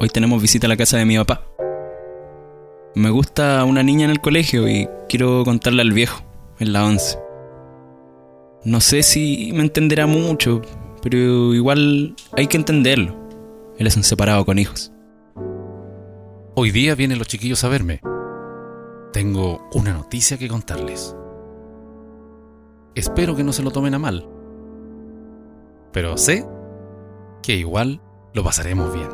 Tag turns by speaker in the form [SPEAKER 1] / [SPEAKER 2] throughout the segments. [SPEAKER 1] Hoy tenemos visita a la casa de mi papá. Me gusta una niña en el colegio y quiero contarle al viejo, en la 11. No sé si me entenderá mucho, pero igual hay que entenderlo. Él es un separado con hijos.
[SPEAKER 2] Hoy día vienen los chiquillos a verme. Tengo una noticia que contarles. Espero que no se lo tomen a mal. Pero sé que igual lo pasaremos bien.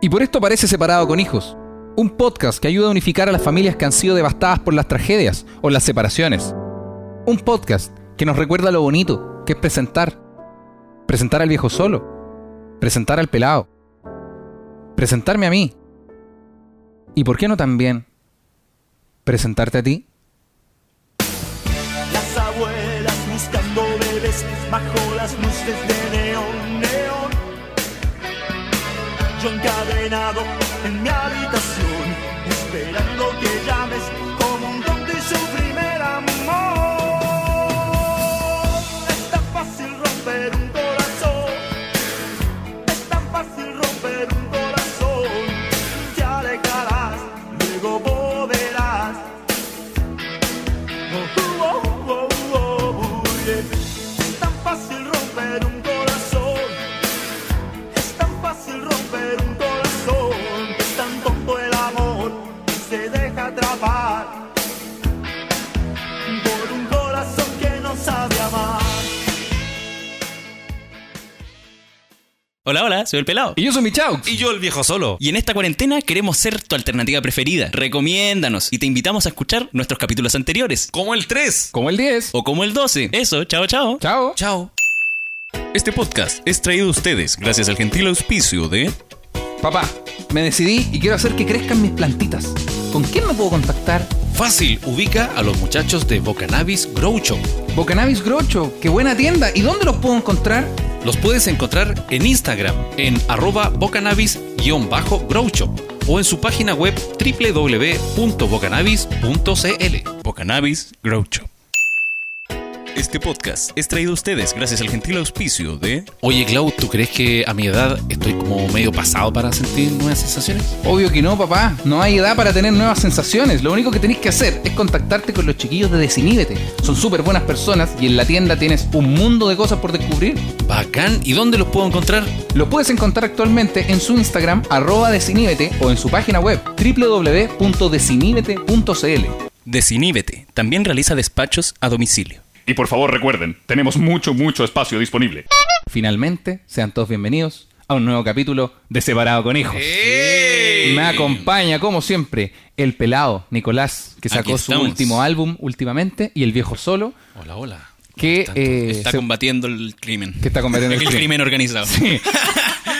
[SPEAKER 3] Y por esto parece Separado con Hijos, un podcast que ayuda a unificar a las familias que han sido devastadas por las tragedias o las separaciones. Un podcast que nos recuerda lo bonito, que es presentar. Presentar al viejo solo. Presentar al pelado. Presentarme a mí. ¿Y por qué no también presentarte a ti?
[SPEAKER 4] Las abuelas buscando bebés bajo las luces de neón, neón. Yo encadenado en mi habitación, esperando que llames como un don de su primer amor. Es tan fácil romper un corazón, es tan fácil romper un corazón. Te alejarás, luego volverás. Oh, oh, oh, oh, oh, yeah. Es tan fácil romper un corazón. Es tan fácil romper un corazón. Es tan tonto el amor que se deja atrapar por un corazón que no sabe amar.
[SPEAKER 1] Hola, hola, soy el pelado.
[SPEAKER 3] Y yo soy Michaux.
[SPEAKER 2] Y yo el viejo solo.
[SPEAKER 1] Y en esta cuarentena queremos ser tu alternativa preferida. Recomiéndanos y te invitamos a escuchar nuestros capítulos anteriores.
[SPEAKER 2] Como el 3.
[SPEAKER 3] Como el 10.
[SPEAKER 1] O como el 12. Eso, chao, chao.
[SPEAKER 3] Chao.
[SPEAKER 2] Chao.
[SPEAKER 5] Este podcast es traído a ustedes gracias al gentil auspicio de
[SPEAKER 3] Papá, me decidí y quiero hacer que crezcan mis plantitas. ¿Con quién me puedo contactar?
[SPEAKER 2] Fácil, ubica a los muchachos de Bocanabis Grow Shop.
[SPEAKER 3] Bocanabis Grocho, qué buena tienda. ¿Y dónde los puedo encontrar?
[SPEAKER 2] Los puedes encontrar en Instagram en arroba bocanabis-grow shop o en su página web www.bocanabis.cl.
[SPEAKER 5] Bocanabis Grow Shop. Este podcast es traído a ustedes gracias al gentil auspicio de
[SPEAKER 2] Oye, Clau, ¿tú crees que a mi edad estoy como medio pasado para sentir nuevas sensaciones?
[SPEAKER 3] Obvio que no, papá. No hay edad para tener nuevas sensaciones. Lo único que tenés que hacer es contactarte con los chiquillos de Desiníbete. Son súper buenas personas y en la tienda tienes un mundo de cosas por descubrir.
[SPEAKER 2] Bacán, ¿y dónde los puedo encontrar?
[SPEAKER 3] Lo puedes encontrar actualmente en su Instagram, arroba Desiníbete, o en su página web, www.desiníbete.cl.
[SPEAKER 1] Desiníbete. También realiza despachos a domicilio.
[SPEAKER 6] Y por favor recuerden, tenemos mucho, mucho espacio disponible.
[SPEAKER 3] Finalmente, sean todos bienvenidos a un nuevo capítulo de Separado con Hijos. Me acompaña, como siempre, el pelado Nicolás, que
[SPEAKER 1] Aquí
[SPEAKER 3] sacó su
[SPEAKER 1] estamos.
[SPEAKER 3] último álbum últimamente, y el viejo solo,
[SPEAKER 2] Hola, hola.
[SPEAKER 3] que,
[SPEAKER 2] Tanto.
[SPEAKER 3] eh,
[SPEAKER 1] Está
[SPEAKER 3] se-
[SPEAKER 1] combatiendo el crimen.
[SPEAKER 3] que está combatiendo
[SPEAKER 1] el,
[SPEAKER 3] el crimen.
[SPEAKER 1] crimen organizado.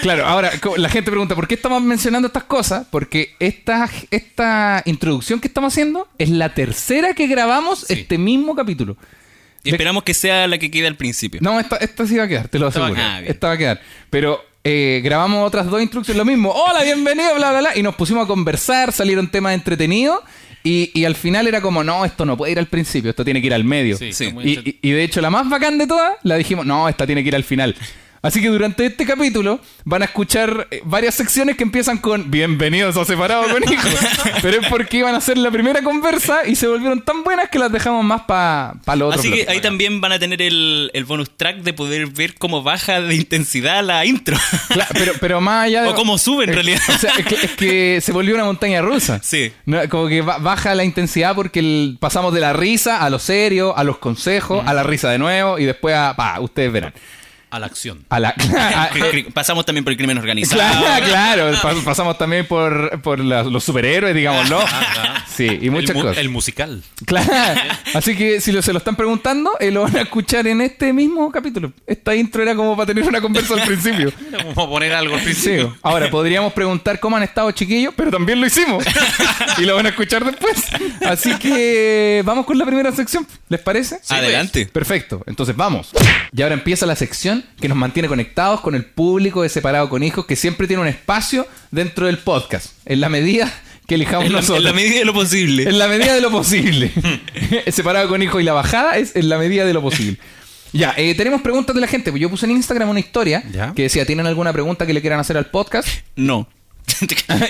[SPEAKER 3] Claro, ahora co- la gente pregunta, ¿por qué estamos mencionando estas cosas? Porque esta, esta introducción que estamos haciendo es la tercera que grabamos este mismo capítulo.
[SPEAKER 1] Y esperamos que sea la que quede al principio.
[SPEAKER 3] No, esta, esta sí va a quedar, te lo
[SPEAKER 1] Esta va a
[SPEAKER 3] aseguro.
[SPEAKER 1] quedar, bien.
[SPEAKER 3] esta va a quedar. Pero eh, grabamos otras dos instrucciones, lo mismo. Hola, bienvenido, bla, bla, bla. Y nos pusimos a conversar, salieron temas entretenidos. Y, y al final era como, no, esto no puede ir al principio, esto tiene que ir al medio.
[SPEAKER 2] Sí,
[SPEAKER 1] Sí.
[SPEAKER 2] está muy
[SPEAKER 3] Y, y- y de hecho, la más bacán de todas, la dijimos, no, esta tiene que ir al final. Así que durante este capítulo van a escuchar eh, varias secciones que empiezan con Bienvenidos a Separado con Hijos. Pero es porque iban a hacer la primera conversa y se volvieron tan buenas que las dejamos más para lo otro.
[SPEAKER 1] Así que
[SPEAKER 3] bloque.
[SPEAKER 1] ahí también van a tener el, el bonus track de poder ver cómo baja de intensidad la intro.
[SPEAKER 3] Cla- pero, pero más allá de.
[SPEAKER 1] O cómo sube, en
[SPEAKER 3] Eh,
[SPEAKER 1] realidad.
[SPEAKER 3] o sea, es que, es que se volvió una montaña rusa.
[SPEAKER 1] Sí.
[SPEAKER 3] No, como que ba- baja la intensidad porque el- pasamos de la risa a lo serio, a los consejos, a la risa de nuevo y después a. Pa, ustedes verán.
[SPEAKER 2] A la acción.
[SPEAKER 3] A la. a-
[SPEAKER 1] Cri- cri- Pasamos también por el crimen organizado.
[SPEAKER 3] ah, Claro, claro. Pas- pasamos también por, por la- los superhéroes, digámoslo.
[SPEAKER 1] Ah,
[SPEAKER 3] Sí, y muchas
[SPEAKER 2] el, mu-
[SPEAKER 3] cosas.
[SPEAKER 2] el musical.
[SPEAKER 3] Claro. Así que si lo, se lo están preguntando, eh, lo van a escuchar en este mismo capítulo. Esta intro era como para tener una conversa al principio.
[SPEAKER 2] Vamos a poner algo al
[SPEAKER 3] Sí.
[SPEAKER 2] principio.
[SPEAKER 3] Ahora, podríamos preguntar cómo han estado chiquillos, pero también lo hicimos. y lo van a escuchar después. Así que vamos con la primera sección. ¿Les parece?
[SPEAKER 1] pues. Adelante.
[SPEAKER 3] Perfecto, entonces vamos. Y ahora empieza la sección que nos mantiene conectados con el público de Separado con Hijos, que siempre tiene un espacio dentro del podcast, en la medida que elijamos
[SPEAKER 1] En la,
[SPEAKER 3] nosotros.
[SPEAKER 1] en la medida de lo posible.
[SPEAKER 3] En la medida de lo posible. Separado con hijo y la bajada es en la medida de lo posible. Ya, eh, tenemos preguntas de la gente. Yo puse en Instagram una historia
[SPEAKER 2] Ya.
[SPEAKER 3] que decía, ¿tienen alguna pregunta que le quieran hacer al podcast?
[SPEAKER 5] No.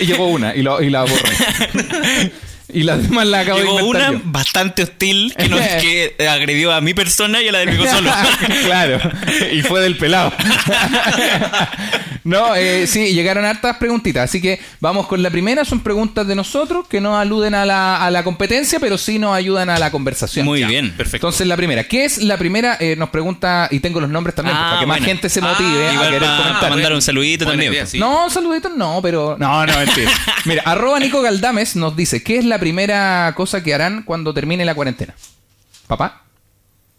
[SPEAKER 3] y llegó una y, lo- y la borré. y las demás la acabo de
[SPEAKER 5] Llegó
[SPEAKER 3] inventar
[SPEAKER 5] una
[SPEAKER 3] yo.
[SPEAKER 5] bastante hostil que, nos- que agredió a mi persona y a la del Vico Solo.
[SPEAKER 3] claro, y fue del pelado. no, eh, sí, llegaron hartas preguntitas, así que vamos con la primera. Son preguntas de nosotros que no aluden a la, a la competencia, pero sí nos ayudan a la conversación.
[SPEAKER 5] Muy bien.
[SPEAKER 2] Perfecto.
[SPEAKER 3] Entonces, la primera, ¿qué es la primera? Eh, nos pregunta, y tengo los nombres también,
[SPEAKER 5] Ah,
[SPEAKER 3] pues, para que más
[SPEAKER 5] bueno. Ah,
[SPEAKER 3] gente se motive a
[SPEAKER 5] Igual
[SPEAKER 3] querer
[SPEAKER 5] para
[SPEAKER 3] comentar.
[SPEAKER 5] mandar un saludito
[SPEAKER 2] Buena
[SPEAKER 5] también.
[SPEAKER 2] idea, sí.
[SPEAKER 3] No, saluditos no, pero. No, no, mentira. Mira, arroba Nico Galdames nos dice: ¿Qué es la primera cosa que harán cuando termine la cuarentena? Papá,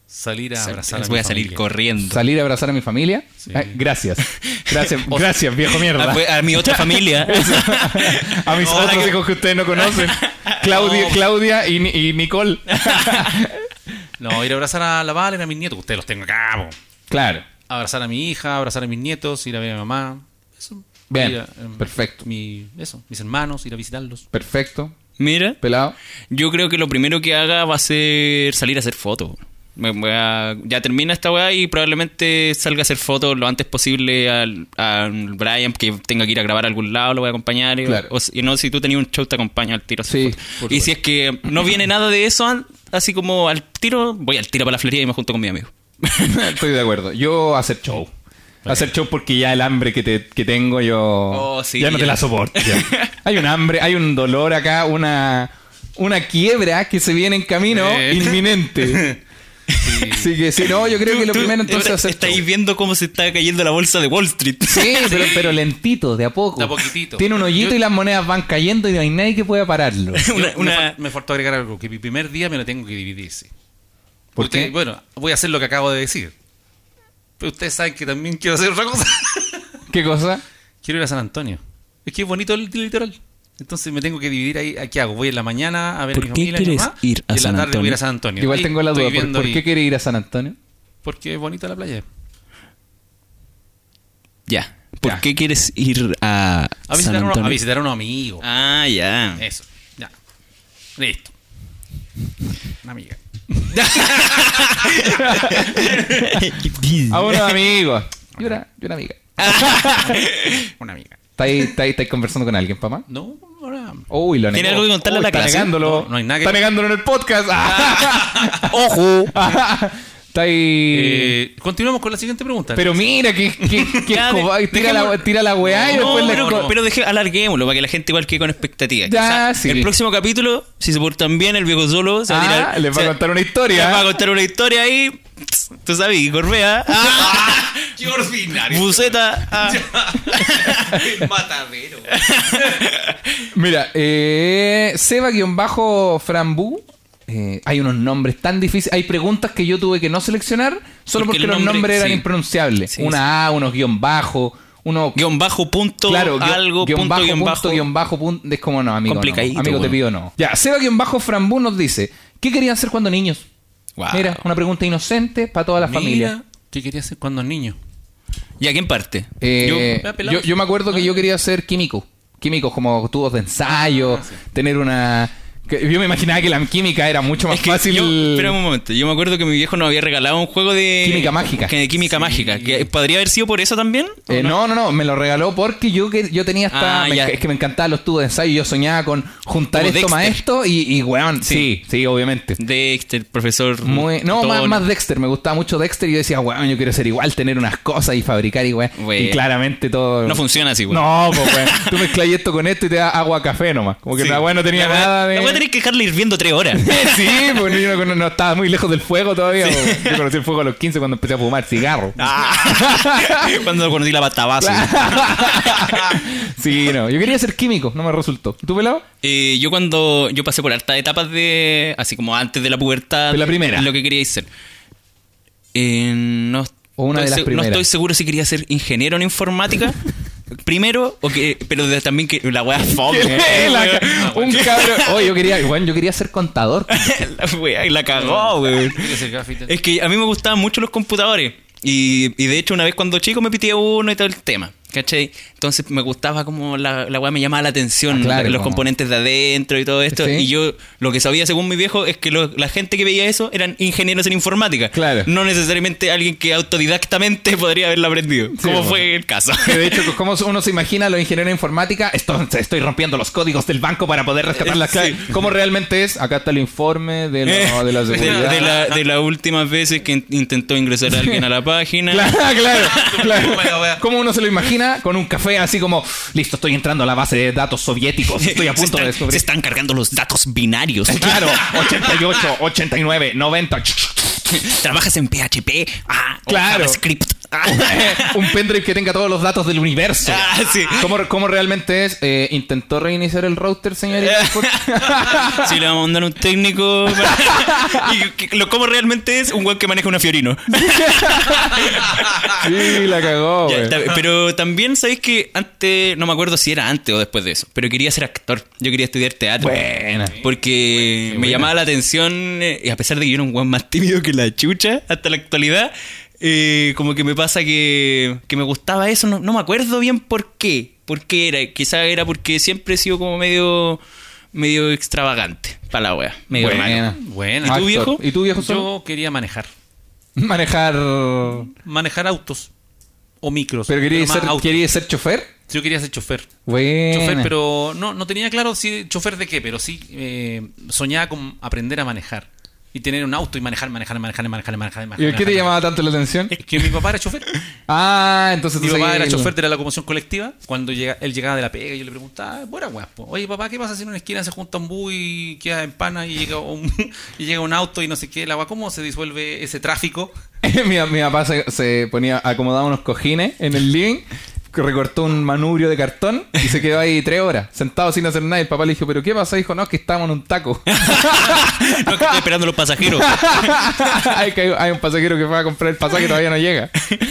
[SPEAKER 2] Salir a abrazar.
[SPEAKER 5] Les
[SPEAKER 2] mi
[SPEAKER 5] voy a salir
[SPEAKER 2] familia.
[SPEAKER 5] corriendo.
[SPEAKER 3] salir a abrazar a mi familia.
[SPEAKER 2] Sí.
[SPEAKER 3] Eh, gracias. Gracias, gracias, viejo
[SPEAKER 5] Ah,
[SPEAKER 3] mierda.
[SPEAKER 5] pues, A, mi otra familia.
[SPEAKER 3] A mis
[SPEAKER 5] Hola,
[SPEAKER 3] otros
[SPEAKER 5] que-
[SPEAKER 3] hijos que ustedes no conocen: Claudia,
[SPEAKER 5] No.
[SPEAKER 3] Claudia y, Ni- y Nicole.
[SPEAKER 2] No, ir a abrazar a la Valen, a mis nietos. que Ustedes los tengo acá, po.
[SPEAKER 3] Claro.
[SPEAKER 2] Abrazar a mi hija, abrazar a mis nietos, ir a ver a mi mamá. Eso.
[SPEAKER 3] Bien,
[SPEAKER 2] Ir a, em,
[SPEAKER 3] perfecto.
[SPEAKER 2] mi- eso, mis hermanos, ir a visitarlos.
[SPEAKER 3] Perfecto.
[SPEAKER 5] Mira,
[SPEAKER 3] Pelado.
[SPEAKER 5] yo creo que lo primero que haga va a ser salir a hacer fotos. Me voy a- Ya termina esta weá y probablemente salga a hacer fotos lo antes posible al, a Brian que tenga que ir a grabar a algún lado, lo voy a acompañar. y-
[SPEAKER 3] Claro.
[SPEAKER 5] O, si no, si tú tenías un show, te acompaño al tiro. a hacer
[SPEAKER 3] Sí,
[SPEAKER 5] fotos.
[SPEAKER 3] por
[SPEAKER 5] Y
[SPEAKER 3] supuesto.
[SPEAKER 5] si es que no viene nada de eso, an- así como al tiro, voy al tiro para la Florida y me junto con mi amigo.
[SPEAKER 3] Estoy de acuerdo. Yo hacer show. Hacer show porque ya el hambre que, te, que tengo yo
[SPEAKER 5] Oh, sí,
[SPEAKER 3] ya no
[SPEAKER 5] ya.
[SPEAKER 3] te la soporto. ya. hay un hambre, hay un dolor acá, una, una quiebra que se viene en camino
[SPEAKER 2] Eh.
[SPEAKER 3] inminente. Así que sí, no, yo creo que lo
[SPEAKER 5] Tú-
[SPEAKER 3] primero entonces
[SPEAKER 5] ahora
[SPEAKER 3] es hacer
[SPEAKER 5] Estáis
[SPEAKER 3] show.
[SPEAKER 5] viendo cómo se está cayendo la bolsa de Wall Street.
[SPEAKER 3] Sí, pero, pero lentito, de a poco.
[SPEAKER 2] De a poquitito.
[SPEAKER 3] Tiene un hoyito
[SPEAKER 2] Yo-
[SPEAKER 3] y las monedas van cayendo y no hay nadie que pueda pararlo.
[SPEAKER 5] Una-
[SPEAKER 2] Yo- me
[SPEAKER 5] una-
[SPEAKER 2] fal- Me, faltó agregar algo, que mi primer día me lo tengo que dividir, sí.
[SPEAKER 3] ¿Por
[SPEAKER 2] Porque,
[SPEAKER 3] qué?
[SPEAKER 2] Bueno, voy a hacer lo que acabo de decir. Pero ustedes saben que también quiero hacer otra cosa.
[SPEAKER 3] ¿Qué cosa?
[SPEAKER 2] quiero ir a San Antonio. Es que es bonito el, el litoral. Entonces me tengo que dividir ahí. ¿A qué hago? Voy en la mañana a ver
[SPEAKER 5] ¿Por
[SPEAKER 2] a mi
[SPEAKER 5] qué
[SPEAKER 2] familia, a mi
[SPEAKER 5] quieres
[SPEAKER 2] mamá,
[SPEAKER 5] ir a
[SPEAKER 2] y en
[SPEAKER 5] San
[SPEAKER 2] la tarde voy a
[SPEAKER 5] Antonio?
[SPEAKER 2] ir a San Antonio.
[SPEAKER 3] Igual
[SPEAKER 2] Y
[SPEAKER 3] tengo la
[SPEAKER 2] estoy
[SPEAKER 3] duda. ¿Por,
[SPEAKER 2] viendo
[SPEAKER 3] por
[SPEAKER 2] ahí-
[SPEAKER 3] qué quiere ir a San Antonio?
[SPEAKER 2] Porque es bonita la playa.
[SPEAKER 5] Ya. ¿Por
[SPEAKER 3] Ya.
[SPEAKER 5] qué quieres ir a,
[SPEAKER 2] A
[SPEAKER 5] San
[SPEAKER 2] visitar, a uno-
[SPEAKER 5] Antonio?
[SPEAKER 2] a visitar a unos amigos.
[SPEAKER 5] Ah, ya.
[SPEAKER 2] Eso, ya. Listo. Una amiga.
[SPEAKER 3] A unos amigos. Y una, y una amiga.
[SPEAKER 2] Una amiga.
[SPEAKER 3] ¿Está ahí, está ahí- está ahí conversando con alguien, papá?
[SPEAKER 2] No, ahora.
[SPEAKER 3] Uy, lo
[SPEAKER 5] ¿Tiene
[SPEAKER 3] negó.
[SPEAKER 5] algo que contarle a
[SPEAKER 3] Uy,
[SPEAKER 5] la
[SPEAKER 3] está
[SPEAKER 5] clase?
[SPEAKER 3] Negándolo.
[SPEAKER 2] No, no hay nada que-
[SPEAKER 3] Está negándolo en el podcast.
[SPEAKER 5] ¡Ojo!
[SPEAKER 3] Ah, está ahí.
[SPEAKER 2] Eh, continuamos con la siguiente pregunta.
[SPEAKER 3] pero mira, que, que, que
[SPEAKER 5] Eh, Ya,
[SPEAKER 3] escoba-
[SPEAKER 5] de-
[SPEAKER 3] tira, la,
[SPEAKER 5] dejemos-
[SPEAKER 3] tira la weá y
[SPEAKER 5] No,
[SPEAKER 3] después la.
[SPEAKER 5] pero,
[SPEAKER 3] co-
[SPEAKER 5] pero deje, alarguémoslo para que la gente igual quede con expectativas.
[SPEAKER 3] Ya, sí.
[SPEAKER 5] El próximo capítulo, si se portan bien, el viejo solo se va a
[SPEAKER 3] ah,
[SPEAKER 5] tirar-
[SPEAKER 3] les va
[SPEAKER 5] se-
[SPEAKER 3] a contar una
[SPEAKER 5] les va a
[SPEAKER 3] historia.
[SPEAKER 5] contar una historia ahí. Tú sabes, y Corbea. Ah,
[SPEAKER 2] ¡Qué ordinario!
[SPEAKER 5] Buceta. ah.
[SPEAKER 2] Matadero.
[SPEAKER 3] Mira, eh, Seba-Frambú. eh, hay unos nombres tan difíciles. Hay preguntas que yo tuve que no seleccionar solo porque,
[SPEAKER 5] Porque el
[SPEAKER 3] los
[SPEAKER 5] nombre-
[SPEAKER 3] nombres eran
[SPEAKER 5] sí.
[SPEAKER 3] impronunciables.
[SPEAKER 5] Sí,
[SPEAKER 3] una A, unos guión bajo, uno
[SPEAKER 5] Guión bajo punto
[SPEAKER 3] Claro, guion-
[SPEAKER 5] algo
[SPEAKER 3] guión
[SPEAKER 5] punto
[SPEAKER 3] bajo,
[SPEAKER 5] guión
[SPEAKER 3] punto,
[SPEAKER 5] bajo.
[SPEAKER 3] guión bajo, punto. Es como no, amigo. no.
[SPEAKER 5] Complicadito,
[SPEAKER 3] Amigo, te
[SPEAKER 5] bueno.
[SPEAKER 3] pido no. Ya, Seba guión bajo Frambú nos dice: ¿Qué querían hacer cuando niños?
[SPEAKER 5] Wow.
[SPEAKER 3] Mira, una pregunta inocente para toda la familia.
[SPEAKER 2] Mira, ¿qué quería hacer cuando niño?
[SPEAKER 5] ¿Y a quién parte?
[SPEAKER 3] Eh,
[SPEAKER 2] Yo-
[SPEAKER 3] yo, yo me acuerdo
[SPEAKER 5] Ah.
[SPEAKER 3] que yo quería ser químico. Químicos como tubos de ensayo,
[SPEAKER 5] Ah,
[SPEAKER 3] tener una. que- Yo me imaginaba que la química era mucho más
[SPEAKER 5] Es que
[SPEAKER 3] fácil.
[SPEAKER 5] yo- espera un momento. Yo me acuerdo que mi viejo nos había regalado un juego de.
[SPEAKER 3] Química mágica.
[SPEAKER 5] Que de química mágica. Que podría haber sido por eso también.
[SPEAKER 3] Eh, no, no, no, me lo regaló porque yo que yo tenía hasta.
[SPEAKER 5] Ah,
[SPEAKER 3] me-
[SPEAKER 5] ya.
[SPEAKER 3] es que me encantaban los tubos de ensayo. Yo soñaba con juntar
[SPEAKER 5] Como
[SPEAKER 3] esto
[SPEAKER 5] Dexter.
[SPEAKER 3] más esto y, y weón. Sí, sí, obviamente.
[SPEAKER 5] Dexter, profesor.
[SPEAKER 3] Muy- no,
[SPEAKER 5] Tono.
[SPEAKER 3] más, más Dexter. Me gustaba mucho Dexter y yo decía, weón, yo quiero ser igual, tener unas cosas y fabricar y weón.
[SPEAKER 5] Bueno.
[SPEAKER 3] Y claramente todo.
[SPEAKER 5] No funciona así, weón.
[SPEAKER 3] No, pues weón. Tú mezclas esto con esto y te da agua café nomás. Como que la weón no tenía
[SPEAKER 5] La weá-
[SPEAKER 3] nada de.
[SPEAKER 5] La voy a tener que dejarle hirviendo tres horas.
[SPEAKER 3] Sí, porque yo no, no estaba muy lejos del fuego todavía. pues. Yo conocí el fuego a los 15 cuando empecé a fumar cigarro.
[SPEAKER 5] Ah. Cuando conocí la pata base.
[SPEAKER 3] sí, no. Yo quería ser químico, no me resultó. ¿Y tú, pelado?
[SPEAKER 5] Eh, yo cuando yo pasé por hartas etapas de así como antes de la pubertad
[SPEAKER 3] De la primera.
[SPEAKER 5] lo que quería ser Eh, no
[SPEAKER 3] O una
[SPEAKER 5] estoy
[SPEAKER 3] de las
[SPEAKER 5] seg-
[SPEAKER 3] primeras.
[SPEAKER 5] no estoy seguro si quería ser ingeniero en informática primero o que pero de- también que la wea fome eh,
[SPEAKER 3] La-
[SPEAKER 5] weón.
[SPEAKER 3] un cabrón. Oh, yo quería, weón, yo quería ser contador.
[SPEAKER 5] la wea la cagó weón.
[SPEAKER 2] Quería ser grafiter.
[SPEAKER 5] Es que a mí me gustaban mucho los computadores. Y, y de hecho, una vez cuando chico me piteé uno y todo el tema. ¿Cachai? Entonces me gustaba como la, la weá me llamaba la atención,
[SPEAKER 3] Ah, claro,
[SPEAKER 5] los
[SPEAKER 3] como-
[SPEAKER 5] componentes de adentro y todo esto.
[SPEAKER 3] Sí.
[SPEAKER 5] Y yo lo que sabía según mi viejo es que lo- la gente que veía eso eran ingenieros en informática.
[SPEAKER 3] Claro.
[SPEAKER 5] No necesariamente alguien que autodidactamente podría haberlo aprendido, como
[SPEAKER 3] bueno.
[SPEAKER 5] fue el caso.
[SPEAKER 3] Que de hecho, como uno se imagina a los ingenieros de informática, esto- estoy rompiendo los códigos del banco para poder rescatar las claves. ¿Cómo realmente es? Acá está el informe de, lo- de la
[SPEAKER 5] De,
[SPEAKER 3] seguridad.
[SPEAKER 5] de la- de las últimas veces que in- intentó ingresar alguien a la página.
[SPEAKER 3] Claro, claro, claro.
[SPEAKER 5] Bueno, bueno.
[SPEAKER 3] ¿Cómo uno se lo imagina? Con un café así como, listo, estoy entrando a la base de datos soviéticos, estoy a
[SPEAKER 5] se,
[SPEAKER 3] punto
[SPEAKER 5] están,
[SPEAKER 3] de
[SPEAKER 5] se
[SPEAKER 3] descubrir.
[SPEAKER 5] están cargando los datos binarios.
[SPEAKER 3] Claro, 88, 89, 90.
[SPEAKER 5] Trabajas en PHP. Ah, o
[SPEAKER 3] Claro.
[SPEAKER 5] JavaScript. Ah.
[SPEAKER 3] un pendrive que tenga todos los datos del universo.
[SPEAKER 5] Ah, sí.
[SPEAKER 3] ¿Cómo, cómo realmente es? Eh, ¿Intentó reiniciar el router, señorita?
[SPEAKER 5] Sí, le vamos a mandar un técnico. para- y que- lo como realmente es un weón que maneja una Fiorino.
[SPEAKER 3] sí, la cagó.
[SPEAKER 5] Ya,
[SPEAKER 3] güey.
[SPEAKER 5] está bien. pero también sabéis que antes, no me acuerdo si era antes o después de eso, pero quería ser actor. Yo quería estudiar teatro.
[SPEAKER 3] Buena.
[SPEAKER 5] Porque me llamaba la atención, eh, y a pesar de que yo era un weón más tímido que la chucha hasta la actualidad, eh, como que me pasa que, que me gustaba eso, no, no me acuerdo bien por qué. ¿Por qué era? Quizá era porque siempre he sido como medio, medio extravagante para la wea. Medio
[SPEAKER 3] Buena.
[SPEAKER 5] hermano.
[SPEAKER 2] Bueno,
[SPEAKER 5] ¿Y tú,
[SPEAKER 3] Actor.
[SPEAKER 5] viejo?
[SPEAKER 3] ¿Y tú, viejo? solo?
[SPEAKER 2] Yo quería manejar.
[SPEAKER 3] Manejar...
[SPEAKER 2] Manejar autos. O micros.
[SPEAKER 3] ¿Pero querías
[SPEAKER 2] más
[SPEAKER 3] ser,
[SPEAKER 2] autos.
[SPEAKER 3] querías ser chofer?
[SPEAKER 2] Yo quería ser chofer.
[SPEAKER 3] Bueno.
[SPEAKER 2] Chofer, pero no, no tenía claro si chofer de qué, pero sí eh, soñaba con aprender a manejar. Y tener un auto y manejar, manejar, manejar, manejar, manejar, manejar.
[SPEAKER 3] ¿Y qué te
[SPEAKER 2] manejar.
[SPEAKER 3] llamaba tanto la atención?
[SPEAKER 2] Es que mi papá era chofer.
[SPEAKER 3] Ah, entonces
[SPEAKER 2] Mi
[SPEAKER 3] tú
[SPEAKER 2] papá
[SPEAKER 3] seguías
[SPEAKER 2] era
[SPEAKER 3] el-
[SPEAKER 2] chofer de la locomoción colectiva. Cuando llega, él llegaba de la pega, yo le preguntaba, buena weas, po. oye papá, ¿qué pasa si en una esquina se junta un bus y queda en pana y llega un, y llega un auto y no sé qué, el agua, ¿cómo se disuelve ese tráfico?
[SPEAKER 3] mi, mi papá se, se ponía, acomodaba unos cojines en el living, que recortó un manubrio de cartón y se quedó ahí tres horas, sentado sin hacer nada. Y el papá le dijo, ¿pero qué pasa? Dijo, no, es que estábamos en un taco.
[SPEAKER 5] No, que estoy esperando a los pasajeros.
[SPEAKER 3] hay, que- hay un pasajero que va a comprar el pasaje y todavía no llega.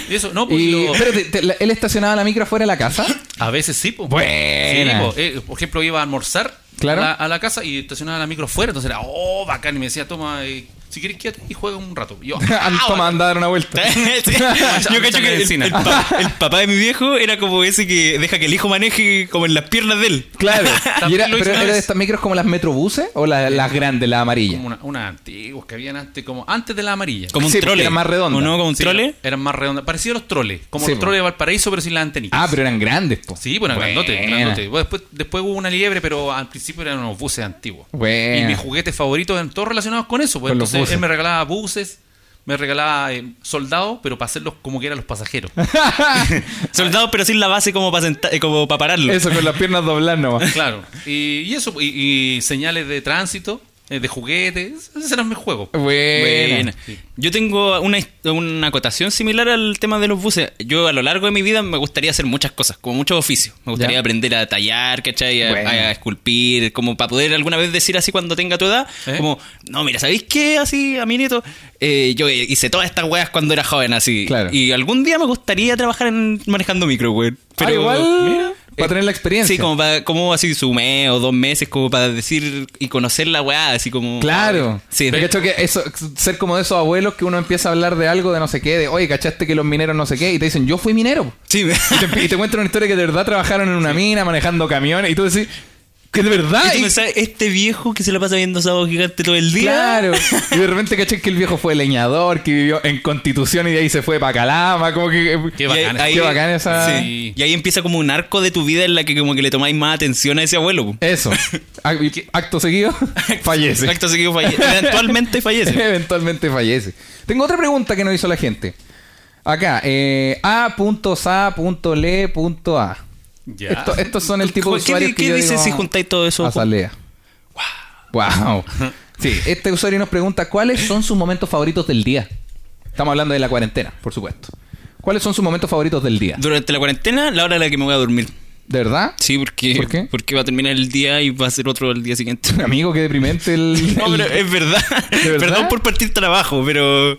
[SPEAKER 2] Y eso, no, pues
[SPEAKER 3] Y,
[SPEAKER 2] lo-
[SPEAKER 3] espérate, te- la- él estacionaba la micro afuera de la casa.
[SPEAKER 2] a veces sí, po. Sí,
[SPEAKER 3] Buena.
[SPEAKER 2] po. Eh, por ejemplo, iba a almorzar
[SPEAKER 3] Claro.
[SPEAKER 2] a, la, a la casa y estacionaba la micro fuera, entonces era, oh, bacán, y me decía, toma, eh, si quieres quédate y juega un rato. Y yo, "Ah,
[SPEAKER 3] An- Toma, anda a dar una vuelta.
[SPEAKER 5] Sí. Yo cacho que el, el pa- el papá de mi viejo era como ese que deja que el hijo maneje como en las piernas de él.
[SPEAKER 3] Claro. Y
[SPEAKER 2] También
[SPEAKER 3] era,
[SPEAKER 2] lo hice
[SPEAKER 3] pero
[SPEAKER 2] una
[SPEAKER 3] era de
[SPEAKER 2] vez.
[SPEAKER 3] estas micros como las metrobuses o la- las grandes, las amarillas.
[SPEAKER 2] como una- unas antiguas que habían antes, como antes de la amarilla.
[SPEAKER 5] Como un
[SPEAKER 3] Sí, porque
[SPEAKER 5] trole.
[SPEAKER 3] era más redonda.
[SPEAKER 5] ¿O no? Como un
[SPEAKER 2] Sí,
[SPEAKER 5] trole.
[SPEAKER 2] Eran más redondas. Parecido a los troles. Como
[SPEAKER 3] Sí,
[SPEAKER 2] los
[SPEAKER 3] po.
[SPEAKER 2] troles de Valparaíso, pero sin las antenitas.
[SPEAKER 3] Ah, pero eran grandes, po.
[SPEAKER 2] Sí, bueno,
[SPEAKER 3] Buena.
[SPEAKER 2] grandote, grandote. Bueno, Después, después hubo una liebre, pero al principio eran unos buses antiguos.
[SPEAKER 3] Buena.
[SPEAKER 2] Y mis juguetes favoritos eran todos relacionados con eso. Pues.
[SPEAKER 3] Con los
[SPEAKER 2] Entonces
[SPEAKER 3] buses.
[SPEAKER 2] él me regalaba buses, me regalaba eh, soldados, pero para hacerlos como que eran los pasajeros.
[SPEAKER 5] Soldado, pero sin la base como para como para pararlo.
[SPEAKER 3] Eso, con las piernas dobladas nomás.
[SPEAKER 2] claro. Y, y eso, y, y señales de tránsito, eh, de juguetes. Esos eran mis juegos.
[SPEAKER 3] Buena.
[SPEAKER 5] Buena. Yo tengo una, his- una acotación similar al tema de los buses. Yo a lo largo de mi vida me gustaría hacer muchas cosas, como muchos oficios. Me gustaría
[SPEAKER 3] Ya.
[SPEAKER 5] aprender a tallar, ¿cachai? A,
[SPEAKER 3] Buena.
[SPEAKER 5] a esculpir, como para poder alguna vez decir así cuando tenga tu edad,
[SPEAKER 2] ¿Eh?
[SPEAKER 5] como, no, mira, ¿sabéis qué? Así, a mi nieto, eh, yo eh, hice todas estas weas cuando era joven, así.
[SPEAKER 3] Claro.
[SPEAKER 5] Y algún día me gustaría trabajar en, manejando micro, weón.
[SPEAKER 3] Pero Ah, igual, para tener la experiencia.
[SPEAKER 5] Sí, como, para, como así su mes o dos meses, como para decir y conocer la weá, así como...
[SPEAKER 3] Claro.
[SPEAKER 5] Sí,
[SPEAKER 3] Pero cacho que eso, ser como de esos abuelos que uno empieza a hablar de algo de no sé qué, de oye, cachaste que los mineros no sé qué, y te dicen, yo fui minero.
[SPEAKER 5] sí.
[SPEAKER 3] Y te, y te cuentan una historia que de verdad trabajaron en una mina, manejando camiones, y tú decís, que de verdad.
[SPEAKER 5] Y tú
[SPEAKER 3] Y-
[SPEAKER 5] pensás, este viejo que se la pasa viendo sábado gigante todo el día.
[SPEAKER 3] claro. y de repente caché que el viejo fue leñador, que vivió en Constitución y de ahí se fue para Calama, como que. eh,
[SPEAKER 2] Qué
[SPEAKER 5] Y ahí-
[SPEAKER 2] bacán.
[SPEAKER 5] ahí-
[SPEAKER 3] Qué bacán esa-
[SPEAKER 5] Sí. Y ahí empieza como un arco de tu vida en la que como que le tomáis más atención a ese abuelo. po.
[SPEAKER 3] Eso. Ac- y Acto seguido, fallece.
[SPEAKER 5] Acto seguido falle- Eventualmente fallece.
[SPEAKER 3] Eventualmente fallece. Tengo otra pregunta que nos hizo la gente. Acá, eh, a.sa.le.a.
[SPEAKER 2] Ya.
[SPEAKER 3] Esto- estos son el tipo de
[SPEAKER 5] ¿Qué-
[SPEAKER 3] usuarios
[SPEAKER 5] qué-
[SPEAKER 3] que
[SPEAKER 5] qué
[SPEAKER 3] yo
[SPEAKER 5] dice
[SPEAKER 3] digo,
[SPEAKER 5] si juntáis todo eso?
[SPEAKER 3] Azalea. Wow. Sí, este usuario nos pregunta cuáles son sus momentos favoritos del día. Estamos hablando de la cuarentena, por supuesto. ¿Cuáles son sus momentos favoritos del día?
[SPEAKER 5] Durante la cuarentena, la hora en la que me voy a dormir.
[SPEAKER 3] ¿De verdad?
[SPEAKER 5] Sí, porque,
[SPEAKER 3] ¿Por qué?
[SPEAKER 5] porque va a terminar el día y va a ser otro el día siguiente.
[SPEAKER 3] Amigo, qué deprimente el...
[SPEAKER 5] No, pero
[SPEAKER 3] el-
[SPEAKER 5] es verdad.
[SPEAKER 3] ¿De verdad?
[SPEAKER 5] Perdón por partir trabajo, pero.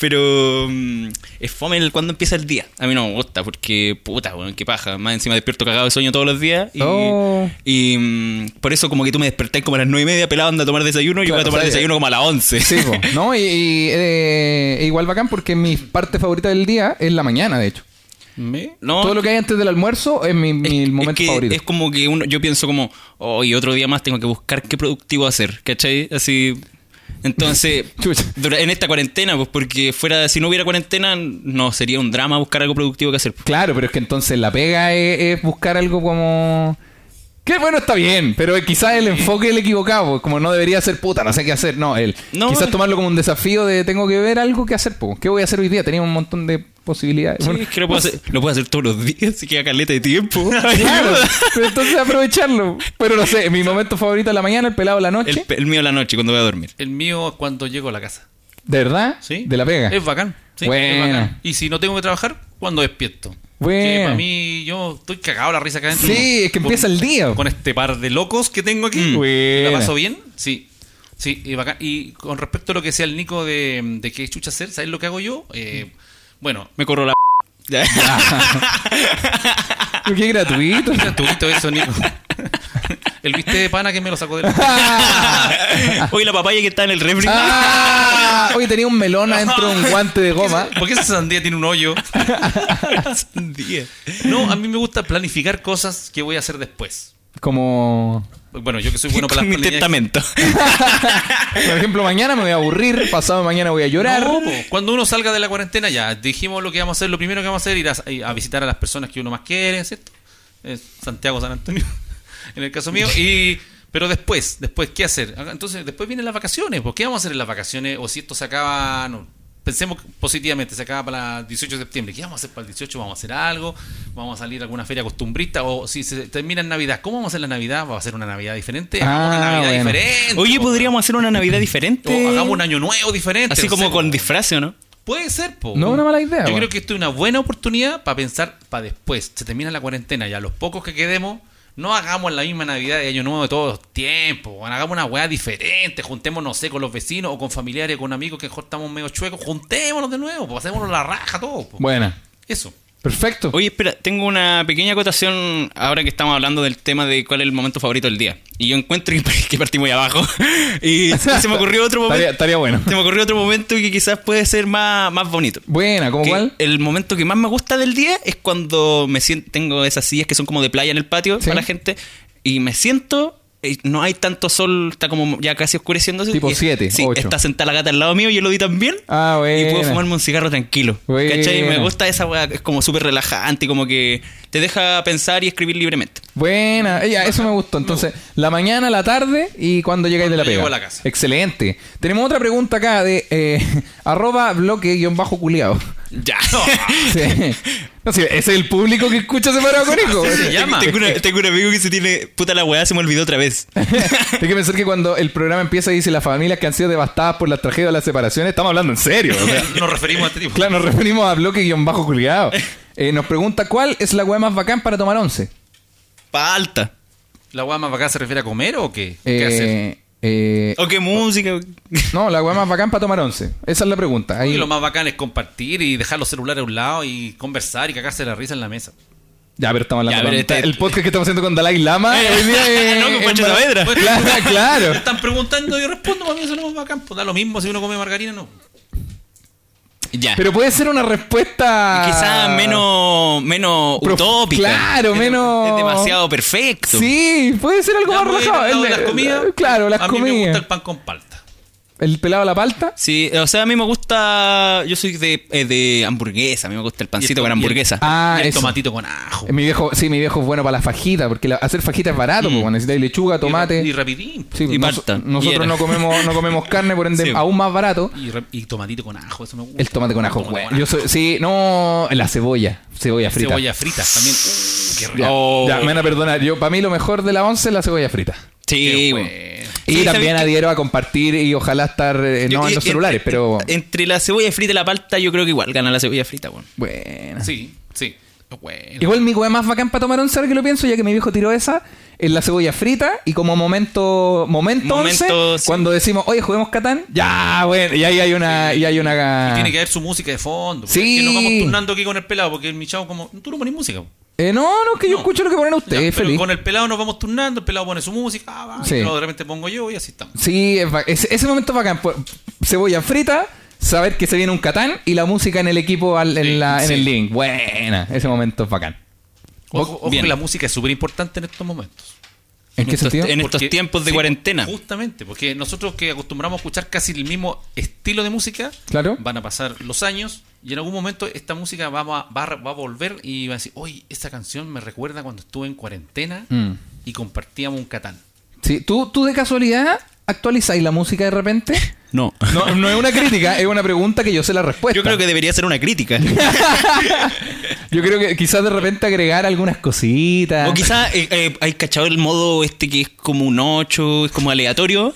[SPEAKER 5] Pero. mm, Es fome el cuando empieza el día. A mí no me gusta porque, puta, weón, qué paja. Más encima despierto cagado de sueño todos los días. Y,
[SPEAKER 3] Oh.
[SPEAKER 5] y, mm, por eso, como que tú me despertás como a las nueve y media pelado, anda a tomar desayuno. y yo
[SPEAKER 3] Claro,
[SPEAKER 5] voy a tomar
[SPEAKER 3] o sea,
[SPEAKER 5] desayuno como a las 11.
[SPEAKER 3] Sí, po, ¿no? Y, y, eh, igual bacán porque mi parte favorita del día es la mañana, de hecho.
[SPEAKER 2] ¿Me?
[SPEAKER 5] No,
[SPEAKER 3] Todo lo que hay antes del almuerzo es mi, mi
[SPEAKER 5] es
[SPEAKER 3] momento
[SPEAKER 5] que
[SPEAKER 3] favorito.
[SPEAKER 5] Es como que uno, yo pienso como, hoy otro día más tengo que buscar qué productivo hacer, ¿cachai? Así. Entonces,
[SPEAKER 3] Chucha.
[SPEAKER 5] dura- en esta cuarentena, pues porque fuera, si no hubiera cuarentena, no sería un drama buscar algo productivo que hacer.
[SPEAKER 3] Claro, pero es que entonces la pega es, es buscar algo como... Que bueno, está bien, pero quizás el enfoque es el equivocado, pues, como no debería ser puta, no sé qué hacer, no, el
[SPEAKER 5] No.
[SPEAKER 3] quizás tomarlo como un desafío de tengo que ver algo que hacer, pues, ¿qué voy a hacer hoy día? Tenía un montón de posibilidades.
[SPEAKER 5] Sí,
[SPEAKER 3] Bueno,
[SPEAKER 5] es que lo puedo, hacer, lo puedo hacer todos los días, así que a caleta de tiempo.
[SPEAKER 3] Claro, pero entonces aprovecharlo. Pero no sé, mi momento favorito de la mañana, el pelado de la noche.
[SPEAKER 5] El, pe- el mío de la noche, cuando voy a dormir.
[SPEAKER 2] El mío es cuando llego a la casa.
[SPEAKER 3] ¿De verdad?
[SPEAKER 2] ¿Sí?
[SPEAKER 3] De la pega.
[SPEAKER 2] Es bacán. Sí, es
[SPEAKER 3] Buena.
[SPEAKER 2] bacán. Y si no tengo que trabajar, cuando despierto.
[SPEAKER 3] Buena.
[SPEAKER 2] Que para mí, yo estoy cagado la risa acá adentro.
[SPEAKER 3] Sí, es que empieza el día. Mm.
[SPEAKER 2] Con este par de locos que tengo aquí.
[SPEAKER 3] Buena.
[SPEAKER 2] ¿La paso bien? Sí. Sí, y bacán. Y con respecto a lo que decía el Nico de, de qué chucha hacer, ¿sabes lo que hago yo? Eh, bueno,
[SPEAKER 5] Me corro la. Ya.
[SPEAKER 3] Qué gratuito.
[SPEAKER 2] gratuito eso, Nico. El viste de pana que me lo sacó del.
[SPEAKER 5] Hoy la papaya que está en el refri.
[SPEAKER 3] Ah, oye, tenía un melón adentro de un guante de goma.
[SPEAKER 2] ¿Por qué esa sandía tiene un hoyo?
[SPEAKER 5] Sandía.
[SPEAKER 2] No, a mí me gusta planificar cosas que voy a hacer después.
[SPEAKER 3] Como,
[SPEAKER 2] Bueno, yo que soy bueno para
[SPEAKER 5] Con
[SPEAKER 2] las
[SPEAKER 5] mi
[SPEAKER 2] planeaciones.
[SPEAKER 5] testamento.
[SPEAKER 3] por ejemplo, mañana me voy a aburrir, pasado mañana voy a llorar.
[SPEAKER 2] No, po. cuando uno salga de la cuarentena ya dijimos lo que vamos a hacer, lo primero que vamos a hacer ir a, a visitar a las personas que uno más quiere, ¿cierto? Eh, Santiago, San Antonio, en el caso mío. Y, pero después, después, ¿qué hacer? Entonces, después vienen las vacaciones, ¿por qué vamos a hacer en las vacaciones? O si esto se acaba, no, pensemos positivamente, se acaba para el 18 de septiembre, ¿qué vamos a hacer para el 18? ¿Vamos a hacer algo? ¿Vamos a salir a alguna feria costumbrista? O si se termina en Navidad, ¿cómo vamos a hacer la Navidad? ¿Va a ser una Navidad diferente? Hagamos
[SPEAKER 3] Ah,
[SPEAKER 2] una Navidad
[SPEAKER 3] bueno.
[SPEAKER 2] diferente.
[SPEAKER 5] Oye,
[SPEAKER 2] po.
[SPEAKER 5] podríamos hacer una Navidad
[SPEAKER 2] O
[SPEAKER 5] diferente.
[SPEAKER 2] hagamos un año nuevo diferente.
[SPEAKER 5] Así
[SPEAKER 2] no sé,
[SPEAKER 5] como
[SPEAKER 2] po.
[SPEAKER 5] con disfraz, ¿o no?
[SPEAKER 2] Puede ser, po.
[SPEAKER 3] No es una mala idea,
[SPEAKER 2] Yo
[SPEAKER 3] po.
[SPEAKER 2] creo que esto es una buena oportunidad para pensar para después. Se termina la cuarentena ya. Los pocos que quedemos, no hagamos la misma Navidad de Año Nuevo de todos los tiempos. weón. Hagamos una weá diferente. Juntémonos, no sé, con los vecinos o con familiares, con amigos que mejor estamos medio chuecos. Juntémonos de nuevo, po. Pasémonos la raja todos, po.
[SPEAKER 3] Buena.
[SPEAKER 2] Eso.
[SPEAKER 3] Perfecto.
[SPEAKER 5] Oye, espera, tengo una pequeña acotación ahora que estamos hablando del tema de cuál es el momento favorito del día. Y yo encuentro que, que partí muy abajo. Y se me ocurrió otro momento.
[SPEAKER 3] Estaría- estaría bueno.
[SPEAKER 5] Se me ocurrió otro momento que quizás puede ser más, más bonito.
[SPEAKER 3] Buena, ¿cómo
[SPEAKER 5] Que
[SPEAKER 3] cuál?
[SPEAKER 5] El momento que más me gusta del día es cuando me siento, tengo esas sillas que son como de playa en el patio
[SPEAKER 3] Sí.
[SPEAKER 5] para la gente y me siento y no hay tanto sol, está como ya casi oscureciéndose.
[SPEAKER 3] Tipo
[SPEAKER 5] y es-
[SPEAKER 3] siete,
[SPEAKER 5] sí,
[SPEAKER 3] ocho.
[SPEAKER 5] está sentada la gata al lado mío, yo lo di también.
[SPEAKER 3] Ah,
[SPEAKER 5] Y puedo
[SPEAKER 3] buena.
[SPEAKER 5] fumarme un cigarro tranquilo.
[SPEAKER 3] Buena.
[SPEAKER 5] ¿Cachai? Me gusta esa weá, es como súper relajante, como que te deja pensar y escribir libremente.
[SPEAKER 3] Buena, Ey, ya, eso me gustó. Entonces, la mañana, la tarde y cuando llegáis de la
[SPEAKER 2] Cuando
[SPEAKER 3] pega.
[SPEAKER 2] llego a la casa.
[SPEAKER 3] Excelente. Tenemos otra pregunta acá de eh, arroba bloque guión bajo culiao.
[SPEAKER 5] Ya.
[SPEAKER 3] Sí. No sé, ese es el público que escucha separado con hijo.
[SPEAKER 2] se llama.
[SPEAKER 5] Tengo, una- tengo un amigo que se tiene. Puta la weá, se me olvidó otra vez.
[SPEAKER 3] Hay que pensar que cuando el programa empieza y dice las familias que han sido devastadas por las tragedias de las separaciones, estamos hablando en serio. o sea.
[SPEAKER 2] Nos referimos a este tipo.
[SPEAKER 3] claro, nos referimos a bloque guión bajo culiao. Eh, nos pregunta cuál es la weá más bacán para tomar once.
[SPEAKER 5] Falta.
[SPEAKER 2] ¿La weá más bacán se refiere a comer o qué? ¿Qué hacer?
[SPEAKER 3] Eh, eh,
[SPEAKER 5] O qué música.
[SPEAKER 3] no, la weá más bacán para tomar once. Esa es la pregunta. Ahí-
[SPEAKER 2] Y lo más bacán es compartir y dejar los celulares a un lado y conversar y cagarse la risa en la mesa.
[SPEAKER 3] Ya, pero estamos hablando.
[SPEAKER 5] Ya, pero
[SPEAKER 3] con-
[SPEAKER 5] este- Eh,
[SPEAKER 3] el podcast que estamos haciendo con Dalai Lama. hoy día es-
[SPEAKER 5] no, con
[SPEAKER 3] es
[SPEAKER 5] Pancho
[SPEAKER 3] para-
[SPEAKER 5] Saavedra.
[SPEAKER 3] Claro,
[SPEAKER 2] Me
[SPEAKER 3] claro.
[SPEAKER 2] están preguntando y yo respondo, para mí eso no es bacán. Pues da lo mismo si uno come margarina, no.
[SPEAKER 5] Ya.
[SPEAKER 3] Pero puede ser una respuesta.
[SPEAKER 5] Quizás ah, menos, menos
[SPEAKER 3] Pro-
[SPEAKER 5] utópica.
[SPEAKER 3] claro,
[SPEAKER 5] Es-
[SPEAKER 3] menos-
[SPEAKER 5] Es demasiado perfecto.
[SPEAKER 3] Sí, puede ser algo
[SPEAKER 2] Ya,
[SPEAKER 3] más
[SPEAKER 2] voy a ir
[SPEAKER 3] relajado.
[SPEAKER 2] al lado de
[SPEAKER 3] El-
[SPEAKER 2] las comidas.
[SPEAKER 3] Claro, las
[SPEAKER 2] a mí me
[SPEAKER 3] comidas.
[SPEAKER 2] gusta el pan con palta.
[SPEAKER 3] El pelado a la palta.
[SPEAKER 5] Sí, o sea, a mí me gusta. Yo soy de, eh, de hamburguesa. A mí me gusta el
[SPEAKER 2] Y el
[SPEAKER 5] pancito
[SPEAKER 2] to-
[SPEAKER 5] con
[SPEAKER 2] y el-
[SPEAKER 5] hamburguesa.
[SPEAKER 3] Ah,
[SPEAKER 2] y el
[SPEAKER 3] eso.
[SPEAKER 2] tomatito con ajo.
[SPEAKER 3] Eh, Mi viejo, sí, mi viejo es bueno para las fajitas, porque la- hacer fajitas es barato, porque necesitáis lechuga,
[SPEAKER 2] Y,
[SPEAKER 3] tomate.
[SPEAKER 2] pues. ra- y rapidín. po.
[SPEAKER 3] sí,
[SPEAKER 5] y
[SPEAKER 3] nos-
[SPEAKER 5] palta.
[SPEAKER 3] nosotros
[SPEAKER 5] Y-
[SPEAKER 3] no comemos, no comemos carne, por ende,
[SPEAKER 5] Sí.
[SPEAKER 3] aún más barato.
[SPEAKER 2] Y, ra- y tomatito con ajo, eso me gusta.
[SPEAKER 3] El tomate con ajo,
[SPEAKER 2] Tomate
[SPEAKER 3] güey.
[SPEAKER 2] con
[SPEAKER 3] Yo
[SPEAKER 2] ajo.
[SPEAKER 3] soy, sí, no, la cebolla, cebolla frita.
[SPEAKER 2] Cebolla frita también. Uh, qué rico.
[SPEAKER 3] Ya,
[SPEAKER 5] Oh.
[SPEAKER 3] ya, me van a perdonar. Yo, para mí lo mejor de la once es la cebolla frita.
[SPEAKER 5] sí,
[SPEAKER 2] qué
[SPEAKER 5] bueno.
[SPEAKER 2] bueno.
[SPEAKER 3] Y
[SPEAKER 5] Sí,
[SPEAKER 3] también
[SPEAKER 5] ¿sabes qué?
[SPEAKER 3] adhiero a compartir y ojalá estar eh,
[SPEAKER 5] Yo-
[SPEAKER 3] no en
[SPEAKER 5] y-
[SPEAKER 3] los
[SPEAKER 5] y-
[SPEAKER 3] celulares,
[SPEAKER 5] entre-
[SPEAKER 3] pero
[SPEAKER 5] Entre la cebolla frita y la palta, yo creo que igual gana la cebolla frita, bueno.
[SPEAKER 3] bueno.
[SPEAKER 2] Sí, sí. Oh, Bueno.
[SPEAKER 3] Igual mi weá más bacán para tomar once, ahora que lo pienso, ya que mi viejo tiró esa, es la cebolla frita y como momento momento,
[SPEAKER 5] Momento,
[SPEAKER 3] once,
[SPEAKER 5] sí.
[SPEAKER 3] cuando decimos, "Oye, juguemos Catán." Ya, bueno, y ahí hay una y hay una
[SPEAKER 2] Tiene que haber su música de fondo. porque
[SPEAKER 3] Sí.
[SPEAKER 2] es Que nos vamos turnando aquí con el pelado, porque el michao como... Tú no pones música. po.
[SPEAKER 3] Eh, no, no, es que yo
[SPEAKER 2] No.
[SPEAKER 3] escucho lo que ponen
[SPEAKER 2] Ya,
[SPEAKER 3] ustedes,
[SPEAKER 2] pero
[SPEAKER 3] feliz.
[SPEAKER 2] con el pelado nos vamos turnando, el pelado pone su música, ah, va,
[SPEAKER 3] Sí.
[SPEAKER 2] y yo de repente pongo yo y así estamos.
[SPEAKER 3] Sí, es ba- ese, ese momento es bacán, pues, cebolla frita saber que se viene un Catán y la música en el equipo al- en,
[SPEAKER 2] Sí,
[SPEAKER 3] la- en
[SPEAKER 2] sí.
[SPEAKER 3] el living. Buena, ese momento es bacán.
[SPEAKER 2] Ojo, ojo
[SPEAKER 5] Bien.
[SPEAKER 2] que la música es súper importante en estos momentos.
[SPEAKER 3] ¿En qué
[SPEAKER 5] Entonces,
[SPEAKER 3] sentido?
[SPEAKER 5] en- estos tiempos de cuarentena.
[SPEAKER 2] Justamente, porque nosotros que acostumbramos a escuchar casi el mismo estilo de música,
[SPEAKER 3] Claro.
[SPEAKER 2] van a pasar los años y en algún momento esta música va a, va a- va a volver y va a decir, oye, esta canción me recuerda cuando estuve en cuarentena
[SPEAKER 3] Mm.
[SPEAKER 2] y compartíamos un catán.
[SPEAKER 3] Sí, ¿Tú, ¿Tú de casualidad actualizáis la música de repente?
[SPEAKER 5] No.
[SPEAKER 3] No, no es una crítica, es una pregunta que yo sé la respuesta.
[SPEAKER 7] Yo creo que debería ser una crítica.
[SPEAKER 3] Yo creo que quizás de repente agregar algunas cositas.
[SPEAKER 5] O quizás eh, eh, hay cachado el modo este que es como un 8, es como aleatorio.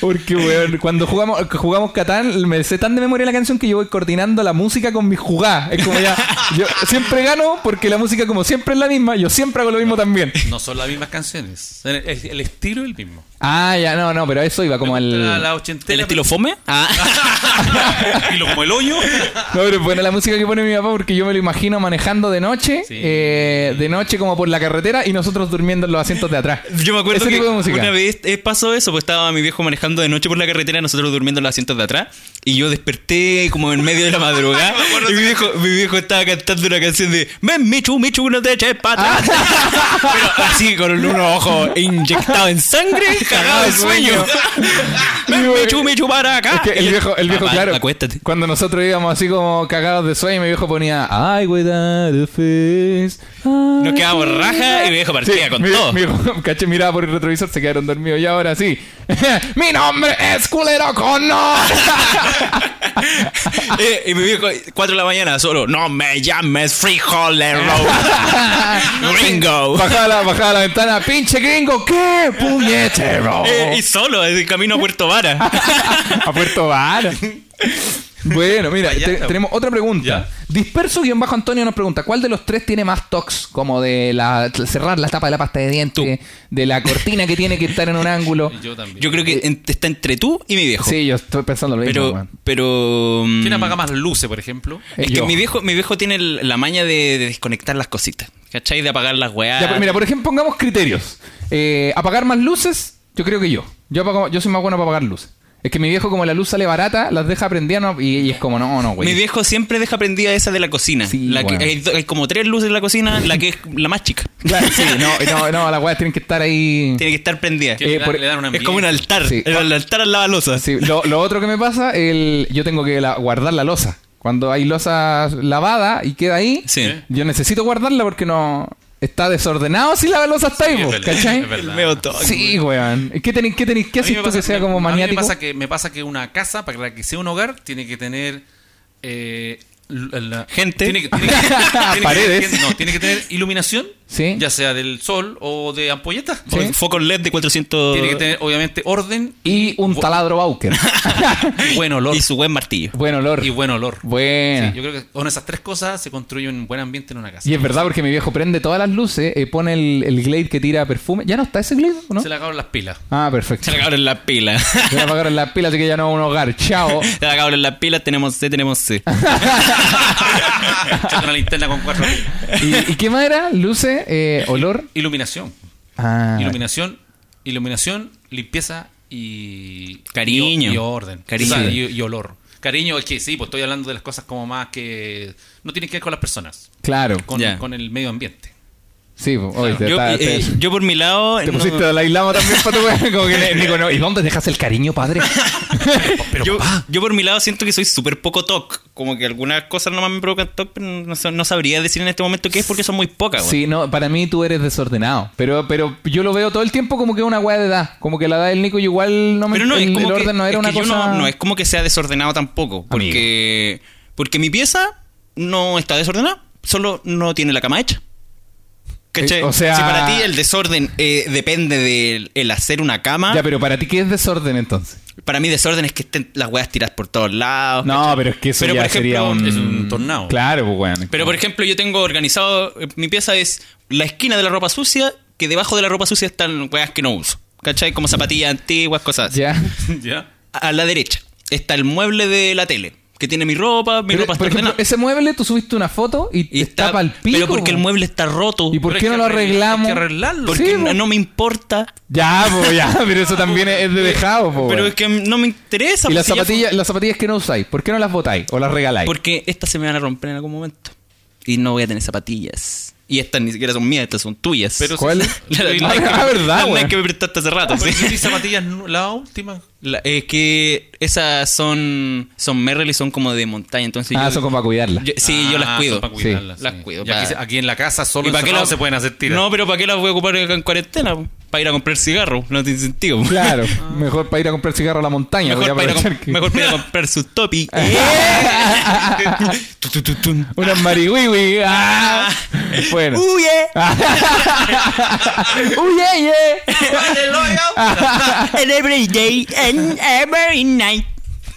[SPEAKER 3] Porque, weón, cuando jugamos, jugamos Catán, me sé tan de memoria la canción que yo voy coordinando la música con mi jugada. Es como ya, yo siempre gano porque la música como siempre es la misma, yo siempre hago lo mismo también.
[SPEAKER 2] No son las mismas canciones, el, el- el estilo es el mismo.
[SPEAKER 3] Ah, ya, no, no, pero eso iba como al...
[SPEAKER 2] La, la
[SPEAKER 3] No,
[SPEAKER 2] ochentera,
[SPEAKER 5] ¿El estilo fome? Ah.
[SPEAKER 2] y lo- como el hoyo.
[SPEAKER 3] pero es buena la música que pone mi papá porque yo me lo imagino manejando de noche,
[SPEAKER 2] Sí.
[SPEAKER 3] eh, de noche como por la carretera y nosotros durmiendo en los asientos de atrás.
[SPEAKER 5] Yo me acuerdo
[SPEAKER 3] Ese
[SPEAKER 5] que
[SPEAKER 3] tipo de música.
[SPEAKER 5] una vez eh, pasó eso, pues estaba mi viejo manejando de noche por la carretera, nosotros durmiendo en los asientos de atrás, y yo desperté como en medio de la madrugada, y mi viejo, mi viejo estaba cantando una canción de Ven, Michu, Michu, no te eches para atrás.
[SPEAKER 3] Ah.
[SPEAKER 5] Pero así, con un ojo inyectado en sangre, cagado de sueño.
[SPEAKER 3] Y
[SPEAKER 5] Ven,
[SPEAKER 3] bueno,
[SPEAKER 5] Michu, Michu, para acá.
[SPEAKER 3] Es que el viejo, el viejo
[SPEAKER 5] Papá,
[SPEAKER 3] claro.
[SPEAKER 5] Acuéstate.
[SPEAKER 3] Cuando nosotros íbamos así como cagados de sueño, mi viejo ponía Ay, without a face.
[SPEAKER 5] Nos
[SPEAKER 3] Nos
[SPEAKER 5] quedamos raja y mi viejo partía con
[SPEAKER 3] mi,
[SPEAKER 5] todo.
[SPEAKER 3] Mi viejo, caché, miraba por el retrovisor, se quedaron dormidos y ahora sí. mi nombre es culero con no.
[SPEAKER 5] Eh, y mi viejo, 4 de la mañana, solo, no me llames frijolero. Gringo.
[SPEAKER 3] bajaba, la, bajaba la ventana, pinche gringo, qué puñetero.
[SPEAKER 5] Eh, y solo, el camino a Puerto Vara.
[SPEAKER 3] a Puerto Vara. Bueno, mira,
[SPEAKER 2] Vaya,
[SPEAKER 3] te-
[SPEAKER 2] la-
[SPEAKER 3] tenemos otra pregunta. Disperso-Antonio nos pregunta, ¿cuál de los tres tiene más tox? Como de la, cerrar la tapa de la pasta de dientes, de la cortina que tiene que estar en un ángulo.
[SPEAKER 2] Y yo también.
[SPEAKER 5] Yo creo que en- está entre tú y mi viejo.
[SPEAKER 3] Sí, yo estoy pensando lo mismo.
[SPEAKER 5] pero,
[SPEAKER 3] weón.
[SPEAKER 5] pero. mm,
[SPEAKER 2] ¿Quién apaga más luces, por ejemplo?
[SPEAKER 3] Eh,
[SPEAKER 5] Es
[SPEAKER 3] yo.
[SPEAKER 5] que mi viejo, mi viejo tiene el- la maña de, de desconectar las cositas. ¿Cachai? De apagar las weas.
[SPEAKER 3] Ya, pues, mira, por ejemplo, pongamos criterios. Eh, apagar más luces, yo creo que yo. Yo, apago- yo soy más bueno para apagar luces. Es que mi viejo, como la luz sale barata, las deja prendidas no- y, y es como, no, no, güey.
[SPEAKER 5] mi viejo siempre deja prendida esa de la cocina.
[SPEAKER 3] Sí,
[SPEAKER 5] La que-
[SPEAKER 3] weón.
[SPEAKER 5] hay, do- hay como tres luces en la cocina, la que es la más chica.
[SPEAKER 3] Claro, sí, no, no, no, las weas tienen que estar ahí.
[SPEAKER 5] Tiene que estar prendida.
[SPEAKER 2] Que
[SPEAKER 3] Eh,
[SPEAKER 2] le, da-
[SPEAKER 3] por-
[SPEAKER 2] le dan una
[SPEAKER 5] Es como un
[SPEAKER 2] ambiente.
[SPEAKER 5] altar.
[SPEAKER 3] Sí.
[SPEAKER 5] El, el altar al lavalosas.
[SPEAKER 3] Sí, lo, lo otro que me pasa, el, yo tengo que la- guardar la losa. Cuando hay losa lavada y queda ahí,
[SPEAKER 5] Sí.
[SPEAKER 2] ¿Eh?
[SPEAKER 3] yo necesito guardarla porque no. Está desordenado si la losa está ahí,
[SPEAKER 2] es
[SPEAKER 3] po,
[SPEAKER 2] verdad, es
[SPEAKER 3] ¿cachai?
[SPEAKER 2] verdad.
[SPEAKER 5] Veo todo.
[SPEAKER 3] Sí, weón. ¿Qué tenéis qué tenéis- qué
[SPEAKER 2] A mí
[SPEAKER 3] haces
[SPEAKER 2] me
[SPEAKER 3] tú que
[SPEAKER 2] pasa-
[SPEAKER 3] sea como
[SPEAKER 2] a mí
[SPEAKER 3] maniático?
[SPEAKER 2] Me pasa, que, me pasa que una casa, para que sea un hogar, tiene que tener. eh, l- la-
[SPEAKER 5] Gente.
[SPEAKER 2] Tiene que, tiene que- tiene que-
[SPEAKER 3] Paredes.
[SPEAKER 2] tiene- no, tiene que tener iluminación.
[SPEAKER 3] Sí.
[SPEAKER 2] Ya sea del sol o de ampolletas.
[SPEAKER 3] Sí.
[SPEAKER 5] Foco LED de 400.
[SPEAKER 2] Tiene que tener, obviamente, orden
[SPEAKER 3] Y un taladro Bauker.
[SPEAKER 2] y buen olor.
[SPEAKER 5] Y su buen martillo.
[SPEAKER 3] buen olor.
[SPEAKER 2] Y buen olor.
[SPEAKER 3] Buena.
[SPEAKER 2] Sí, yo creo que con esas tres cosas se construye un buen ambiente en una casa.
[SPEAKER 3] Y es verdad porque mi viejo prende todas las luces, eh, pone el, el glade que tira perfume. ¿Ya no está ese glade? o ¿no?
[SPEAKER 2] Se le acabaron las pilas.
[SPEAKER 3] Ah, perfecto.
[SPEAKER 5] Se la acabaron las pilas.
[SPEAKER 3] Se la apagaron las pilas, así que ya no es un hogar. Chao.
[SPEAKER 5] Se la acabaron Ah, las pilas, tenemos C, tenemos C.
[SPEAKER 2] Echate una linterna con cuatro.
[SPEAKER 3] ¿Y, y qué más era? Luces, eh, olor.
[SPEAKER 2] Iluminación.
[SPEAKER 3] Ah,
[SPEAKER 2] Iluminación, iluminación, limpieza y
[SPEAKER 5] Cariño.
[SPEAKER 2] y, y orden,
[SPEAKER 5] Cariño.
[SPEAKER 2] O sea, y, y olor. Cariño es que sí, pues estoy hablando de las cosas como más que no tienen que ver con las personas,
[SPEAKER 3] claro.
[SPEAKER 2] con,
[SPEAKER 5] Ya.
[SPEAKER 2] con el medio ambiente.
[SPEAKER 3] Sí, po, oye, te,
[SPEAKER 5] Yo,
[SPEAKER 3] está-
[SPEAKER 5] eh,
[SPEAKER 3] te-
[SPEAKER 5] yo por mi lado.
[SPEAKER 3] te
[SPEAKER 5] no-
[SPEAKER 3] pusiste de la islama también para tu weón. Como que le- digo, no, ¿y dónde dejas el cariño, padre?
[SPEAKER 5] Ah, yo, yo por mi lado siento que soy súper poco TOC. Como que algunas cosas nomás me provocan TOC, pero no, sa- no sabría decir en este momento qué es porque son muy pocas. weón.
[SPEAKER 3] Sí, no, para mí tú eres desordenado. Pero, pero yo lo veo todo el tiempo como que una weá de edad. Como que la edad del Nico yo igual no me
[SPEAKER 5] Pero no,
[SPEAKER 3] el,
[SPEAKER 5] es como
[SPEAKER 3] el
[SPEAKER 5] que-
[SPEAKER 3] orden no era
[SPEAKER 5] es
[SPEAKER 3] una
[SPEAKER 5] que yo
[SPEAKER 3] cosa.
[SPEAKER 5] no, no es como que sea desordenado tampoco. Porque, porque mi pieza no está desordenada, solo no tiene la cama hecha. ¿Cachai?
[SPEAKER 3] Eh, o sea-
[SPEAKER 5] si para ti el desorden eh, depende del el hacer una cama,
[SPEAKER 3] Ya, pero para ti, ¿qué es desorden entonces?
[SPEAKER 5] para mí desorden es que estén las weas tiradas por todos lados.
[SPEAKER 3] No,
[SPEAKER 5] ¿cachai?
[SPEAKER 3] pero es que eso
[SPEAKER 5] Pero,
[SPEAKER 3] ya
[SPEAKER 5] por ejemplo,
[SPEAKER 3] sería un...
[SPEAKER 2] es un tornado.
[SPEAKER 3] Claro, pues, weón.
[SPEAKER 5] Pero por ejemplo, yo tengo organizado, eh, mi pieza es la esquina de la ropa sucia, que debajo de la ropa sucia están weas que no uso. ¿Cachai? Como zapatillas antiguas, cosas así.
[SPEAKER 3] Ya.
[SPEAKER 2] ¿Ya?
[SPEAKER 5] A la derecha está el mueble de la tele. que tiene mi ropa, mi
[SPEAKER 3] Pero,
[SPEAKER 5] ropa está
[SPEAKER 3] por ejemplo,
[SPEAKER 5] ordenada.
[SPEAKER 3] ese mueble tú subiste una foto y,
[SPEAKER 5] Y
[SPEAKER 3] está,
[SPEAKER 5] está-
[SPEAKER 3] pa'l pico.
[SPEAKER 5] Pero porque el
[SPEAKER 3] po.
[SPEAKER 5] mueble está roto.
[SPEAKER 3] ¿Y por
[SPEAKER 2] Pero
[SPEAKER 3] qué
[SPEAKER 2] hay
[SPEAKER 3] no
[SPEAKER 2] que
[SPEAKER 3] lo
[SPEAKER 2] arreglar-
[SPEAKER 3] arreglamos?
[SPEAKER 2] hay que arreglarlo.
[SPEAKER 3] Sí,
[SPEAKER 5] Porque
[SPEAKER 3] po.
[SPEAKER 5] no me importa.
[SPEAKER 3] Ya, po, ya, pero eso también es de dejado, po.
[SPEAKER 5] Eh, Pero
[SPEAKER 3] weón.
[SPEAKER 5] es que no me interesa.
[SPEAKER 3] Y
[SPEAKER 5] pues, si ya
[SPEAKER 3] las
[SPEAKER 5] fue-
[SPEAKER 3] zapatillas, las zapatillas que no usáis, ¿por qué no las botáis o las regaláis?
[SPEAKER 5] Porque estas se me van a romper en algún momento. Y no voy a tener zapatillas. Y estas ni siquiera son mías, estas son tuyas.
[SPEAKER 2] Pero
[SPEAKER 3] ¿Cuál?
[SPEAKER 5] La, la-
[SPEAKER 3] Ah,
[SPEAKER 5] la-
[SPEAKER 3] ah, verdad,
[SPEAKER 5] la- la
[SPEAKER 3] weón.
[SPEAKER 5] que me prestaste hace rato.
[SPEAKER 2] Pero
[SPEAKER 5] sí.
[SPEAKER 2] si tienes zapatillas, nu- la última.
[SPEAKER 5] La- es que esas son son Merrell y son como de montaña, entonces
[SPEAKER 3] ah,
[SPEAKER 5] yo,
[SPEAKER 3] son como para cuidarlas.
[SPEAKER 5] yo- sí, yo
[SPEAKER 2] Ah,
[SPEAKER 5] las cuido.
[SPEAKER 2] son para
[SPEAKER 3] Sí.
[SPEAKER 2] cuidarlas,
[SPEAKER 5] Las cuido,
[SPEAKER 2] Y aquí,
[SPEAKER 5] para-
[SPEAKER 2] se- aquí en la casa solo
[SPEAKER 5] ¿Y para qué
[SPEAKER 2] encerrados
[SPEAKER 5] las-
[SPEAKER 2] se pueden hacer tiras.
[SPEAKER 5] No, pero ¿para qué las voy a ocupar acá en cuarentena? po? Para ir a comprar cigarros, no tiene sentido. po.
[SPEAKER 3] Claro, mejor para ir a comprar cigarro a la montaña. voy a
[SPEAKER 5] Ah. Mejor para, ir a
[SPEAKER 3] aprovechar
[SPEAKER 5] comp-
[SPEAKER 3] que-
[SPEAKER 5] mejor para ir a comprar Eh. su topi. Tu, tu, tu, tum.
[SPEAKER 3] Unas marihuiwi. Ah. Bueno.
[SPEAKER 5] Uy, eh.
[SPEAKER 3] ¡Uye, eh.
[SPEAKER 5] And every day and every night.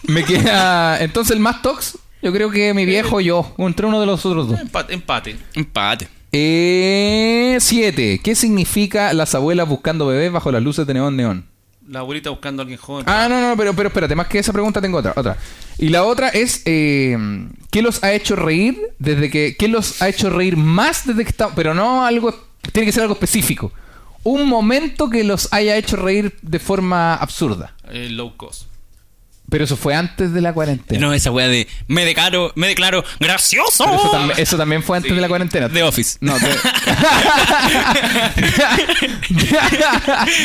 [SPEAKER 3] Me queda. Entonces el más tox, yo creo que mi viejo y yo. Entre uno de los otros dos.
[SPEAKER 2] Empate. empate.
[SPEAKER 5] Empate.
[SPEAKER 3] Eh, siete. ¿Qué significa las abuelas buscando bebés bajo las luces de neón neón?
[SPEAKER 2] La abuelita buscando a alguien joven.
[SPEAKER 3] Ah, no, no, pero, pero espérate, más que esa pregunta tengo otra, otra. Y la otra es, eh, ¿qué los ha hecho reír desde que... ¿Qué los ha hecho reír más desde que estamos... Pero no algo... Tiene que ser algo específico. Un momento que los haya hecho reír de forma absurda.
[SPEAKER 2] Eh, low cost.
[SPEAKER 3] Pero eso fue antes de la cuarentena.
[SPEAKER 5] No, esa wea de me declaro, me declaro gracioso.
[SPEAKER 3] Pero eso, también, eso también fue antes de la cuarentena.
[SPEAKER 5] The Office.
[SPEAKER 3] No, te-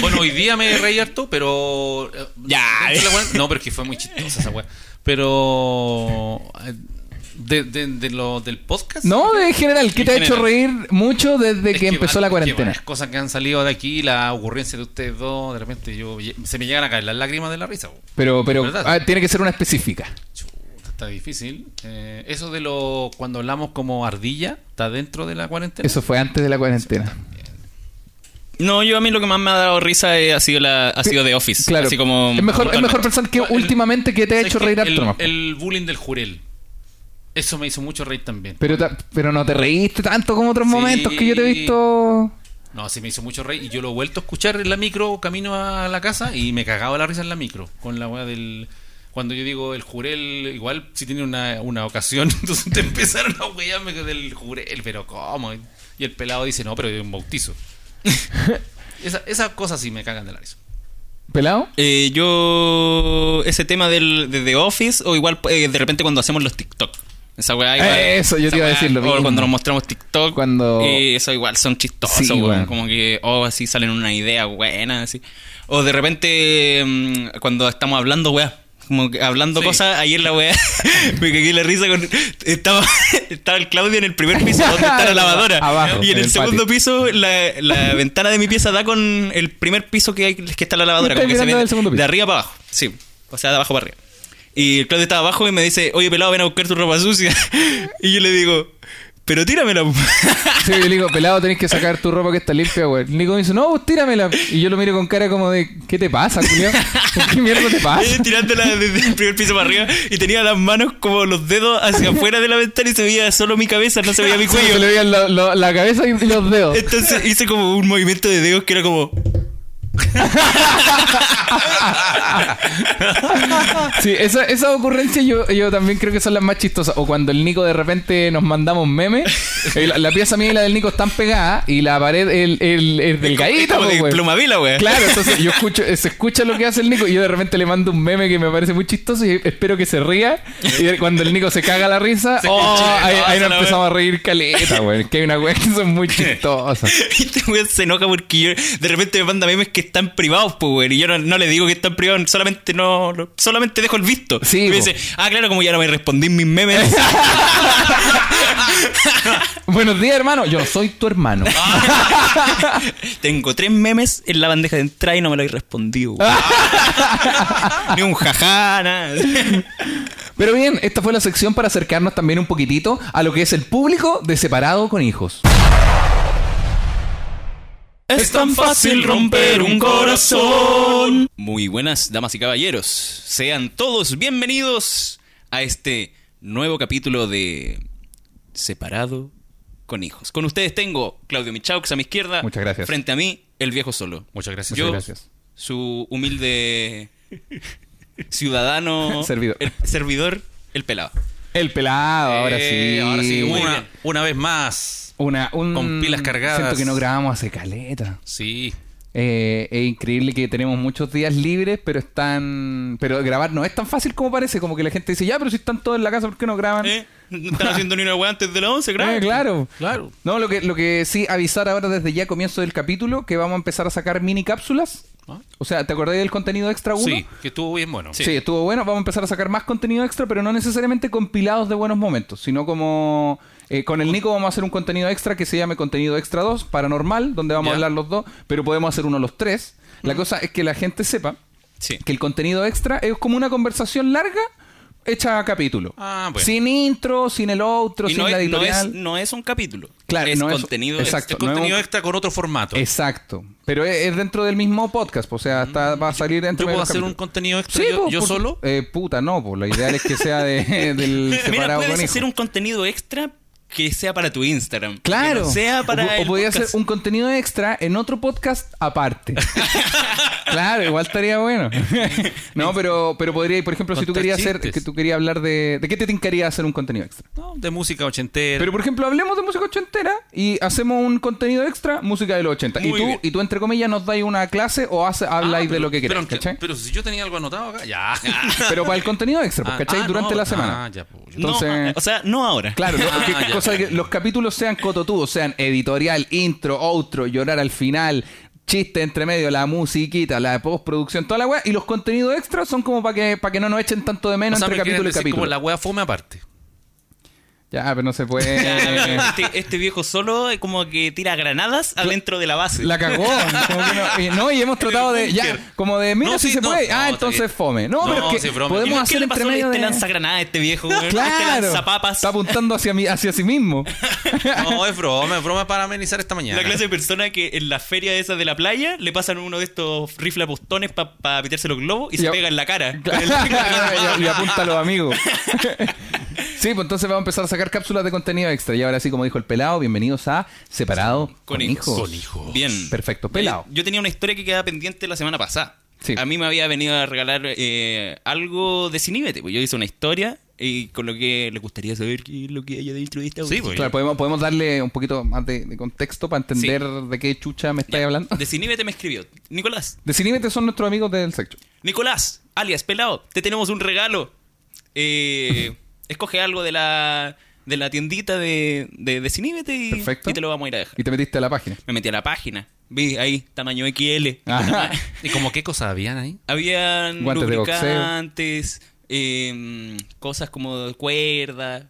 [SPEAKER 2] Bueno, hoy día me reí harto, pero. eh,
[SPEAKER 5] Ya,
[SPEAKER 2] dentro de la
[SPEAKER 5] eh.
[SPEAKER 2] cuarentena- No, pero es que fue muy chistosa esa weá. Pero. eh, De, de- de lo del podcast.
[SPEAKER 3] no, en general, ¿qué
[SPEAKER 5] En
[SPEAKER 3] te ha
[SPEAKER 5] general.
[SPEAKER 3] hecho reír mucho desde
[SPEAKER 2] Es
[SPEAKER 3] que empezó
[SPEAKER 2] va-
[SPEAKER 3] la
[SPEAKER 2] es que
[SPEAKER 3] cuarentena?
[SPEAKER 2] varias cosas que han salido de aquí, la ocurrencia de ustedes dos, de repente yo se me llegan a caer las lágrimas de la risa. bo.
[SPEAKER 3] Pero, pero
[SPEAKER 2] ¿Verdad?
[SPEAKER 3] ah, tiene que ser una específica.
[SPEAKER 2] Chuta, está difícil. Eh, eso de lo cuando hablamos como ardilla, está dentro de la cuarentena.
[SPEAKER 3] Eso fue antes de la cuarentena.
[SPEAKER 5] No, yo a mí lo que más me ha dado risa eh, ha sido la ha sido The Office.
[SPEAKER 3] Claro.
[SPEAKER 5] Así como
[SPEAKER 3] es mejor, es mejor pensar que
[SPEAKER 2] El-
[SPEAKER 3] últimamente que te ha
[SPEAKER 2] ¿Sabes
[SPEAKER 3] hecho
[SPEAKER 2] qué?
[SPEAKER 3] reír
[SPEAKER 2] el,
[SPEAKER 3] harto nomás.
[SPEAKER 2] el bullying del jurel. Eso me hizo mucho reír también.
[SPEAKER 3] Pero, ta- pero no te reíste tanto como otros
[SPEAKER 2] Sí.
[SPEAKER 3] momentos que yo te he visto.
[SPEAKER 2] No, sí me hizo mucho reír. Y yo lo he vuelto a escuchar en la micro, camino a la casa, y me cagaba la risa en la micro. Con la weá del. Cuando yo digo el jurel, igual si tiene una, una ocasión, entonces te empezaron a huearme con el jurel, pero ¿cómo? Y el pelado dice, no, pero es un bautizo. Esa- Esas cosas sí me cagan de la risa.
[SPEAKER 3] ¿Pelado?
[SPEAKER 5] Eh, yo ese tema del de The Office o igual eh, de repente cuando hacemos los TikTok. Esa weá igual.
[SPEAKER 3] Eh, eso, yo
[SPEAKER 5] esa
[SPEAKER 3] te iba a
[SPEAKER 5] weá,
[SPEAKER 3] decir lo
[SPEAKER 5] o
[SPEAKER 3] mismo.
[SPEAKER 5] cuando nos mostramos TikTok.
[SPEAKER 3] Cuando-
[SPEAKER 5] eh, eso igual son chistosos,
[SPEAKER 3] Sí,
[SPEAKER 5] weón.
[SPEAKER 3] weón.
[SPEAKER 5] Como que, oh, así salen una idea buena, así. O de repente mm, cuando estamos hablando, weá. Como que hablando
[SPEAKER 2] Sí.
[SPEAKER 5] cosas, ayer la weá. me cagué la risa con. Estaba, estaba el Claudio en el primer piso donde está la lavadora.
[SPEAKER 3] Abajo,
[SPEAKER 5] y en
[SPEAKER 3] en
[SPEAKER 5] el,
[SPEAKER 3] el
[SPEAKER 5] segundo
[SPEAKER 3] patio.
[SPEAKER 5] piso, la, la ventana de mi pieza da con el primer piso que, hay, que está la lavadora.
[SPEAKER 3] Está
[SPEAKER 5] como que se
[SPEAKER 3] mirando
[SPEAKER 5] viene
[SPEAKER 3] del segundo piso.
[SPEAKER 5] de arriba para abajo. Sí. O sea, de abajo para arriba. Y el Claudio estaba abajo y me dice, oye, pelado, ven a buscar tu ropa sucia. Y yo le digo, pero tíramela. po".
[SPEAKER 3] Sí, yo le digo, pelado, tenés que sacar tu ropa que está limpia, güey. Nico me dice, no, vos tíramela. Y yo lo miro con cara como de, ¿qué te pasa, Julio? ¿Qué mierda te
[SPEAKER 5] Eh,
[SPEAKER 3] pasa?
[SPEAKER 5] Tirándola desde el primer piso para arriba. Y tenía las manos como los dedos hacia afuera de la ventana y se veía solo mi cabeza, no se veía mi
[SPEAKER 3] Sí, se
[SPEAKER 5] cuello.
[SPEAKER 3] le veían lo- lo- la cabeza y los dedos.
[SPEAKER 5] Entonces hice como un movimiento de dedos que era como...
[SPEAKER 3] Sí, esa, esa ocurrencia yo, yo también creo que son las más chistosas. O cuando el Nico de repente nos mandamos memes. eh, la, la pieza mía y la del Nico están pegadas y la pared el, el, el delgadito. pues,
[SPEAKER 5] Como de
[SPEAKER 3] po, weón.
[SPEAKER 5] plumavila, güey.
[SPEAKER 3] Claro, entonces yo escucho, eh, se escucha lo que hace el Nico y yo de repente le mando un meme que me parece muy chistoso y espero que se ría. Y de- cuando el Nico se caga la risa, oh,
[SPEAKER 5] escucha,
[SPEAKER 3] ahí,
[SPEAKER 5] no,
[SPEAKER 3] ahí
[SPEAKER 5] se
[SPEAKER 3] nos
[SPEAKER 5] la
[SPEAKER 3] empezamos a reír caleta, güey. Que hay una weas que son muy chistosas.
[SPEAKER 5] Y Este weón se enoja porque yo de repente me manda memes que están privados, pues weón. Y yo no, no le digo que están privados, solamente no, no- solamente dejo el visto.
[SPEAKER 3] Sí,
[SPEAKER 5] Y me
[SPEAKER 3] po.
[SPEAKER 5] dice, ah, claro, como ya no me respondí mis memes.
[SPEAKER 3] Buenos días, hermano. Yo soy tu hermano.
[SPEAKER 5] Tengo tres memes en la bandeja de entrada y no me lo he respondido. weón. Ni un jajá, nada.
[SPEAKER 3] Pero bien, esta fue la sección para acercarnos también un poquitito a lo que es el público de separado con hijos.
[SPEAKER 5] Es tan fácil romper un corazón. Muy buenas, damas y caballeros. Sean todos bienvenidos a este nuevo capítulo de Separado con hijos. Con ustedes tengo Claudio Michaux a mi izquierda.
[SPEAKER 3] Muchas gracias.
[SPEAKER 5] Frente a mí, el viejo solo.
[SPEAKER 2] Muchas gracias.
[SPEAKER 5] Yo,
[SPEAKER 3] Muchas gracias.
[SPEAKER 5] su humilde ciudadano.
[SPEAKER 3] Servidor.
[SPEAKER 5] el servidor El pelado.
[SPEAKER 3] El pelado, ahora sí.
[SPEAKER 2] Eh, Ahora sí,
[SPEAKER 5] muy
[SPEAKER 2] una,
[SPEAKER 5] bien.
[SPEAKER 2] una vez más.
[SPEAKER 3] Una, un-
[SPEAKER 2] Con pilas cargadas.
[SPEAKER 3] Siento que no grabamos hace caleta.
[SPEAKER 2] Sí.
[SPEAKER 3] Eh, es increíble que tenemos muchos días libres, pero están. Pero grabar no es tan fácil como parece. Como que la gente dice, ya, pero si están todos en la casa, ¿por qué no graban?
[SPEAKER 5] ¿Eh? No están haciendo ni una weá antes de las 11,
[SPEAKER 3] Ah,
[SPEAKER 5] grave.
[SPEAKER 3] claro.
[SPEAKER 2] Claro.
[SPEAKER 3] No, lo que, lo que sí, avisar ahora desde ya comienzo del capítulo que vamos a empezar a sacar mini cápsulas.
[SPEAKER 2] Ah.
[SPEAKER 3] O sea, ¿te acordáis del contenido extra 1?
[SPEAKER 2] Sí, que estuvo bien bueno.
[SPEAKER 3] Sí. estuvo bueno. Vamos a empezar a sacar más contenido extra, pero no necesariamente compilados de buenos momentos, sino como... eh, con el Nico vamos a hacer un contenido extra que se llame Contenido Extra 2, Paranormal, donde vamos a
[SPEAKER 2] Ya.
[SPEAKER 3] hablar los dos, pero podemos hacer uno los tres. La cosa es que la gente sepa
[SPEAKER 5] Sí.
[SPEAKER 3] que el contenido extra es como una conversación larga hecha a capítulo.
[SPEAKER 2] Ah, bueno.
[SPEAKER 3] Sin intro, sin el outro,
[SPEAKER 5] Y
[SPEAKER 3] sin
[SPEAKER 5] no
[SPEAKER 3] la
[SPEAKER 5] es, no,
[SPEAKER 3] editorial.
[SPEAKER 5] es, no es un capítulo.
[SPEAKER 3] Claro,
[SPEAKER 5] es
[SPEAKER 3] no es-
[SPEAKER 5] contenido.
[SPEAKER 3] exacto.
[SPEAKER 2] Este
[SPEAKER 3] no es
[SPEAKER 2] contenido
[SPEAKER 3] un-
[SPEAKER 2] extra con otro formato.
[SPEAKER 3] Exacto. Pero es, es dentro del mismo podcast, po, o sea, está, va a salir dentro
[SPEAKER 2] Mm, Yo
[SPEAKER 3] de
[SPEAKER 2] puedo
[SPEAKER 3] los
[SPEAKER 2] hacer un
[SPEAKER 3] capítulos.
[SPEAKER 2] contenido extra
[SPEAKER 3] Sí,
[SPEAKER 2] yo,
[SPEAKER 3] po,
[SPEAKER 2] yo
[SPEAKER 3] por-
[SPEAKER 2] solo.
[SPEAKER 3] eh, puta, no, pues lo ideal es que sea de- del
[SPEAKER 5] extra. Mira,
[SPEAKER 3] separado
[SPEAKER 5] puedes
[SPEAKER 3] con hijo.
[SPEAKER 5] hacer un contenido extra que sea para tu Instagram.
[SPEAKER 3] Claro.
[SPEAKER 5] Que no sea para
[SPEAKER 3] o, o
[SPEAKER 5] el
[SPEAKER 3] podía
[SPEAKER 5] podcast.
[SPEAKER 3] hacer un contenido extra en otro podcast aparte. claro, igual estaría bueno. no, pero pero podría, por ejemplo, si tú
[SPEAKER 2] Contar
[SPEAKER 3] querías hacer
[SPEAKER 2] chistes.
[SPEAKER 3] que tú querías hablar de de qué te tincaría hacer un contenido extra.
[SPEAKER 2] No, de música ochentera.
[SPEAKER 3] Pero por ejemplo, hablemos de música ochentera y hacemos un contenido extra, música de los 80. Y
[SPEAKER 5] Muy
[SPEAKER 3] tú,
[SPEAKER 5] bien.
[SPEAKER 3] y tú entre comillas nos dais una clase o hace, habláis de lo que
[SPEAKER 2] Ah, pero,
[SPEAKER 3] queráis,
[SPEAKER 2] aunque-
[SPEAKER 3] ¿cachai? Pero,
[SPEAKER 2] pero si yo tenía algo anotado acá, ya.
[SPEAKER 3] para el contenido extra, pues,
[SPEAKER 2] Ah,
[SPEAKER 3] ¿cachai?
[SPEAKER 2] ah,
[SPEAKER 3] Durante
[SPEAKER 2] no,
[SPEAKER 3] la semana.
[SPEAKER 2] ah, ya, pues, yo-
[SPEAKER 5] No,
[SPEAKER 3] entonces-
[SPEAKER 5] o sea, no ahora.
[SPEAKER 3] Claro, no,
[SPEAKER 2] Ah,
[SPEAKER 3] que-
[SPEAKER 2] ya,
[SPEAKER 3] cosa
[SPEAKER 2] ya,
[SPEAKER 3] que
[SPEAKER 2] ya.
[SPEAKER 3] los capítulos sean cototudos, sean editorial, intro, outro, llorar al final, chiste entre medio, la musiquita, la postproducción, toda la weá. Y los contenidos extras son como para que, para que no nos echen tanto de
[SPEAKER 2] o
[SPEAKER 3] menos
[SPEAKER 2] sea, me
[SPEAKER 3] entre
[SPEAKER 2] quieren
[SPEAKER 3] capítulo y
[SPEAKER 2] decir
[SPEAKER 3] capítulo.
[SPEAKER 2] como la wea fome aparte.
[SPEAKER 3] Ya, pero no se puede.
[SPEAKER 5] Este, este viejo solo eh, como que tira granadas adentro de la base.
[SPEAKER 3] La cagó. Como que no, y, no, y hemos tratado de. Ya, como de. Mira
[SPEAKER 2] No,
[SPEAKER 3] si
[SPEAKER 2] sí,
[SPEAKER 3] se
[SPEAKER 2] no,
[SPEAKER 3] puede. ah,
[SPEAKER 2] no,
[SPEAKER 3] entonces
[SPEAKER 2] está bien.
[SPEAKER 3] fome. No,
[SPEAKER 2] No,
[SPEAKER 3] pero es que
[SPEAKER 2] sí,
[SPEAKER 5] ¿Y
[SPEAKER 2] broma.
[SPEAKER 3] podemos
[SPEAKER 5] qué
[SPEAKER 3] hacer
[SPEAKER 5] le
[SPEAKER 3] entre
[SPEAKER 5] pasó
[SPEAKER 3] medio
[SPEAKER 5] este
[SPEAKER 3] de.
[SPEAKER 5] lanzagranada este viejo, güey? Este
[SPEAKER 3] Claro.
[SPEAKER 5] lanzapapas.
[SPEAKER 3] Está apuntando hacia, mí, hacia sí mismo.
[SPEAKER 2] No, es broma, es broma para amenizar esta mañana.
[SPEAKER 5] La clase de persona que en la feria esa de la playa le pasan uno de estos rifles apostones para pitarse los globos y se
[SPEAKER 3] Yo-
[SPEAKER 5] pega en la cara.
[SPEAKER 3] y, y apunta a los amigos. sí, pues entonces vamos a empezar a sacar cápsulas de contenido extra. Y ahora sí, como dijo el pelado, bienvenidos a Separado con, hijos.
[SPEAKER 5] Bien.
[SPEAKER 3] Perfecto, pelado.
[SPEAKER 5] Yo, yo tenía una historia que quedaba pendiente la semana pasada.
[SPEAKER 3] Sí.
[SPEAKER 5] A mí me había venido a regalar eh, algo de Ciníbete. Pues yo hice una historia y con lo que le gustaría saber qué es lo que hay dentro de esta
[SPEAKER 2] Sí,
[SPEAKER 5] bolsa.
[SPEAKER 2] pues.
[SPEAKER 3] Claro, podemos, podemos darle un poquito más de, de contexto para entender de qué chucha me estáis hablando.
[SPEAKER 5] De Ciníbete me escribió. Nicolás,
[SPEAKER 3] De Ciníbete son nuestros amigos del sexo.
[SPEAKER 5] Nicolás, alias Pelado, te tenemos un regalo. Eh, escoge algo de la, de la tiendita de, de, de Ciníbete y,
[SPEAKER 3] Perfecto.
[SPEAKER 5] y te lo vamos a ir a dejar.
[SPEAKER 3] Y te metiste a la página.
[SPEAKER 5] Me metí a la página. Vi ahí, tamaño XL.
[SPEAKER 3] Ajá.
[SPEAKER 2] ¿Y como qué cosas habían ahí?
[SPEAKER 5] Habían
[SPEAKER 3] Guantes de boxeo.
[SPEAKER 5] lubricantes, em, cosas como cuerda,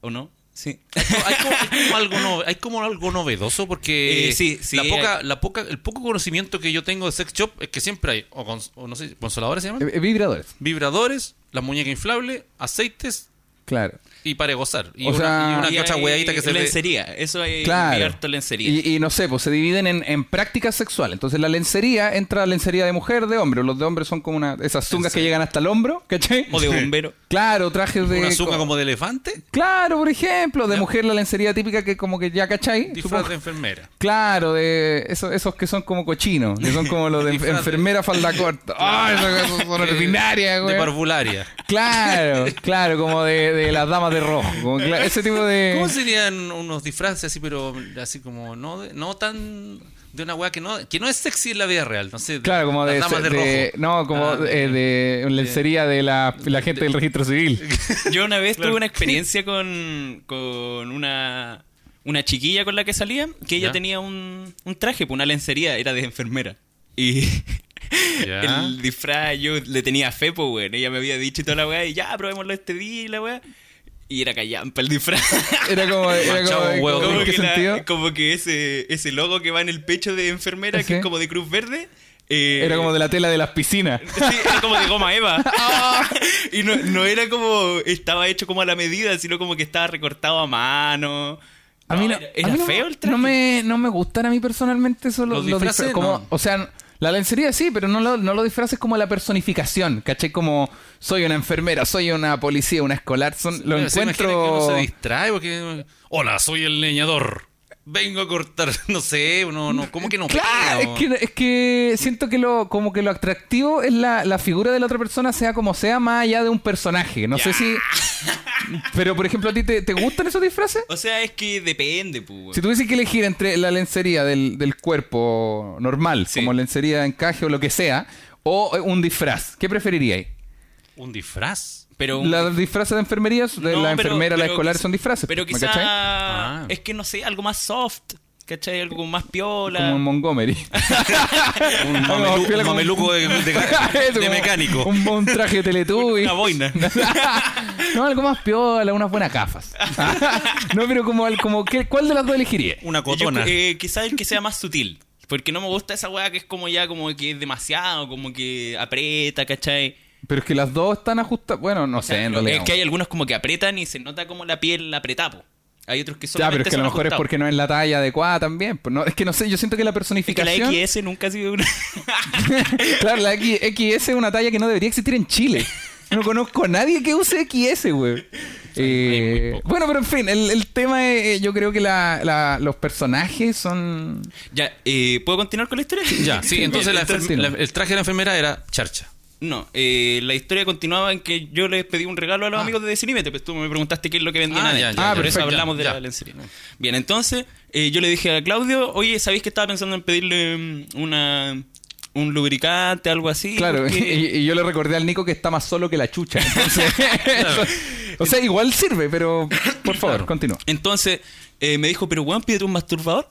[SPEAKER 5] ¿o no? Sí.
[SPEAKER 2] hay como, hay como algo no- hay como algo novedoso porque
[SPEAKER 5] Eh, sí, sí,
[SPEAKER 2] la poca,
[SPEAKER 5] hay-
[SPEAKER 2] la poca, el poco conocimiento que yo tengo de sex shop es que siempre hay o, cons- o no sé, consoladores
[SPEAKER 5] ¿Ah?
[SPEAKER 2] se llaman,
[SPEAKER 3] Eh, eh, Vibradores,
[SPEAKER 2] vibradores, la muñeca inflable, aceites
[SPEAKER 3] claro.
[SPEAKER 5] Eh,
[SPEAKER 2] y para gozar y
[SPEAKER 3] O
[SPEAKER 2] una,
[SPEAKER 3] sea-
[SPEAKER 2] y una
[SPEAKER 5] Y
[SPEAKER 2] que otra
[SPEAKER 5] hay
[SPEAKER 2] weadita que se le
[SPEAKER 5] lencería. Eso hay
[SPEAKER 3] Claro.
[SPEAKER 5] hay harto lencería.
[SPEAKER 3] Y, y no sé, pues se dividen en, en prácticas sexuales. Entonces la lencería entra la lencería de mujer, de hombre. Los de hombre son como una, esas zungas que llegan hasta el hombro, ¿cachai?
[SPEAKER 5] O de bombero.
[SPEAKER 3] Claro, trajes de.
[SPEAKER 2] una zunga como de elefante,
[SPEAKER 3] Claro, por ejemplo. De mujer la lencería típica que como que ya, ¿cachai?
[SPEAKER 2] disfraz
[SPEAKER 3] Supongo-
[SPEAKER 2] de enfermera.
[SPEAKER 3] Claro, de esos, esos que son como cochinos, que son como los de
[SPEAKER 2] Disfraz de-
[SPEAKER 3] enfermera falda corta. ¡Ah, esas cosas son
[SPEAKER 2] Eh,
[SPEAKER 3] ordinarias, güey!
[SPEAKER 2] De parvularia.
[SPEAKER 3] Claro, claro, como de, de las damas de rojo. como cla- ese tipo de.
[SPEAKER 2] ¿Cómo serían unos disfraces así, pero así como no, de- no tan de una weá que no, que no es sexy en la vida real? No sé, de-
[SPEAKER 3] Claro, como
[SPEAKER 2] las
[SPEAKER 3] de,
[SPEAKER 2] damas de
[SPEAKER 3] de-
[SPEAKER 2] rojo.
[SPEAKER 3] no, como
[SPEAKER 2] Ah,
[SPEAKER 3] eh, de lencería de la, la gente del registro civil.
[SPEAKER 5] Yo una vez tuve una experiencia con, con una, una chiquilla con la que salía, que ella
[SPEAKER 2] Ya.
[SPEAKER 5] tenía un, un traje, pues, una lencería, era de enfermera. Y
[SPEAKER 2] Ya.
[SPEAKER 5] el disfraz yo le tenía fe, pues, weón. Ella me había dicho y toda la weá, y ya, probémoslo este día y la weá. Y era callampa el disfraz.
[SPEAKER 3] Era como. Era
[SPEAKER 2] Manchado
[SPEAKER 3] como
[SPEAKER 2] un huevo.
[SPEAKER 3] ¿en
[SPEAKER 5] como,
[SPEAKER 3] qué
[SPEAKER 5] que la-
[SPEAKER 3] sentido?
[SPEAKER 5] como que ese, ese logo que va en el pecho de enfermera,
[SPEAKER 3] Sí.
[SPEAKER 5] que es como de cruz verde. eh,
[SPEAKER 3] Era como de la tela de las piscinas.
[SPEAKER 5] Sí, era como de goma Eva.
[SPEAKER 3] Ah.
[SPEAKER 5] y no, no era como. Estaba hecho como a la medida, sino como que estaba recortado a mano.
[SPEAKER 3] A mí no,
[SPEAKER 5] era era
[SPEAKER 3] a mí no-
[SPEAKER 5] feo el traje.
[SPEAKER 3] No me, no me gustan a mí personalmente solo los,
[SPEAKER 2] Los
[SPEAKER 3] disfraces.
[SPEAKER 2] disfraces,
[SPEAKER 3] como,
[SPEAKER 2] no.
[SPEAKER 3] O sea, la lencería sí, pero no lo, no lo disfraces como la personificación. ¿Caché? Como soy una enfermera, soy una policía, una escolar. Son, lo
[SPEAKER 2] Mira, se imagina
[SPEAKER 3] encuentro.
[SPEAKER 2] que uno se distrae porque... Hola, soy el leñador. vengo a cortar, no sé, no, no, ¿cómo que no
[SPEAKER 3] Claro, es
[SPEAKER 2] puedo?
[SPEAKER 3] que, es que siento que lo, como que lo atractivo es la, la figura de la otra persona, sea como sea, más allá de un personaje. No sé si. Pero, por ejemplo, ¿a ti te, te gustan esos disfraces?
[SPEAKER 5] O sea, es que depende, pues.
[SPEAKER 3] Si tuviese que elegir entre la lencería del, del cuerpo normal,
[SPEAKER 5] Sí.
[SPEAKER 3] como lencería de encaje o lo que sea, o eh, un disfraz, ¿qué preferiríais?
[SPEAKER 2] ¿Un disfraz?
[SPEAKER 5] Pero un-
[SPEAKER 3] Las disfraces de enfermerías, de
[SPEAKER 5] No, pero-
[SPEAKER 3] la enfermera, la
[SPEAKER 5] pero
[SPEAKER 3] escolar,
[SPEAKER 5] quiz-
[SPEAKER 3] son disfraces.
[SPEAKER 5] Pero
[SPEAKER 3] ¿me cachai?
[SPEAKER 5] quizá es que no sé, algo más soft, ¿cachai? Algo más piola.
[SPEAKER 3] Como un Montgomery.
[SPEAKER 2] Un,
[SPEAKER 3] No,
[SPEAKER 2] mamelu- un
[SPEAKER 3] piola como-
[SPEAKER 2] mameluco de, de-
[SPEAKER 3] Eso,
[SPEAKER 2] de
[SPEAKER 3] como
[SPEAKER 2] mecánico.
[SPEAKER 3] Un, un traje de Teletubbies.
[SPEAKER 5] Una boina.
[SPEAKER 3] no, algo más piola, unas buenas gafas. no, pero como, al- como ¿qué- ¿cuál de las dos elegiría?
[SPEAKER 2] Una
[SPEAKER 5] Yo
[SPEAKER 2] cotona.
[SPEAKER 5] cre- eh, quizá el que sea más sutil. Porque no me gusta esa weá que es como ya como que es demasiado, como que aprieta, ¿cachai?
[SPEAKER 3] Pero es que las dos están ajustadas. Bueno, no sé, en realidad.
[SPEAKER 5] es que hay algunos como que aprietan y se nota como la piel la apretapo. Hay otros que son
[SPEAKER 3] Ya, pero es que a lo mejor es porque no es la talla adecuada también. pues, no, es que no sé, yo siento que la
[SPEAKER 5] la
[SPEAKER 3] personificación.
[SPEAKER 5] XS nunca ha sido una...
[SPEAKER 3] claro, la X- XS es una talla que no debería existir en Chile. No conozco a nadie que use XS, güey. Eh, bueno, pero en fin, el, el tema es, eh, yo creo que la- la- los personajes son...
[SPEAKER 5] ya, eh, ¿puedo continuar con la historia?
[SPEAKER 2] Ya, sí, entonces la
[SPEAKER 3] entonces-
[SPEAKER 2] enfer- la- el traje de la enfermera era charcha.
[SPEAKER 5] No, eh, la historia continuaba en que yo les pedí un regalo a los amigos de Cinímete, pues tú me preguntaste qué es lo que vendían
[SPEAKER 2] Ah,
[SPEAKER 5] adentro.
[SPEAKER 2] ya, ya,
[SPEAKER 3] Ah,
[SPEAKER 5] por
[SPEAKER 3] perfecto,
[SPEAKER 5] eso hablamos de
[SPEAKER 2] ya.
[SPEAKER 5] la lencería. Bien, entonces eh, yo le dije a Claudio, oye, ¿sabéis que estaba pensando en pedirle mm, una, un lubricante, algo así?
[SPEAKER 3] Claro, y,
[SPEAKER 5] porque-
[SPEAKER 3] y yo le recordé al Nico que está más solo que la chucha. Entonces, o sea, igual sirve, pero por favor, continúa.
[SPEAKER 5] Entonces eh, me dijo, pero weón, pídete un masturbador.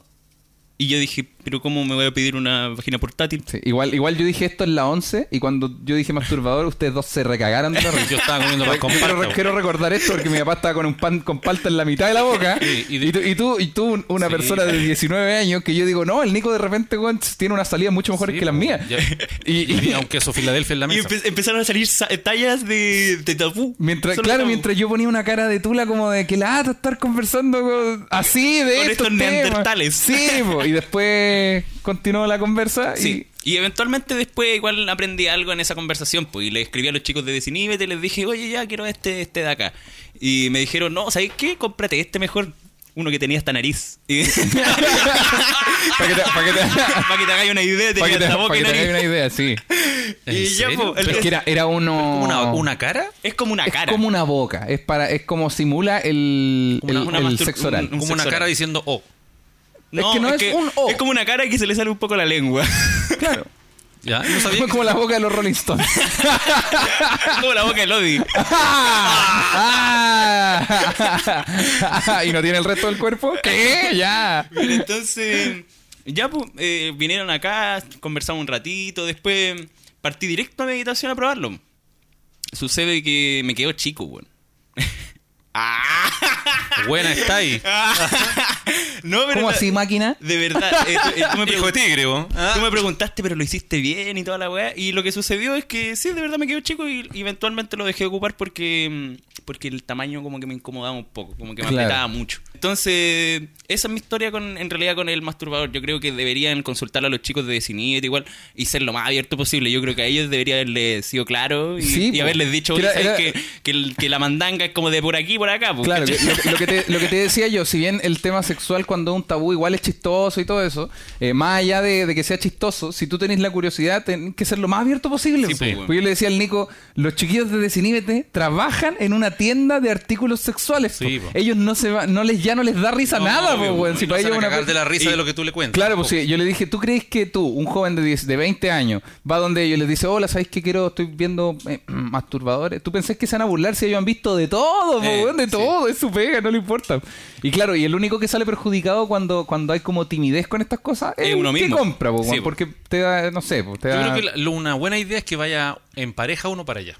[SPEAKER 5] Y yo dije, pero ¿cómo me voy a pedir una vagina portátil?
[SPEAKER 3] Sí, igual, igual yo dije esto en la 11 y cuando yo dije masturbador, ustedes dos se recagaron de la risa.
[SPEAKER 2] Yo estaba comiendo pan con
[SPEAKER 3] Yo quiero,
[SPEAKER 2] palta,
[SPEAKER 3] quiero recordar esto porque mi papá estaba con un pan con palta en la mitad de la boca.
[SPEAKER 2] Y- y
[SPEAKER 3] Y,
[SPEAKER 2] de-
[SPEAKER 3] tú, y, tú, y tú, un- una
[SPEAKER 2] Sí.
[SPEAKER 3] persona de 19 años, que yo digo, no, el Nico de repente weón, tiene unas salidas mucho mejores
[SPEAKER 2] Sí,
[SPEAKER 3] que las
[SPEAKER 2] po.
[SPEAKER 3] mías.
[SPEAKER 2] Ya.
[SPEAKER 3] Y, y-
[SPEAKER 2] Y aunque eso Filadelfia en la
[SPEAKER 5] Y
[SPEAKER 2] mesa.
[SPEAKER 5] empe- empezaron a salir sa- tallas de, de tabú.
[SPEAKER 3] Mientras,
[SPEAKER 5] Solo
[SPEAKER 3] claro,
[SPEAKER 5] tabú.
[SPEAKER 3] mientras yo ponía una cara de tula como de que lata estar conversando con- así de
[SPEAKER 5] Con
[SPEAKER 3] estos,
[SPEAKER 5] estos
[SPEAKER 3] temas.
[SPEAKER 5] neandertales.
[SPEAKER 3] Sí, po, y después continuó la conversa
[SPEAKER 5] Sí. Y eventualmente después igual aprendí algo en esa conversación, pues, y le escribí a los chicos de Desiníbete, les dije, oye, ya quiero este, este de acá. Y me dijeron, no, ¿sabes qué? Cómprate este mejor, uno que tenía hasta nariz. Y-
[SPEAKER 3] para que te, pa' que te-
[SPEAKER 5] para que te hagáis una idea,
[SPEAKER 3] pa' que
[SPEAKER 5] tenía
[SPEAKER 3] te-
[SPEAKER 5] hasta
[SPEAKER 3] pa'
[SPEAKER 5] boca
[SPEAKER 3] que
[SPEAKER 5] y
[SPEAKER 3] te hagáis
[SPEAKER 5] nariz.
[SPEAKER 3] una idea, sí.
[SPEAKER 2] ¿En
[SPEAKER 5] Y ya, po,
[SPEAKER 2] serio?
[SPEAKER 5] el-
[SPEAKER 3] Pero es que era, era uno...
[SPEAKER 2] ¿Una, ¿Una cara?
[SPEAKER 5] Es como una
[SPEAKER 3] es
[SPEAKER 5] cara.
[SPEAKER 3] como una boca, es para es como simula el,
[SPEAKER 5] Como una-
[SPEAKER 3] el-
[SPEAKER 5] una
[SPEAKER 3] el
[SPEAKER 5] mastur-
[SPEAKER 3] sexo oral.
[SPEAKER 5] Un
[SPEAKER 2] Como una
[SPEAKER 5] sexo
[SPEAKER 2] cara
[SPEAKER 5] oral.
[SPEAKER 2] diciendo, oh.
[SPEAKER 5] No,
[SPEAKER 3] es que no es un O.
[SPEAKER 5] Es como una cara que se le sale un poco la lengua.
[SPEAKER 3] Claro.
[SPEAKER 2] ¿Ya? No sabía
[SPEAKER 3] Como,
[SPEAKER 2] que-
[SPEAKER 3] como la boca de los Rolling Stones.
[SPEAKER 5] como la boca de Lodi.
[SPEAKER 3] Ah. y no tiene el resto del cuerpo. ¿Qué? Ya.
[SPEAKER 5] Pero entonces, ya pues, eh, vinieron acá, conversamos un ratito, después partí directo a meditación a probarlo. Sucede que me quedo chico, weón.
[SPEAKER 2] Buena está ahí.
[SPEAKER 5] No, pero
[SPEAKER 3] ¿Cómo
[SPEAKER 5] la-
[SPEAKER 3] así, máquina?
[SPEAKER 5] De verdad, eh, tú, eh, tú me
[SPEAKER 2] Hijo de
[SPEAKER 5] pregun-
[SPEAKER 2] tigre, vos. Ah.
[SPEAKER 5] tú me preguntaste, pero lo hiciste bien y toda la weá. Y lo que sucedió es que sí, de verdad me quedo chico y y eventualmente lo dejé de ocupar porque, mm, porque el tamaño como que me incomodaba un poco, como que me
[SPEAKER 3] Claro.
[SPEAKER 5] apretaba mucho. Entonces, esa es mi historia con, en realidad con el masturbador. Yo creo que deberían consultar a los chicos de Cinete igual y ser lo más abierto posible. Yo creo que a ellos debería haberles sido claro y,
[SPEAKER 3] Sí,
[SPEAKER 5] y
[SPEAKER 3] po.
[SPEAKER 5] haberles dicho
[SPEAKER 3] Que era-
[SPEAKER 5] "Oye, ¿sabes
[SPEAKER 3] era-
[SPEAKER 5] qué? que, el- que la mandanga es como de por aquí, por acá. po,
[SPEAKER 3] Claro,
[SPEAKER 5] ¿cachai?
[SPEAKER 3] que- lo, lo que te, lo que te decía yo, si bien el tema sexual cuando es un tabú igual es chistoso y todo eso, eh, más allá de, de que sea chistoso, si tú tenés la curiosidad, tenés que ser lo más abierto posible.
[SPEAKER 5] Sí,
[SPEAKER 3] pues.
[SPEAKER 5] pues, bueno.
[SPEAKER 3] Pues yo le decía al Nico, los chiquillos de Desiníbete trabajan en una tienda de artículos sexuales.
[SPEAKER 2] Sí,
[SPEAKER 3] pues.
[SPEAKER 2] pues.
[SPEAKER 3] Ellos no se va, no les ya no les da risa
[SPEAKER 2] No,
[SPEAKER 3] nada,
[SPEAKER 2] obvio,
[SPEAKER 3] pues, weón.
[SPEAKER 2] no
[SPEAKER 3] Si para
[SPEAKER 2] se van a
[SPEAKER 3] ellos es una
[SPEAKER 2] cagar
[SPEAKER 3] cosa-
[SPEAKER 2] de la risa
[SPEAKER 5] y-
[SPEAKER 2] de lo que tú le cuentas. Oh,
[SPEAKER 3] Claro, pues
[SPEAKER 2] tampoco.
[SPEAKER 3] sí, yo le dije, ¿tú crees que tú, un joven de, 10 de 20 años, va donde ellos y les dice, hola, ¿sabéis que quiero, estoy viendo eh, masturbadores? ¿Tú pensás que se van a burlar si ellos han visto de todo, po,
[SPEAKER 5] Eh,
[SPEAKER 3] weón, de
[SPEAKER 5] sí.
[SPEAKER 3] todo? Es su pega, no le importa. Y claro, y el único que sale perjudicado cuando, cuando hay como timidez con estas cosas es
[SPEAKER 5] Es uno
[SPEAKER 3] el que
[SPEAKER 5] mismo.
[SPEAKER 3] compra, po,
[SPEAKER 5] Sí,
[SPEAKER 3] weón,
[SPEAKER 5] po.
[SPEAKER 3] porque te da, no sé, po, te
[SPEAKER 2] Yo
[SPEAKER 3] da...
[SPEAKER 2] creo que la- lo- una buena idea es que vaya en pareja uno para allá.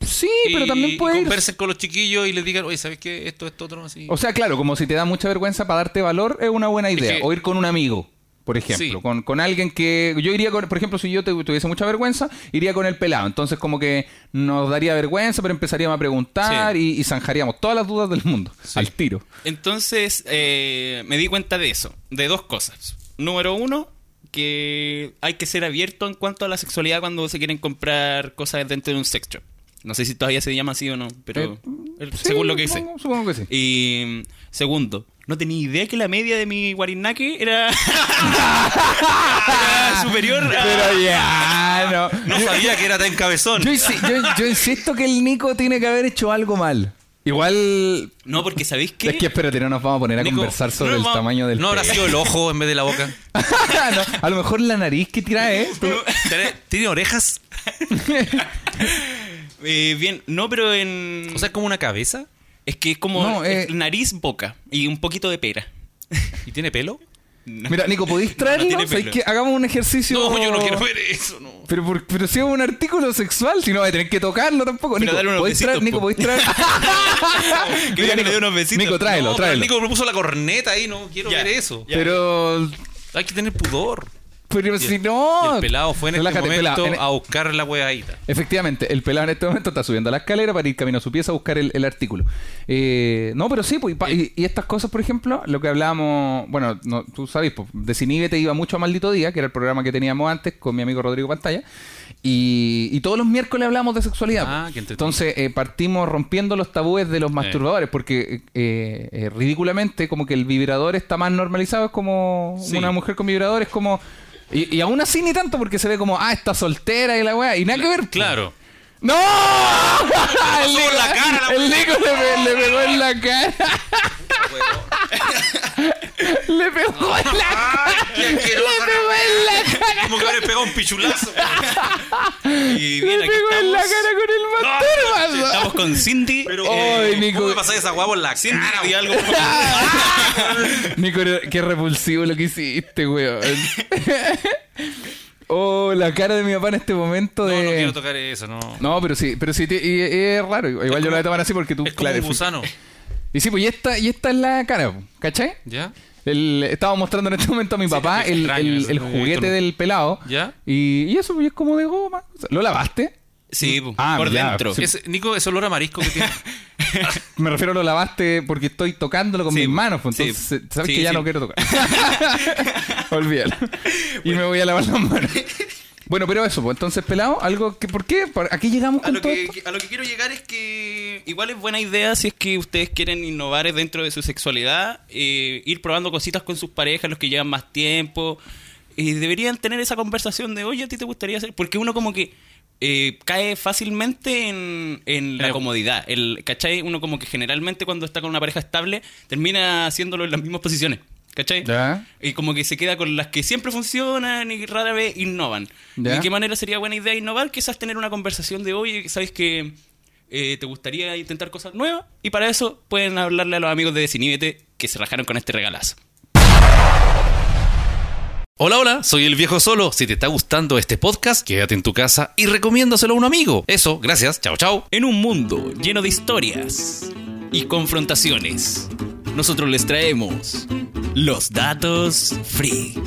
[SPEAKER 3] Sí,
[SPEAKER 2] Y-
[SPEAKER 3] pero también
[SPEAKER 2] y
[SPEAKER 3] puede ir...
[SPEAKER 2] Conversen con los chiquillos y les digan, oye, ¿sabes qué? Esto, esto, otro, así.
[SPEAKER 3] O sea, claro, como si te da mucha vergüenza para darte valor, es una buena idea.
[SPEAKER 2] que-
[SPEAKER 3] O ir con un amigo, por ejemplo.
[SPEAKER 2] Sí.
[SPEAKER 3] Con, con alguien que. Yo iría con. Por ejemplo, si yo te- tuviese mucha vergüenza, iría con el pelado. Entonces, como que nos daría vergüenza, pero empezaríamos a preguntar y, y zanjaríamos todas las dudas del mundo. Al tiro.
[SPEAKER 5] Entonces eh, me di cuenta de eso, de dos cosas. Número uno, que hay que ser abierto en cuanto a la sexualidad cuando se quieren comprar cosas dentro de un sex shop. No sé si todavía se llama así o no, pero
[SPEAKER 3] Eh,
[SPEAKER 5] el-
[SPEAKER 3] sí,
[SPEAKER 5] según lo que hice.
[SPEAKER 3] supongo- Supongo que sí.
[SPEAKER 5] Y mm, segundo, No tenía idea que la media de mi guarinaki era, era superior a...
[SPEAKER 3] Pero ya, no.
[SPEAKER 2] No sabía que era tan cabezón.
[SPEAKER 3] Yo, insi- yo- yo insisto que el Nico tiene que haber hecho algo mal. Igual.
[SPEAKER 5] No, porque ¿sabéis qué?
[SPEAKER 3] Es que espérate, no nos vamos a poner a
[SPEAKER 5] Nico,
[SPEAKER 3] conversar sobre
[SPEAKER 5] no
[SPEAKER 3] el
[SPEAKER 5] vamos-
[SPEAKER 3] tamaño del.
[SPEAKER 2] No habrá
[SPEAKER 3] pene.
[SPEAKER 2] sido el ojo en vez de la boca.
[SPEAKER 3] No, a lo mejor la nariz que tira es.
[SPEAKER 2] ¿Tiene- ¿Tiene orejas?
[SPEAKER 5] Eh, bien, no, pero en...
[SPEAKER 2] O sea, como una cabeza.
[SPEAKER 5] es que es como
[SPEAKER 3] No,
[SPEAKER 5] es
[SPEAKER 3] eh.
[SPEAKER 5] nariz, boca y un poquito de pera.
[SPEAKER 2] ¿Y tiene pelo?
[SPEAKER 3] Mira, Nico, ¿podéis traerlo?
[SPEAKER 5] tiene
[SPEAKER 3] ¿Sabéis
[SPEAKER 5] pelo.
[SPEAKER 3] que hagamos un ejercicio.
[SPEAKER 2] No, yo no quiero ver eso, no.
[SPEAKER 3] Pero, por- pero si es un artículo sexual, si no va a tener que tocarlo tampoco.
[SPEAKER 5] Pero
[SPEAKER 3] Nico,
[SPEAKER 5] dale unos
[SPEAKER 3] ¿podéis
[SPEAKER 5] besitos,
[SPEAKER 3] traer? Nico,
[SPEAKER 5] po.
[SPEAKER 3] ¿podéis traer?
[SPEAKER 5] Que
[SPEAKER 3] Mira,
[SPEAKER 5] ya que le
[SPEAKER 3] Nico,
[SPEAKER 5] dé unos besitos.
[SPEAKER 3] Nico, tráelo,
[SPEAKER 2] No, pero el
[SPEAKER 3] tráelo.
[SPEAKER 2] Nico me puso la corneta ahí, no quiero
[SPEAKER 5] Ya.
[SPEAKER 2] ver eso.
[SPEAKER 3] Pero.
[SPEAKER 2] Hay que tener pudor.
[SPEAKER 3] Pero
[SPEAKER 2] el-
[SPEAKER 3] si no.
[SPEAKER 2] Y el pelado fue en
[SPEAKER 3] Relájate,
[SPEAKER 2] este momento
[SPEAKER 3] pelado. En- e-
[SPEAKER 2] a buscar la weadita.
[SPEAKER 3] Efectivamente, el pelado en este momento está subiendo a la escalera para ir camino a su pieza a buscar el, el artículo. Eh, no, pero sí, pues, y pa- y, y estas cosas, por ejemplo, lo que hablábamos, bueno, no, tú sabes, pues, Desiníbete iba mucho a Maldito Día, que era el programa que teníamos antes con mi amigo Rodrigo Pantalla, y, y todos los miércoles hablamos de sexualidad.
[SPEAKER 2] Ah,
[SPEAKER 3] pues.
[SPEAKER 2] qué entretenido. Eh.
[SPEAKER 3] Entonces eh, partimos rompiendo los tabúes de los masturbadores, porque eh, eh, ridículamente como que el vibrador está más normalizado, es como
[SPEAKER 2] Sí.
[SPEAKER 3] una mujer con vibrador, es como... Y, y aún así ni tanto porque se ve como, ah, está soltera y la weá. Y nada que ver. pues.
[SPEAKER 2] Claro.
[SPEAKER 3] ¡No! El
[SPEAKER 2] en la cara, la
[SPEAKER 3] el Nico le, pe- le pegó en la cara. le pegó en la cara.
[SPEAKER 2] qué
[SPEAKER 3] Le pegó en la cara.
[SPEAKER 2] Como que habré pegado un pichulazo.
[SPEAKER 5] Y
[SPEAKER 3] Le
[SPEAKER 5] bien, aquí
[SPEAKER 3] pegó en la
[SPEAKER 5] estamos.
[SPEAKER 3] cara con el masturbazo.
[SPEAKER 5] Estamos con Cindy.
[SPEAKER 2] Pero,
[SPEAKER 3] Ay,
[SPEAKER 2] eh,
[SPEAKER 3] Nico.
[SPEAKER 2] ¿cómo me pasás esa guapo en la cara?
[SPEAKER 5] Cindy, di
[SPEAKER 2] weón?
[SPEAKER 5] algo.
[SPEAKER 3] Ah, Nico, qué repulsivo lo que hiciste, weón. oh, la cara de mi papá en este momento
[SPEAKER 2] No,
[SPEAKER 3] de.
[SPEAKER 2] no quiero tocar eso, no.
[SPEAKER 3] No, pero sí, pero sí, te- y- y es raro. Igual yo lo voy a tomar así porque tú,
[SPEAKER 2] es como un
[SPEAKER 3] fui-
[SPEAKER 2] gusano,
[SPEAKER 3] Y sí, pues y esta, y esta es la cara, po, ¿cachai?
[SPEAKER 2] ¿ya?
[SPEAKER 3] El- estaba mostrando en este momento a mi papá
[SPEAKER 2] es
[SPEAKER 3] el,
[SPEAKER 2] extraño
[SPEAKER 3] el-
[SPEAKER 2] eso,
[SPEAKER 3] el
[SPEAKER 2] no lo había visto
[SPEAKER 3] juguete
[SPEAKER 2] nunca.
[SPEAKER 3] del pelado.
[SPEAKER 2] ¿Ya?
[SPEAKER 3] Y, y eso pues, es como de goma. O sea, ¿Lo lavaste?
[SPEAKER 5] Sí, po,
[SPEAKER 3] Ah,
[SPEAKER 5] por
[SPEAKER 3] ya,
[SPEAKER 5] dentro.
[SPEAKER 3] sí.
[SPEAKER 2] Ese- Nico, ese olor a marisco que tiene.
[SPEAKER 3] Me refiero a lo lavaste porque estoy tocándolo con
[SPEAKER 5] Sí,
[SPEAKER 3] mis manos. pues,
[SPEAKER 5] sí.
[SPEAKER 3] entonces, sabes
[SPEAKER 5] Sí,
[SPEAKER 3] que ya
[SPEAKER 5] sí.
[SPEAKER 3] no quiero tocar. Olvídalo. Y me voy a lavar las manos. Bueno, pero eso, pues entonces, pelado, algo que. ¿Por qué? ¿Por- ¿A qué llegamos
[SPEAKER 5] A
[SPEAKER 3] con
[SPEAKER 5] lo,
[SPEAKER 3] todo
[SPEAKER 5] que,
[SPEAKER 3] esto?
[SPEAKER 5] a lo que quiero llegar es que igual es buena idea si es que ustedes quieren innovar dentro de su sexualidad, eh, ir probando cositas con sus parejas, los que llevan más tiempo, y deberían tener esa conversación de, oye, ¿a ti te gustaría hacer? Porque uno como que eh, cae fácilmente en, en la
[SPEAKER 2] Pero-
[SPEAKER 5] comodidad, el, ¿cachai? Uno como que generalmente cuando está con una pareja estable termina haciéndolo en las mismas posiciones. ¿Cachai?
[SPEAKER 3] Ya.
[SPEAKER 5] Y como que se queda con las que siempre funcionan y rara vez innovan.
[SPEAKER 3] Ya.
[SPEAKER 5] ¿De qué manera sería buena idea innovar? Quizás tener una conversación de, oye, ¿sabes que te gustaría intentar cosas nuevas? Y para eso pueden hablarle a los amigos de Desiníbete que se rajaron con este regalazo.
[SPEAKER 2] Hola, hola, soy el viejo solo. Si te está gustando este podcast, quédate en tu casa y recomiéndaselo a un amigo. Eso, gracias, chao, chao.
[SPEAKER 5] En un mundo lleno de historias y confrontaciones, nosotros les traemos los datos freak.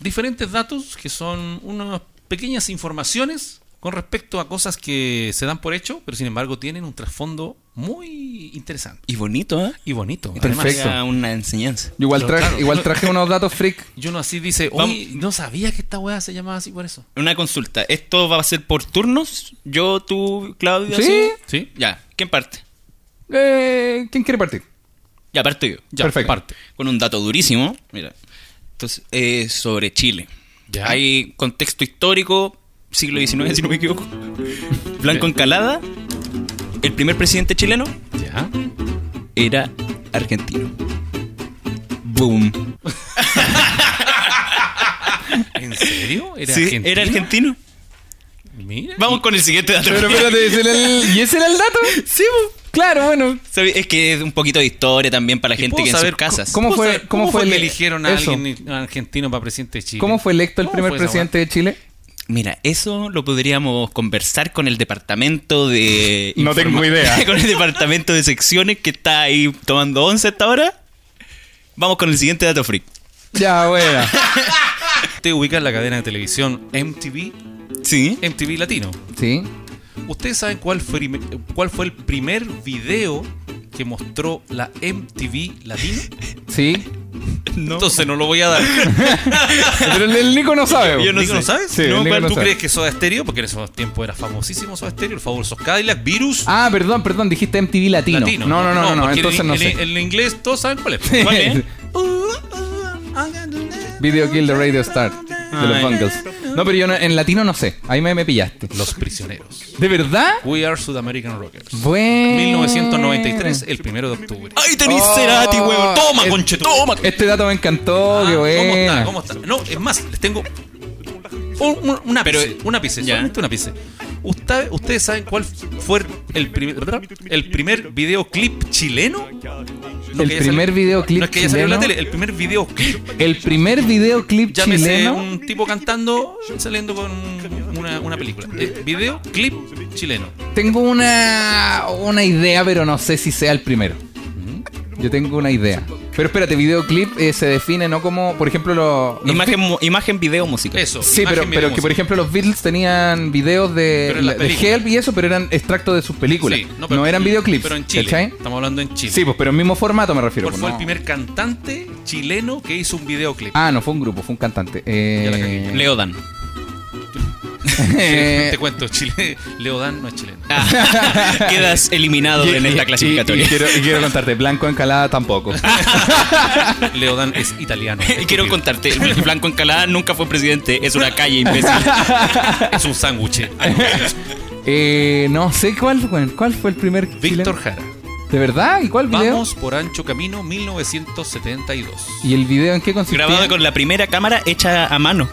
[SPEAKER 2] Diferentes datos que son unas pequeñas informaciones con respecto a cosas que se dan por hecho, pero sin embargo tienen un trasfondo muy interesante
[SPEAKER 5] Y bonito, ¿eh?
[SPEAKER 2] y bonito.
[SPEAKER 3] Perfecto.
[SPEAKER 2] Además,
[SPEAKER 5] Era una enseñanza.
[SPEAKER 3] Igual,
[SPEAKER 2] Pero
[SPEAKER 3] traje,
[SPEAKER 2] claro.
[SPEAKER 3] igual traje unos datos freak.
[SPEAKER 2] yo no así dice, oye, no sabía que esta weá se llamaba así por eso.
[SPEAKER 5] Una consulta, ¿esto va a ser por turnos? Yo, tú, Claudio,
[SPEAKER 3] ¿Sí?
[SPEAKER 5] así?
[SPEAKER 2] ¿Sí?
[SPEAKER 5] Ya, ¿quién parte?
[SPEAKER 3] Eh, ¿Quién quiere partir?
[SPEAKER 5] Ya parto yo.
[SPEAKER 2] Ya,
[SPEAKER 3] Perfecto.
[SPEAKER 2] parte.
[SPEAKER 5] con un dato durísimo. Mira, entonces, eh, sobre Chile.
[SPEAKER 2] Ya.
[SPEAKER 5] Hay contexto histórico, siglo XIX, si no me equivoco. Blanco Encalada, el primer presidente chileno
[SPEAKER 2] Ya.
[SPEAKER 5] era argentino. Boom.
[SPEAKER 2] ¿En serio? ¿Era
[SPEAKER 5] Sí,
[SPEAKER 2] argentino?
[SPEAKER 5] ¿Era argentino?
[SPEAKER 2] Mira.
[SPEAKER 5] Vamos con el siguiente dato.
[SPEAKER 3] Pero espérate, ¿ese era el- ¿y ese era el dato? Sí,
[SPEAKER 2] pues.
[SPEAKER 3] claro, bueno.
[SPEAKER 5] ¿Sabes? Es que es un poquito de historia también para la gente
[SPEAKER 2] puedo
[SPEAKER 5] que en sus
[SPEAKER 2] saber
[SPEAKER 5] casas.
[SPEAKER 3] ¿Cómo
[SPEAKER 2] ¿Cómo
[SPEAKER 3] fue,
[SPEAKER 2] fue, ¿cómo fue
[SPEAKER 3] el-
[SPEAKER 2] que eligieron a
[SPEAKER 3] eso?
[SPEAKER 2] alguien argentino para presidente de Chile?
[SPEAKER 3] ¿Cómo fue electo el
[SPEAKER 2] pues. ¿Cómo
[SPEAKER 3] primer
[SPEAKER 2] fue esa
[SPEAKER 3] presidente de Chile?
[SPEAKER 5] Mira, eso lo podríamos conversar con el departamento de.
[SPEAKER 6] No tengo
[SPEAKER 5] informa-
[SPEAKER 6] idea.
[SPEAKER 5] con el departamento de secciones que está ahí tomando once hasta ahora. Vamos con el siguiente dato freak.
[SPEAKER 3] Ya, bueno.
[SPEAKER 2] ¿Usted ubica la cadena de televisión MTV?
[SPEAKER 5] Sí.
[SPEAKER 2] MTV Latino.
[SPEAKER 3] Sí.
[SPEAKER 2] ¿Ustedes saben cuál fue, prime- cuál fue el primer video que mostró la MTV Latino?
[SPEAKER 3] Sí.
[SPEAKER 2] Entonces no lo voy a dar.
[SPEAKER 3] Pero el, el Nico no sabe.
[SPEAKER 2] Yo no
[SPEAKER 3] Nico,
[SPEAKER 2] sé. sabes?
[SPEAKER 3] Sí, el
[SPEAKER 2] No,
[SPEAKER 3] Nico
[SPEAKER 2] ¿cuál-
[SPEAKER 3] no
[SPEAKER 2] ¿Tú
[SPEAKER 3] sabe.
[SPEAKER 2] crees que Soda Stereo? Porque en esos tiempos era famosísimo Soda Stereo, el famoso Cadillac, Virus,
[SPEAKER 3] Ah, perdón, perdón, dijiste MTV Latino.
[SPEAKER 2] Latino.
[SPEAKER 3] No, no, no, no, no,
[SPEAKER 2] porque
[SPEAKER 3] entonces
[SPEAKER 2] en,
[SPEAKER 3] no
[SPEAKER 2] en-
[SPEAKER 3] sé.
[SPEAKER 2] En, inglés todos saben cuál es. ¿Cuál es?
[SPEAKER 3] Video Kill the Radio Star de
[SPEAKER 2] Ah,
[SPEAKER 3] los
[SPEAKER 5] Ay.
[SPEAKER 3] Bungles. No, pero yo no- en latino no sé. Ahí me, me pillaste.
[SPEAKER 2] Los Prisioneros.
[SPEAKER 3] ¿De verdad?
[SPEAKER 2] We are South American Rockers.
[SPEAKER 3] Bueno. Oh,
[SPEAKER 2] 1993, el primero de octubre.
[SPEAKER 5] ¡Ay, tenís Cerati, weón! ¡Toma,
[SPEAKER 3] es-
[SPEAKER 5] conche, toma!
[SPEAKER 3] Este dato me encantó, qué
[SPEAKER 2] Ah, ¿Cómo
[SPEAKER 3] bueno.
[SPEAKER 2] está? ¿Cómo está? No, es más, les tengo un, un- un ápice,
[SPEAKER 5] Pero-
[SPEAKER 2] un ápice,
[SPEAKER 5] Ya.
[SPEAKER 2] solamente un ápice. Usted- ¿Ustedes saben cuál fue el primer, el primer videoclip chileno? No
[SPEAKER 3] El
[SPEAKER 2] que haya
[SPEAKER 3] primer
[SPEAKER 2] salido-
[SPEAKER 3] videoclip
[SPEAKER 2] No es que haya salido en la
[SPEAKER 3] chileno.
[SPEAKER 2] tele, el primer videoclip.
[SPEAKER 3] El primer videoclip
[SPEAKER 2] Llámese
[SPEAKER 3] chileno.
[SPEAKER 2] un tipo cantando saliendo con una, una película. Eh, videoclip chileno.
[SPEAKER 3] Tengo una, una idea, pero no sé si sea el primero. Yo tengo una idea. Pero espérate, videoclip eh, se define no como, por ejemplo, los... los
[SPEAKER 5] Imagen, mu- imagen, video, música.
[SPEAKER 2] Eso.
[SPEAKER 3] Sí,
[SPEAKER 2] imagen,
[SPEAKER 3] pero,
[SPEAKER 2] video,
[SPEAKER 3] pero que por
[SPEAKER 2] música.
[SPEAKER 3] ejemplo los Beatles tenían videos de,
[SPEAKER 2] Pero en las
[SPEAKER 3] de
[SPEAKER 2] películas.
[SPEAKER 3] Help y eso, pero eran extractos de sus películas.
[SPEAKER 2] Sí,
[SPEAKER 3] no,
[SPEAKER 2] pero-
[SPEAKER 3] eran videoclips.
[SPEAKER 2] Pero en Chile.
[SPEAKER 3] ¿cachai?
[SPEAKER 2] Estamos hablando en Chile.
[SPEAKER 3] Sí, pues, pero el mismo formato me refiero.
[SPEAKER 2] ¿Cuál
[SPEAKER 3] pues,
[SPEAKER 2] fue
[SPEAKER 3] no.
[SPEAKER 2] el primer cantante chileno que hizo un videoclip?
[SPEAKER 3] Ah, no, fue un grupo, fue un cantante.
[SPEAKER 2] Ya la cagué.
[SPEAKER 3] Eh,
[SPEAKER 5] Leodan.
[SPEAKER 2] Te,
[SPEAKER 3] eh,
[SPEAKER 2] te cuento, Chile, Leodán no es chileno.
[SPEAKER 5] Quedas eliminado
[SPEAKER 3] y-
[SPEAKER 5] en
[SPEAKER 3] y-
[SPEAKER 5] esta
[SPEAKER 3] Y,
[SPEAKER 5] clasificatoria.
[SPEAKER 3] y quiero, y quiero contarte, Blanco Encalada tampoco.
[SPEAKER 2] Leodán es italiano.
[SPEAKER 5] Y quiero
[SPEAKER 2] Estúpido.
[SPEAKER 5] contarte, el Blanco Encalada nunca fue presidente, es una calle imbécil.
[SPEAKER 2] Es un sándwich. Ah, no.
[SPEAKER 3] Eh, no sé cuál, fue- cuál fue el primer.
[SPEAKER 2] Víctor
[SPEAKER 3] chileno?
[SPEAKER 2] Jara.
[SPEAKER 3] ¿De verdad? ¿Y cuál video?
[SPEAKER 2] Vamos por ancho camino 1972.
[SPEAKER 3] ¿Y el video en qué consistía?
[SPEAKER 5] Grabado con la primera cámara hecha a mano.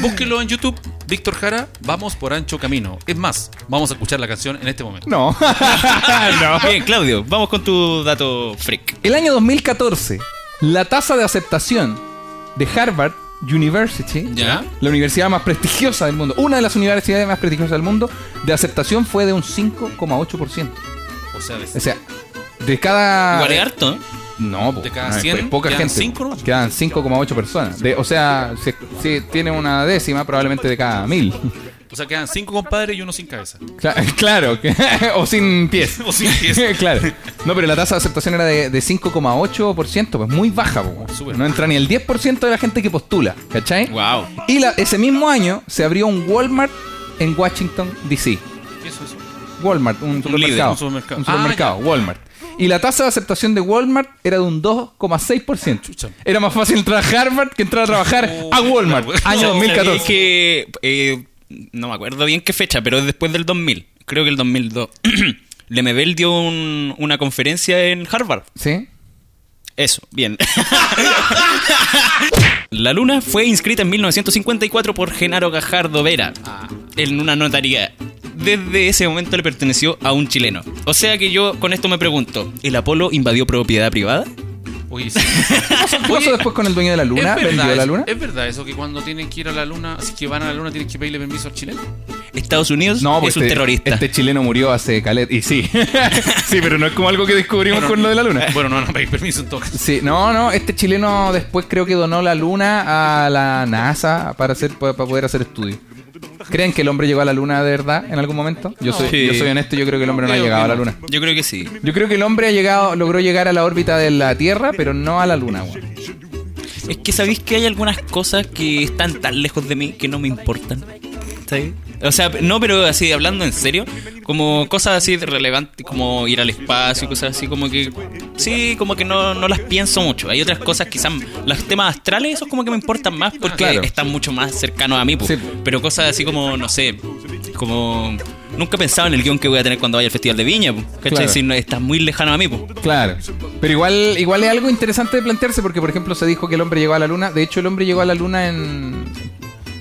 [SPEAKER 2] Búsquelo en YouTube. Víctor Jara, vamos por ancho camino. Es más, vamos a escuchar la canción en este momento.
[SPEAKER 3] No. no.
[SPEAKER 5] Bien, Claudio, vamos con tu dato freak.
[SPEAKER 3] El año 2014, la tasa de aceptación de Harvard University,
[SPEAKER 2] Ya.
[SPEAKER 3] la universidad más prestigiosa del mundo, una de las universidades más prestigiosas del mundo, de aceptación fue de un 5,8%.
[SPEAKER 2] O sea,
[SPEAKER 3] O sea, de cada...
[SPEAKER 5] Igual es harto, ¿eh?
[SPEAKER 3] No, po,
[SPEAKER 2] de cada
[SPEAKER 3] no, es
[SPEAKER 2] 100,
[SPEAKER 3] poca
[SPEAKER 2] quedan
[SPEAKER 3] gente.
[SPEAKER 2] cinco, ¿no?
[SPEAKER 3] Quedan 5,8 personas. De- o sea, si, si tiene una décima, probablemente de cada mil.
[SPEAKER 2] o sea, quedan cinco compadres y uno sin cabeza.
[SPEAKER 3] Cla- Claro, que- o sin pies.
[SPEAKER 2] O sin pies.
[SPEAKER 3] claro. No, pero la tasa de aceptación era de, de 5,8%, pues muy baja. po.
[SPEAKER 2] Súper.
[SPEAKER 3] No entra ni el 10% de la gente que postula, ¿cachai?
[SPEAKER 5] Wow.
[SPEAKER 3] Y la- ese mismo año se abrió un Walmart en Washington, D.C.
[SPEAKER 2] ¿Qué es eso?
[SPEAKER 3] Walmart, un supermercado.
[SPEAKER 5] líder,
[SPEAKER 2] un supermercado. Ah,
[SPEAKER 3] Un supermercado, Walmart. Y la tasa de aceptación de Walmart era de un 2,6%. Era más fácil entrar a Harvard que entrar a trabajar
[SPEAKER 2] Oh,
[SPEAKER 3] a Walmart.
[SPEAKER 2] claro.
[SPEAKER 3] Año
[SPEAKER 5] ¿Sabéis
[SPEAKER 3] 2014.
[SPEAKER 5] que, eh, no me acuerdo bien qué fecha, pero es después del 2000. Creo que el 2002. Lemebel dio un- una conferencia en Harvard.
[SPEAKER 3] ¿Sí?
[SPEAKER 5] Eso, bien. La luna fue inscrita en 1954 por Genaro Gajardo Vera
[SPEAKER 3] Ah.
[SPEAKER 5] en una notaría. Desde ese momento le perteneció a un chileno. O sea que yo con esto me pregunto, ¿el Apolo invadió propiedad privada?
[SPEAKER 2] Oye, sí.
[SPEAKER 3] ¿Qué pasó después con el dueño de la luna?
[SPEAKER 2] ¿Es
[SPEAKER 3] ¿Vendió
[SPEAKER 2] verdad,
[SPEAKER 3] la
[SPEAKER 2] eso-
[SPEAKER 3] luna?
[SPEAKER 2] ¿Es verdad eso que cuando tienen que ir a la luna, si es que van a la luna, tienen que pedirle permiso al chileno?
[SPEAKER 5] Estados Unidos
[SPEAKER 3] No, pues
[SPEAKER 5] es un
[SPEAKER 3] este-
[SPEAKER 5] terrorista.
[SPEAKER 3] Este chileno murió hace caleta. Y sí. sí, pero no es como algo que descubrimos con lo de la luna.
[SPEAKER 2] Bueno, no, no pedir permiso en todo caso.
[SPEAKER 3] Sí, no, no, este chileno después creo que donó la luna a la NASA para hacer para poder hacer estudios. ¿Creen que el hombre llegó a la luna de verdad en algún momento? Yo soy,
[SPEAKER 5] Sí.
[SPEAKER 3] yo soy honesto, yo creo que el hombre no ha
[SPEAKER 2] Creo que
[SPEAKER 3] llegado a la
[SPEAKER 2] no.
[SPEAKER 3] luna.
[SPEAKER 5] Yo creo que sí.
[SPEAKER 3] Yo creo que el hombre ha llegado, logró llegar a la órbita de la Tierra, pero no a la luna. weón.
[SPEAKER 5] Es que sabéis que hay algunas cosas que están tan lejos de mí que no me importan. ¿Sabéis? O sea, no, pero así hablando en serio, como cosas así de relevantes, como ir al espacio, y cosas así, como que. Sí, como que no, no las pienso mucho. Hay otras cosas, quizás. Los temas astrales, esos como que me importan más porque
[SPEAKER 3] Ah, Claro.
[SPEAKER 5] están mucho más cercanos a mí. po.
[SPEAKER 3] Sí.
[SPEAKER 5] Pero cosas así como, no sé, como. Nunca pensaba en el guión que voy a tener cuando vaya al Festival de Viña, po, ¿cachai?
[SPEAKER 3] Claro.
[SPEAKER 5] Si no, está muy lejano a mí, pues. po.
[SPEAKER 3] Claro. Pero igual, igual es algo interesante de plantearse porque, por ejemplo, se dijo que el hombre llegó a la luna. De hecho, el hombre llegó a la luna en...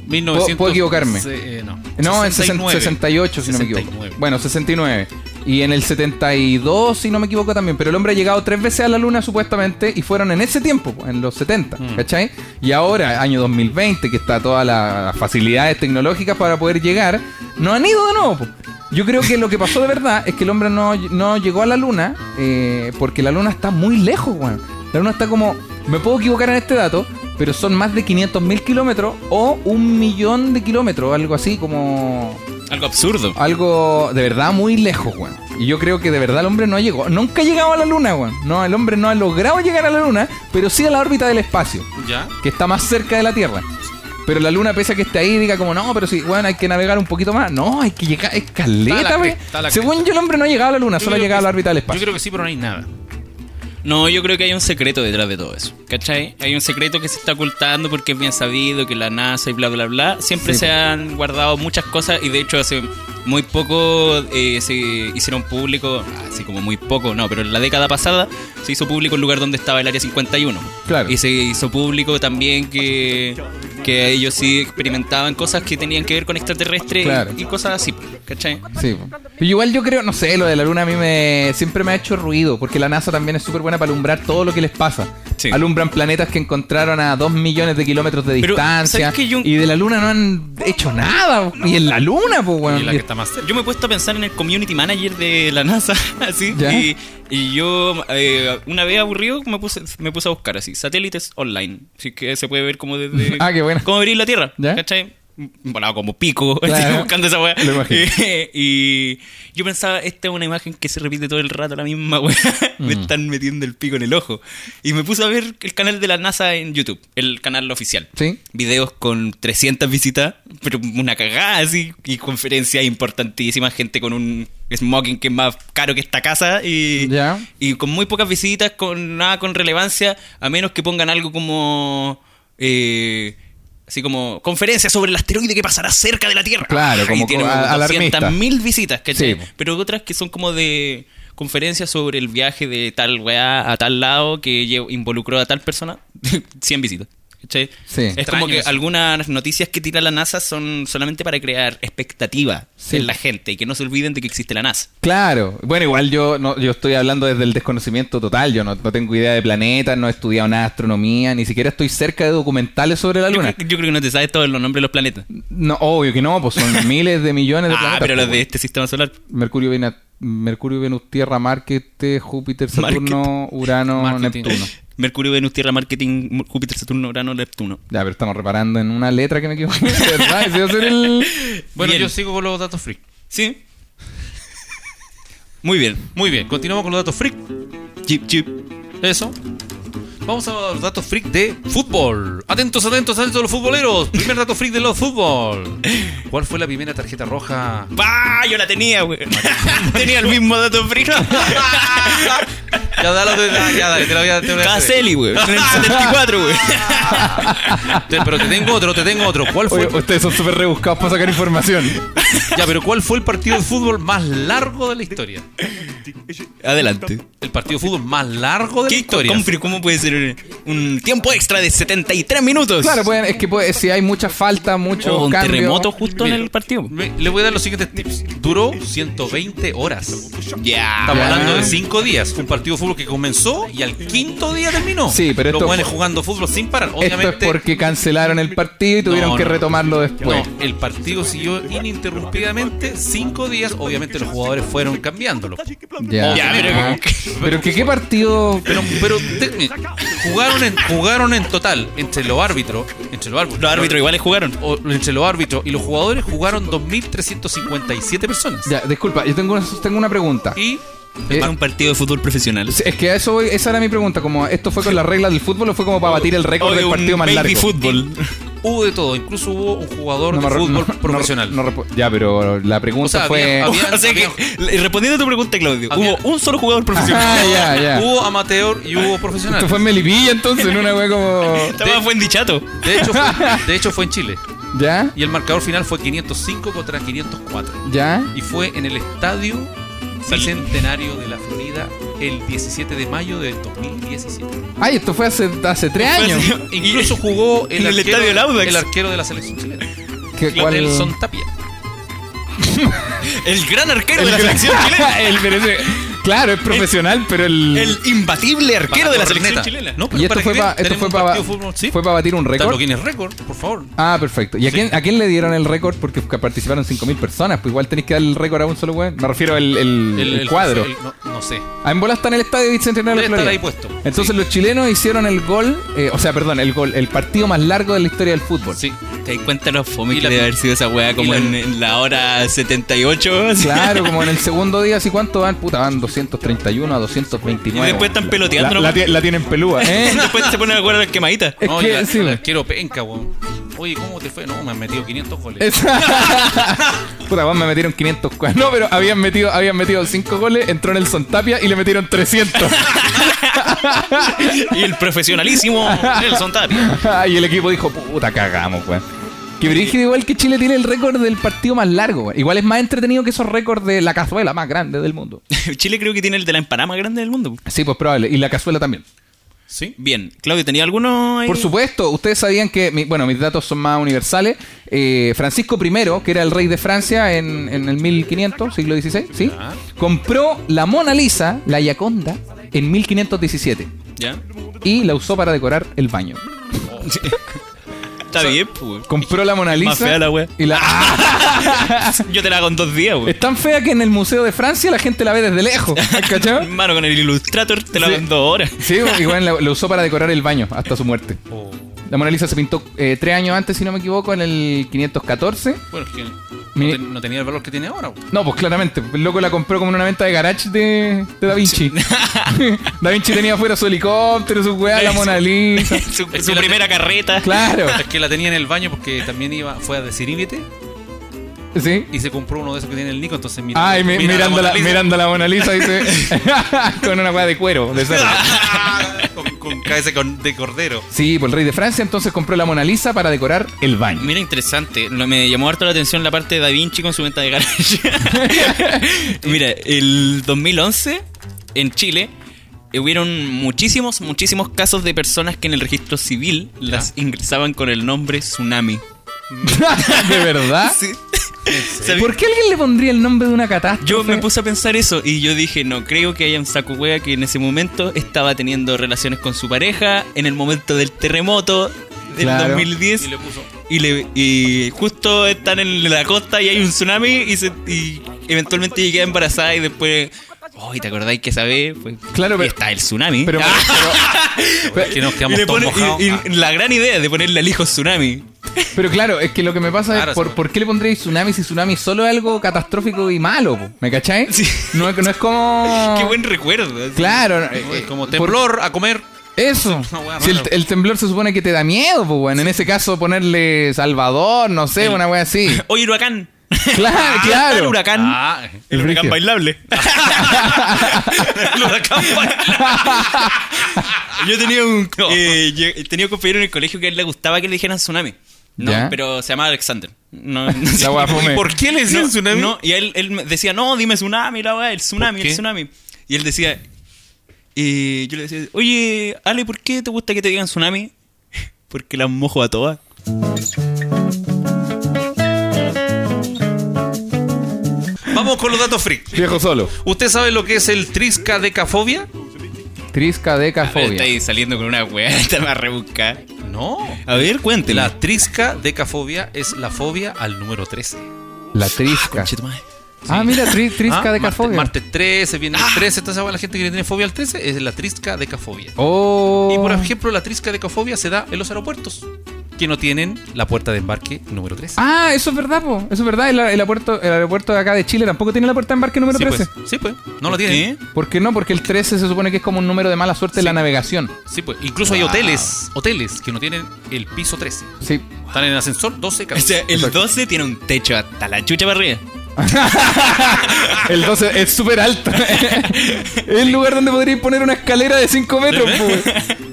[SPEAKER 2] 1900,
[SPEAKER 3] puedo equivocarme.
[SPEAKER 2] se- eh, no,
[SPEAKER 3] No, en sesen- 68, si no me
[SPEAKER 2] 69.
[SPEAKER 3] equivoco. Bueno, 69. Y en el 72, si no me equivoco también. Pero el hombre ha llegado tres veces a la luna, supuestamente, y fueron en ese tiempo, pues, en los 70, ¿cachai? Y ahora, año 2020, que está todas las facilidades tecnológicas para poder llegar, no han ido de nuevo, po. Yo creo que lo que pasó de verdad es que el hombre no, no llegó a la luna, eh, porque la luna está muy lejos, weón. La luna está como, me puedo equivocar en este dato, pero son más de 500.000 kilómetros o un millón de kilómetros, algo así, como...
[SPEAKER 5] Algo absurdo.
[SPEAKER 3] Algo de verdad muy lejos, weón. Y yo creo que de verdad el hombre no llegó. Nunca ha llegado a la luna, weón. No, el hombre no ha logrado llegar a la luna, pero sí a la órbita del espacio,
[SPEAKER 2] ¿Ya?
[SPEAKER 3] que está más cerca de la Tierra. Pero la luna, pese a que esté ahí, diga como, no, pero sí, weón, hay que navegar un poquito más. No, hay que llegar,
[SPEAKER 2] Está la
[SPEAKER 3] escaleta, weón.
[SPEAKER 2] cresta, está la
[SPEAKER 3] Según yo, el hombre no ha llegado a la luna,
[SPEAKER 2] Yo
[SPEAKER 3] solo ha
[SPEAKER 2] creo
[SPEAKER 3] llegado
[SPEAKER 2] que
[SPEAKER 3] a la órbita del
[SPEAKER 2] Yo
[SPEAKER 3] espacio.
[SPEAKER 2] creo que sí, pero no hay nada.
[SPEAKER 5] No, yo creo que hay un secreto detrás de todo eso. ¿Cachai? Hay un secreto que se está ocultando porque es bien sabido que la NASA y bla, bla, bla. Siempre
[SPEAKER 3] Sí,
[SPEAKER 5] se
[SPEAKER 3] po.
[SPEAKER 5] han guardado muchas cosas y de hecho hace muy poco eh, se hicieron público, así como muy poco, no, pero en la década pasada se hizo público el lugar donde estaba el área 51.
[SPEAKER 3] Claro.
[SPEAKER 5] Y se hizo público también que, que ellos sí experimentaban cosas que tenían que ver con extraterrestres y-
[SPEAKER 3] Claro.
[SPEAKER 5] y, cosas así, ¿cachai?
[SPEAKER 3] Sí, po. pero igual yo creo, no sé, lo de la luna a mí me, siempre me ha hecho ruido, porque la NASA también es súper buena para alumbrar todo lo que les pasa.
[SPEAKER 5] Sí.
[SPEAKER 3] Alumbran planetas que encontraron a dos millones de kilómetros de
[SPEAKER 5] Pero,
[SPEAKER 3] distancia.
[SPEAKER 5] ¿sabes qué? Yo-
[SPEAKER 3] Y de la luna no han hecho nada. Y en la luna, pues,
[SPEAKER 2] Y
[SPEAKER 3] weón.
[SPEAKER 2] la que está más cerca.
[SPEAKER 5] Yo me he puesto a pensar en el community manager de la NASA, así.
[SPEAKER 3] ¿Ya?
[SPEAKER 5] Y, y yo, eh, una vez aburrido, me puse, me puse a buscar así: satélites online. Así que se puede ver como desde.
[SPEAKER 3] Ah, qué buena.
[SPEAKER 5] Cómo abrir la Tierra.
[SPEAKER 3] ¿Ya?
[SPEAKER 5] ¿Cachai? Volaba como pico,
[SPEAKER 3] Claro.
[SPEAKER 5] así, buscando esa weá.
[SPEAKER 3] Lo imagino.
[SPEAKER 5] y yo pensaba, esta es una imagen que se repite todo el rato, la misma weá. me
[SPEAKER 3] Mm.
[SPEAKER 5] están metiendo el pico en el ojo. Y me puse a ver el canal de la NASA en YouTube, el canal oficial
[SPEAKER 3] Sí.
[SPEAKER 5] videos con 300 visitas, pero una cagada así, y conferencias importantísimas, gente con un smoking que es más caro que esta casa, y,
[SPEAKER 3] Ya.
[SPEAKER 5] y con muy pocas visitas, con nada con relevancia, a menos que pongan algo como... eh, Así como conferencia sobre el asteroide que pasará cerca de la Tierra.
[SPEAKER 3] Claro,
[SPEAKER 5] Y
[SPEAKER 3] como
[SPEAKER 5] tiene
[SPEAKER 3] co-
[SPEAKER 5] como
[SPEAKER 3] a- alarmista.
[SPEAKER 5] 200.000 visitas, ¿cachai?
[SPEAKER 3] Sí, po.
[SPEAKER 5] Pero otras que son como de conferencias sobre el viaje de tal weá a tal lado que lle- involucró a tal persona, 100 visitas. ¿Cachai?
[SPEAKER 3] Sí.
[SPEAKER 5] Es
[SPEAKER 2] Extraño
[SPEAKER 5] como que
[SPEAKER 2] eso.
[SPEAKER 5] algunas noticias que tira la NASA son solamente para crear expectativa
[SPEAKER 3] Sí.
[SPEAKER 5] en la gente y que no se olviden de que existe la NASA.
[SPEAKER 3] Claro. Bueno, igual yo no, yo estoy hablando desde el desconocimiento total. Yo no, no tengo idea de planetas, no he estudiado nada de astronomía, ni siquiera estoy cerca de documentales sobre la
[SPEAKER 5] Yo
[SPEAKER 3] luna.
[SPEAKER 5] creo, yo creo que no te sabes todos los nombres de los planetas.
[SPEAKER 3] No, obvio que no, pues son miles de millones de
[SPEAKER 5] Ah,
[SPEAKER 3] planetas.
[SPEAKER 5] pero
[SPEAKER 3] pues,
[SPEAKER 5] los de este sistema solar.
[SPEAKER 3] Mercurio, Vena- Mercurio, Venus, Tierra, Marte, Júpiter, Saturno, Urano,
[SPEAKER 2] Marketing.
[SPEAKER 3] Neptuno.
[SPEAKER 5] Mercurio, Venus, Tierra, Marketing, Júpiter, Saturno, Urano, Neptuno.
[SPEAKER 3] Ya, pero estamos reparando en una letra que me equivoqué. de ¿Verdad? Ese va a ser el...
[SPEAKER 2] Bueno,
[SPEAKER 5] Bien.
[SPEAKER 2] yo sigo con los datos freak.
[SPEAKER 5] Sí. Muy bien.
[SPEAKER 2] Muy bien, continuamos con los datos freak.
[SPEAKER 5] Chip, chip.
[SPEAKER 2] Eso. Vamos a los datos freak de fútbol. Atentos, atentos, atentos los futboleros. Primer dato freak de los fútbol. ¿Cuál fue la primera tarjeta roja?
[SPEAKER 5] ¡Bah! ¡Ah! Yo la tenía, güey. tenía el mismo dato frío.
[SPEAKER 2] Ya dale, ya dale, te lo voy a te lo voy a hacer.
[SPEAKER 5] Caselli, güey. En el 74, güey.
[SPEAKER 2] Te- Pero te tengo otro, te tengo otro. ¿Cuál fue?
[SPEAKER 3] Oye, ustedes son súper rebuscados para sacar información.
[SPEAKER 2] Ya, pero ¿cuál fue el partido de fútbol más largo de la historia?
[SPEAKER 5] Adelante.
[SPEAKER 2] El partido de fútbol más largo de la
[SPEAKER 5] ¿Qué
[SPEAKER 2] historia.
[SPEAKER 5] historia? ¿Cómo puede ser un tiempo extra de 73 minutos?
[SPEAKER 3] Claro, pueden, es que puede- si hay mucha falta, mucho
[SPEAKER 5] O un
[SPEAKER 3] cambio...
[SPEAKER 5] terremoto justo en el partido.
[SPEAKER 2] Me- le voy a dar los siguientes tips. Duró 120 horas. Estamos
[SPEAKER 5] Ya.
[SPEAKER 2] hablando
[SPEAKER 3] Ya.
[SPEAKER 2] de 5 días. Fue un partido de fútbol que comenzó y al quinto día terminó.
[SPEAKER 3] Sí, pero
[SPEAKER 2] Los
[SPEAKER 3] esto-
[SPEAKER 2] buenos jugando fútbol sin parar.
[SPEAKER 3] Esto es
[SPEAKER 2] Obviamente.
[SPEAKER 3] porque cancelaron el partido y tuvieron
[SPEAKER 2] No,
[SPEAKER 3] que
[SPEAKER 2] no.
[SPEAKER 3] retomarlo después.
[SPEAKER 2] No, el partido siguió ininterrumpidamente cinco días. Obviamente los jugadores fueron cambiándolo.
[SPEAKER 3] Ya,
[SPEAKER 5] Ya, pero-
[SPEAKER 3] Ajá. pero que qué partido...
[SPEAKER 2] Pero, pero te- eh, jugaron, en, jugaron en total entre los árbitros, entre los árbitros,
[SPEAKER 5] Los árbitros iguales jugaron.
[SPEAKER 2] o- entre los árbitros y los jugadores jugaron 2.357 personas.
[SPEAKER 3] Ya, disculpa, yo tengo una, tengo una pregunta.
[SPEAKER 2] Y
[SPEAKER 3] Eh,
[SPEAKER 5] Para un partido de fútbol profesional.
[SPEAKER 3] Sí, Es que a eso voy- esa era mi pregunta, como esto fue con las reglas del fútbol o fue como para batir el récord
[SPEAKER 5] O de
[SPEAKER 3] del
[SPEAKER 5] oh, un
[SPEAKER 3] partido más
[SPEAKER 5] baby
[SPEAKER 3] largo.
[SPEAKER 5] fútbol.
[SPEAKER 2] hubo de todo, incluso hubo un jugador de
[SPEAKER 3] me re-
[SPEAKER 2] fútbol
[SPEAKER 3] no- no-
[SPEAKER 2] profesional.
[SPEAKER 3] no repo- ya, pero la pregunta
[SPEAKER 2] O sea,
[SPEAKER 3] fue.
[SPEAKER 2] había-
[SPEAKER 5] o sea que, le- respondiendo a tu pregunta, Claudio,
[SPEAKER 2] Había-
[SPEAKER 5] hubo un solo jugador
[SPEAKER 3] Ah,
[SPEAKER 5] profesional.
[SPEAKER 3] ya, ya.
[SPEAKER 2] Hubo amateur y hubo profesional.
[SPEAKER 3] Esto fue en Melipilla entonces, en una wea como.
[SPEAKER 5] Estaba fue en dichato.
[SPEAKER 2] De hecho, fue, de hecho fue en Chile.
[SPEAKER 3] ¿Ya?
[SPEAKER 2] Y el marcador final fue 505 contra 504.
[SPEAKER 3] ¿Ya?
[SPEAKER 2] y fue en el estadio bicentenario de la Florida el 17 de mayo del 2017.
[SPEAKER 3] Ay, esto fue hace, hace tres
[SPEAKER 5] Fue
[SPEAKER 3] años.
[SPEAKER 5] así.
[SPEAKER 2] Incluso jugó el,
[SPEAKER 5] En el
[SPEAKER 2] arquero,
[SPEAKER 5] estadio del Audax.
[SPEAKER 2] el arquero de la selección chilena,
[SPEAKER 3] ¿Qué- cuál-
[SPEAKER 2] Nelson Tapia.
[SPEAKER 5] El gran arquero de la selección chilena.
[SPEAKER 3] El- pero ese- Claro, es profesional, pero el.
[SPEAKER 5] El imbatible arquero
[SPEAKER 2] Bajo
[SPEAKER 5] de la
[SPEAKER 2] corneta.
[SPEAKER 5] selección chilena.
[SPEAKER 2] No, pero
[SPEAKER 3] y esto
[SPEAKER 2] para
[SPEAKER 3] fue
[SPEAKER 2] que
[SPEAKER 3] para
[SPEAKER 2] vean,
[SPEAKER 3] esto
[SPEAKER 2] tenemos
[SPEAKER 3] fue
[SPEAKER 2] un
[SPEAKER 3] pa-
[SPEAKER 2] partido de fútbol, sí.
[SPEAKER 3] fue para batir un
[SPEAKER 2] Tanto
[SPEAKER 3] récord.
[SPEAKER 2] Guinness récord, por favor.
[SPEAKER 3] Ah, perfecto. ¿Y a
[SPEAKER 2] Sí.
[SPEAKER 3] quién, a quién le dieron el récord? Porque participaron 5.000 personas. Pues igual tenéis que dar el récord a un solo weón. Me refiero al el, el cuadro.
[SPEAKER 2] el- no, no sé.
[SPEAKER 3] Ah, en bola está en el estadio Bicentenario de
[SPEAKER 2] Debe
[SPEAKER 3] la Florida.
[SPEAKER 2] estar ahí puesto.
[SPEAKER 3] Entonces
[SPEAKER 2] Sí.
[SPEAKER 3] los chilenos hicieron el gol, eh, o sea, perdón, el gol, el partido más largo de la historia del fútbol.
[SPEAKER 2] Sí.
[SPEAKER 5] ¿Te das cuenta lo fome
[SPEAKER 2] Y
[SPEAKER 5] que
[SPEAKER 2] la-
[SPEAKER 5] debe haber sido esa weá como
[SPEAKER 2] la-
[SPEAKER 5] en, en la hora 78? así?
[SPEAKER 3] Claro, como en el segundo día, ¿sí cuánto van? Puta, van 231
[SPEAKER 5] Y
[SPEAKER 3] a Eh, 229.
[SPEAKER 5] después están
[SPEAKER 6] La,
[SPEAKER 5] peloteando.
[SPEAKER 6] la tie- la tienen pelúa. ¿eh?
[SPEAKER 3] ¿Eh?
[SPEAKER 5] Después se ponen a jugar al quemadita.
[SPEAKER 3] Es
[SPEAKER 2] No,
[SPEAKER 3] que,
[SPEAKER 2] y la-
[SPEAKER 3] sí,
[SPEAKER 2] el
[SPEAKER 3] me-
[SPEAKER 2] arquero penca, weón. Oye, ¿cómo te fue? No, me han metido 500 goles.
[SPEAKER 3] Es- Puta, weón, me metieron 500 cua- No, pero habían metido habían metido 5 goles, entró en el Sontapia y le metieron 300.
[SPEAKER 5] Y el profesionalísimo Nelson Tapia.
[SPEAKER 3] y el equipo dijo, puta, cagamos, weón. Que brígido igual que Chile tiene el récord del partido más largo, weón. Igual es más entretenido que esos récords de la cazuela más grande del mundo.
[SPEAKER 5] Chile creo que tiene el de la empanada más grande del mundo.
[SPEAKER 3] Sí, pues probable. Y la cazuela también.
[SPEAKER 2] Sí.
[SPEAKER 5] Bien, Claudio, ¿tenía alguno ahí?
[SPEAKER 3] Por supuesto, ustedes sabían que, mi- bueno, mis datos son más universales. Eh, Francisco I, que era el rey de Francia en, en el 1500, siglo XVI, ¿sí? compró la Mona Lisa, la Yaconda, en 1517
[SPEAKER 5] ¿Ya?
[SPEAKER 3] y la usó para decorar el baño.
[SPEAKER 5] Está bien, pues.
[SPEAKER 3] Compró la Mona Lisa.
[SPEAKER 5] Más fea la wea. Ah.
[SPEAKER 3] y la-
[SPEAKER 5] Yo te la hago en dos días, güey.
[SPEAKER 3] Es tan fea que en el Museo de Francia la gente la ve desde lejos. ¿Cachai?
[SPEAKER 5] Hermano, con el Illustrator te la hago
[SPEAKER 3] Sí.
[SPEAKER 5] en dos horas.
[SPEAKER 3] Sí, igual la, la usó para decorar el baño hasta su muerte.
[SPEAKER 5] Oh.
[SPEAKER 2] O-
[SPEAKER 3] La Mona Lisa se pintó eh, tres años antes, si no me equivoco, en el 514.
[SPEAKER 2] bueno, es que no,
[SPEAKER 3] Mi-
[SPEAKER 2] ten- no tenía el valor que tiene ahora, weón.
[SPEAKER 3] No, pues claramente. El loco la compró como en una venta de garage de, de Da Vinci. da Vinci tenía afuera su helicóptero, su weá, la Mona Lisa.
[SPEAKER 5] su su primera carreta.
[SPEAKER 3] Claro.
[SPEAKER 2] Es que la tenía en el baño porque también iba, fue a Desiríbete
[SPEAKER 3] Sí.
[SPEAKER 2] y se compró uno de esos que tiene el Nico, entonces mira.
[SPEAKER 3] Ay, mi-
[SPEAKER 2] mira la
[SPEAKER 3] mirando,
[SPEAKER 2] Mona
[SPEAKER 3] la,
[SPEAKER 2] Lisa.
[SPEAKER 3] mirando la Mona Lisa, dice. con una weá de cuero, de cerdo.
[SPEAKER 2] con, con cabeza con- de cordero.
[SPEAKER 3] Sí, pues el rey de Francia entonces compró la Mona Lisa para decorar el baño.
[SPEAKER 5] Mira, interesante. Lo- me llamó harto la atención la parte de Da Vinci con su venta de garage. Mira, el 2011 en Chile eh, hubieron muchísimos, muchísimos casos de personas que en el registro civil las ingresaban con el nombre Tsunami.
[SPEAKER 3] ¿De verdad?
[SPEAKER 5] ¿Sabes?
[SPEAKER 3] ¿Ah? ¿Por qué alguien le pondría el nombre de una catástrofe?
[SPEAKER 5] Yo me puse a pensar eso y yo dije, no creo que haya un saco hueá que en ese momento estaba teniendo relaciones con su pareja en el momento del terremoto del
[SPEAKER 3] Claro.
[SPEAKER 5] 2010
[SPEAKER 2] Y le puso.
[SPEAKER 5] y, le- y justo están en la costa y hay un tsunami y, se- y eventualmente yo quedé embarazada y después... ¡Ay, ¿te acordáis que esa vez? Pues,
[SPEAKER 3] Claro,
[SPEAKER 5] y
[SPEAKER 3] pero-
[SPEAKER 5] está el tsunami.
[SPEAKER 3] Pero,
[SPEAKER 5] Ah,
[SPEAKER 3] pero-
[SPEAKER 2] Que nos
[SPEAKER 5] y
[SPEAKER 2] quedamos
[SPEAKER 5] le
[SPEAKER 2] todos
[SPEAKER 5] pone-
[SPEAKER 2] mojados.
[SPEAKER 5] y- y
[SPEAKER 2] Ah,
[SPEAKER 5] la gran idea de ponerle al hijo tsunami.
[SPEAKER 3] Pero claro, es que lo que me pasa
[SPEAKER 2] Claro,
[SPEAKER 3] es por,
[SPEAKER 2] sí.
[SPEAKER 3] ¿por qué le pondréis tsunami si tsunami solo es algo catastrófico y malo? po? ¿Me cachai?
[SPEAKER 5] Sí.
[SPEAKER 3] No, es- no es como...
[SPEAKER 5] Qué buen recuerdo. así.
[SPEAKER 3] Ah. Claro. no, eh,
[SPEAKER 2] Oye, como
[SPEAKER 3] por-
[SPEAKER 2] temblor a comer.
[SPEAKER 3] Eso.
[SPEAKER 2] Una wea
[SPEAKER 3] Si el,
[SPEAKER 2] rara.
[SPEAKER 3] el temblor se supone que te da miedo, pues, bueno. En ese caso ponerle Salvador, no sé, una wea así.
[SPEAKER 5] Oye, huracán.
[SPEAKER 3] Claro, claro.
[SPEAKER 5] El huracán.
[SPEAKER 2] Ah,
[SPEAKER 5] El huracán
[SPEAKER 3] brígido.
[SPEAKER 5] bailable. el huracán bailable. Yo tenía un, eh, yo tenía un compañero en el colegio que a él le gustaba que le dijeran tsunami. No,
[SPEAKER 3] Ya.
[SPEAKER 5] pero se llamaba Alexander. No, no sé.
[SPEAKER 3] La wea fome.
[SPEAKER 5] ¿Por qué le decían
[SPEAKER 2] tsunami?
[SPEAKER 5] No, y él, él me decía, no, dime tsunami, la weá, el tsunami,
[SPEAKER 2] ¿Por
[SPEAKER 5] el
[SPEAKER 2] qué?
[SPEAKER 5] tsunami. Y él decía, eh, yo le decía, oye, Ale, ¿por qué te gusta que te digan tsunami? Porque las mojo a todas.
[SPEAKER 2] Vamos con los datos freak.
[SPEAKER 3] Viejo solo.
[SPEAKER 2] ¿Usted sabe lo que es el triscadecafobia?
[SPEAKER 3] Trisca
[SPEAKER 2] Ah, este
[SPEAKER 5] Está
[SPEAKER 3] decafobia.
[SPEAKER 5] ahí saliendo con una weá, está más rebuscada.
[SPEAKER 2] No.
[SPEAKER 5] A ver, cuéntela.
[SPEAKER 2] La triscadecafobia es la fobia al número 13.
[SPEAKER 3] La trisca.
[SPEAKER 5] Ah, madre.
[SPEAKER 3] Ah, mira, tri- trisca Ah.
[SPEAKER 2] ¿Ah?
[SPEAKER 3] decafobia.
[SPEAKER 2] Marte, Marte 13, viene el 13. Entonces, bueno, la gente que le tiene fobia al 13 es la triscadecafobia.
[SPEAKER 3] Oh.
[SPEAKER 2] Y por ejemplo, la triscadecafobia se da en los aeropuertos, que no tienen la puerta de embarque número 13.
[SPEAKER 3] Ah, eso es verdad, po. Eso es verdad. El, el aeropuerto, el aeropuerto de acá de Chile tampoco tiene la puerta de embarque número
[SPEAKER 2] sí,
[SPEAKER 3] 13.
[SPEAKER 2] pues. Sí, pues. No la tienen.
[SPEAKER 3] ¿Por qué no? Porque el 13 se supone que es como un número de mala suerte en la navegación.
[SPEAKER 2] Sí, pues. Incluso hay hoteles, hoteles que no tienen el piso 13.
[SPEAKER 3] Sí.
[SPEAKER 2] Están en el ascensor 12,
[SPEAKER 5] O sea,
[SPEAKER 2] 14.
[SPEAKER 3] eh,
[SPEAKER 5] el 12 tiene un techo hasta la chucha para arriba.
[SPEAKER 2] Ah.
[SPEAKER 3] El 12 es súper alto. es el lugar donde podríais poner una escalera de 5 metros. po.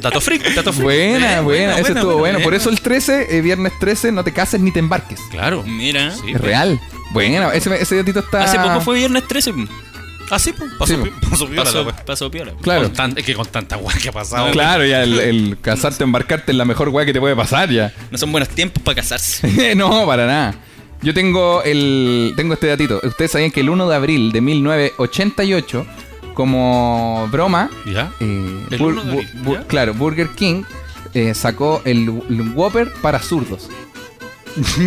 [SPEAKER 2] Dato freak, dato freak.
[SPEAKER 3] Buena, buena,
[SPEAKER 5] buena, buena,
[SPEAKER 3] Eso estuvo
[SPEAKER 5] buena,
[SPEAKER 3] bueno. Por eso el 13, eh, viernes 13, no te cases ni te embarques.
[SPEAKER 2] Claro.
[SPEAKER 3] Mm.
[SPEAKER 5] Mira.
[SPEAKER 2] Sí, pues.
[SPEAKER 3] Es real. Bueno, ese, ese datito está...
[SPEAKER 5] Hace poco fue viernes 13.
[SPEAKER 2] Ah, sí, pues.
[SPEAKER 3] Sí,
[SPEAKER 2] Pasó,
[SPEAKER 3] pues.
[SPEAKER 2] pi- pasó piola la
[SPEAKER 5] Pasó,
[SPEAKER 2] wea.
[SPEAKER 5] pasó piola.
[SPEAKER 3] Claro.
[SPEAKER 2] Con tan- es que con tanta guay que ha pasado.
[SPEAKER 3] Ah, Claro, ya el, el casarte, embarcarte es la mejor weá que te puede pasar ya.
[SPEAKER 5] No son buenos tiempos para casarse.
[SPEAKER 3] no, para nada. Yo tengo el tengo este datito. Ustedes sabían que el 1 de abril de 1988 como broma,
[SPEAKER 2] ¿Ya?
[SPEAKER 3] eh,
[SPEAKER 2] El
[SPEAKER 3] Bur-
[SPEAKER 2] 1 de
[SPEAKER 3] Bur-
[SPEAKER 2] abril,
[SPEAKER 3] Bur-
[SPEAKER 2] ¿ya?
[SPEAKER 3] claro, Burger King eh, sacó el, el Whopper para zurdos.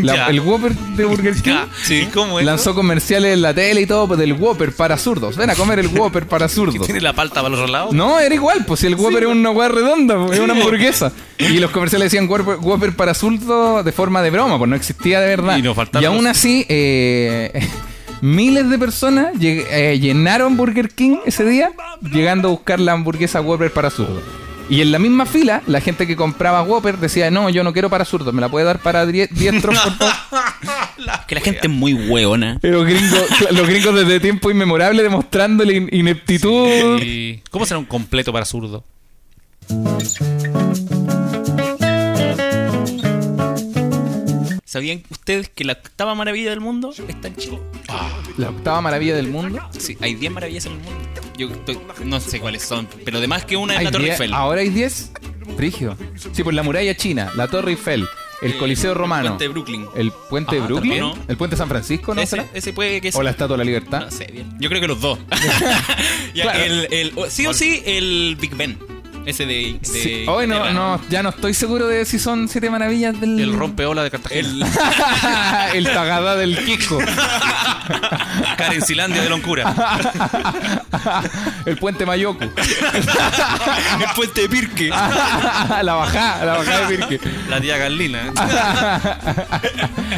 [SPEAKER 3] La-
[SPEAKER 2] Ya.
[SPEAKER 3] el Whopper de Burger King
[SPEAKER 2] Ya, ¿Y cómo es?
[SPEAKER 3] lanzó comerciales en la tele y todo pues, del Whopper para zurdos. Ven a comer el Whopper para zurdos.
[SPEAKER 2] ¿Tiene la palta para los otro lado?
[SPEAKER 3] No, era igual, pues si el Whopper es una hueá redonda, pues, es una hamburguesa. Y los comerciales decían Whopper, Whopper para zurdo de forma de broma, pues no existía de verdad.
[SPEAKER 2] Y nos faltaron
[SPEAKER 3] aún
[SPEAKER 2] los-
[SPEAKER 3] así, eh, miles de personas lleg- eh, llenaron Burger King ese día, llegando a buscar la hamburguesa Whopper para zurdo. Y en la misma fila, la gente que compraba Whopper decía, no, yo no quiero para zurdos, me la puede dar para die- diestros, por favor?"
[SPEAKER 5] Que la gente es muy hueona.
[SPEAKER 3] Pero gringos- cla- Eh, los gringos desde tiempo inmemorable demostrando la in- ineptitud.
[SPEAKER 2] Y- ¿Cómo será un completo para zurdo?
[SPEAKER 5] ¿Sabían ustedes que la octava maravilla del mundo está en Chile?
[SPEAKER 3] La octava maravilla del mundo.
[SPEAKER 5] Sí, hay 10 maravillas en el mundo. Yo estoy- no sé cuáles son, pero además que una es
[SPEAKER 3] Hay
[SPEAKER 5] la Torre
[SPEAKER 3] diez-
[SPEAKER 5] Eiffel.
[SPEAKER 3] Ahora hay 10. Frigio. Sí, pues la muralla china, la Torre Eiffel, el
[SPEAKER 5] Eh,
[SPEAKER 3] Coliseo
[SPEAKER 5] El
[SPEAKER 3] Romano.
[SPEAKER 5] puente de Brooklyn.
[SPEAKER 3] El puente de
[SPEAKER 5] Ajá,
[SPEAKER 3] Brooklyn.
[SPEAKER 5] también, ¿no?
[SPEAKER 3] El puente de San Francisco, ¿no?
[SPEAKER 5] ese,
[SPEAKER 3] será?
[SPEAKER 5] ese Ah, puede que sea.
[SPEAKER 3] O la Estatua de la Libertad.
[SPEAKER 5] No sé, bien. Yo creo que los dos. Ya,
[SPEAKER 3] ¿Ah? Claro.
[SPEAKER 5] el- el- o- sí o sí, el Big Ben. Ese de. de
[SPEAKER 3] Sí. Hoy no,
[SPEAKER 5] Inglaterra.
[SPEAKER 3] no, ya no estoy seguro de si son siete maravillas del.
[SPEAKER 2] El rompeola de Cartagena.
[SPEAKER 5] El-
[SPEAKER 3] el tagada del Quisco.
[SPEAKER 2] Carencilandia de Loncura.
[SPEAKER 3] el puente Mayoku.
[SPEAKER 5] el puente de Pirque.
[SPEAKER 3] la bajada, la bajada de Pirque.
[SPEAKER 2] Ah, La tía Carlina.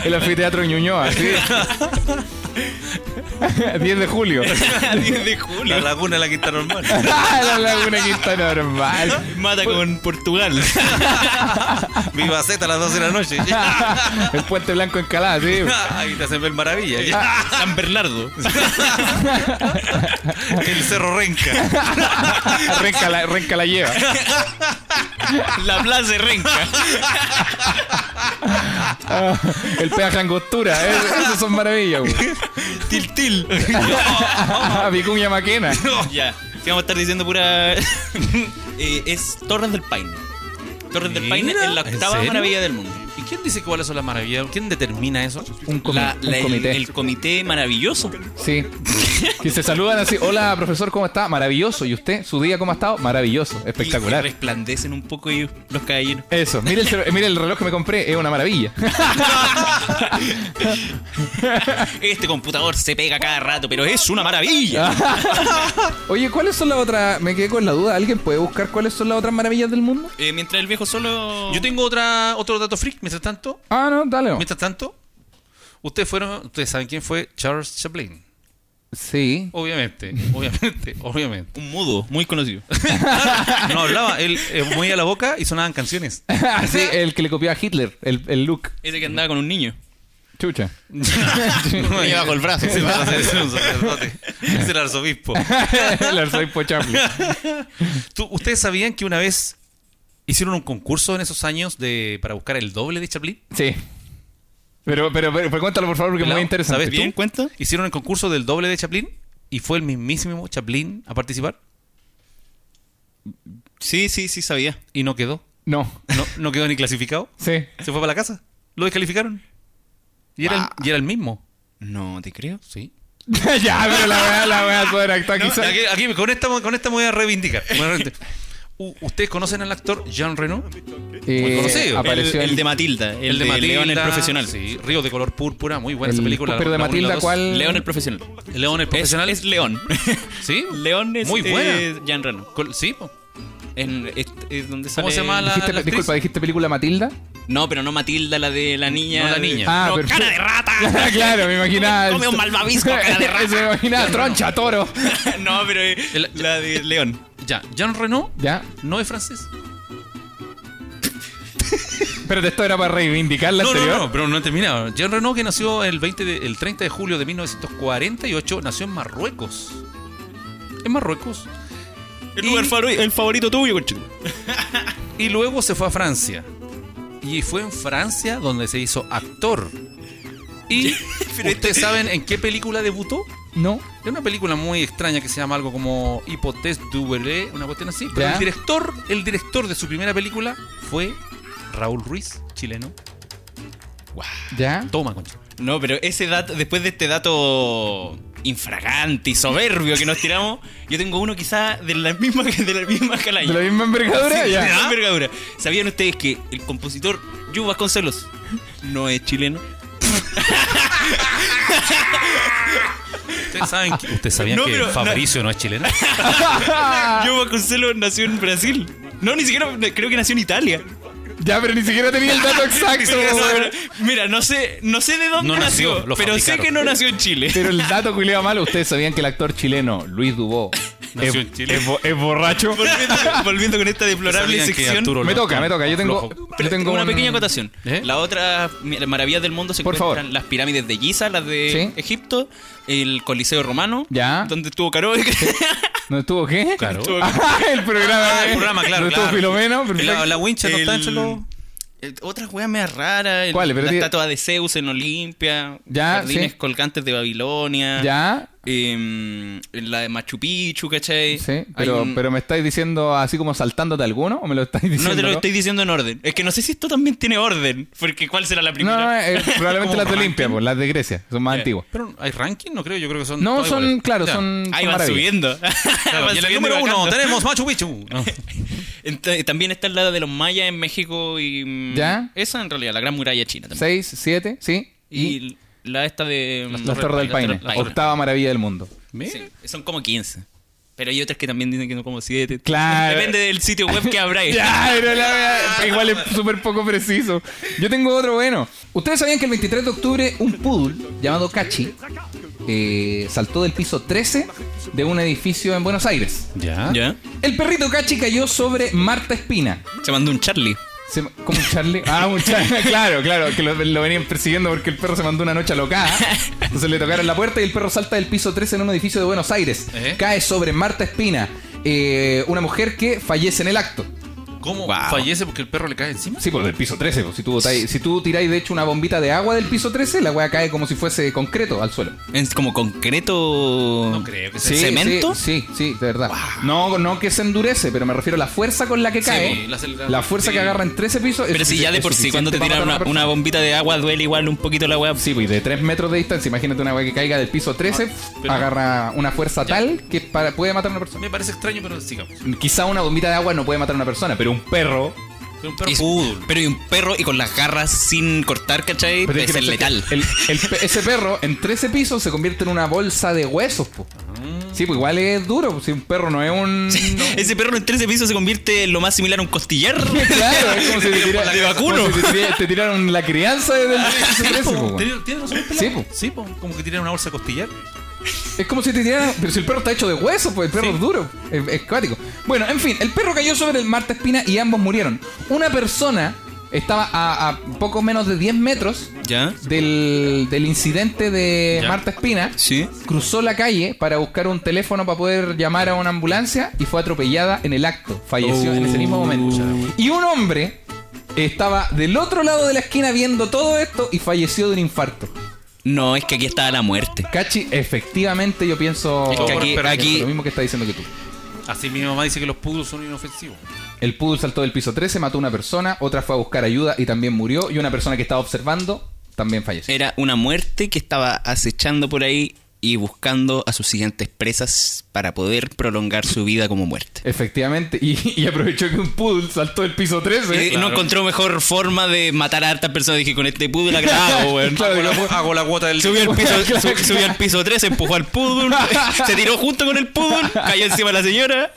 [SPEAKER 3] El anfiteatro Ñuñoa, sí. 10 de julio.
[SPEAKER 5] 10 de julio.
[SPEAKER 2] La laguna de la quinta normal.
[SPEAKER 3] la laguna que está normal.
[SPEAKER 5] Mata con Portugal.
[SPEAKER 2] Viva Z a las 12 de la noche.
[SPEAKER 3] El puente blanco en Calá, sí.
[SPEAKER 2] Ahí te hacen ver maravilla.
[SPEAKER 5] San Bernardo.
[SPEAKER 2] El Cerro Renca.
[SPEAKER 3] Renca la, Renca la lleva.
[SPEAKER 5] La Plaza de Renca.
[SPEAKER 3] Ah, el peaje Angostura, eh, esas son maravillas, güey.
[SPEAKER 5] Tiltil.
[SPEAKER 3] Ah, Vicuña Maquena.
[SPEAKER 5] Ya. Si vamos a estar diciendo pura. Eh, es Torres del Paine. Torres del Paine
[SPEAKER 2] Mira,
[SPEAKER 5] es la
[SPEAKER 2] ¿en
[SPEAKER 5] octava
[SPEAKER 2] serio?
[SPEAKER 5] maravilla del mundo.
[SPEAKER 2] ¿Y quién dice cuáles son las maravillas? ¿Quién determina eso?
[SPEAKER 3] Un, comi-
[SPEAKER 5] La-
[SPEAKER 3] un
[SPEAKER 5] la- el-
[SPEAKER 3] comité.
[SPEAKER 5] El, comité maravilloso.
[SPEAKER 3] Sí. Que se saludan así. Hola, profesor, ¿cómo está? Maravilloso. ¿Y usted? ¿Su día cómo ha estado? Maravilloso.
[SPEAKER 5] Y
[SPEAKER 3] Espectacular.
[SPEAKER 5] resplandecen un poco ellos, los caballeros.
[SPEAKER 3] Eso. Mire el, cel- mire el reloj que me compré. Es una maravilla.
[SPEAKER 5] Este computador se pega cada rato, pero es una maravilla.
[SPEAKER 3] Oye, ¿cuáles son las otras? Me quedé con la duda. ¿Alguien puede buscar cuáles son las otras maravillas del mundo?
[SPEAKER 5] Eh, mientras el viejo solo.
[SPEAKER 2] Yo tengo otra, otro dato freak, mientras tanto.
[SPEAKER 3] Ah, no, dale. no.
[SPEAKER 2] Mientras tanto, ustedes fueron, ustedes saben quién fue Charles Chaplin.
[SPEAKER 3] Sí.
[SPEAKER 2] Obviamente, obviamente, obviamente.
[SPEAKER 5] Un mudo, muy conocido.
[SPEAKER 2] No hablaba, él eh, movía la boca y sonaban canciones.
[SPEAKER 3] sí, el que le copió a Hitler, el, el look.
[SPEAKER 5] Ese que andaba con un niño.
[SPEAKER 3] Chucha.
[SPEAKER 5] Tenía bajo el brazo.
[SPEAKER 2] Ese va a ser un sacerdote. Es el arzobispo.
[SPEAKER 3] el arzobispo Chaplin.
[SPEAKER 2] Tú- ¿Ustedes sabían que una vez hicieron un concurso en esos años de, para buscar el doble de Chaplin?
[SPEAKER 3] Sí. Pero, pero, pero, pero cuéntalo, por favor, porque es muy
[SPEAKER 2] Pelao,
[SPEAKER 3] interesante.
[SPEAKER 2] ¿sabes
[SPEAKER 5] ¿Tú
[SPEAKER 2] bien?
[SPEAKER 5] cuenta?
[SPEAKER 2] Hicieron el concurso del doble de Chaplin y fue el mismísimo Chaplin a participar
[SPEAKER 5] Sí, sí, sí, sabía.
[SPEAKER 2] y no quedó.
[SPEAKER 3] No.
[SPEAKER 2] No, no quedó ni clasificado.
[SPEAKER 3] Sí.
[SPEAKER 2] Se fue para la casa. Lo descalificaron. Y era, el- y era el mismo.
[SPEAKER 5] No te creo.
[SPEAKER 2] Sí.
[SPEAKER 3] ya, pero la weá, la weá sobreactúa quizás.
[SPEAKER 2] Aquí, aquí- con, esta, con esta me voy a reivindicar. Me voy a reivindicar. U- ¿Ustedes conocen al actor Jean Reno?
[SPEAKER 3] Eh,
[SPEAKER 2] muy conocido.
[SPEAKER 3] apareció
[SPEAKER 5] el, el de Matilda. El, de, León el profesional.
[SPEAKER 2] Sí, Río de color púrpura. Muy buena
[SPEAKER 3] el-
[SPEAKER 2] esa película.
[SPEAKER 3] Pero de
[SPEAKER 2] la uno y la
[SPEAKER 3] Matilda,
[SPEAKER 2] dos.
[SPEAKER 3] ¿cuál?
[SPEAKER 5] León el profesional.
[SPEAKER 2] León el profesional.
[SPEAKER 5] Es, es León.
[SPEAKER 2] sí.
[SPEAKER 5] León es.
[SPEAKER 2] Muy buena.
[SPEAKER 5] eh, Jean Reno.
[SPEAKER 2] Col- sí, po. eh,
[SPEAKER 5] En- es- es donde
[SPEAKER 2] ¿Cómo
[SPEAKER 5] sale-
[SPEAKER 2] se llama la-
[SPEAKER 3] Dijiste-
[SPEAKER 2] actriz.
[SPEAKER 3] disculpa, ¿dijiste película Matilda?
[SPEAKER 5] No, pero no Matilda, la de la niña.
[SPEAKER 2] No, la niña.
[SPEAKER 5] Ah,
[SPEAKER 3] Ah,
[SPEAKER 5] no,
[SPEAKER 3] perfecto.
[SPEAKER 5] cara de rata.
[SPEAKER 3] Ah, claro, me imaginaba.
[SPEAKER 5] Come un malvavisco, cara de
[SPEAKER 3] Eso me
[SPEAKER 5] rata.
[SPEAKER 3] imaginaba, troncha, toro.
[SPEAKER 5] no, pero eh,
[SPEAKER 2] El-
[SPEAKER 5] la de León.
[SPEAKER 2] Ya, Jean Reno
[SPEAKER 3] Ya.
[SPEAKER 2] no es francés.
[SPEAKER 3] Pero esto era para reivindicar la
[SPEAKER 2] No, no,
[SPEAKER 3] anterior.
[SPEAKER 2] no, pero no he terminado. Jean Reno, que nació el, 20 de- el 30 de julio de 1948, nació en Marruecos. En Marruecos.
[SPEAKER 5] El
[SPEAKER 2] Y-
[SPEAKER 5] lugar faro- el favorito tuyo, conchito.
[SPEAKER 2] Y luego se fue a Francia. Y fue en Francia donde se hizo actor. Y
[SPEAKER 5] este-
[SPEAKER 2] ustedes saben en qué película debutó.
[SPEAKER 3] No.
[SPEAKER 2] Es una película muy extraña que se llama algo como Hipothèse du Belé, una cuestión así. Pero
[SPEAKER 3] Ya.
[SPEAKER 2] el director, el director de su primera película fue Raúl Ruiz, chileno.
[SPEAKER 3] ¿Ya?
[SPEAKER 2] Toma, concha.
[SPEAKER 5] No, pero ese dato, después de este dato infragante y soberbio que nos tiramos, yo tengo uno quizá de la misma, de la misma
[SPEAKER 3] De
[SPEAKER 5] calaña.
[SPEAKER 3] la misma envergadura,
[SPEAKER 5] Sí,
[SPEAKER 3] ya.
[SPEAKER 5] de la envergadura. ¿Sabían ustedes que el compositor Yu Vasconcelos no es chileno?
[SPEAKER 2] Ustedes
[SPEAKER 3] Ah.
[SPEAKER 2] saben que. ¿Ustedes sabían
[SPEAKER 5] No,
[SPEAKER 2] que
[SPEAKER 5] pero-
[SPEAKER 2] Fabricio no, es chileno?
[SPEAKER 3] Ah.
[SPEAKER 5] Yu Vasconcelos nació en Brasil. No, ni siquiera creo que nació en Italia.
[SPEAKER 3] Ya, pero ni siquiera tenía el dato exacto.
[SPEAKER 5] Pero no,
[SPEAKER 3] weón.
[SPEAKER 5] pero- mira, no sé, no sé de dónde
[SPEAKER 2] No nació,
[SPEAKER 5] nació,
[SPEAKER 2] lo
[SPEAKER 5] pero sé
[SPEAKER 2] fabricaron.
[SPEAKER 5] que no nació en Chile.
[SPEAKER 3] Pero el dato culiado malo, ustedes sabían que el actor chileno Luis Dubó eh, es,
[SPEAKER 2] Nació en Chile.
[SPEAKER 3] es bo- es borracho.
[SPEAKER 5] volviendo, volviendo con esta deplorable
[SPEAKER 2] ¿Sabían que
[SPEAKER 5] sección.
[SPEAKER 2] Arturo
[SPEAKER 3] Me
[SPEAKER 2] Loz-
[SPEAKER 3] toca, me toca. Yo tengo,
[SPEAKER 2] flojo?
[SPEAKER 3] yo
[SPEAKER 5] Pero
[SPEAKER 3] tengo
[SPEAKER 5] una
[SPEAKER 3] un-
[SPEAKER 5] pequeña acotación.
[SPEAKER 2] ¿Eh?
[SPEAKER 5] La otra mi- maravillas del mundo se
[SPEAKER 3] Por
[SPEAKER 5] encuentran
[SPEAKER 3] favor.
[SPEAKER 5] las pirámides de Giza, las de
[SPEAKER 3] Sí.
[SPEAKER 5] Egipto, el Coliseo Romano,
[SPEAKER 3] Ya.
[SPEAKER 5] donde estuvo Carol.
[SPEAKER 3] ¿No estuvo qué?
[SPEAKER 2] Claro.
[SPEAKER 3] Ah, el programa.
[SPEAKER 2] Ah, el programa, claro,
[SPEAKER 3] ¿No estuvo
[SPEAKER 2] claro.
[SPEAKER 3] Filomeno? Perfecto.
[SPEAKER 2] La, la wincha no está entre los.
[SPEAKER 5] Otras weas mea raras. el-
[SPEAKER 3] ¿Cuál? Pero
[SPEAKER 5] La
[SPEAKER 3] di-
[SPEAKER 5] estatua de Zeus en Olimpia.
[SPEAKER 3] Ya,
[SPEAKER 5] Jardines
[SPEAKER 3] sí.
[SPEAKER 5] colgantes de Babilonia.
[SPEAKER 3] Ya.
[SPEAKER 5] em, la de Machu Picchu, ¿cachai?
[SPEAKER 3] Sí,
[SPEAKER 5] Hay
[SPEAKER 3] pero,
[SPEAKER 5] un-
[SPEAKER 3] pero me estáis diciendo así como saltándote alguno o me lo estáis diciendo.
[SPEAKER 5] No te lo estoy diciendo en orden. Es que no sé si esto también tiene orden. Porque ¿cuál será la primera?
[SPEAKER 3] No, no, eh, probablemente
[SPEAKER 2] Como
[SPEAKER 3] las de
[SPEAKER 2] ranking.
[SPEAKER 3] Olimpia, pues, las de Grecia, son más
[SPEAKER 5] Ya.
[SPEAKER 3] antiguas.
[SPEAKER 2] Pero hay ranking, no creo, yo creo que son.
[SPEAKER 3] No,
[SPEAKER 2] todas
[SPEAKER 3] son,
[SPEAKER 2] iguales.
[SPEAKER 3] claro,
[SPEAKER 2] Ya.
[SPEAKER 3] son. son
[SPEAKER 5] Ahí van
[SPEAKER 3] maravillas.
[SPEAKER 5] subiendo.
[SPEAKER 2] Claro,
[SPEAKER 5] Van
[SPEAKER 2] y en el
[SPEAKER 5] subiendo
[SPEAKER 2] número
[SPEAKER 5] y bajando.
[SPEAKER 2] uno tenemos Machu Picchu. No.
[SPEAKER 5] Ent- También está la de los mayas en México y. mm,
[SPEAKER 3] ¿Ya?
[SPEAKER 5] Esa en realidad, la gran muralla china también.
[SPEAKER 3] Seis, siete, sí.
[SPEAKER 5] Y,
[SPEAKER 3] Y,
[SPEAKER 5] la esta de. mm,
[SPEAKER 3] las Torres del Paine,
[SPEAKER 5] Torres
[SPEAKER 3] octava maravilla del mundo.
[SPEAKER 5] Sí, son como 15. Pero hay otras que también dicen que son como 7.
[SPEAKER 3] Claro.
[SPEAKER 5] Depende del sitio web que abráis.
[SPEAKER 3] Ya, pero la wea- igual es súper poco preciso. Yo tengo otro bueno. Ustedes sabían que el 23 de octubre un poodle llamado Cachi eh, saltó del piso 13 de un edificio en Buenos Aires.
[SPEAKER 2] Ya.
[SPEAKER 5] ¿Ya?
[SPEAKER 3] El perrito Cachi cayó sobre Marta Espina.
[SPEAKER 5] Se mandó un Charlie.
[SPEAKER 3] Se- ¿Cómo un Charlie? Ah, un Charlie. Claro, claro, que lo, lo venían persiguiendo porque el perro se mandó una noche alocada. Entonces le tocaron la puerta y el perro salta del piso 13 en un edificio de Buenos Aires.
[SPEAKER 2] Ejé.
[SPEAKER 3] Cae sobre Marta Espina, eh, una mujer que fallece en el acto.
[SPEAKER 2] ¿Cómo
[SPEAKER 5] Wow.
[SPEAKER 2] fallece porque el perro le cae encima?
[SPEAKER 3] Sí, por del piso 13. pues, Si tú, botáis- si tú tiráis de hecho una bombita de agua del piso 13, la weá cae como si fuese concreto al suelo.
[SPEAKER 5] Es como concreto.
[SPEAKER 2] No creo que sea.
[SPEAKER 3] Sí,
[SPEAKER 5] ¿Cemento?
[SPEAKER 3] Sí, sí, sí, de verdad. No, no que se endurece, pero me refiero a la fuerza con la que
[SPEAKER 2] Sí,
[SPEAKER 3] cae.
[SPEAKER 2] la acelerada.
[SPEAKER 3] la fuerza
[SPEAKER 2] Sí.
[SPEAKER 3] que agarra en 13 pisos. es
[SPEAKER 5] Pero si ya
[SPEAKER 3] sufici-
[SPEAKER 5] de
[SPEAKER 3] es
[SPEAKER 5] por sí, cuando te
[SPEAKER 3] suficiente
[SPEAKER 5] tiran
[SPEAKER 3] para
[SPEAKER 5] una,
[SPEAKER 3] matar a
[SPEAKER 5] una
[SPEAKER 3] persona.
[SPEAKER 5] bombita de agua, duele igual un poquito la weá.
[SPEAKER 3] Sí, pues de 3 metros de distancia, imagínate una weá que caiga del piso 13,
[SPEAKER 5] Ah,
[SPEAKER 2] pero-
[SPEAKER 3] agarra una fuerza tal que para- puede matar a una persona.
[SPEAKER 2] Me parece extraño, pero sigamos.
[SPEAKER 3] Quizá una bombita de agua no puede matar a una persona, pero un perro.
[SPEAKER 2] Pero un perro
[SPEAKER 5] Y-
[SPEAKER 2] poodle.
[SPEAKER 5] pero y un perro y con las garras sin cortar, ¿cachai?
[SPEAKER 3] Pero
[SPEAKER 5] es
[SPEAKER 3] tienes
[SPEAKER 5] el
[SPEAKER 3] que pensar
[SPEAKER 5] letal.
[SPEAKER 3] que el- el pe- ese perro en 13 pisos se convierte en una bolsa de huesos, po. Sí, pues igual es duro, pues, si un perro no es un. no.
[SPEAKER 5] Ese perro en 13 pisos se convierte en lo más similar a un costillar.
[SPEAKER 3] Claro, es como si te tira-
[SPEAKER 5] De vacuno.
[SPEAKER 3] como si te tira- te tiraron la crianza desde el piso 13, po, weón.
[SPEAKER 2] ¿Tiene, tiene razón, pelado?
[SPEAKER 3] Sí, po.
[SPEAKER 2] Sí, po. Como que tiene una bolsa de costillar.
[SPEAKER 3] Es como si te tiraran. Pero si el perro está hecho de hueso, pues el perro
[SPEAKER 2] Sí.
[SPEAKER 3] es duro. Es, es cuático. Bueno, en fin, el perro cayó sobre el Marta Espina y ambos murieron. Una persona estaba a, a poco menos de 10 metros
[SPEAKER 5] ¿Ya?
[SPEAKER 3] del, del incidente de
[SPEAKER 2] Ya.
[SPEAKER 3] Marta Espina.
[SPEAKER 5] Sí.
[SPEAKER 3] Cruzó la calle para buscar un teléfono para poder llamar a una ambulancia y fue atropellada en el acto. Falleció en ese mismo momento. Y un hombre estaba del otro lado de la esquina viendo todo esto y falleció de un infarto.
[SPEAKER 5] No, es que aquí estaba la muerte.
[SPEAKER 3] Cachi, efectivamente yo pienso
[SPEAKER 5] Es que aquí-
[SPEAKER 3] Por el perro,
[SPEAKER 5] aquí-
[SPEAKER 3] lo mismo que está diciendo que tú.
[SPEAKER 2] Así mi mamá dice que los poodles son inofensivos.
[SPEAKER 3] El poodle saltó del piso 13, mató a una persona, otra fue a buscar ayuda y también murió y una persona que estaba observando también falleció.
[SPEAKER 5] Era una muerte que estaba acechando por ahí y buscando a sus siguientes presas para poder prolongar su vida como muerte.
[SPEAKER 3] Efectivamente, y, y aprovechó que un poodle saltó del piso 13.
[SPEAKER 5] Eh, No encontró mejor forma de matar a hartas personas. Dije, con este pudo la grabo, weón.
[SPEAKER 3] Claro,
[SPEAKER 2] Hago la,
[SPEAKER 3] digamos-
[SPEAKER 2] hago la cuota del.
[SPEAKER 5] Subió al piso, su- subió al piso 3, empujó al pudul, se tiró junto con el pudul, cayó encima de la señora.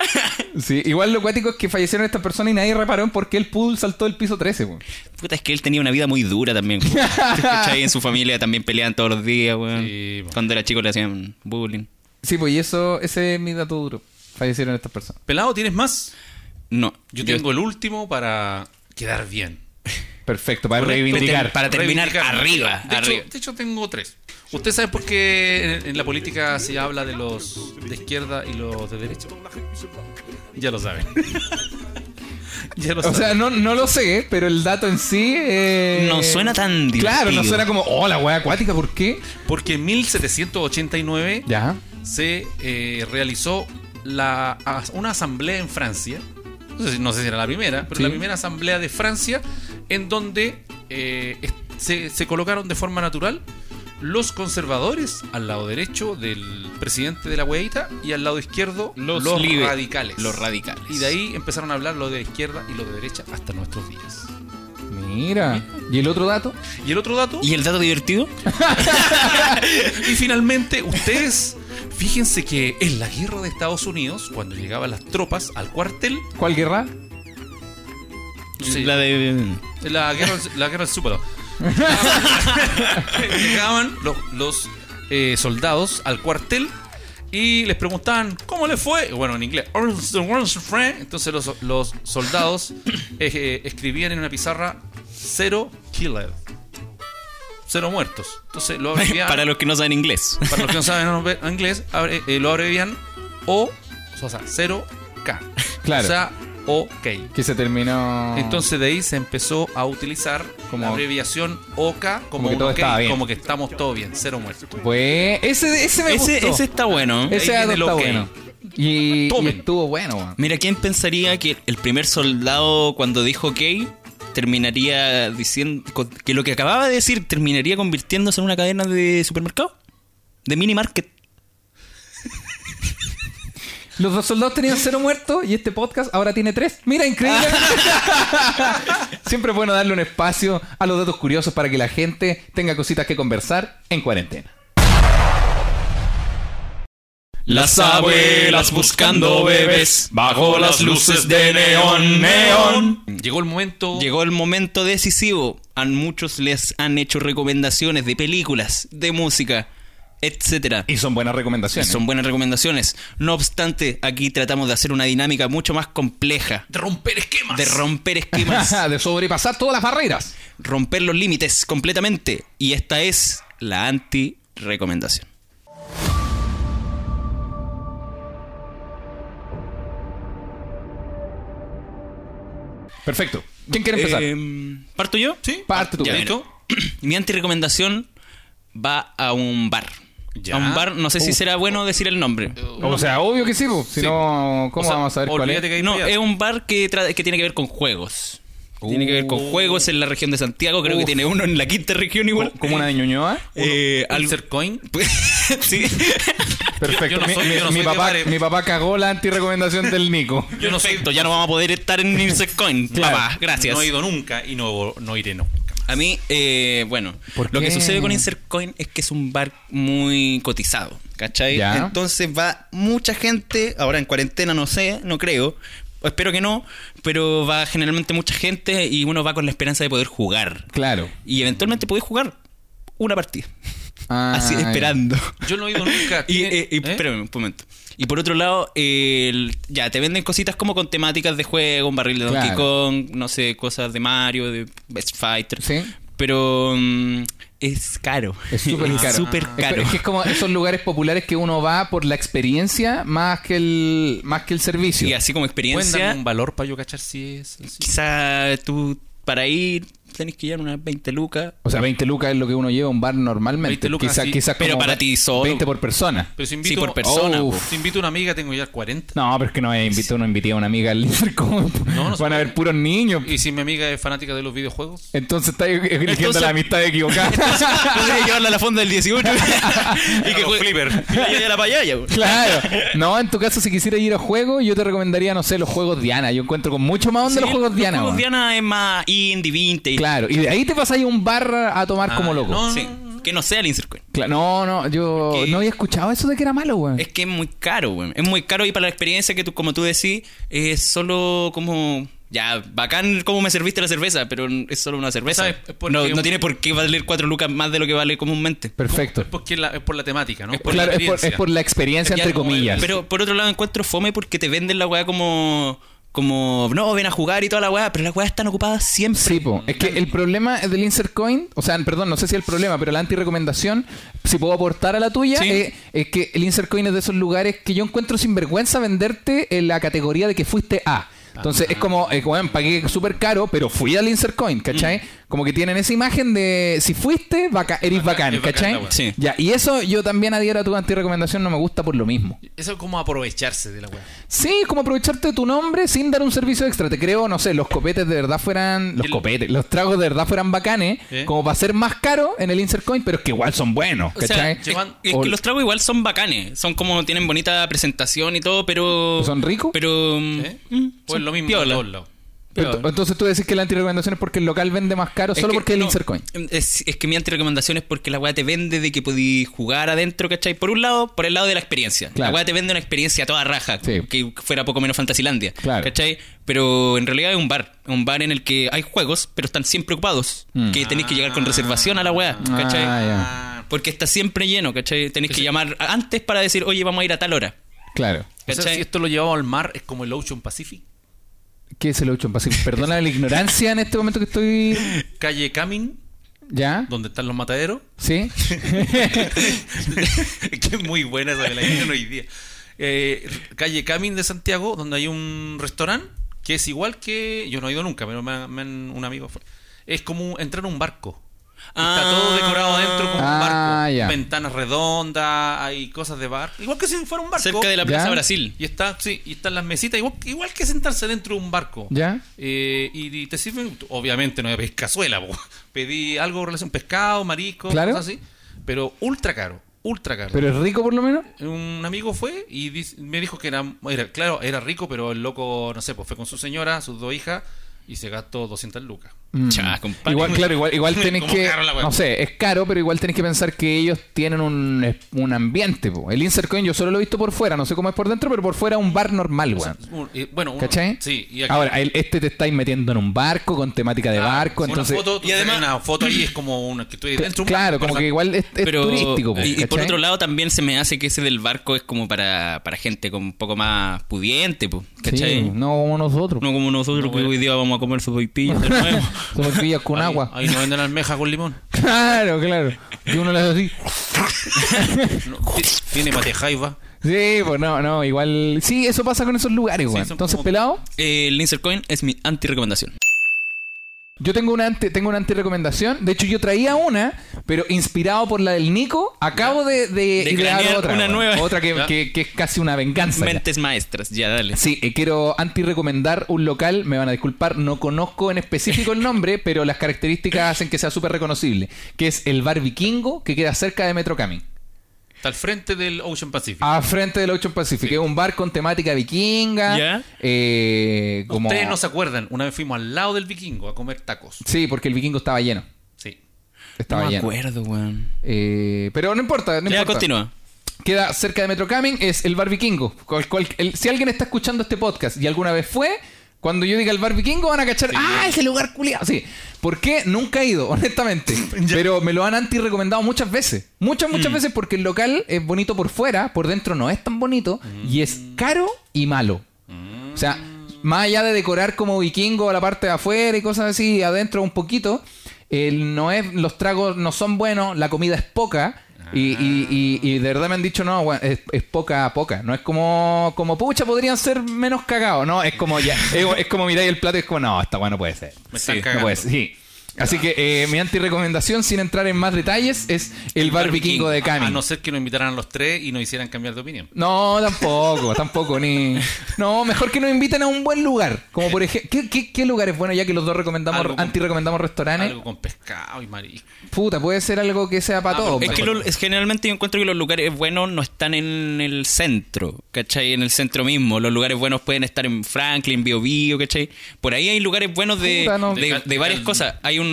[SPEAKER 3] Sí, igual lo cuático es que fallecieron estas personas y nadie reparó en por qué el poodle saltó del piso 13. weón.
[SPEAKER 5] Puta, es que él tenía una vida muy dura también. weón. ¿Cachai? En su familia también peleaban todos los días, weón.
[SPEAKER 2] Sí, po.
[SPEAKER 5] Cuando era chico le hacían bullying.
[SPEAKER 3] Sí, pues y eso, ese es mi dato duro. Fallecieron estas personas.
[SPEAKER 2] Pelado, ¿tienes más?
[SPEAKER 5] No,
[SPEAKER 2] Yo, tengo el último para quedar bien.
[SPEAKER 3] Perfecto, para
[SPEAKER 2] Correcto.
[SPEAKER 3] reivindicar.
[SPEAKER 5] Para terminar
[SPEAKER 2] Reivindicar.
[SPEAKER 5] arriba,
[SPEAKER 2] De hecho-
[SPEAKER 5] arriba.
[SPEAKER 2] de hecho, tengo tres. ¿Usted sabe por qué en, en la política se habla de los de izquierda y los de derecha? Ya lo saben. ya lo
[SPEAKER 3] O
[SPEAKER 2] saben.
[SPEAKER 3] sea, no, no lo sé, pero el dato en sí... eh,
[SPEAKER 5] No suena tan
[SPEAKER 3] Claro, no
[SPEAKER 5] divertido.
[SPEAKER 3] suena como, oh, la wea acuática, ¿por qué?
[SPEAKER 2] Porque en 1789
[SPEAKER 3] Ya.
[SPEAKER 2] se eh, realizó la, as- una asamblea en Francia. No sé, si- no sé si era la primera, pero
[SPEAKER 3] Sí.
[SPEAKER 2] la primera asamblea de Francia en donde eh, es- se, se colocaron de forma natural los conservadores al lado derecho del presidente de la hueita y al lado izquierdo los,
[SPEAKER 5] Los liber-
[SPEAKER 2] radicales.
[SPEAKER 5] los radicales.
[SPEAKER 2] Y de ahí empezaron a hablar los de la izquierda y los de derecha hasta nuestros días.
[SPEAKER 3] Mira. ¿Y el otro dato?
[SPEAKER 2] Y el otro dato,
[SPEAKER 5] ¿Y el dato divertido?
[SPEAKER 2] y finalmente ustedes, fíjense que en la guerra de Estados Unidos, cuando llegaban las tropas al cuartel,
[SPEAKER 3] ¿Cuál guerra?
[SPEAKER 2] Sí.
[SPEAKER 5] La de.
[SPEAKER 2] La guerra, la guerra del súpero. Llegaban los, los, eh, soldados al cuartel y les preguntaban cómo les fue. Bueno, en inglés. "How's the world's friend?" Entonces los, los soldados eh, eh, escribían en una pizarra cero killed. Cero muertos. Entonces lo abreviaban.
[SPEAKER 5] Para los que no saben inglés.
[SPEAKER 2] para los que no saben hombre- inglés, abre- eh, lo abrevian O, o sea, cero K.
[SPEAKER 3] Claro.
[SPEAKER 2] O sea, OK.
[SPEAKER 3] Que se terminó.
[SPEAKER 2] Entonces de ahí se empezó a utilizar
[SPEAKER 3] Como-
[SPEAKER 2] la abreviación OCA como,
[SPEAKER 3] como que
[SPEAKER 2] un
[SPEAKER 3] todo
[SPEAKER 2] ok,
[SPEAKER 3] estaba bien.
[SPEAKER 2] como que estamos todo bien, cero muertos.
[SPEAKER 3] Pues, ese, ese me
[SPEAKER 5] Ese,
[SPEAKER 3] gustó.
[SPEAKER 5] ese está bueno.
[SPEAKER 2] Eh.
[SPEAKER 3] Ese
[SPEAKER 2] ahí
[SPEAKER 3] dato
[SPEAKER 2] viene el
[SPEAKER 3] está
[SPEAKER 2] ok.
[SPEAKER 3] bueno. Y, y
[SPEAKER 2] Tomen.
[SPEAKER 3] estuvo bueno, weón.
[SPEAKER 5] Mira, ¿quién pensaría que el primer soldado cuando dijo ok terminaría diciendo co- que lo que acababa de decir terminaría convirtiéndose en una cadena de supermercado? De mini market.
[SPEAKER 3] Los dos soldados tenían cero muertos y este podcast ahora tiene tres. Mira, increíble. Siempre es bueno darle un espacio a los datos curiosos para que la gente tenga cositas que conversar en cuarentena.
[SPEAKER 5] Las
[SPEAKER 6] abuelas buscando bebés bajo las luces de neón, neón.
[SPEAKER 2] Llegó el momento.
[SPEAKER 5] Llegó el momento decisivo. A muchos les han hecho recomendaciones de películas, de música, etcétera.
[SPEAKER 3] Y son buenas recomendaciones.
[SPEAKER 5] Son buenas recomendaciones. No obstante, aquí tratamos de hacer una dinámica mucho más compleja,
[SPEAKER 2] de romper esquemas.
[SPEAKER 5] de romper esquemas,
[SPEAKER 3] de sobrepasar todas las barreras.
[SPEAKER 5] romper los límites completamente. Y esta es la anti-recomendación.
[SPEAKER 3] Perfecto. ¿Quién quiere empezar?
[SPEAKER 2] Eh,
[SPEAKER 5] Em, ¿Parto yo? Sí.
[SPEAKER 3] Parte tú.
[SPEAKER 5] Ya, mira. Mi anti-recomendación va a un bar.
[SPEAKER 2] Ya.
[SPEAKER 5] A un bar, no sé si será bueno decir el nombre.
[SPEAKER 3] O sea, obvio que sí, po. si no, ¿cómo
[SPEAKER 2] O sea,
[SPEAKER 3] vamos a saber cuál
[SPEAKER 2] olvídate
[SPEAKER 3] es?
[SPEAKER 2] que hay
[SPEAKER 5] No,
[SPEAKER 2] payaso.
[SPEAKER 5] es un bar que, tra- que tiene que ver con juegos. Tiene que ver con juegos en la región de Santiago. Creo
[SPEAKER 3] Uh. Uf.
[SPEAKER 5] que tiene uno en la quinta región igual.
[SPEAKER 3] ¿Como una de Ñuñoa?
[SPEAKER 5] Eh,
[SPEAKER 2] Un
[SPEAKER 5] algo-
[SPEAKER 2] Coin.
[SPEAKER 5] sí.
[SPEAKER 3] Perfecto.
[SPEAKER 2] yo no
[SPEAKER 3] Mi-
[SPEAKER 2] soy-
[SPEAKER 3] mi,
[SPEAKER 2] yo no
[SPEAKER 3] mi
[SPEAKER 2] soy de
[SPEAKER 3] papá,
[SPEAKER 2] bares.
[SPEAKER 3] mi papá cagó la antirecomendación del Nico.
[SPEAKER 2] Yo no soy.
[SPEAKER 5] Perfecto, ya no vamos a poder estar en Insect Coin.
[SPEAKER 3] Claro.
[SPEAKER 5] Papá, Ah, gracias.
[SPEAKER 2] No he ido nunca y no, no iré nunca.
[SPEAKER 5] A mí, eh, bueno,
[SPEAKER 3] ¿Por
[SPEAKER 5] lo
[SPEAKER 3] qué?
[SPEAKER 5] que sucede con Insert Coin es que es un bar muy cotizado, ¿cachai?
[SPEAKER 3] Ya.
[SPEAKER 5] Entonces va mucha gente, ahora en cuarentena no sé, no creo, o espero que no, pero va generalmente mucha gente y uno va con la esperanza de poder jugar.
[SPEAKER 3] Claro.
[SPEAKER 5] Y eventualmente podés jugar una partida,
[SPEAKER 3] Ah,
[SPEAKER 5] así
[SPEAKER 3] ya.
[SPEAKER 5] esperando.
[SPEAKER 2] Yo no he ido nunca.
[SPEAKER 5] Y,
[SPEAKER 2] Tiene-
[SPEAKER 5] eh, y-
[SPEAKER 2] ¿eh?
[SPEAKER 5] espérame un momento. Y por otro lado, el- ya te venden cositas como con temáticas de juego, un barril de Donkey
[SPEAKER 3] Claro.
[SPEAKER 5] Kong, no sé, cosas de Mario, de Best Fighter.
[SPEAKER 3] Sí.
[SPEAKER 5] Pero mm, es caro.
[SPEAKER 3] Es súper caro.
[SPEAKER 5] súper caro.
[SPEAKER 3] Es, que es como esos lugares populares que uno va por la experiencia más que el, más que el servicio.
[SPEAKER 5] Y así como
[SPEAKER 2] ¿Pueden darme
[SPEAKER 5] experiencia,
[SPEAKER 2] un valor para yo cachar si es. así?
[SPEAKER 5] quizá tú para ir tenés que llevar unas 20 lucas.
[SPEAKER 3] O sea, 20 lucas es lo que uno lleva a un bar normalmente.
[SPEAKER 2] 20 lucas,
[SPEAKER 3] quizás,
[SPEAKER 2] sí.
[SPEAKER 3] quizás
[SPEAKER 5] Pero
[SPEAKER 3] como
[SPEAKER 5] para ti solo.
[SPEAKER 3] 20 por persona.
[SPEAKER 2] Pero si
[SPEAKER 5] Sí,
[SPEAKER 2] invito,
[SPEAKER 5] por persona.
[SPEAKER 3] Oh,
[SPEAKER 5] po.
[SPEAKER 2] si invito a una amiga, tengo ya 40.
[SPEAKER 3] No, pero es que no he invitado, no invité a una amiga al líder. ¿cómo?
[SPEAKER 2] no se
[SPEAKER 3] Van a ver puros niños.
[SPEAKER 2] Y si mi amiga es fanática de los videojuegos.
[SPEAKER 3] Entonces está eligiendo
[SPEAKER 5] Entonces-
[SPEAKER 3] la amistad equivocada.
[SPEAKER 5] Podría llevarla a la fonda del 18 y que
[SPEAKER 2] los
[SPEAKER 5] juegue-
[SPEAKER 2] flipper.
[SPEAKER 5] Y que lleve la payaya. po.
[SPEAKER 3] claro. No, en tu caso, si quisieras ir a juego, yo te recomendaría, no sé, los juegos Diana. Yo encuentro con mucho más onda
[SPEAKER 5] Sí,
[SPEAKER 3] los juegos Diana.
[SPEAKER 5] Los
[SPEAKER 3] weón.
[SPEAKER 5] juegos Diana es más indie, vintage.
[SPEAKER 3] Claro. Y de ahí te pasas a un bar a tomar
[SPEAKER 2] Ah,
[SPEAKER 3] como loco.
[SPEAKER 2] no.
[SPEAKER 5] Sí, que no sea el Insert Coin.
[SPEAKER 3] Cla- No, no, yo
[SPEAKER 5] Es que-
[SPEAKER 3] no había escuchado eso de que era malo, weón.
[SPEAKER 5] Es que es muy caro, weón. Es muy caro y para la experiencia que tú, como tú decís, es solo como. Ya, bacán cómo me serviste la cerveza, pero es solo una cerveza.
[SPEAKER 2] ¿Sabes? Es porque
[SPEAKER 5] No,
[SPEAKER 2] un-
[SPEAKER 5] no tiene por qué valer cuatro lucas más de lo que vale comúnmente.
[SPEAKER 3] Perfecto.
[SPEAKER 2] Porque la- es por la temática, ¿no?
[SPEAKER 3] Claro, es por, es
[SPEAKER 2] experiencia.
[SPEAKER 3] por la experiencia,
[SPEAKER 5] Ya,
[SPEAKER 3] entre
[SPEAKER 5] como-
[SPEAKER 3] comillas.
[SPEAKER 5] Pero por otro lado encuentro fome porque te venden la weá como. Como, no, ven a jugar y toda la weá, pero las weas están ocupadas siempre.
[SPEAKER 3] Sí, po. Es que el problema del insert coin, o sea, perdón, no sé si el problema, pero la antirecomendación, si puedo aportar a la tuya,
[SPEAKER 5] Sí.
[SPEAKER 3] eh, es que el insert coin es de esos lugares que yo encuentro sinvergüenza venderte en la categoría de que fuiste a. Entonces es como, eh, weón, pagué súper caro, pero fui al Insert Coin, ¿cachai? Como que tienen esa imagen de si fuiste, vaca, eres bacán,
[SPEAKER 2] es bacán
[SPEAKER 3] ¿cachai?
[SPEAKER 2] la weá.
[SPEAKER 5] Sí.
[SPEAKER 3] Ya, y eso yo también adhiero a tu antirecomendación, no me gusta por lo mismo.
[SPEAKER 2] Eso es como aprovecharse de la weá.
[SPEAKER 3] Sí, es como aprovecharte de tu nombre sin dar un servicio extra. Te creo, no sé, los copetes de verdad fueran. Los
[SPEAKER 2] El-
[SPEAKER 3] copetes, los tragos de verdad fueran bacanes,
[SPEAKER 2] ¿Eh?
[SPEAKER 3] como para ser más caro en el insert coin, pero es que igual son buenos,
[SPEAKER 5] O sea,
[SPEAKER 3] ¿cachai?
[SPEAKER 5] es-
[SPEAKER 2] llevan-
[SPEAKER 5] es,
[SPEAKER 3] O-
[SPEAKER 5] que los tragos igual son bacanes. Son como tienen bonita presentación y todo, pero.
[SPEAKER 3] ¿Son ricos?
[SPEAKER 5] Pero. mm,
[SPEAKER 2] ¿Eh?
[SPEAKER 5] mm,
[SPEAKER 2] Pues
[SPEAKER 5] son
[SPEAKER 2] lo mismo en
[SPEAKER 5] piola.
[SPEAKER 2] todos lados.
[SPEAKER 3] Pero
[SPEAKER 5] peor.
[SPEAKER 3] tú- entonces tú decís que la antirecomendación es porque el local vende más caro
[SPEAKER 5] Es
[SPEAKER 3] solo
[SPEAKER 5] que-
[SPEAKER 3] porque es el
[SPEAKER 5] no, mm,
[SPEAKER 3] insert coin.
[SPEAKER 5] Es, es que mi antirecomendación es porque la weá te vende de que podí jugar adentro, ¿cachai? Por un lado, por el lado de la experiencia.
[SPEAKER 3] Claro.
[SPEAKER 5] La weá te vende una experiencia a toda raja,
[SPEAKER 3] Sí.
[SPEAKER 5] que fuera poco menos Fantasilandia,
[SPEAKER 3] Claro.
[SPEAKER 5] ¿cachai? Pero en realidad es un bar, es un bar en el que hay juegos, pero están siempre ocupados,
[SPEAKER 3] Mm.
[SPEAKER 5] que tenéis que llegar
[SPEAKER 2] Ah.
[SPEAKER 5] con reservación a la weá, ¿cachai?
[SPEAKER 3] Ah,
[SPEAKER 5] Porque está siempre lleno, ¿cachai? Tenéis que llamar antes para decir, oye, vamos a ir a tal hora.
[SPEAKER 3] ya. Claro.
[SPEAKER 2] O sea,
[SPEAKER 5] ¿Cachai?
[SPEAKER 2] si esto lo llevamos al mar, es como el Ocean Pacific.
[SPEAKER 3] ¿Qué es el Ocean Pacific? Perdona la ignorancia en este momento que estoy.
[SPEAKER 2] Calle Camin,
[SPEAKER 3] ¿Ya?
[SPEAKER 2] donde están los mataderos.
[SPEAKER 3] ¿Sí?
[SPEAKER 2] que es muy buena esa, me la dieron hoy día. Eh, calle Camin de Santiago, donde hay un restaurante que es igual que. Yo no he ido nunca, pero me- me han- un amigo fue. Es como entrar a un barco. Está
[SPEAKER 5] Ah.
[SPEAKER 2] todo decorado adentro como un
[SPEAKER 3] Ah,
[SPEAKER 2] barco.
[SPEAKER 3] ya.
[SPEAKER 2] Ventanas redondas, hay cosas de bar. Igual que si fuera un barco.
[SPEAKER 5] Cerca de la
[SPEAKER 3] ¿Ya?
[SPEAKER 5] Plaza Brasil.
[SPEAKER 2] Y está, sí, y están las mesitas, igual, igual que sentarse dentro de un barco.
[SPEAKER 3] ¿Ya?
[SPEAKER 2] Eh, y, y te sirven, obviamente no de pescazuela, po. pedí algo en relación pescado, marisco,
[SPEAKER 3] Claro.
[SPEAKER 2] cosas así, pero ultra caro, ultra caro.
[SPEAKER 3] ¿Pero es rico por lo menos?
[SPEAKER 2] Un amigo fue y dis- me dijo que era, era, claro, era rico, pero el loco, no sé, pues fue con su señora, sus dos hijas y se gastó 200 lucas.
[SPEAKER 3] Mm.
[SPEAKER 5] Chá, compadre.
[SPEAKER 3] Igual, claro, igual, igual tenés
[SPEAKER 2] Como
[SPEAKER 3] que.
[SPEAKER 2] caro la wea.
[SPEAKER 3] No sé, es caro, pero igual tenés que pensar que ellos tienen un, un ambiente. po. El insert coin yo solo lo he visto por fuera, no sé cómo es por dentro, pero por fuera es un bar normal, weón.
[SPEAKER 2] Un- eh, bueno, un-
[SPEAKER 3] ¿Cachai?
[SPEAKER 2] Sí, y aquí-
[SPEAKER 3] Ahora, el- este te estáis metiendo en un barco con temática de
[SPEAKER 2] ah,
[SPEAKER 3] barco,
[SPEAKER 2] una
[SPEAKER 3] entonces.
[SPEAKER 2] foto, y
[SPEAKER 5] y
[SPEAKER 2] además
[SPEAKER 5] además-
[SPEAKER 2] una foto ahí es como una que estoy
[SPEAKER 3] cl-
[SPEAKER 2] dentro de un
[SPEAKER 3] claro,
[SPEAKER 2] barco,
[SPEAKER 3] como
[SPEAKER 2] o
[SPEAKER 3] que
[SPEAKER 2] sea,
[SPEAKER 3] igual es, es
[SPEAKER 5] pero,
[SPEAKER 3] turístico. po,
[SPEAKER 5] y, y por
[SPEAKER 3] ¿cachai?
[SPEAKER 5] otro lado también se me hace que ese del barco es como para, para gente con un poco más pudiente, po,
[SPEAKER 3] Sí,
[SPEAKER 5] ¿cachai?
[SPEAKER 3] no como nosotros.
[SPEAKER 5] No como nosotros que hoy día vamos a comer sopaipillas de nuevo.
[SPEAKER 3] Somos pillas con
[SPEAKER 2] ahí-
[SPEAKER 3] agua.
[SPEAKER 2] Ahí no venden almeja con limón.
[SPEAKER 3] Claro, claro. Y uno le hace así.
[SPEAKER 2] No, ti- tiene matejaiba.
[SPEAKER 3] Sí, pues no, no, igual. Sí, eso pasa con esos lugares, weón.
[SPEAKER 2] son
[SPEAKER 3] Entonces,
[SPEAKER 2] como-
[SPEAKER 3] pelado.
[SPEAKER 5] eh, El Insert Coin es mi anti-recomendación.
[SPEAKER 3] Yo tengo una anti, tengo una antirecomendación. De hecho, yo traía una, pero inspirado por la del Nico, acabo de, de,
[SPEAKER 5] De
[SPEAKER 3] idear
[SPEAKER 5] cranear
[SPEAKER 3] otra.
[SPEAKER 5] una
[SPEAKER 3] weón.
[SPEAKER 5] nueva.
[SPEAKER 3] Otra que,
[SPEAKER 2] Ya.
[SPEAKER 3] que- que es casi una venganza. ya.
[SPEAKER 5] Mentes maestras, ya dale.
[SPEAKER 3] Sí, eh, quiero antirecomendar un local, me van a disculpar, no conozco en específico el nombre, pero las características hacen que sea súper reconocible, que es el Bar Vikingo, que queda cerca de Metro Camin.
[SPEAKER 2] Está al frente del Ocean Pacific.
[SPEAKER 3] A frente del Ocean Pacific, es un bar con temática vikinga.
[SPEAKER 5] Ya.
[SPEAKER 3] eh, como...
[SPEAKER 2] Ustedes no se acuerdan, una vez fuimos al lado del vikingo a comer tacos.
[SPEAKER 3] Sí, porque el vikingo estaba lleno.
[SPEAKER 2] Sí.
[SPEAKER 3] Estaba
[SPEAKER 5] no me
[SPEAKER 3] lleno.
[SPEAKER 5] acuerdo, weón.
[SPEAKER 3] Eh, pero no importa, no
[SPEAKER 5] Ya,
[SPEAKER 3] importa.
[SPEAKER 5] continúa.
[SPEAKER 3] Queda cerca de Metro Camin, es el Bar Vikingo. Cual- cual- el- si alguien está escuchando este podcast y alguna vez fue, cuando yo diga el Bar Vikingo van a cachar, ¡ah, ese lugar culiado! Sí. ¿Por qué? Nunca he ido, honestamente. Pero me lo han anti-recomendado muchas veces. Muchas, muchas veces porque el local es bonito por fuera, por dentro no es tan bonito y es caro y malo. O sea, más allá de decorar como vikingo la parte de afuera y cosas así, adentro un poquito, el no es, los tragos no son buenos, la comida es poca. Y, y- y- y de verdad me han dicho, no, weón, es, es poca a poca. No es como, como pucha, podrían ser menos cagados. No, es como ya, es, es como miráis el plato y es como, no, esta bueno puede ser.
[SPEAKER 2] Me están
[SPEAKER 5] Sí, no
[SPEAKER 3] No
[SPEAKER 2] cagando.
[SPEAKER 3] puede ser, sí. Así que eh, mi anti-recomendación, sin entrar en más detalles, es el bar vikingo de Cami.
[SPEAKER 2] A no ser que nos invitaran a los tres y nos hicieran cambiar de opinión.
[SPEAKER 3] No, tampoco, tampoco, ni... No, mejor que nos inviten a un buen lugar. Como por ejemplo... ¿Qué, qué, qué lugar es bueno ya que los dos recomendamos,
[SPEAKER 2] Algo con-
[SPEAKER 3] anti-recomendamos restaurantes?
[SPEAKER 2] Algo con pescado y marisco.
[SPEAKER 3] Puta, puede ser algo que sea para todos.
[SPEAKER 5] Ah,
[SPEAKER 3] pues.
[SPEAKER 5] Es que
[SPEAKER 3] mejor.
[SPEAKER 5] lo- es generalmente yo encuentro que los lugares buenos no están en el centro, ¿cachai? En el centro mismo. Los lugares buenos pueden estar en Franklin, Bio Bio, ¿cachai? Por ahí hay lugares buenos de,
[SPEAKER 3] Puta, no.
[SPEAKER 5] de-
[SPEAKER 2] De
[SPEAKER 5] de
[SPEAKER 2] cal- de
[SPEAKER 5] varias
[SPEAKER 2] cal-
[SPEAKER 5] cosas. Hay un...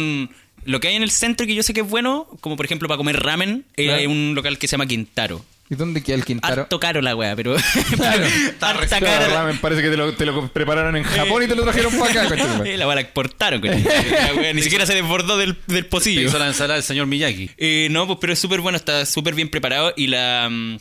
[SPEAKER 5] Lo que hay en el centro que yo sé que es bueno, como por ejemplo para comer ramen, eh,
[SPEAKER 3] Claro.
[SPEAKER 5] hay un local que se llama Quintaro.
[SPEAKER 3] ¿Y dónde queda el Quintaro?
[SPEAKER 5] Harto caro la wea, pero...
[SPEAKER 3] Claro.
[SPEAKER 5] harta
[SPEAKER 3] Claro,
[SPEAKER 5] cara.
[SPEAKER 3] ramen, parece que te lo, te lo prepararon en Japón y te lo trajeron para acá. conchetumare.
[SPEAKER 5] Eh, la wea la exportaron, coño. La wea ni siquiera se desbordó del, del
[SPEAKER 2] Te
[SPEAKER 5] pocillo.
[SPEAKER 2] hizo la ensalada del señor Miyagi.
[SPEAKER 5] Eh, no, pues pero es súper bueno, está súper bien preparado y la mm,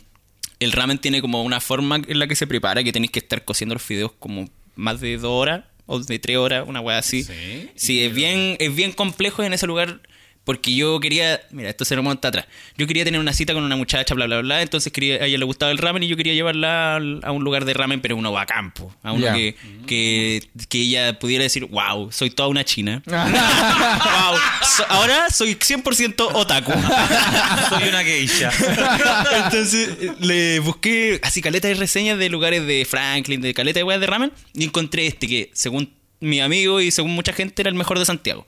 [SPEAKER 5] el ramen tiene como una forma en la que se prepara que tenéis que estar cociendo los fideos como más de dos horas o de tres horas, una weá así.
[SPEAKER 2] Sí.
[SPEAKER 5] Sí, es bien, es bien complejo y en ese lugar Porque yo quería, mira, esto se remonta atrás. Yo quería tener una cita con una muchacha, bla, bla, bla. Entonces quería, a ella le gustaba el ramen y yo quería llevarla al- a un lugar de ramen, pero uno va a campo. A uno
[SPEAKER 3] Ya.
[SPEAKER 5] que, que, que ella pudiera decir, wow, soy toda una china. wow, so- ahora soy 100% otaku.
[SPEAKER 2] Soy una geisha.
[SPEAKER 5] Entonces eh, le busqué así caleta de reseñas de lugares de Franklin, de caleta de weas de ramen, y encontré este que, según mi amigo y según mucha gente, era el mejor de Santiago.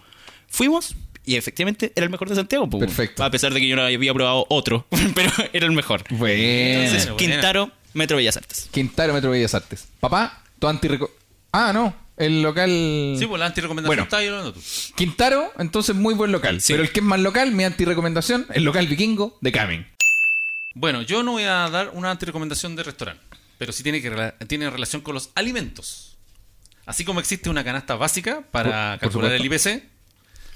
[SPEAKER 5] Fuimos y efectivamente era el mejor de Santiago. pues,
[SPEAKER 3] Perfecto.
[SPEAKER 5] A pesar de que yo no había probado otro, pero era el mejor.
[SPEAKER 3] Bueno.
[SPEAKER 5] Entonces,
[SPEAKER 2] Bueno, bueno.
[SPEAKER 5] Quintaro, Metro Bellas Artes.
[SPEAKER 3] Quintaro Metro Bellas Artes. Papá, tu antirreco... Ah, no. El local...
[SPEAKER 2] Sí, pues la antirecomendación
[SPEAKER 3] Bueno.
[SPEAKER 2] está yo hablando tú.
[SPEAKER 3] Quintaro, entonces muy buen local.
[SPEAKER 5] Sí.
[SPEAKER 3] Pero el que es más local, mi antirecomendación, el local vikingo de Camin.
[SPEAKER 2] Bueno, yo no voy a dar una antirecomendación de restaurante, pero sí tiene, que rela- tiene relación con los alimentos. Así como existe una canasta básica para
[SPEAKER 3] Por- por
[SPEAKER 2] calcular el IPC,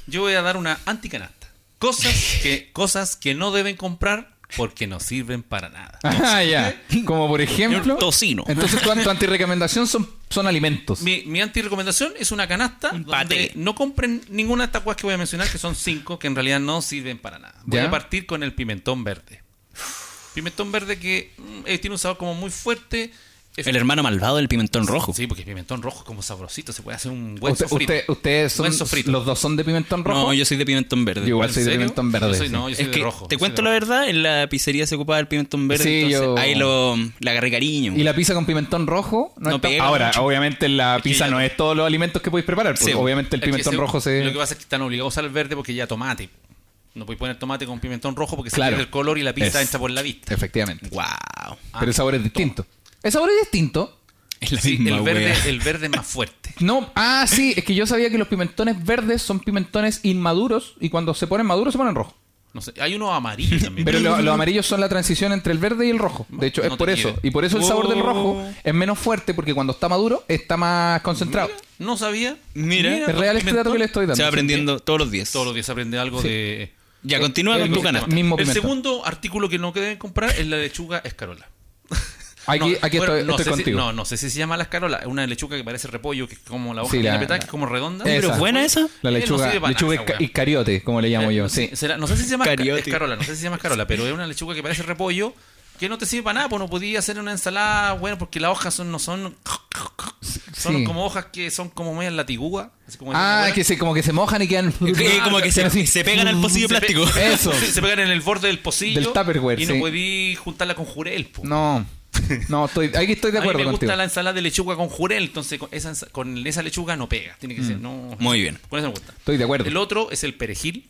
[SPEAKER 2] yo voy a dar una anticanasta. Cosas que, cosas que no deben comprar porque no sirven para nada.
[SPEAKER 3] Ah, ya. Como por ejemplo...
[SPEAKER 5] Tocino.
[SPEAKER 3] Entonces tu, tu antirecomendación son, son alimentos.
[SPEAKER 2] Mi, mi antirecomendación es una canasta
[SPEAKER 5] paté.
[SPEAKER 2] donde no compren ninguna de estas cosas que voy a mencionar, que son cinco, que en realidad no sirven para nada. Voy
[SPEAKER 3] ¿Ya?
[SPEAKER 2] a partir con el pimentón verde. Pimentón verde que mm, eh, tiene un sabor como muy fuerte.
[SPEAKER 5] El hermano malvado del pimentón rojo.
[SPEAKER 2] Sí, porque pimentón rojo es como sabrosito, se puede hacer un buen
[SPEAKER 3] Usted-
[SPEAKER 2] sofrito.
[SPEAKER 3] usted- ustedes son...
[SPEAKER 2] Buen sofrito.
[SPEAKER 3] Los dos son de pimentón rojo.
[SPEAKER 5] No, yo soy de pimentón verde.
[SPEAKER 3] Yo igual
[SPEAKER 2] ¿En
[SPEAKER 3] soy de
[SPEAKER 2] serio?
[SPEAKER 3] pimentón verde.
[SPEAKER 2] Yo soy-
[SPEAKER 3] sí.
[SPEAKER 2] no, yo soy
[SPEAKER 5] Es
[SPEAKER 2] de
[SPEAKER 5] que
[SPEAKER 2] rojo.
[SPEAKER 5] te
[SPEAKER 2] soy
[SPEAKER 5] cuento
[SPEAKER 2] de
[SPEAKER 5] la
[SPEAKER 2] rojo.
[SPEAKER 5] verdad, en la pizzería se ocupaba el pimentón verde,
[SPEAKER 3] Sí,
[SPEAKER 5] entonces
[SPEAKER 3] yo-
[SPEAKER 5] ahí lo, le agarré cariño.
[SPEAKER 3] Y la pizza con pimentón rojo no,
[SPEAKER 5] No
[SPEAKER 3] está-
[SPEAKER 5] pega
[SPEAKER 3] Ahora,
[SPEAKER 5] mucho.
[SPEAKER 3] obviamente la pizza
[SPEAKER 2] ya-
[SPEAKER 3] no es todos los alimentos que podéis preparar. porque
[SPEAKER 5] Sí,
[SPEAKER 3] obviamente el
[SPEAKER 2] Es que
[SPEAKER 3] pimentón
[SPEAKER 2] se-
[SPEAKER 3] rojo se...
[SPEAKER 2] Lo que pasa es que están obligados a usar el verde porque ya tomate. No podéis poner tomate con pimentón rojo porque
[SPEAKER 3] Claro.
[SPEAKER 2] se pierde el color y la pizza
[SPEAKER 3] Es-
[SPEAKER 2] entra por la vista.
[SPEAKER 3] Efectivamente.
[SPEAKER 5] Wow.
[SPEAKER 3] Pero el sabor es distinto. El sabor es distinto.
[SPEAKER 5] Es la
[SPEAKER 2] Sí,
[SPEAKER 5] misma
[SPEAKER 2] el verde,
[SPEAKER 5] wea.
[SPEAKER 2] el verde es más fuerte.
[SPEAKER 3] No, ah, sí, es que yo sabía que los pimentones verdes son pimentones inmaduros y cuando se ponen maduros se ponen rojo.
[SPEAKER 2] No sé, hay uno amarillo también.
[SPEAKER 3] Pero lo- los amarillos son la transición entre el verde y el rojo. De hecho,
[SPEAKER 2] No
[SPEAKER 3] es
[SPEAKER 2] te
[SPEAKER 3] por eso.
[SPEAKER 2] quiero.
[SPEAKER 3] Y por eso el sabor del rojo
[SPEAKER 5] Oh.
[SPEAKER 3] es menos fuerte porque cuando está maduro está más concentrado.
[SPEAKER 2] No sabía.
[SPEAKER 5] Mira. Mira,
[SPEAKER 3] es real este dato que le estoy dando.
[SPEAKER 5] Se va aprendiendo todos los días.
[SPEAKER 2] Todos los días se aprende algo de.
[SPEAKER 5] Ya, continúa
[SPEAKER 3] El
[SPEAKER 5] con tu
[SPEAKER 3] mismo-
[SPEAKER 5] canasta.
[SPEAKER 3] mismo
[SPEAKER 2] el
[SPEAKER 3] pimentón.
[SPEAKER 2] segundo artículo que no que deben comprar es la lechuga escarola.
[SPEAKER 3] Aquí,
[SPEAKER 2] No,
[SPEAKER 3] aquí
[SPEAKER 2] bueno,
[SPEAKER 3] estoy,
[SPEAKER 2] no
[SPEAKER 3] estoy
[SPEAKER 2] sé si-
[SPEAKER 3] contigo.
[SPEAKER 2] no, no sé si se llama la escarola. Es una lechuga que parece repollo, que es como la hoja
[SPEAKER 3] Sí,
[SPEAKER 2] de
[SPEAKER 3] la-
[SPEAKER 2] la petaca, que es como redonda.
[SPEAKER 3] Esa.
[SPEAKER 5] Pero buena esa.
[SPEAKER 3] La
[SPEAKER 2] Eh, no
[SPEAKER 3] lechuga,
[SPEAKER 2] sirve para
[SPEAKER 3] lechuga
[SPEAKER 2] nada, esa
[SPEAKER 3] isca-
[SPEAKER 2] weá.
[SPEAKER 3] iscariote, como le llamo
[SPEAKER 2] Eh,
[SPEAKER 3] yo.
[SPEAKER 2] no
[SPEAKER 3] Sí.
[SPEAKER 2] sé- será- no sé si se llama esca-
[SPEAKER 5] Cariote.
[SPEAKER 2] escarola, no sé si se llama escarola, pero es una lechuga que parece repollo que no te sirve para nada, pues no podías hacer una ensalada, bueno, porque las hojas son, no son, son
[SPEAKER 3] Sí.
[SPEAKER 2] como hojas que son como medias latigúas. así como
[SPEAKER 3] Ah,
[SPEAKER 2] latigúas.
[SPEAKER 3] que se, como que se mojan y quedan.
[SPEAKER 5] Eh, como que se, se pegan al pocillo
[SPEAKER 2] Se pe-
[SPEAKER 5] plástico.
[SPEAKER 3] Eso.
[SPEAKER 2] Sí, se pegan en el borde del pocillo.
[SPEAKER 3] Del Tupperware,
[SPEAKER 2] Y
[SPEAKER 3] sí.
[SPEAKER 2] no podí juntarla con jurel, pues. po.
[SPEAKER 3] No, no, estoy, aquí estoy de
[SPEAKER 2] A mí me
[SPEAKER 3] acuerdo
[SPEAKER 2] gusta
[SPEAKER 3] contigo.
[SPEAKER 2] la ensalada de lechuga con jurel, entonces con esa, ensa- con esa lechuga no pega. Tiene que ser, no.
[SPEAKER 5] Muy bien.
[SPEAKER 2] Con esa me gusta.
[SPEAKER 3] Mm. Estoy de acuerdo.
[SPEAKER 2] El otro es el perejil.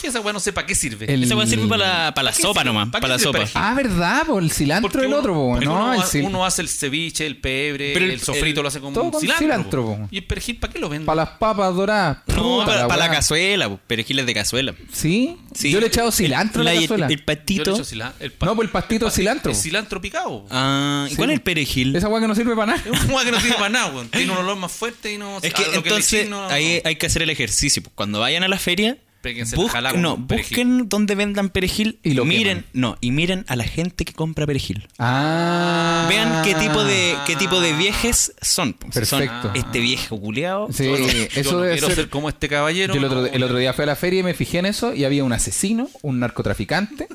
[SPEAKER 2] Que esa weá no sé para qué sirve.
[SPEAKER 3] El-
[SPEAKER 5] Esa weá sirve para la, para la sopa nomás.
[SPEAKER 2] ¿Para qué
[SPEAKER 5] Para la
[SPEAKER 2] sirve
[SPEAKER 5] sopa.
[SPEAKER 2] perejil?
[SPEAKER 3] Ah, ¿verdad? Por el cilantro
[SPEAKER 2] Porque
[SPEAKER 3] del
[SPEAKER 2] uno-
[SPEAKER 3] otro, po,
[SPEAKER 2] porque
[SPEAKER 3] ¿no?
[SPEAKER 2] uno,
[SPEAKER 3] El
[SPEAKER 2] ha-
[SPEAKER 3] cil-
[SPEAKER 2] uno hace el ceviche, el pebre,
[SPEAKER 5] Pero el-
[SPEAKER 2] el, sofrito
[SPEAKER 5] el-
[SPEAKER 2] lo hace con,
[SPEAKER 3] todo con
[SPEAKER 2] cilantro.
[SPEAKER 3] cilantro,
[SPEAKER 2] po.
[SPEAKER 3] po.
[SPEAKER 2] ¿Y el perejil para qué lo venden?
[SPEAKER 3] Para las papas doradas.
[SPEAKER 5] No,
[SPEAKER 3] Puta
[SPEAKER 5] para, para la
[SPEAKER 3] weá.
[SPEAKER 5] cazuela, po, perejiles de cazuela.
[SPEAKER 3] ¿Sí?
[SPEAKER 5] Sí.
[SPEAKER 3] Yo le he echado cilantro a
[SPEAKER 5] La-
[SPEAKER 3] la
[SPEAKER 5] el-
[SPEAKER 3] cazuela.
[SPEAKER 5] El, patito.
[SPEAKER 2] Yo le echo cila- el pa-
[SPEAKER 3] No, pues el pastito de
[SPEAKER 2] pa-
[SPEAKER 3] cilantro.
[SPEAKER 2] El cilantro picado. po.
[SPEAKER 5] Ah, ¿y
[SPEAKER 3] Sí,
[SPEAKER 5] ¿Cuál es
[SPEAKER 3] po.
[SPEAKER 5] el perejil?
[SPEAKER 3] Esa agua que no sirve para
[SPEAKER 2] Es
[SPEAKER 3] nada.
[SPEAKER 2] un weá que no sirve para nada, weón. Tiene un olor más fuerte y no.
[SPEAKER 5] Es que
[SPEAKER 2] a lo le
[SPEAKER 5] entonces
[SPEAKER 2] eché, no-
[SPEAKER 5] ahí hay que hacer el ejercicio. pues, Cuando vayan a la feria,
[SPEAKER 2] Péguense
[SPEAKER 5] busquen-
[SPEAKER 2] la jalá con
[SPEAKER 5] no,
[SPEAKER 2] perejil.
[SPEAKER 5] busquen donde vendan perejil
[SPEAKER 3] Y
[SPEAKER 5] y lo
[SPEAKER 3] lo
[SPEAKER 5] miren, no, y miren a la gente que compra perejil.
[SPEAKER 3] Ah.
[SPEAKER 5] Vean qué tipo de qué tipo de viejes son. pues, si son
[SPEAKER 3] Perfecto.
[SPEAKER 5] este viejo culeado.
[SPEAKER 3] Sí,
[SPEAKER 2] Yo no- yo
[SPEAKER 3] eso
[SPEAKER 2] no
[SPEAKER 3] debe
[SPEAKER 2] quiero
[SPEAKER 3] ser.
[SPEAKER 2] ser como este caballero.
[SPEAKER 3] Yo el otro,
[SPEAKER 2] no.
[SPEAKER 3] el otro día fui a la feria y me fijé en eso y había un asesino, un narcotraficante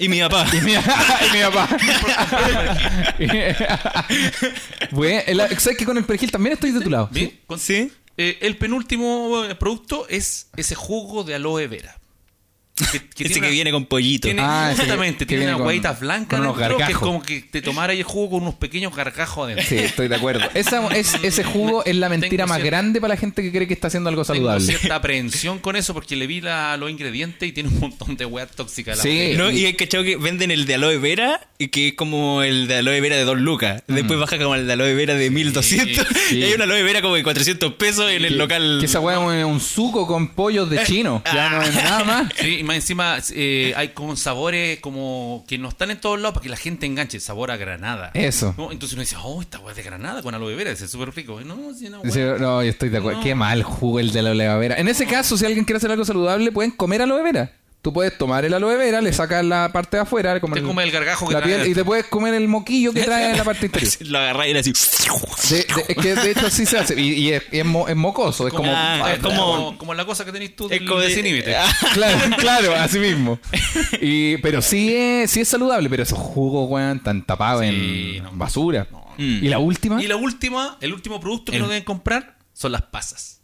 [SPEAKER 5] Y mi papá.
[SPEAKER 3] y mi, y mi papá. bueno, el- ¿sabes que con el perejil también estoy de tu lado?
[SPEAKER 2] ¿Sí? Con-
[SPEAKER 5] Sí.
[SPEAKER 2] Eh, el penúltimo eh, producto es ese jugo de aloe vera. Que, tiene
[SPEAKER 5] Ese que
[SPEAKER 2] una-
[SPEAKER 5] viene con pollito.
[SPEAKER 2] tiene-
[SPEAKER 3] Ah, ese que-
[SPEAKER 2] exactamente,
[SPEAKER 3] que
[SPEAKER 2] tiene
[SPEAKER 3] viene
[SPEAKER 2] una
[SPEAKER 3] con-
[SPEAKER 2] guaita blanca
[SPEAKER 3] con unos
[SPEAKER 2] dentro, que es
[SPEAKER 3] gargajos.
[SPEAKER 2] como que te tomara ahí el jugo con unos pequeños gargajos adentro.
[SPEAKER 3] Sí, estoy de acuerdo. Esa, es, ese jugo es la mentira
[SPEAKER 2] Tengo
[SPEAKER 3] más
[SPEAKER 2] cier-
[SPEAKER 3] grande para la gente que cree que está haciendo algo
[SPEAKER 2] Tengo
[SPEAKER 3] saludable.
[SPEAKER 2] cierta aprehensión con eso porque le vi la- los ingredientes y tiene un montón de weas tóxicas. la
[SPEAKER 3] Sí.
[SPEAKER 2] botella.
[SPEAKER 5] ¿No? Y hay cachado que venden el de aloe vera, y que es como el de aloe vera de 2 lucas.
[SPEAKER 2] Mm.
[SPEAKER 5] Después baja como el de aloe vera de 1200.
[SPEAKER 3] sí.
[SPEAKER 5] Y hay una aloe vera como de 400 pesos en el local.
[SPEAKER 3] Que esa weá es un suco con pollos
[SPEAKER 2] Eh.
[SPEAKER 3] de chino. Ya no es nada más.
[SPEAKER 2] Sí, y más encima eh, hay con sabores como que no están en todos lados para que la gente enganche. Sabor a granada.
[SPEAKER 3] Eso.
[SPEAKER 2] No, Entonces uno dice, oh, esta hueá es de granada con aloe vera, ese es súper rico. Y No, sí, no,
[SPEAKER 3] Sí,
[SPEAKER 2] hueá.
[SPEAKER 3] No, yo estoy de acuerdo.
[SPEAKER 2] No.
[SPEAKER 3] Qué mal jugo el de la aloe vera. En ese caso, si alguien quiere hacer algo saludable, pueden comer aloe vera. Tú puedes tomar el aloe vera, le sacas la parte de afuera, como
[SPEAKER 2] Te come el gargajo que
[SPEAKER 3] la
[SPEAKER 2] trae
[SPEAKER 3] piel, y te puedes comer el moquillo que trae en la parte interior.
[SPEAKER 5] Lo agarrá y era así.
[SPEAKER 3] De- de- es que de hecho así se hace. Y, y es, y es mo- es mocoso. Es como.
[SPEAKER 5] Ah,
[SPEAKER 2] es como, como la cosa que tenés tú del- de Ah, sin límite.
[SPEAKER 3] Claro, claro, así mismo. Y, pero sí es, sí es saludable, pero esos jugos, weón, tan tapados
[SPEAKER 2] Sí,
[SPEAKER 3] en
[SPEAKER 2] no.
[SPEAKER 3] basura.
[SPEAKER 5] Mm.
[SPEAKER 3] ¿Y la última?
[SPEAKER 2] Ah. Y la última, el último producto que
[SPEAKER 5] El-
[SPEAKER 2] no deben comprar son las pasas.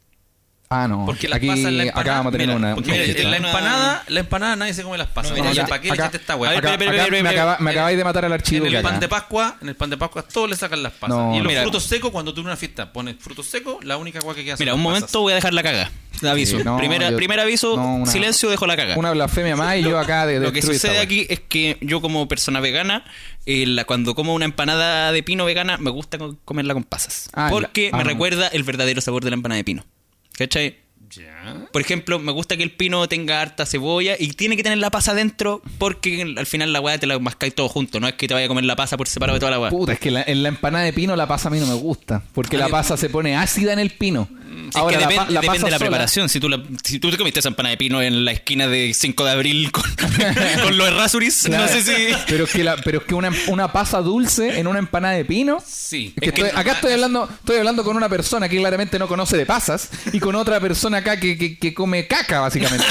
[SPEAKER 3] Ah, no.
[SPEAKER 2] Porque las
[SPEAKER 3] Aquí
[SPEAKER 2] pasas en la
[SPEAKER 3] acá
[SPEAKER 2] empanada.
[SPEAKER 3] vamos a tener
[SPEAKER 2] mira,
[SPEAKER 3] una.
[SPEAKER 2] porque
[SPEAKER 3] una
[SPEAKER 2] mira,
[SPEAKER 3] fiesta.
[SPEAKER 2] en la empanada, la empanada nadie se come las pasas.
[SPEAKER 5] No,
[SPEAKER 2] Mira,
[SPEAKER 5] no,
[SPEAKER 2] ya,
[SPEAKER 5] ya,
[SPEAKER 2] ¿Para qué le
[SPEAKER 3] acá-
[SPEAKER 2] echaste esta weá?
[SPEAKER 5] a ver,
[SPEAKER 3] Acá-
[SPEAKER 5] espera, espera,
[SPEAKER 3] acá
[SPEAKER 5] espera,
[SPEAKER 3] me
[SPEAKER 5] espera.
[SPEAKER 3] acaba- Me acabáis de matar al
[SPEAKER 2] En
[SPEAKER 3] archivo.
[SPEAKER 2] el pan
[SPEAKER 3] caca.
[SPEAKER 2] de Pascua, en el pan de Pascua todos le sacan las pasas.
[SPEAKER 3] No,
[SPEAKER 2] y los
[SPEAKER 5] mira.
[SPEAKER 2] frutos secos, cuando tú en una fiesta pones frutos secos, la única agua que queda son
[SPEAKER 5] Mira, un
[SPEAKER 2] las
[SPEAKER 5] momento voy a dejar la caga. Aviso.
[SPEAKER 3] Sí, no,
[SPEAKER 5] Primera-
[SPEAKER 3] yo-
[SPEAKER 5] primer aviso,
[SPEAKER 3] no, una-
[SPEAKER 5] silencio, dejo la caga.
[SPEAKER 3] Una blasfemia más y yo acá de
[SPEAKER 5] Lo que
[SPEAKER 3] destruir esta
[SPEAKER 5] sucede
[SPEAKER 3] weá.
[SPEAKER 5] aquí es que yo como persona vegana, eh, la- cuando como una empanada de pino vegana, me gusta co- comerla con pasas.
[SPEAKER 3] Ah,
[SPEAKER 5] porque
[SPEAKER 3] la-
[SPEAKER 5] me
[SPEAKER 3] ah.
[SPEAKER 5] recuerda el verdadero sabor de la empanada de pino. ¿Cachai?
[SPEAKER 2] pasas. Ya.
[SPEAKER 5] Por ejemplo, me gusta que el pino tenga harta cebolla y tiene que tener la pasa adentro porque al final la weá te la mascáis todo junto. No es que te vaya a comer la pasa por separado de toda la weá.
[SPEAKER 3] Puta, es que la- en la empanada de pino la pasa a mí no me gusta. Porque la pasa se pone ácida en el pino.
[SPEAKER 5] es que
[SPEAKER 3] la pa-
[SPEAKER 5] depende,
[SPEAKER 3] la
[SPEAKER 5] depende
[SPEAKER 3] pasa
[SPEAKER 5] de la
[SPEAKER 3] sola-
[SPEAKER 5] preparación. Si tú, la- si tú te comiste esa empanada de pino en la esquina de 5 de abril con, con los rasuris,
[SPEAKER 3] Claro.
[SPEAKER 5] no sé si...
[SPEAKER 3] Pero es que, la- pero es que una, una pasa dulce en una empanada de pino.
[SPEAKER 2] Sí.
[SPEAKER 3] Es que estoy- acá estoy hablando, estoy hablando con una persona que claramente no conoce de pasas y con otra persona acá que, que- que come caca, básicamente.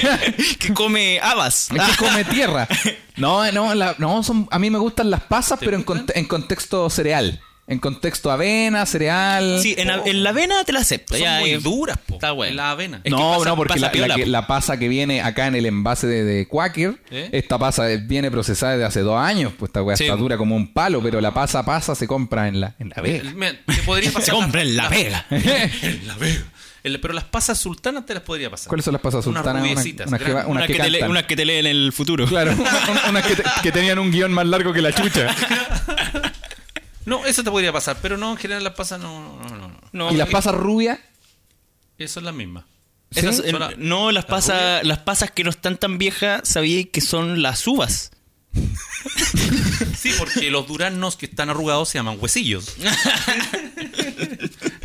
[SPEAKER 5] que come habas.
[SPEAKER 3] Es que come tierra. No, no, la- no son, a mí me gustan las pasas, pero en,
[SPEAKER 2] gustan?
[SPEAKER 3] conte- en contexto cereal. En contexto avena, cereal.
[SPEAKER 5] Sí, en, la- en la avena te la acepto.
[SPEAKER 2] Son
[SPEAKER 5] ya,
[SPEAKER 2] muy
[SPEAKER 5] eh,
[SPEAKER 2] duras, po.
[SPEAKER 5] Está bueno.
[SPEAKER 2] La avena.
[SPEAKER 5] Es que
[SPEAKER 3] no,
[SPEAKER 5] pasa-
[SPEAKER 3] no, porque
[SPEAKER 5] pasa
[SPEAKER 3] la, la
[SPEAKER 5] piola,
[SPEAKER 3] que-
[SPEAKER 5] po.
[SPEAKER 3] la pasa que viene acá en el envase de, de Quaker,
[SPEAKER 2] ¿Eh?
[SPEAKER 3] esta pasa eh, viene procesada desde hace dos años, pues esta weá
[SPEAKER 5] Sí.
[SPEAKER 3] está dura como un palo, pero la pasa pasa se compra en la, en la vega.
[SPEAKER 2] Me- te podría pasar
[SPEAKER 5] Se compra en La
[SPEAKER 2] las-
[SPEAKER 5] Vega.
[SPEAKER 2] en La Vega. El- pero las pasas sultanas te las podría pasar.
[SPEAKER 3] ¿Cuáles son las pasas sultanas?
[SPEAKER 2] Unas
[SPEAKER 3] Unas
[SPEAKER 2] rubiecitas.
[SPEAKER 3] unas que va-
[SPEAKER 2] grandes.
[SPEAKER 3] unas
[SPEAKER 5] Unas
[SPEAKER 3] que
[SPEAKER 5] que, te le-
[SPEAKER 3] cantan.
[SPEAKER 5] unas que te leen el futuro.
[SPEAKER 3] Claro, un- unas que, te- que tenían un guión más largo que la chucha.
[SPEAKER 2] No, eso te podría pasar, pero no, en general las pasas no, no, no, no.
[SPEAKER 5] No, eh,
[SPEAKER 3] y las
[SPEAKER 5] porque-
[SPEAKER 3] pasas rubias,
[SPEAKER 2] Eso es la misma.
[SPEAKER 5] esas-
[SPEAKER 2] ¿Sí?
[SPEAKER 5] eh,
[SPEAKER 2] Son la-
[SPEAKER 5] no, las
[SPEAKER 2] la
[SPEAKER 5] pasas, las pasas que no están tan viejas, sabía que son las uvas.
[SPEAKER 2] Sí, porque los duraznos que están arrugados se llaman huesillos.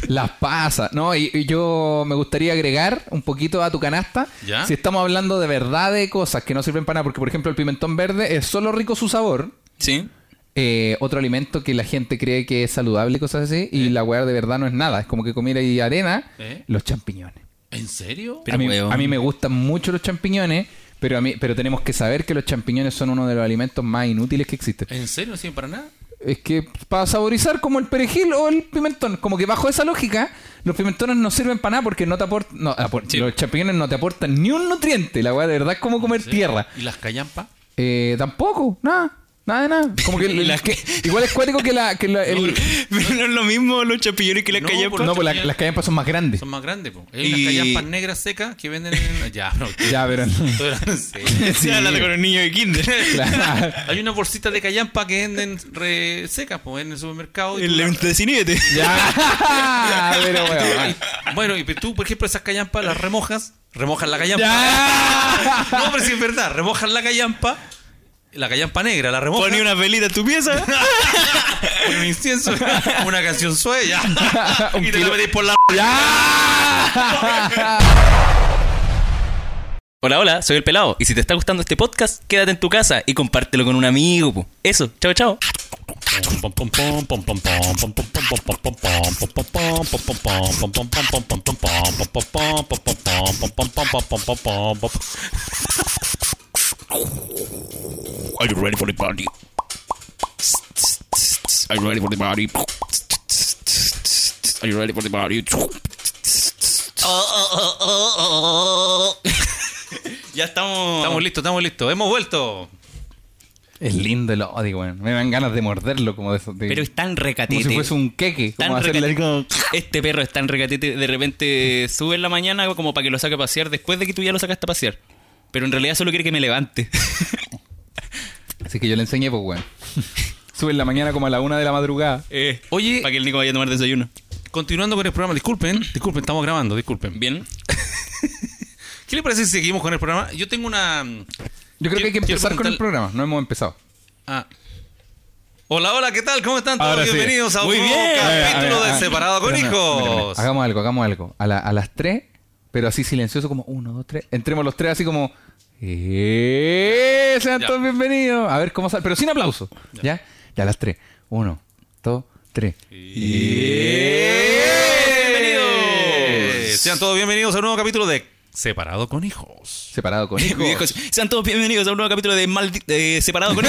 [SPEAKER 3] las pasas. No, y, y yo me gustaría agregar un poquito a tu canasta.
[SPEAKER 2] ¿Ya?
[SPEAKER 3] Si estamos hablando de verdad de cosas que no sirven para nada, porque por ejemplo el pimentón verde es solo rico su sabor.
[SPEAKER 5] Sí.
[SPEAKER 3] eh, otro alimento que la gente cree que es saludable y cosas así. Y la weá de verdad no es nada. Es como que comiera y arena
[SPEAKER 2] ¿Eh?
[SPEAKER 3] los champiñones.
[SPEAKER 2] ¿En serio?
[SPEAKER 5] Pero,
[SPEAKER 3] a, mí,
[SPEAKER 5] weón.
[SPEAKER 3] a mí me gustan mucho los champiñones, pero, a mí, pero tenemos que saber que los champiñones son uno de los alimentos más inútiles que existen.
[SPEAKER 2] ¿En serio? ¿No sirven para nada?
[SPEAKER 3] Es que para saborizar como el perejil o el pimentón, como que bajo esa lógica, los pimentones no sirven para nada porque no te aportan... No, apor- Los champiñones no te aportan ni un nutriente. La weá de verdad es como comer
[SPEAKER 2] ¿Sí?
[SPEAKER 3] tierra.
[SPEAKER 2] ¿Y las callampas?
[SPEAKER 3] Eh, tampoco, nada. Nada de nada. Como que,
[SPEAKER 5] Y las que-
[SPEAKER 3] igual es cuático que la, que la- el-
[SPEAKER 5] Pero no es lo mismo los chapillones que las
[SPEAKER 2] No,
[SPEAKER 5] callampas.
[SPEAKER 3] No,
[SPEAKER 2] No,
[SPEAKER 3] pues la-
[SPEAKER 2] tenía-
[SPEAKER 3] las callampas son más grandes.
[SPEAKER 2] Son más grandes, po. Hay
[SPEAKER 5] Y-
[SPEAKER 2] unas callampas negras secas que venden en... Ya, no.
[SPEAKER 3] Ya, pero.
[SPEAKER 2] estoy hablando en serio.
[SPEAKER 5] Se habla con un niño de kinder.
[SPEAKER 3] Claro.
[SPEAKER 2] Hay una bolsita de callampa que venden re secas, po, en el supermercado. y tú
[SPEAKER 5] El
[SPEAKER 2] la-
[SPEAKER 5] de cinete.
[SPEAKER 3] Ya, pero bueno.
[SPEAKER 2] Bueno, y tú, por ejemplo, esas callampas las remojas, remojas la callampa.
[SPEAKER 3] Ya.
[SPEAKER 2] No, pero si es verdad, remojas la callampa, la callampa negra, la remojas,
[SPEAKER 5] Pone una velita en tu pieza.
[SPEAKER 2] un incienso, una canción suave, ya.
[SPEAKER 3] Un
[SPEAKER 2] y te la
[SPEAKER 3] kilo-
[SPEAKER 2] metís por la...
[SPEAKER 5] Hola, hola, soy el pelado. Y si te está gustando este podcast, quédate en tu casa y compártelo con un amigo. po. Eso, chao, chao.
[SPEAKER 6] Are you ready for the party? Are you ready for the party? Are you ready for the party?
[SPEAKER 5] Ya estamos.
[SPEAKER 2] Estamos listos, estamos listos. Hemos vuelto.
[SPEAKER 3] Es lindo el odio, weón. Me dan ganas de morderlo como de eso. de-
[SPEAKER 5] Pero es tan recatete.
[SPEAKER 3] como si fuese un queque.
[SPEAKER 5] Tan
[SPEAKER 3] Como hacerle así como-
[SPEAKER 5] recatete. Este perro es tan recatete. De repente sube en la mañana como para que lo saque a pasear después de que tú ya lo sacaste a pasear. Pero en realidad solo quiere que me levante.
[SPEAKER 3] Así que yo le enseñé, pues, weón. Sube en la mañana como a la una de la madrugada.
[SPEAKER 5] Oye. Para que el Nico vaya a tomar desayuno.
[SPEAKER 2] Continuando con el programa, disculpen, disculpen, estamos grabando, disculpen.
[SPEAKER 5] Bien.
[SPEAKER 2] ¿Qué le parece si seguimos con el programa? Yo tengo una...
[SPEAKER 3] Yo creo que hay que
[SPEAKER 2] Quiero
[SPEAKER 3] empezar con el
[SPEAKER 2] preguntar-
[SPEAKER 3] programa. No hemos empezado.
[SPEAKER 2] ah. Hola, hola, ¿qué tal? ¿Cómo están todos?
[SPEAKER 3] Ahora sí.
[SPEAKER 2] Bienvenidos a
[SPEAKER 5] Muy
[SPEAKER 2] un
[SPEAKER 5] bien.
[SPEAKER 2] nuevo
[SPEAKER 5] A ver,
[SPEAKER 2] capítulo
[SPEAKER 3] a ver, a
[SPEAKER 2] de
[SPEAKER 3] ver.
[SPEAKER 2] Separado con
[SPEAKER 3] Espérame, espérame.
[SPEAKER 2] Hijos.
[SPEAKER 3] Hagamos algo, hagamos algo. A, la- a las tres, pero así silencioso como uno, dos, tres. Entremos los tres así como. Eh, sean
[SPEAKER 2] Ya.
[SPEAKER 3] todos bienvenidos. A ver cómo sale. Pero sin aplauso. ¿Ya? Ya, a las tres. Uno, dos, tres.
[SPEAKER 2] Eh, Sean todos bienvenidos a un nuevo capítulo de Separado con Hijos.
[SPEAKER 3] Separado con hijos.
[SPEAKER 5] Viejos, Sean todos bienvenidos a un nuevo capítulo de Maldi- eh, Separado con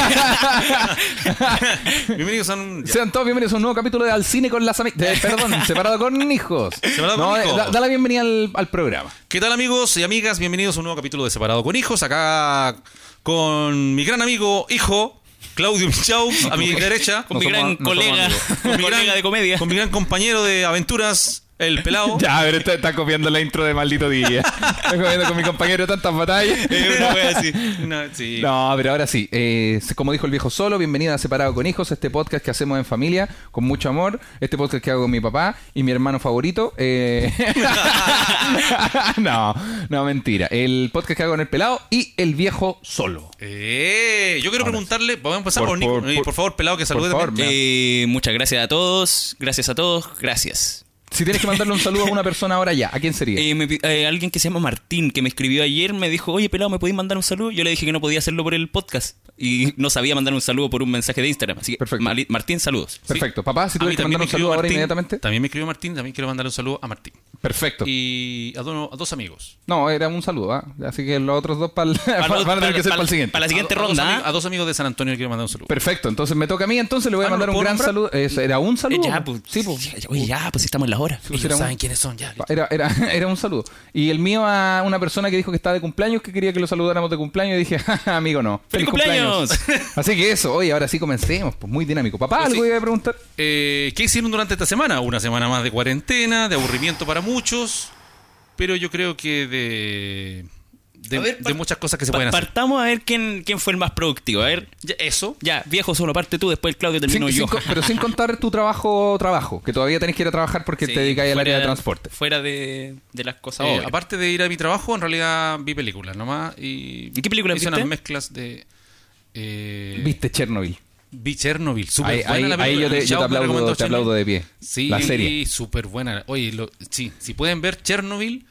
[SPEAKER 2] Bienvenidos a un. ya.
[SPEAKER 3] Sean todos bienvenidos a un nuevo capítulo de Al Cine con las amigas. Perdón, separado con hijos.
[SPEAKER 2] Separado con
[SPEAKER 3] eh,
[SPEAKER 2] hijos.
[SPEAKER 3] Da, da la bienvenida al, al programa.
[SPEAKER 2] ¿Qué tal, amigos y amigas? Bienvenidos a un nuevo capítulo de Separado con Hijos. Acá con mi gran amigo, hijo, Claudio Michau, a mi derecha.
[SPEAKER 5] Con mi
[SPEAKER 3] No
[SPEAKER 5] gran
[SPEAKER 3] somos- no somos
[SPEAKER 5] colega,
[SPEAKER 3] amigos.
[SPEAKER 5] con mi colega de comedia.
[SPEAKER 2] Con mi gran compañero de aventuras, el pelado.
[SPEAKER 3] Ya, a ver, está, está copiando la intro de Maldito Día. Está copiando con mi compañero tantas batallas.
[SPEAKER 2] Eh, una wea así. Una- sí.
[SPEAKER 3] No, pero ahora sí. eh, como dijo el viejo solo, bienvenida a Separado con Hijos, este podcast que hacemos en familia, con mucho amor. Este podcast que hago con mi papá y mi hermano favorito. eh. no, no, mentira. El podcast que hago con el pelado y el viejo solo.
[SPEAKER 2] Eh, yo quiero preguntarle, vamos a empezar
[SPEAKER 3] Por-
[SPEAKER 2] por, Nico.
[SPEAKER 3] por-
[SPEAKER 2] Eh, Por,
[SPEAKER 3] por-
[SPEAKER 2] favor, pelado, que salude.
[SPEAKER 3] favor,
[SPEAKER 2] también.
[SPEAKER 5] Eh, muchas gracias a todos. Gracias a todos. Gracias.
[SPEAKER 3] Si tienes que mandarle un saludo a una persona ahora ya, ¿a quién sería?
[SPEAKER 5] Eh, me pi- eh, alguien que se llama Martín, que me escribió ayer, me dijo, oye, pelado, ¿me podéis mandar un saludo? Yo le dije que no podía hacerlo por el podcast. Y no sabía mandar un saludo por un mensaje de Instagram. Así que,
[SPEAKER 3] Perfecto.
[SPEAKER 5] Mali- Martín, saludos.
[SPEAKER 3] Perfecto. Papá,
[SPEAKER 2] A mí
[SPEAKER 3] si tuvieras que
[SPEAKER 2] también
[SPEAKER 3] mandar
[SPEAKER 2] me
[SPEAKER 3] un
[SPEAKER 2] escribió
[SPEAKER 3] saludo ahora
[SPEAKER 2] Martín.
[SPEAKER 3] inmediatamente.
[SPEAKER 2] También me escribió Martín, también quiero mandarle un saludo a Martín.
[SPEAKER 3] Perfecto.
[SPEAKER 2] Y a, dos- a dos amigos.
[SPEAKER 3] No, era un saludo, ¿ah? Así que los otros dos pa'l-
[SPEAKER 5] los-
[SPEAKER 3] van a tener que ser
[SPEAKER 5] para-
[SPEAKER 3] para el siguiente.
[SPEAKER 5] para la siguiente
[SPEAKER 2] A do- a dos
[SPEAKER 5] ronda. ¿eh? ¿ah?
[SPEAKER 2] ami- A dos amigos de San Antonio quiero mandar un saludo.
[SPEAKER 3] Perfecto, entonces me toca a mí, entonces le voy a
[SPEAKER 2] Ah, ¿no
[SPEAKER 3] mandar
[SPEAKER 2] lo
[SPEAKER 3] un
[SPEAKER 2] puedo
[SPEAKER 3] gran
[SPEAKER 2] nombrar?
[SPEAKER 3] saludo. Eso, era un
[SPEAKER 5] Eh,
[SPEAKER 3] saludo.
[SPEAKER 5] ya, pues,
[SPEAKER 3] Sí, pues.
[SPEAKER 5] ya, ya, oye, ya, pues si estamos en la hora.
[SPEAKER 3] Pues era un-
[SPEAKER 2] quiénes son ya.
[SPEAKER 3] Era, era, era un saludo. Y el mío a una persona que dijo que estaba de cumpleaños, que quería que lo saludáramos de cumpleaños, y dije, "Ja, ja, amigo, no.
[SPEAKER 5] ¡Feliz
[SPEAKER 3] Así que eso, oye, ahora sí comencemos, pues muy dinámico. Papá, algo
[SPEAKER 2] sí.
[SPEAKER 3] iba a preguntar.
[SPEAKER 2] Eh, ¿Qué hicieron durante esta semana? Una semana más de cuarentena, de aburrimiento para muchos, pero yo creo que de, de,
[SPEAKER 5] A ver,
[SPEAKER 2] de
[SPEAKER 5] par-
[SPEAKER 2] muchas cosas que se
[SPEAKER 5] Pa-
[SPEAKER 2] pueden hacer.
[SPEAKER 5] partamos a ver quién, quién fue el más productivo. A ver,
[SPEAKER 2] Ya, eso.
[SPEAKER 5] ya, viejo solo parte tú, después el Claudio
[SPEAKER 3] Sin-
[SPEAKER 5] termino
[SPEAKER 3] sin
[SPEAKER 5] yo.
[SPEAKER 3] co- pero sin contar tu trabajo, trabajo, que todavía tenés que ir a trabajar porque
[SPEAKER 5] Sí,
[SPEAKER 3] te dedicáis al área de
[SPEAKER 5] fuera-
[SPEAKER 3] transporte.
[SPEAKER 5] Fuera de, de las cosas.
[SPEAKER 2] Eh,
[SPEAKER 5] obvias.
[SPEAKER 2] aparte de ir a mi trabajo, en realidad vi películas nomás. ¿Y
[SPEAKER 5] ¿Y qué películas
[SPEAKER 2] hice unas
[SPEAKER 5] viste?
[SPEAKER 2] mezclas de... eh,
[SPEAKER 3] Viste Chernobyl.
[SPEAKER 2] vi Chernobyl, súper
[SPEAKER 3] Ahí,
[SPEAKER 2] buena
[SPEAKER 3] ahí-
[SPEAKER 2] la película.
[SPEAKER 3] ahí yo te, yo te
[SPEAKER 2] Chao, me recomendó
[SPEAKER 3] aplaudo, te aplaudo de
[SPEAKER 2] Chernobyl.
[SPEAKER 3] pie.
[SPEAKER 2] Sí,
[SPEAKER 3] la serie.
[SPEAKER 2] sí, súper buena. Oye, lo- sí, si pueden ver Chernobyl,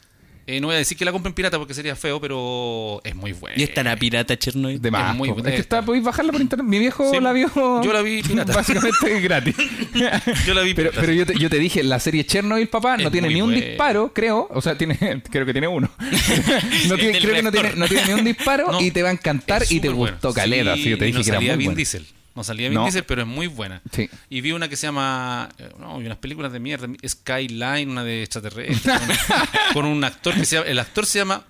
[SPEAKER 2] eh, no voy a decir que la compren pirata porque sería feo, pero es muy buena.
[SPEAKER 5] ¿Y esta la pirata Chernobyl?
[SPEAKER 3] De más.
[SPEAKER 2] muy
[SPEAKER 3] po.
[SPEAKER 2] buena
[SPEAKER 3] es que
[SPEAKER 2] esta.
[SPEAKER 3] está, podéis bajarla por internet. Mi viejo
[SPEAKER 2] Sí,
[SPEAKER 3] la vio.
[SPEAKER 2] yo la vi pirata.
[SPEAKER 3] Básicamente gratis.
[SPEAKER 2] Yo la vi
[SPEAKER 3] Pero,
[SPEAKER 2] pirata.
[SPEAKER 3] pero yo, te, yo te dije, la serie Chernobyl, papá, no
[SPEAKER 2] Es
[SPEAKER 3] tiene
[SPEAKER 2] muy
[SPEAKER 3] ni un
[SPEAKER 2] buena.
[SPEAKER 3] disparo, creo. O sea, tiene, creo que tiene uno. no
[SPEAKER 5] El
[SPEAKER 3] tiene,
[SPEAKER 5] del
[SPEAKER 3] creo que no tiene,
[SPEAKER 5] reactor.
[SPEAKER 3] no tiene ni un disparo
[SPEAKER 2] No,
[SPEAKER 3] y te va a encantar
[SPEAKER 2] Es
[SPEAKER 3] y te
[SPEAKER 2] súper buena.
[SPEAKER 3] gustó caleta. Sí, yo te
[SPEAKER 2] y
[SPEAKER 3] dije
[SPEAKER 2] no
[SPEAKER 3] que era muy
[SPEAKER 2] salía Vin
[SPEAKER 3] buena.
[SPEAKER 2] Diesel. No salía Vin
[SPEAKER 3] No.
[SPEAKER 2] Diesel, pero es muy buena.
[SPEAKER 3] Sí.
[SPEAKER 2] Y vi una que se llama. eh, No, y unas películas de mierda. Skyline, una de extraterrestres. con, con un actor que se llama. El actor se llama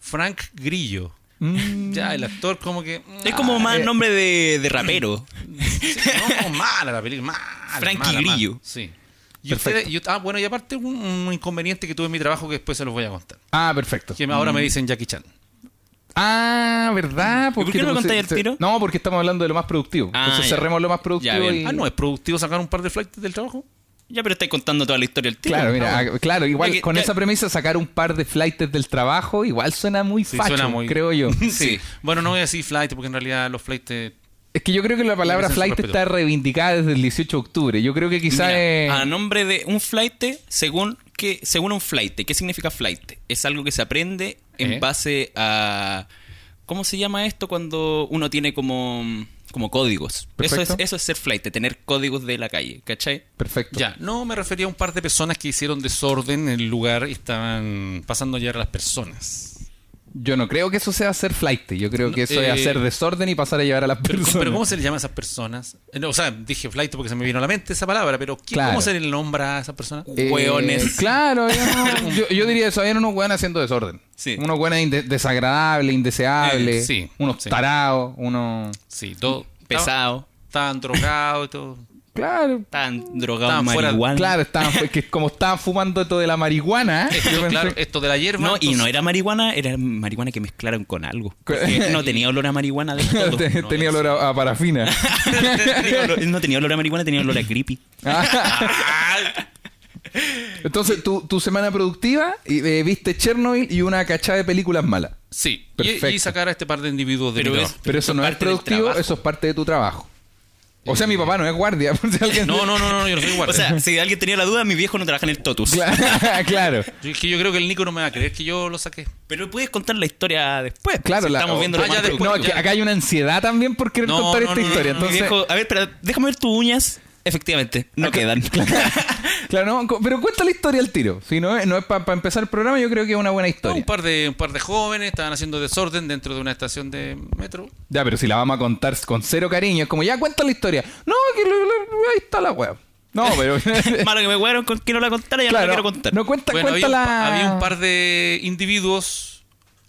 [SPEAKER 2] Frank Grillo.
[SPEAKER 3] Mm.
[SPEAKER 2] Ya, el actor como que. ah,
[SPEAKER 5] Es
[SPEAKER 3] Ah,
[SPEAKER 5] como más
[SPEAKER 3] eh.
[SPEAKER 5] nombre de, de rapero.
[SPEAKER 2] Sí, no, como mala la película. Mala,
[SPEAKER 5] Frankie
[SPEAKER 2] mala, mala.
[SPEAKER 5] Grillo.
[SPEAKER 2] Sí. Y ustedes- y ut- ah, bueno, y aparte un, un inconveniente que tuve en mi trabajo que después se los voy a contar.
[SPEAKER 3] Ah, perfecto.
[SPEAKER 2] Que ahora me dicen Jackie Chan.
[SPEAKER 3] Ah, ¿verdad?
[SPEAKER 5] por qué
[SPEAKER 3] Porque
[SPEAKER 5] no lo
[SPEAKER 3] tú-
[SPEAKER 5] contáis al
[SPEAKER 3] se-
[SPEAKER 5] tiro?
[SPEAKER 3] No, porque estamos hablando de lo más productivo.
[SPEAKER 5] Ah,
[SPEAKER 3] Entonces
[SPEAKER 5] ya.
[SPEAKER 3] cerremos lo más productivo.
[SPEAKER 5] Ya, bien.
[SPEAKER 3] y-
[SPEAKER 2] Ah, no, ¿es productivo sacar un par de flights del trabajo?
[SPEAKER 5] Ya, pero estáis contando toda la historia del tío.
[SPEAKER 3] Claro, mira, ah, claro, igual
[SPEAKER 5] Ya que-
[SPEAKER 3] con
[SPEAKER 5] ya-
[SPEAKER 3] esa premisa sacar un par de flights del trabajo igual suena muy
[SPEAKER 2] Sí,
[SPEAKER 3] facho,
[SPEAKER 2] suena muy-
[SPEAKER 3] creo yo.
[SPEAKER 2] Sí. Bueno, no voy a decir flight porque en realidad los flights.
[SPEAKER 3] Es que yo creo que la palabra
[SPEAKER 2] Merecen su
[SPEAKER 3] flight
[SPEAKER 2] respeto.
[SPEAKER 3] está reivindicada desde el 18 de octubre. Yo creo que quizás
[SPEAKER 5] Mira,
[SPEAKER 3] es...
[SPEAKER 2] ah,
[SPEAKER 5] A nombre de un flight, según que según un flight, ¿qué significa flight? Es algo que se aprende en
[SPEAKER 2] ¿Eh?
[SPEAKER 5] base a ¿Cómo se llama esto cuando uno tiene como como códigos? Eso es
[SPEAKER 3] Perfecto.
[SPEAKER 5] eso es ser flight, tener códigos de la calle, ¿cachai?
[SPEAKER 3] Perfecto.
[SPEAKER 2] Ya, no me refería a un par de personas que hicieron desorden en el lugar y estaban pasando a llegar a las personas.
[SPEAKER 3] Yo no creo que eso sea hacer flight. Yo creo que eso
[SPEAKER 2] eh,
[SPEAKER 3] es hacer desorden y pasar a llevar a las
[SPEAKER 2] Pero,
[SPEAKER 3] personas.
[SPEAKER 2] pero ¿cómo se le llama a esas personas? Eh, no, o sea, dije flight porque se me vino a la mente esa palabra, pero ¿qué-
[SPEAKER 3] Claro.
[SPEAKER 2] ¿cómo se le nombra a esas personas?
[SPEAKER 3] Eh,
[SPEAKER 5] Hueones.
[SPEAKER 3] Claro, yo, no- yo- yo diría eso. Habían unos hueones haciendo desorden.
[SPEAKER 5] Sí.
[SPEAKER 3] Unos hueones inde- desagradables, indeseables.
[SPEAKER 2] Eh, sí,
[SPEAKER 3] unos
[SPEAKER 2] sí.
[SPEAKER 3] tarados, unos...
[SPEAKER 2] Sí,
[SPEAKER 3] Mm.
[SPEAKER 2] todo.
[SPEAKER 5] Pesado,
[SPEAKER 2] Estaban drogados y todo.
[SPEAKER 3] Claro,
[SPEAKER 5] tan drogado,
[SPEAKER 2] Estaban fuera-
[SPEAKER 5] marihuana.
[SPEAKER 3] claro. Estaban, es que como estaban fumando esto de la marihuana...
[SPEAKER 2] Esto,
[SPEAKER 3] yo pensé-
[SPEAKER 2] claro, esto de la hierba.
[SPEAKER 5] No, y no
[SPEAKER 2] entonces-
[SPEAKER 5] era marihuana, era marihuana que mezclaron con algo. Porque no tenía olor a marihuana de todo.
[SPEAKER 3] te- tenía olor a, a parafina.
[SPEAKER 5] Tenía olor- no tenía olor a marihuana, tenía olor a creepy.
[SPEAKER 3] Ah. Entonces, tu, tu semana productiva, y, eh, viste Chernobyl y una cachada de películas malas.
[SPEAKER 2] Sí, y- y,
[SPEAKER 3] Perfecto.
[SPEAKER 2] sacar a este par de individuos de
[SPEAKER 5] Pero
[SPEAKER 2] mi
[SPEAKER 5] es-
[SPEAKER 2] trabajo.
[SPEAKER 3] Pero eso no es
[SPEAKER 5] parte del
[SPEAKER 3] productivo,
[SPEAKER 5] trabajo.
[SPEAKER 3] eso es parte de tu trabajo. O sea, mi papá no es guardia. por si alguien-
[SPEAKER 2] No, no, no, no, yo no soy
[SPEAKER 5] O
[SPEAKER 2] guardia.
[SPEAKER 5] sea, si alguien tenía la duda, mi viejo no trabaja en el Totus.
[SPEAKER 3] Cla- claro.
[SPEAKER 2] Yo- es que yo creo que el Nico no me va a creer que yo lo saqué.
[SPEAKER 5] Pero puedes contar la historia después.
[SPEAKER 3] Claro,
[SPEAKER 5] Pues, si
[SPEAKER 3] la-
[SPEAKER 5] estamos viendo
[SPEAKER 2] Ah,
[SPEAKER 5] lo
[SPEAKER 2] ya
[SPEAKER 5] más
[SPEAKER 2] después.
[SPEAKER 5] crudo.
[SPEAKER 3] No, es que acá hay una ansiedad también por querer
[SPEAKER 2] No,
[SPEAKER 3] contar
[SPEAKER 2] no, no,
[SPEAKER 3] esta
[SPEAKER 2] no,
[SPEAKER 3] historia.
[SPEAKER 2] no, no,
[SPEAKER 5] Mi
[SPEAKER 3] entonces,
[SPEAKER 5] viejo, a ver, espera, déjame ver tus uñas. Efectivamente, no quedan.
[SPEAKER 3] claro, no, co- pero cuenta la historia al tiro. Si no es, no es para empezar el programa, yo creo que es una buena
[SPEAKER 2] No,
[SPEAKER 3] historia.
[SPEAKER 2] un par de un par de jóvenes estaban haciendo desorden dentro de una estación de metro.
[SPEAKER 3] Ya, pero si la vamos a contar con cero cariño, es como ya cuenta la historia. No, que lo- lo- ahí está la web. No, pero.
[SPEAKER 5] Malo que me huearon con que no la contara, ya
[SPEAKER 3] claro,
[SPEAKER 5] no la quiero contar.
[SPEAKER 3] No cuenta,
[SPEAKER 2] Bueno,
[SPEAKER 3] cuenta
[SPEAKER 2] había, un,
[SPEAKER 3] la.
[SPEAKER 2] pa- había un par de individuos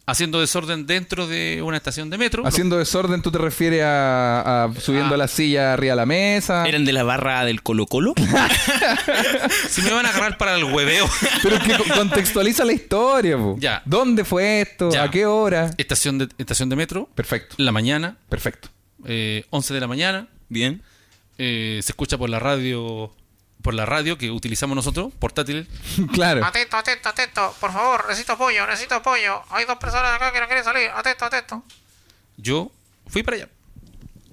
[SPEAKER 2] haciendo desorden dentro de una estación de metro.
[SPEAKER 3] Haciendo desorden, tú te refieres a, a subiendo
[SPEAKER 2] Ah.
[SPEAKER 3] la silla arriba de la mesa.
[SPEAKER 5] Eran de la barra del Colo Colo.
[SPEAKER 2] Si me van a agarrar para el hueveo.
[SPEAKER 3] Pero es que co- contextualiza la historia, po.
[SPEAKER 2] Ya.
[SPEAKER 3] ¿Dónde fue esto?
[SPEAKER 2] Ya. Eh.
[SPEAKER 3] ¿A qué hora?
[SPEAKER 2] Estación de, estación de metro,
[SPEAKER 3] Perfecto,
[SPEAKER 2] la mañana,
[SPEAKER 3] perfecto.
[SPEAKER 2] eh, 11 de la mañana.
[SPEAKER 5] Bien.
[SPEAKER 2] eh, se escucha por la radio por la radio que utilizamos nosotros, portátil.
[SPEAKER 3] claro.
[SPEAKER 2] Ah,
[SPEAKER 8] Atento, atento, atento. Por favor, necesito apoyo, necesito apoyo. Hay dos personas acá que no quieren salir. Atento, atento.
[SPEAKER 2] Yo fui para allá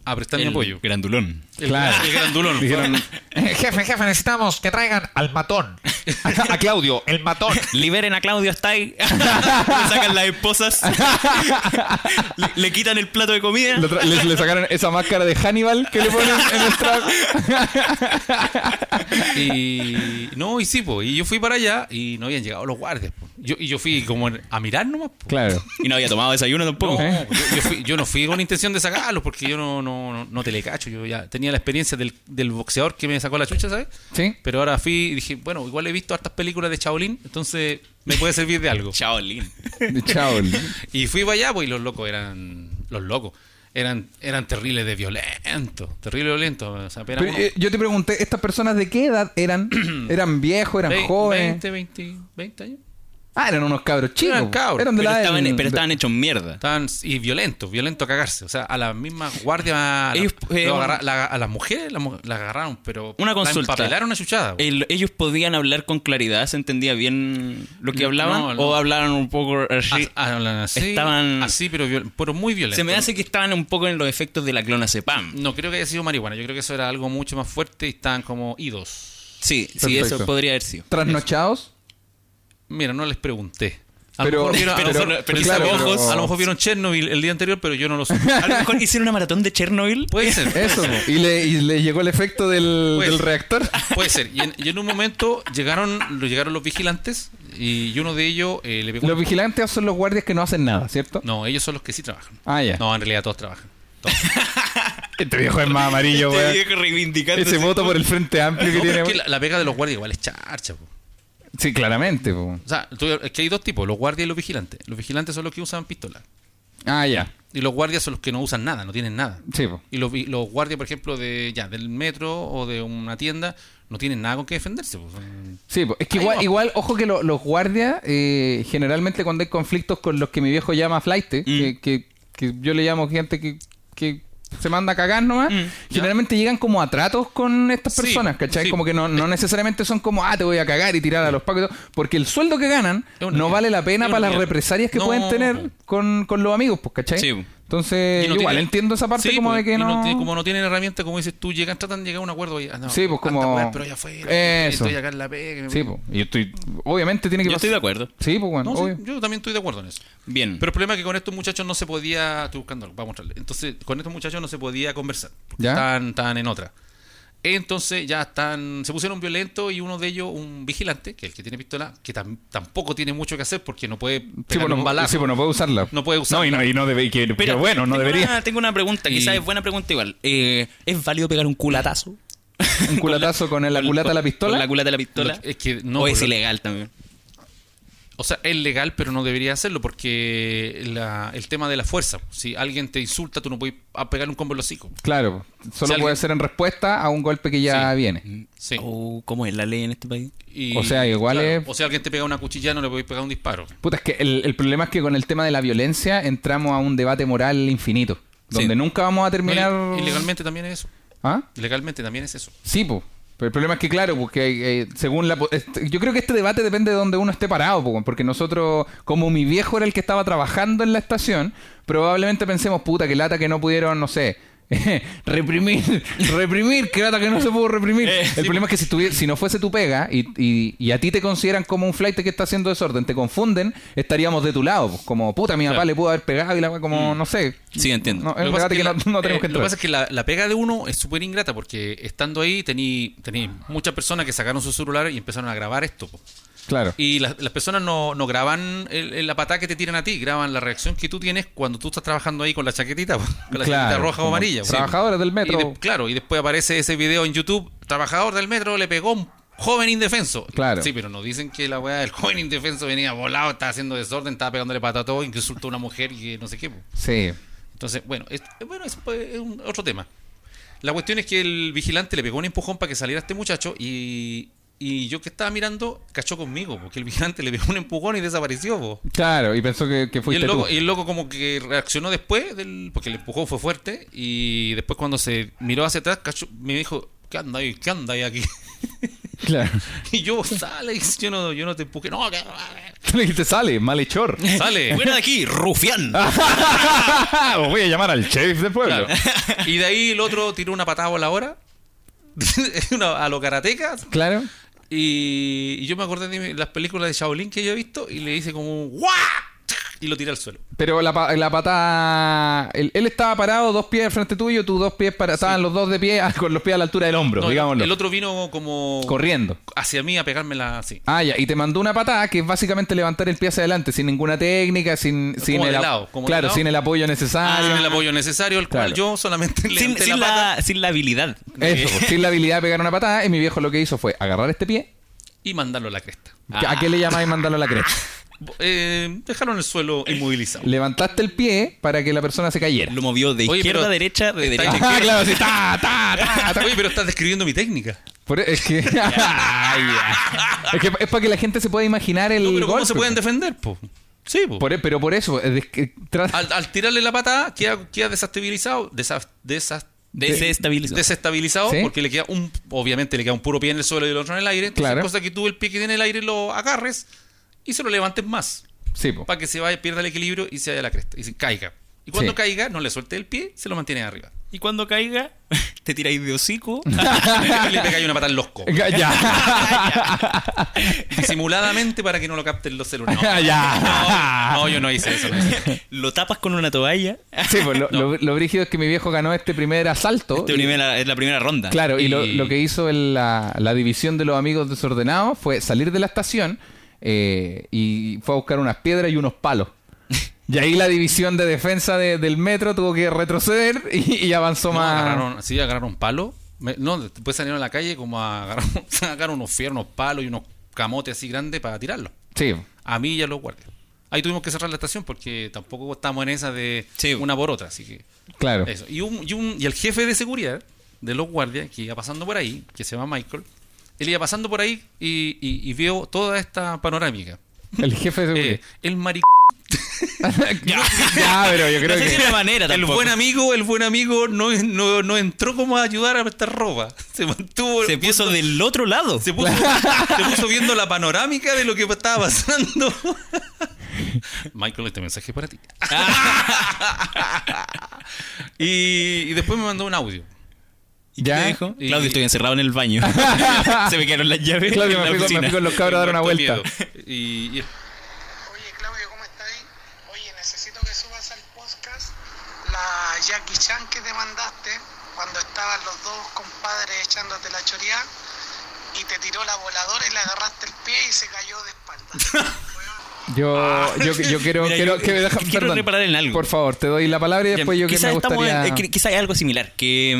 [SPEAKER 2] a prestar mi
[SPEAKER 5] El
[SPEAKER 2] apoyo.
[SPEAKER 5] Grandulón.
[SPEAKER 2] El,
[SPEAKER 3] Claro.
[SPEAKER 2] el grandulón.
[SPEAKER 3] Dijeron, "Eh,
[SPEAKER 8] jefe, jefe, necesitamos que traigan al matón. A Claudio, el matón.
[SPEAKER 5] Liberen a Claudio Stay. le sacan las esposas. le, le quitan el plato de comida.
[SPEAKER 3] lo tra- le, le sacaron esa máscara de Hannibal que le ponen en el trap.
[SPEAKER 2] Y no, y sí, po, y yo fui para allá y no habían llegado los guardias. po. Yo, y yo fui como en- a mirar nomás. po.
[SPEAKER 3] Claro.
[SPEAKER 5] Y no había tomado desayuno tampoco.
[SPEAKER 2] No, yo, yo fui- yo no fui con intención de sacarlos porque yo no, no, no, no te le cacho. Yo ya tenía la experiencia del, del boxeador que me sacó la chucha, ¿sabes?
[SPEAKER 3] ¿Sí?
[SPEAKER 2] Pero ahora fui y dije, bueno, igual he visto hartas películas de Shaolin, entonces me puede servir de algo.
[SPEAKER 5] Chao, Lin.
[SPEAKER 3] Chao.
[SPEAKER 2] Y fui para allá, pues, y los locos eran. Los locos. Eran, eran terribles de violentos. Terribles violentos. O sea, apenas
[SPEAKER 3] Pero,
[SPEAKER 2] uno-
[SPEAKER 3] eh, yo te pregunté, ¿estas personas de qué edad eran? ¿Eran viejos? ¿Eran
[SPEAKER 2] ve-
[SPEAKER 3] jóvenes?
[SPEAKER 2] 20, 20, 20 años.
[SPEAKER 3] Ah, eran unos cabros chicos.
[SPEAKER 2] Eran cabros,
[SPEAKER 3] Eran de
[SPEAKER 5] Pero
[SPEAKER 3] la edad
[SPEAKER 5] estaban,
[SPEAKER 3] del-
[SPEAKER 5] pero estaban hechos mierda.
[SPEAKER 2] Estaban, y violentos, violentos a cagarse. O sea, a las mismas guardias. a la-
[SPEAKER 5] Ellos, eh,
[SPEAKER 2] lo agarra- la- a las mujeres las mu- las agarraron, pero.
[SPEAKER 5] Una consulta.
[SPEAKER 2] La empapelaron a chuchada. po.
[SPEAKER 5] El- ellos podían hablar con claridad, se entendía bien lo que hablaban
[SPEAKER 2] No, Ah, no.
[SPEAKER 5] o hablaron un poco así.
[SPEAKER 2] A- hablan así.
[SPEAKER 5] Estaban-
[SPEAKER 2] Así, pero, viol- pero muy violentos.
[SPEAKER 5] se me hace que estaban un poco en los efectos de la clonazepam.
[SPEAKER 2] No creo que haya sido marihuana. Yo creo que eso era algo mucho más fuerte y estaban como idos.
[SPEAKER 5] Sí, sí,
[SPEAKER 3] Perfecto.
[SPEAKER 5] eso podría haber sido.
[SPEAKER 3] Trasnochados.
[SPEAKER 2] Mira, no les pregunté. A lo
[SPEAKER 3] Pero-
[SPEAKER 2] mejor vieron, a lo
[SPEAKER 5] pero-
[SPEAKER 2] mejor-
[SPEAKER 5] pero
[SPEAKER 2] quizá
[SPEAKER 5] claro,
[SPEAKER 2] ojos,
[SPEAKER 3] pero-
[SPEAKER 2] a lo mejor vieron Chernobyl el día anterior, pero yo no lo sé.
[SPEAKER 5] A lo mejor hicieron una maratón de Chernobyl.
[SPEAKER 2] Puede ser. puede
[SPEAKER 3] Eso.
[SPEAKER 2] ser.
[SPEAKER 3] po. Y le, y le llegó el efecto del,
[SPEAKER 2] Pues.
[SPEAKER 3] del reactor.
[SPEAKER 2] Puede ser. Y en, y en un momento llegaron, lo- llegaron los vigilantes y uno de ellos eh, le pegó.
[SPEAKER 3] Los vigilantes son los guardias que no hacen nada, ¿cierto?
[SPEAKER 2] No, ellos son los que sí trabajan.
[SPEAKER 3] Ah, ya.
[SPEAKER 2] No, en realidad todos trabajan. Todos.
[SPEAKER 3] Este viejo es más amarillo,
[SPEAKER 5] Este
[SPEAKER 3] weón.
[SPEAKER 5] viejo reivindicando
[SPEAKER 3] Ese voto por el frente amplio que
[SPEAKER 2] No, pero
[SPEAKER 3] tiene.
[SPEAKER 2] es que la, la pega de los guardias igual es charcha. po.
[SPEAKER 3] Sí, claramente. po.
[SPEAKER 2] O sea, tú- es que hay dos tipos, los guardias y los vigilantes. Los vigilantes son los que usan pistola.
[SPEAKER 3] Ah, ya.
[SPEAKER 2] Y los guardias son los que no usan nada, no tienen nada.
[SPEAKER 3] Sí, po.
[SPEAKER 2] Y los, vi- los guardias, por ejemplo, de ya del metro o de una tienda, no tienen nada con que defenderse. po. Son-
[SPEAKER 3] Sí, po. es que
[SPEAKER 2] Ahí
[SPEAKER 3] igual,
[SPEAKER 2] va.
[SPEAKER 3] igual, ojo que lo- los guardias, eh, generalmente cuando hay conflictos con los que mi viejo llama flight,
[SPEAKER 2] Mm.
[SPEAKER 3] que, que- que yo le llamo gente que, que se manda a cagar nomás, generalmente llegan como a tratos con estas
[SPEAKER 2] Mm, Sí,
[SPEAKER 3] personas, ¿cachai?
[SPEAKER 2] sí. Eh.
[SPEAKER 3] Como que no, no necesariamente son como, ah, te voy a cagar y tirar a los pacos, y todo, porque el sueldo que ganan
[SPEAKER 2] Es una
[SPEAKER 3] no
[SPEAKER 2] mierda.
[SPEAKER 3] vale la pena
[SPEAKER 2] Es
[SPEAKER 3] para
[SPEAKER 2] una
[SPEAKER 3] las
[SPEAKER 2] mierda.
[SPEAKER 3] represalias que
[SPEAKER 2] No.
[SPEAKER 3] pueden tener con, con los amigos, pues, ¿cachai?
[SPEAKER 5] Sí, po.
[SPEAKER 3] Entonces,
[SPEAKER 2] y no
[SPEAKER 3] igual
[SPEAKER 2] tienen-
[SPEAKER 3] entiendo esa parte
[SPEAKER 2] Sí,
[SPEAKER 3] como
[SPEAKER 2] po,
[SPEAKER 3] de que
[SPEAKER 2] y
[SPEAKER 3] no...
[SPEAKER 2] tiene- como no tienen herramientas, como dices tú, llegan, tratan de llegar a un acuerdo. y, ah, no,
[SPEAKER 3] Sí, pues,
[SPEAKER 2] tanta
[SPEAKER 3] como-
[SPEAKER 2] weá, pero ya fue.
[SPEAKER 3] Eso.
[SPEAKER 2] Estoy acá en la pega.
[SPEAKER 3] Sí, pues, yo estoy... Obviamente tiene que
[SPEAKER 5] Yo estoy de
[SPEAKER 3] pasar-
[SPEAKER 5] acuerdo.
[SPEAKER 3] Sí, pues, bueno,
[SPEAKER 2] No, sí,
[SPEAKER 3] obvio.
[SPEAKER 2] yo también estoy de acuerdo en eso.
[SPEAKER 5] Bien.
[SPEAKER 2] Pero el problema es que con estos muchachos no se podía. Estoy buscando algo, para mostrarle. Entonces, con estos muchachos no se podía conversar. Porque
[SPEAKER 3] ¿Ya?
[SPEAKER 2] Estaban, estaban en otra. Entonces ya están, se pusieron violentos y uno de ellos, un vigilante, que es el que tiene pistola, que tam- tampoco tiene mucho que hacer porque no puede
[SPEAKER 3] Sí,
[SPEAKER 2] pegar
[SPEAKER 3] pues,
[SPEAKER 2] un
[SPEAKER 3] no,
[SPEAKER 2] balazo.
[SPEAKER 3] sí, pues, no puede usarla.
[SPEAKER 2] No puede usarla.
[SPEAKER 3] No, y no, y no debe, que, que
[SPEAKER 5] Espera,
[SPEAKER 3] bueno, no
[SPEAKER 5] tengo
[SPEAKER 3] debería.
[SPEAKER 5] una- tengo una pregunta,
[SPEAKER 2] Y-
[SPEAKER 5] quizás es buena pregunta igual. Eh, ¿Es válido pegar un culatazo?
[SPEAKER 3] Un culatazo con la culata de la pistola.
[SPEAKER 5] Con la culata de la pistola.
[SPEAKER 2] Lo que- es que no,
[SPEAKER 5] o
[SPEAKER 2] por
[SPEAKER 5] es
[SPEAKER 2] lo-
[SPEAKER 5] ilegal también.
[SPEAKER 2] O sea, es legal, pero no debería hacerlo porque la- el tema de la fuerza. Si alguien te insulta, tú no puedes a pegar un combo en los hocico.
[SPEAKER 3] Claro, solo
[SPEAKER 2] alguien-
[SPEAKER 3] puede ser en respuesta a un golpe que ya
[SPEAKER 2] Sí. Mm.
[SPEAKER 3] viene.
[SPEAKER 2] Sí.
[SPEAKER 5] Oh, ¿Cómo es la ley en este país?
[SPEAKER 2] Y-
[SPEAKER 3] O sea, igual es-
[SPEAKER 2] O sea, alguien te pega una cuchilla, no le podéis pegar un disparo.
[SPEAKER 3] Puta, es que el, el problema es que con el tema de la violencia entramos a un debate moral infinito. Donde nunca vamos a terminar.
[SPEAKER 2] No, y- y legalmente también es eso.
[SPEAKER 3] ¿Ah?
[SPEAKER 2] Legalmente también es eso.
[SPEAKER 3] Sí, pues. Pero el problema es que, claro, porque eh, según la. po- este- yo creo que este debate depende de donde uno esté parado, po, porque nosotros, como mi viejo era el que estaba trabajando en la estación, probablemente pensemos, puta, que lata que no pudieron, no sé, reprimir, reprimir, crata que no se pudo reprimir.
[SPEAKER 6] Eh,
[SPEAKER 3] el
[SPEAKER 6] sí,
[SPEAKER 3] problema es que si, tuvie- si no fuese tu pega y, y- y a ti te consideran como un flight que está haciendo desorden, te confunden, estaríamos de tu lado. pues, Como, puta, mi papá
[SPEAKER 2] Claro. Mm.
[SPEAKER 3] le pudo haber pegado y la wea como, no sé.
[SPEAKER 1] Sí, entiendo.
[SPEAKER 3] No, es
[SPEAKER 2] Lo
[SPEAKER 3] un
[SPEAKER 2] que pasa
[SPEAKER 3] debate
[SPEAKER 2] es
[SPEAKER 3] que,
[SPEAKER 2] que la-
[SPEAKER 3] no, no tenemos
[SPEAKER 2] eh,
[SPEAKER 3] que
[SPEAKER 2] Lo que
[SPEAKER 3] entrar.
[SPEAKER 2] pasa es que la, la pega de uno es súper ingrata porque estando ahí tení, tení muchas personas que sacaron su celular y empezaron a grabar esto. po.
[SPEAKER 3] Claro.
[SPEAKER 2] Y las, las personas no, no graban el- el- la patada que te tiran a ti, graban la reacción que tú tienes cuando tú estás trabajando ahí con la chaquetita, po, con la
[SPEAKER 3] Claro,
[SPEAKER 2] chaquetita roja o
[SPEAKER 3] como
[SPEAKER 2] amarilla. po.
[SPEAKER 3] trabajadores del metro.
[SPEAKER 2] Y de- claro, y después aparece ese video en YouTube, trabajador del metro le pegó un joven indefenso.
[SPEAKER 3] Claro.
[SPEAKER 2] Sí, pero nos dicen que la weá del joven indefenso venía volado, estaba haciendo desorden, estaba pegándole patada a todo, que insultó a una mujer y que no sé qué. po.
[SPEAKER 3] Sí.
[SPEAKER 2] Entonces, bueno, es, bueno, es, pues, es un- otro tema. La cuestión es que el vigilante le pegó un empujón para que saliera este muchacho y, y yo que estaba mirando cachó conmigo, porque el vigilante le pegó un empujón y desapareció. po.
[SPEAKER 3] Claro, y pensó que, que
[SPEAKER 2] Y
[SPEAKER 3] fuiste
[SPEAKER 2] el, loco,
[SPEAKER 3] tú.
[SPEAKER 2] y el loco como que reaccionó después, del, porque el empujón fue fuerte y después cuando se miró hacia atrás, cachó, me dijo, ¿qué anda ahí? ¿Qué anda ahí aquí?
[SPEAKER 3] Claro.
[SPEAKER 2] Y yo, sale, yo no, yo no te empujé, no, que-
[SPEAKER 3] Tú le dijiste, sale, malhechor.
[SPEAKER 2] sale.
[SPEAKER 5] Fuera de aquí, rufián.
[SPEAKER 3] Os Ah, voy a llamar al sheriff del pueblo.
[SPEAKER 2] Claro. Y de ahí el otro tiró una patada voladora una, a lo karatecas
[SPEAKER 3] Claro.
[SPEAKER 2] Y, y yo me acordé de mi- las películas de Shaolin que yo he visto y le hice como un ¡guau! y lo tiré al suelo.
[SPEAKER 3] Pero la, pa- la patada. Él, él estaba parado, dos pies al frente tuyo, tú dos pies para. Estaban los dos de pie, ah, con los pies a la altura del hombro,
[SPEAKER 2] No, el-
[SPEAKER 3] digámoslo.
[SPEAKER 2] el otro vino como
[SPEAKER 3] Corriendo.
[SPEAKER 2] hacia mí a pegármela así.
[SPEAKER 3] Ah, ya, y te mandó una patada que es básicamente levantar el pie hacia adelante, sin ninguna técnica, sin, sin
[SPEAKER 2] de
[SPEAKER 3] el ap-
[SPEAKER 2] lado, como de
[SPEAKER 3] Claro,
[SPEAKER 2] lado. Ah,
[SPEAKER 3] sin el apoyo necesario.
[SPEAKER 2] Sin el apoyo necesario, el cual
[SPEAKER 3] Ah, Claro.
[SPEAKER 2] yo solamente le
[SPEAKER 5] sin, sin
[SPEAKER 2] la pata
[SPEAKER 5] la, sin la habilidad.
[SPEAKER 3] Eso, pues, sin la habilidad de pegar una patada, y mi viejo lo que hizo fue agarrar este pie.
[SPEAKER 2] y mandarlo a la cresta.
[SPEAKER 3] ¿A qué le llamáis mandarlo a la cresta?
[SPEAKER 2] Eh, dejaron el suelo inmovilizado.
[SPEAKER 3] Levantaste el pie para que la persona se cayera.
[SPEAKER 5] Lo movió de
[SPEAKER 2] Oye,
[SPEAKER 5] izquierda
[SPEAKER 2] pero
[SPEAKER 5] a derecha, de
[SPEAKER 2] está
[SPEAKER 5] derecha a
[SPEAKER 3] Ah,
[SPEAKER 5] izquierda.
[SPEAKER 3] claro, así, ta, ta, ta, ta.
[SPEAKER 2] Oye, pero estás describiendo mi técnica.
[SPEAKER 3] Por- e, es que. Ay, ya. es que es para que la gente se pueda imaginar el.
[SPEAKER 2] No, pero ¿cómo
[SPEAKER 3] golpe,
[SPEAKER 2] se pueden
[SPEAKER 3] pues.
[SPEAKER 2] defender? Ah, Po? Sí, po.
[SPEAKER 3] Por e- pero por eso, es que tra-
[SPEAKER 2] Al, al tirarle la patada queda, queda desestabilizado. Desas, desas-
[SPEAKER 5] Desestabilizado.
[SPEAKER 2] desestabilizado
[SPEAKER 3] ¿Sí?
[SPEAKER 2] porque le queda un obviamente le queda un puro pie en el suelo y el otro en el aire entonces
[SPEAKER 3] Claro.
[SPEAKER 2] cosa que tú el pie que tiene en el aire lo agarres y se lo levantes más
[SPEAKER 3] sí, po.
[SPEAKER 2] para que se vaya pierda el equilibrio y se vaya a la cresta y se caiga y cuando
[SPEAKER 3] Sí.
[SPEAKER 2] caiga no le suelte el pie se lo mantiene arriba
[SPEAKER 5] Y cuando caiga, te tiráis de hocico.
[SPEAKER 2] y le pegáis una patada en los cocos
[SPEAKER 3] Ya, ya.
[SPEAKER 2] disimuladamente para que no lo capten los celulares no,
[SPEAKER 3] Ya.
[SPEAKER 2] no, yo no hice eso no hice eso.
[SPEAKER 5] lo tapas con una toalla.
[SPEAKER 3] Sí, po, lo, lo, lo brígido es que mi viejo ganó este primer asalto.
[SPEAKER 5] Este
[SPEAKER 3] y-
[SPEAKER 5] primera- es la primera ronda.
[SPEAKER 3] Claro, y, lo, lo que hizo en la, la división de los amigos desordenados fue salir de la estación eh, y fue a buscar unas piedras y unos palos. Y ahí la división de defensa de- del metro tuvo que retroceder y, y avanzó
[SPEAKER 2] No,
[SPEAKER 3] más.
[SPEAKER 2] agarraron, sí, agarraron palo. Me- no, después salieron a la calle como a agarrar, sacaron unos fierros, unos palos y unos camotes así grandes para tirarlos.
[SPEAKER 3] Sí,
[SPEAKER 2] A mí y a los guardias. Ahí tuvimos que cerrar la estación porque tampoco estábamos en esa de
[SPEAKER 5] Sí.
[SPEAKER 2] una por otra, así que
[SPEAKER 3] claro.
[SPEAKER 2] eso. Y, un- y un- y el jefe de seguridad de los guardias que iba pasando por ahí, que se llama Michael, él iba pasando por ahí y, y- y vio toda esta panorámica.
[SPEAKER 3] El jefe de
[SPEAKER 2] Eh, el maricón.
[SPEAKER 3] ya. ya, pero yo creo
[SPEAKER 5] No sé si
[SPEAKER 3] que.
[SPEAKER 5] era manera
[SPEAKER 2] El
[SPEAKER 5] tampoco.
[SPEAKER 2] buen amigo, el buen amigo no, no, no entró como a ayudar a prestar ropa. Se mantuvo
[SPEAKER 5] Se puso del otro lado.
[SPEAKER 2] Se puso, se puso viendo la panorámica de lo que estaba pasando. Michael, este mensaje es para ti. y, y después me mandó un audio.
[SPEAKER 5] ¿Y
[SPEAKER 3] Ya.
[SPEAKER 5] qué dijo?
[SPEAKER 2] Y-
[SPEAKER 5] Claudio, estoy encerrado en el baño. Se me quedaron las llaves.
[SPEAKER 3] Claudio,
[SPEAKER 5] en la
[SPEAKER 3] me fui, con- me
[SPEAKER 5] oficina.
[SPEAKER 3] fui con los cabros a dar una
[SPEAKER 2] Muerto
[SPEAKER 3] vuelta.
[SPEAKER 2] de miedo. Y, y-
[SPEAKER 9] Oye, Claudio, ¿cómo estás ahí? Oye, necesito que subas al podcast la Jackie Chan que te mandaste cuando estaban los dos compadres echándote la choría y te tiró la voladora y le agarraste el pie y se cayó de espalda.
[SPEAKER 3] Yo, yo, yo quiero.
[SPEAKER 5] Ah. Mira,
[SPEAKER 3] quiero,
[SPEAKER 5] yo-
[SPEAKER 3] que me deja-
[SPEAKER 5] yo quiero
[SPEAKER 3] perdón.
[SPEAKER 5] reparar en algo.
[SPEAKER 3] Por favor, te doy la palabra y después yo que
[SPEAKER 5] quizás
[SPEAKER 3] me
[SPEAKER 5] estamos en-
[SPEAKER 3] gustaría.
[SPEAKER 5] eh, qui- quizás hay algo similar. Que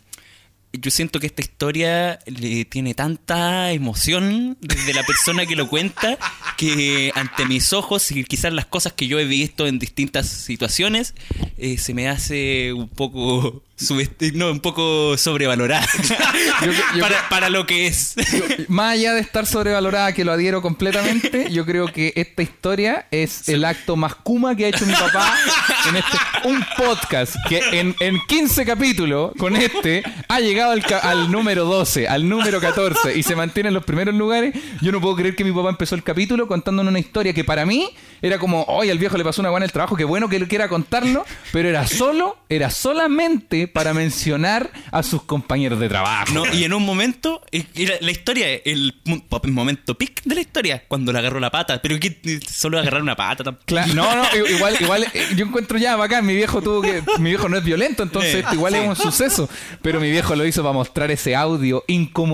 [SPEAKER 5] mm, yo siento que esta historia le tiene tanta emoción desde la persona que lo cuenta que ante mis ojos y quizás las cosas que yo he visto en distintas situaciones eh, se me hace un poco subest- no, un poco sobrevalorada
[SPEAKER 3] Yo- yo-
[SPEAKER 5] para, para lo que es.
[SPEAKER 3] Más allá de estar sobrevalorada, que lo adhiero completamente, yo creo que esta historia es el acto más kuma que ha hecho mi papá en este. Un podcast que en, en 15 capítulos, con este, ha llegado al, ca- al número 12, al número 14 y se mantiene en los primeros lugares. Yo no puedo creer que mi papá empezó el capítulo contándonos una historia que para mí era como, hoy al viejo le pasó una buena el trabajo, qué bueno que él quiera contarlo, pero era solo, era solamente nombre para mencionar a sus compañeros de trabajo.
[SPEAKER 5] No, y en un momento, eh, y la, la historia, el mo- momento pic de la historia, cuando le agarró la pata. Pero que eh, solo agarrar una pata. tampoco.
[SPEAKER 3] Cla- no, no, i- igual, igual, eh, yo encuentro ya bacán, mi viejo tuvo que, mi viejo no es violento, entonces esto igual es un suceso, pero mi viejo lo hizo para mostrar ese audio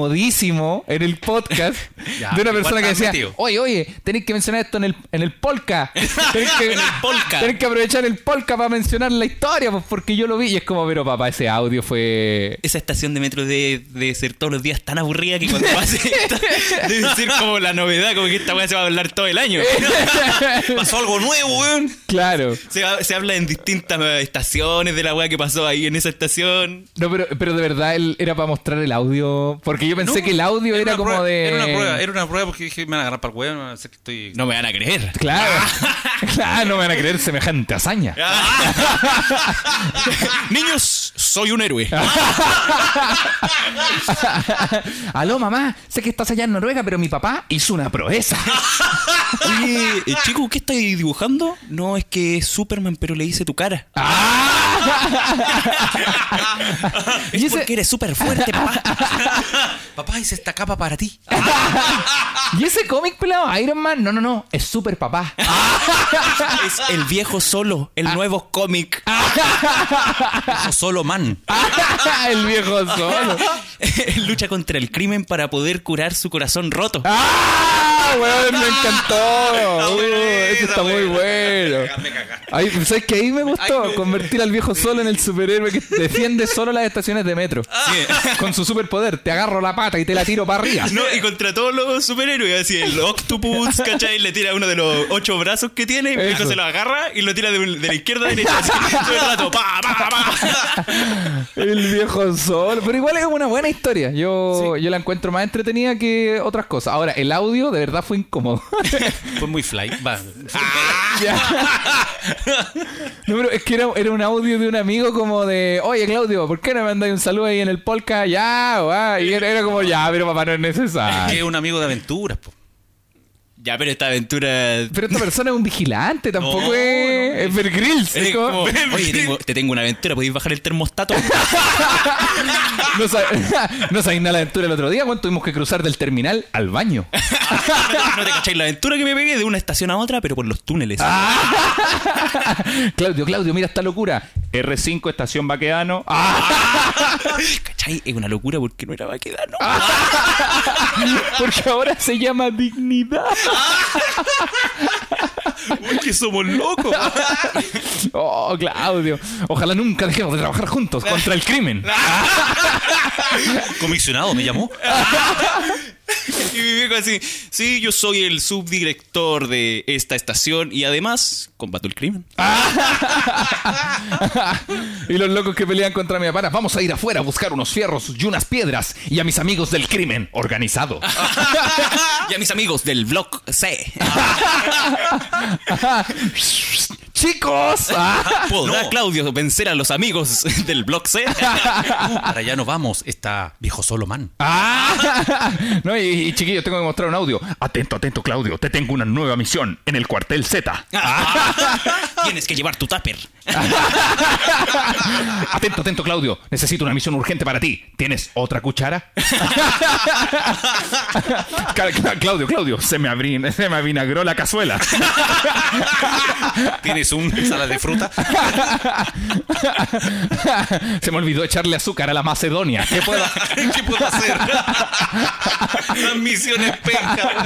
[SPEAKER 3] incomodísimo en el podcast
[SPEAKER 2] Ya,
[SPEAKER 3] de una
[SPEAKER 2] igual
[SPEAKER 3] persona que
[SPEAKER 2] estás
[SPEAKER 3] decía,
[SPEAKER 2] metido.
[SPEAKER 3] oye, oye, tenéis que mencionar esto en el, en el polka, tenéis que,
[SPEAKER 5] En el polka.
[SPEAKER 3] tenéis que aprovechar el polka para mencionar la historia, pues porque yo lo vi, y es como, pero papá, ese audio fue...
[SPEAKER 5] Esa estación de metro debe, debe ser todos los días tan aburrida que cuando pase esta- debe ser como la novedad, como que esta weá se va a hablar todo el año. Pasó algo nuevo, weón.
[SPEAKER 3] Claro.
[SPEAKER 5] Se, ha- se habla en distintas eh, estaciones de la weá que pasó ahí en esa estación.
[SPEAKER 3] No, pero, pero de verdad él era para mostrar el audio, porque yo pensé
[SPEAKER 2] No,
[SPEAKER 3] que el audio era,
[SPEAKER 2] una
[SPEAKER 3] como
[SPEAKER 2] prueba,
[SPEAKER 3] de...
[SPEAKER 2] Era una prueba, era una prueba porque dije, me van a agarrar para el huevo, no sé que estoy...
[SPEAKER 5] No me van a creer.
[SPEAKER 3] Claro. claro, no me van a creer semejante hazaña.
[SPEAKER 5] Niños, soy un héroe.
[SPEAKER 3] Aló, mamá, sé que estás allá en Noruega, pero mi papá hizo una proeza.
[SPEAKER 5] Oye, eh, chico, ¿qué estáis dibujando? No, es que es Superman, pero le hice tu cara.
[SPEAKER 3] Y
[SPEAKER 5] es
[SPEAKER 3] ese-
[SPEAKER 5] porque eres súper fuerte, papá.
[SPEAKER 2] Ah, Papá, hice esta capa para ti.
[SPEAKER 3] ¿Y ese cómic pelado? Iron Man, no, no, no, es super papá.
[SPEAKER 5] es el viejo solo,
[SPEAKER 2] Ah.
[SPEAKER 5] el nuevo cómic.
[SPEAKER 2] No solo man.
[SPEAKER 3] El viejo solo.
[SPEAKER 5] Lucha contra el crimen para poder curar su corazón roto.
[SPEAKER 3] ¡Ah! weón, me encantó.
[SPEAKER 2] buena
[SPEAKER 3] Uh, eso
[SPEAKER 2] esa,
[SPEAKER 3] está muy
[SPEAKER 2] weón.
[SPEAKER 3] bueno.
[SPEAKER 2] Me cagaste.
[SPEAKER 3] Ahí, ¿Sabes que Ahí me
[SPEAKER 2] Ay,
[SPEAKER 3] gustó
[SPEAKER 2] no.
[SPEAKER 3] convertir al viejo solo en el superhéroe que defiende solo las estaciones de metro. Con su superpoder, te agarro la pata y te la tiro para arriba.
[SPEAKER 5] No, y contra todos los superhéroes, así el octopus, ¿cachai? Le tira uno de los ocho brazos que tiene, y mi hijo
[SPEAKER 3] Eso.
[SPEAKER 5] se lo agarra y lo tira de, un- de la izquierda a la derecha. Así, todo el rato, pa, pa, pa.
[SPEAKER 3] El viejo sol. Pero igual es una buena historia. Yo, yo la encuentro más entretenida que otras cosas. Ahora, el audio de verdad fue incómodo.
[SPEAKER 2] Fue muy fly. Va.
[SPEAKER 3] Ya. No, pero es que era, era un audio de un amigo como de, oye Claudio, ¿por qué no me mandáis un saludo ahí en el polka? Ya, guau". Y era, era como, ya, pero papá no es
[SPEAKER 2] Que
[SPEAKER 3] necesario.
[SPEAKER 2] es un amigo de aventuras, po.
[SPEAKER 5] Ya, pero esta aventura.
[SPEAKER 3] Pero esta persona es un vigilante, tampoco es... Es Bear Grylls, es
[SPEAKER 5] Es
[SPEAKER 3] como-
[SPEAKER 5] como, Oye, tengo- te tengo una aventura, podéis bajar el termostato.
[SPEAKER 3] No sabéis no sabéis nada de la aventura el otro día, cuando tuvimos que cruzar del terminal al baño.
[SPEAKER 5] no te cacháis la aventura que me pegué de una estación a otra, pero por los túneles.
[SPEAKER 3] Claudio, Claudio, mira esta locura.
[SPEAKER 6] R5 Estación Baquedano.
[SPEAKER 3] Ah,
[SPEAKER 5] ¿Cachai? Es una locura porque no era va a quedar, ¿no?
[SPEAKER 3] Porque ahora se llama dignidad.
[SPEAKER 5] que somos locos.
[SPEAKER 3] Oh, Claudio. Ojalá nunca dejemos de trabajar juntos contra el crimen.
[SPEAKER 2] Comisionado me llamó.
[SPEAKER 5] y mi viejo así, sí, yo soy el subdirector de esta estación y además combato el crimen.
[SPEAKER 3] y los locos que pelean contra mi papá. Vamos a ir afuera a buscar unos fierros y unas piedras y a mis amigos del crimen organizado. Ah.
[SPEAKER 5] y a mis amigos del blog C.
[SPEAKER 3] Chicos. Ah.
[SPEAKER 5] ¿Podrá Claudio vencer a los amigos del blog C?
[SPEAKER 2] Uh, Para allá nos vamos. Está viejo solo man.
[SPEAKER 3] Ah. No, y, y chiquillos, tengo que mostrar un audio.
[SPEAKER 6] Atento, atento, Claudio. Te tengo una nueva misión en el cuartel Z.
[SPEAKER 5] Ah. Tienes que llevar tu tupper.
[SPEAKER 3] Atento, atento, Claudio. Necesito una misión urgente para ti. ¿Tienes otra cuchara?
[SPEAKER 6] Ca- ca- Claudio, Claudio, se me, avin- se me avinagró la cazuela.
[SPEAKER 2] Tienes un sala de fruta.
[SPEAKER 3] Se me olvidó echarle azúcar a la Macedonia. ¿Qué puedo-
[SPEAKER 2] ¿Qué puedo hacer? Las misiones penca.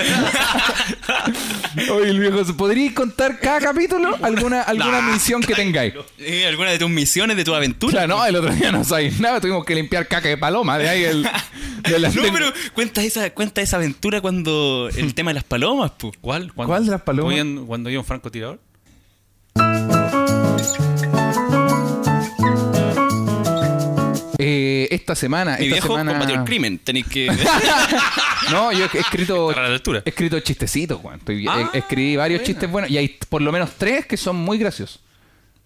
[SPEAKER 3] Oye, el viejo, ¿podríais contar cada capítulo alguna, alguna misión que tengáis?
[SPEAKER 5] Eh, ¿Alguna de tus misiones, de tu aventura?
[SPEAKER 3] Claro, no, el otro día no sabéis nada, tuvimos que limpiar caca de paloma de ahí el. de la-
[SPEAKER 5] No, pero cuenta esa, cuenta esa aventura cuando el tema de las palomas, pu.
[SPEAKER 2] ¿Cuál? ¿Cuándo?
[SPEAKER 3] ¿Cuál de las palomas?
[SPEAKER 2] ¿Oían Cuando había un francotirador.
[SPEAKER 3] Eh, esta semana.
[SPEAKER 5] Mi
[SPEAKER 3] esta
[SPEAKER 5] viejo
[SPEAKER 3] semana...
[SPEAKER 5] combatió el crimen. Tenéis que.
[SPEAKER 3] No, yo he escrito.
[SPEAKER 2] Para la altura.
[SPEAKER 3] He escrito chistecitos, Juan. Estoy- he-
[SPEAKER 2] Ah,
[SPEAKER 3] escribí varios
[SPEAKER 2] buena.
[SPEAKER 3] chistes buenos y hay por lo menos tres que son muy graciosos.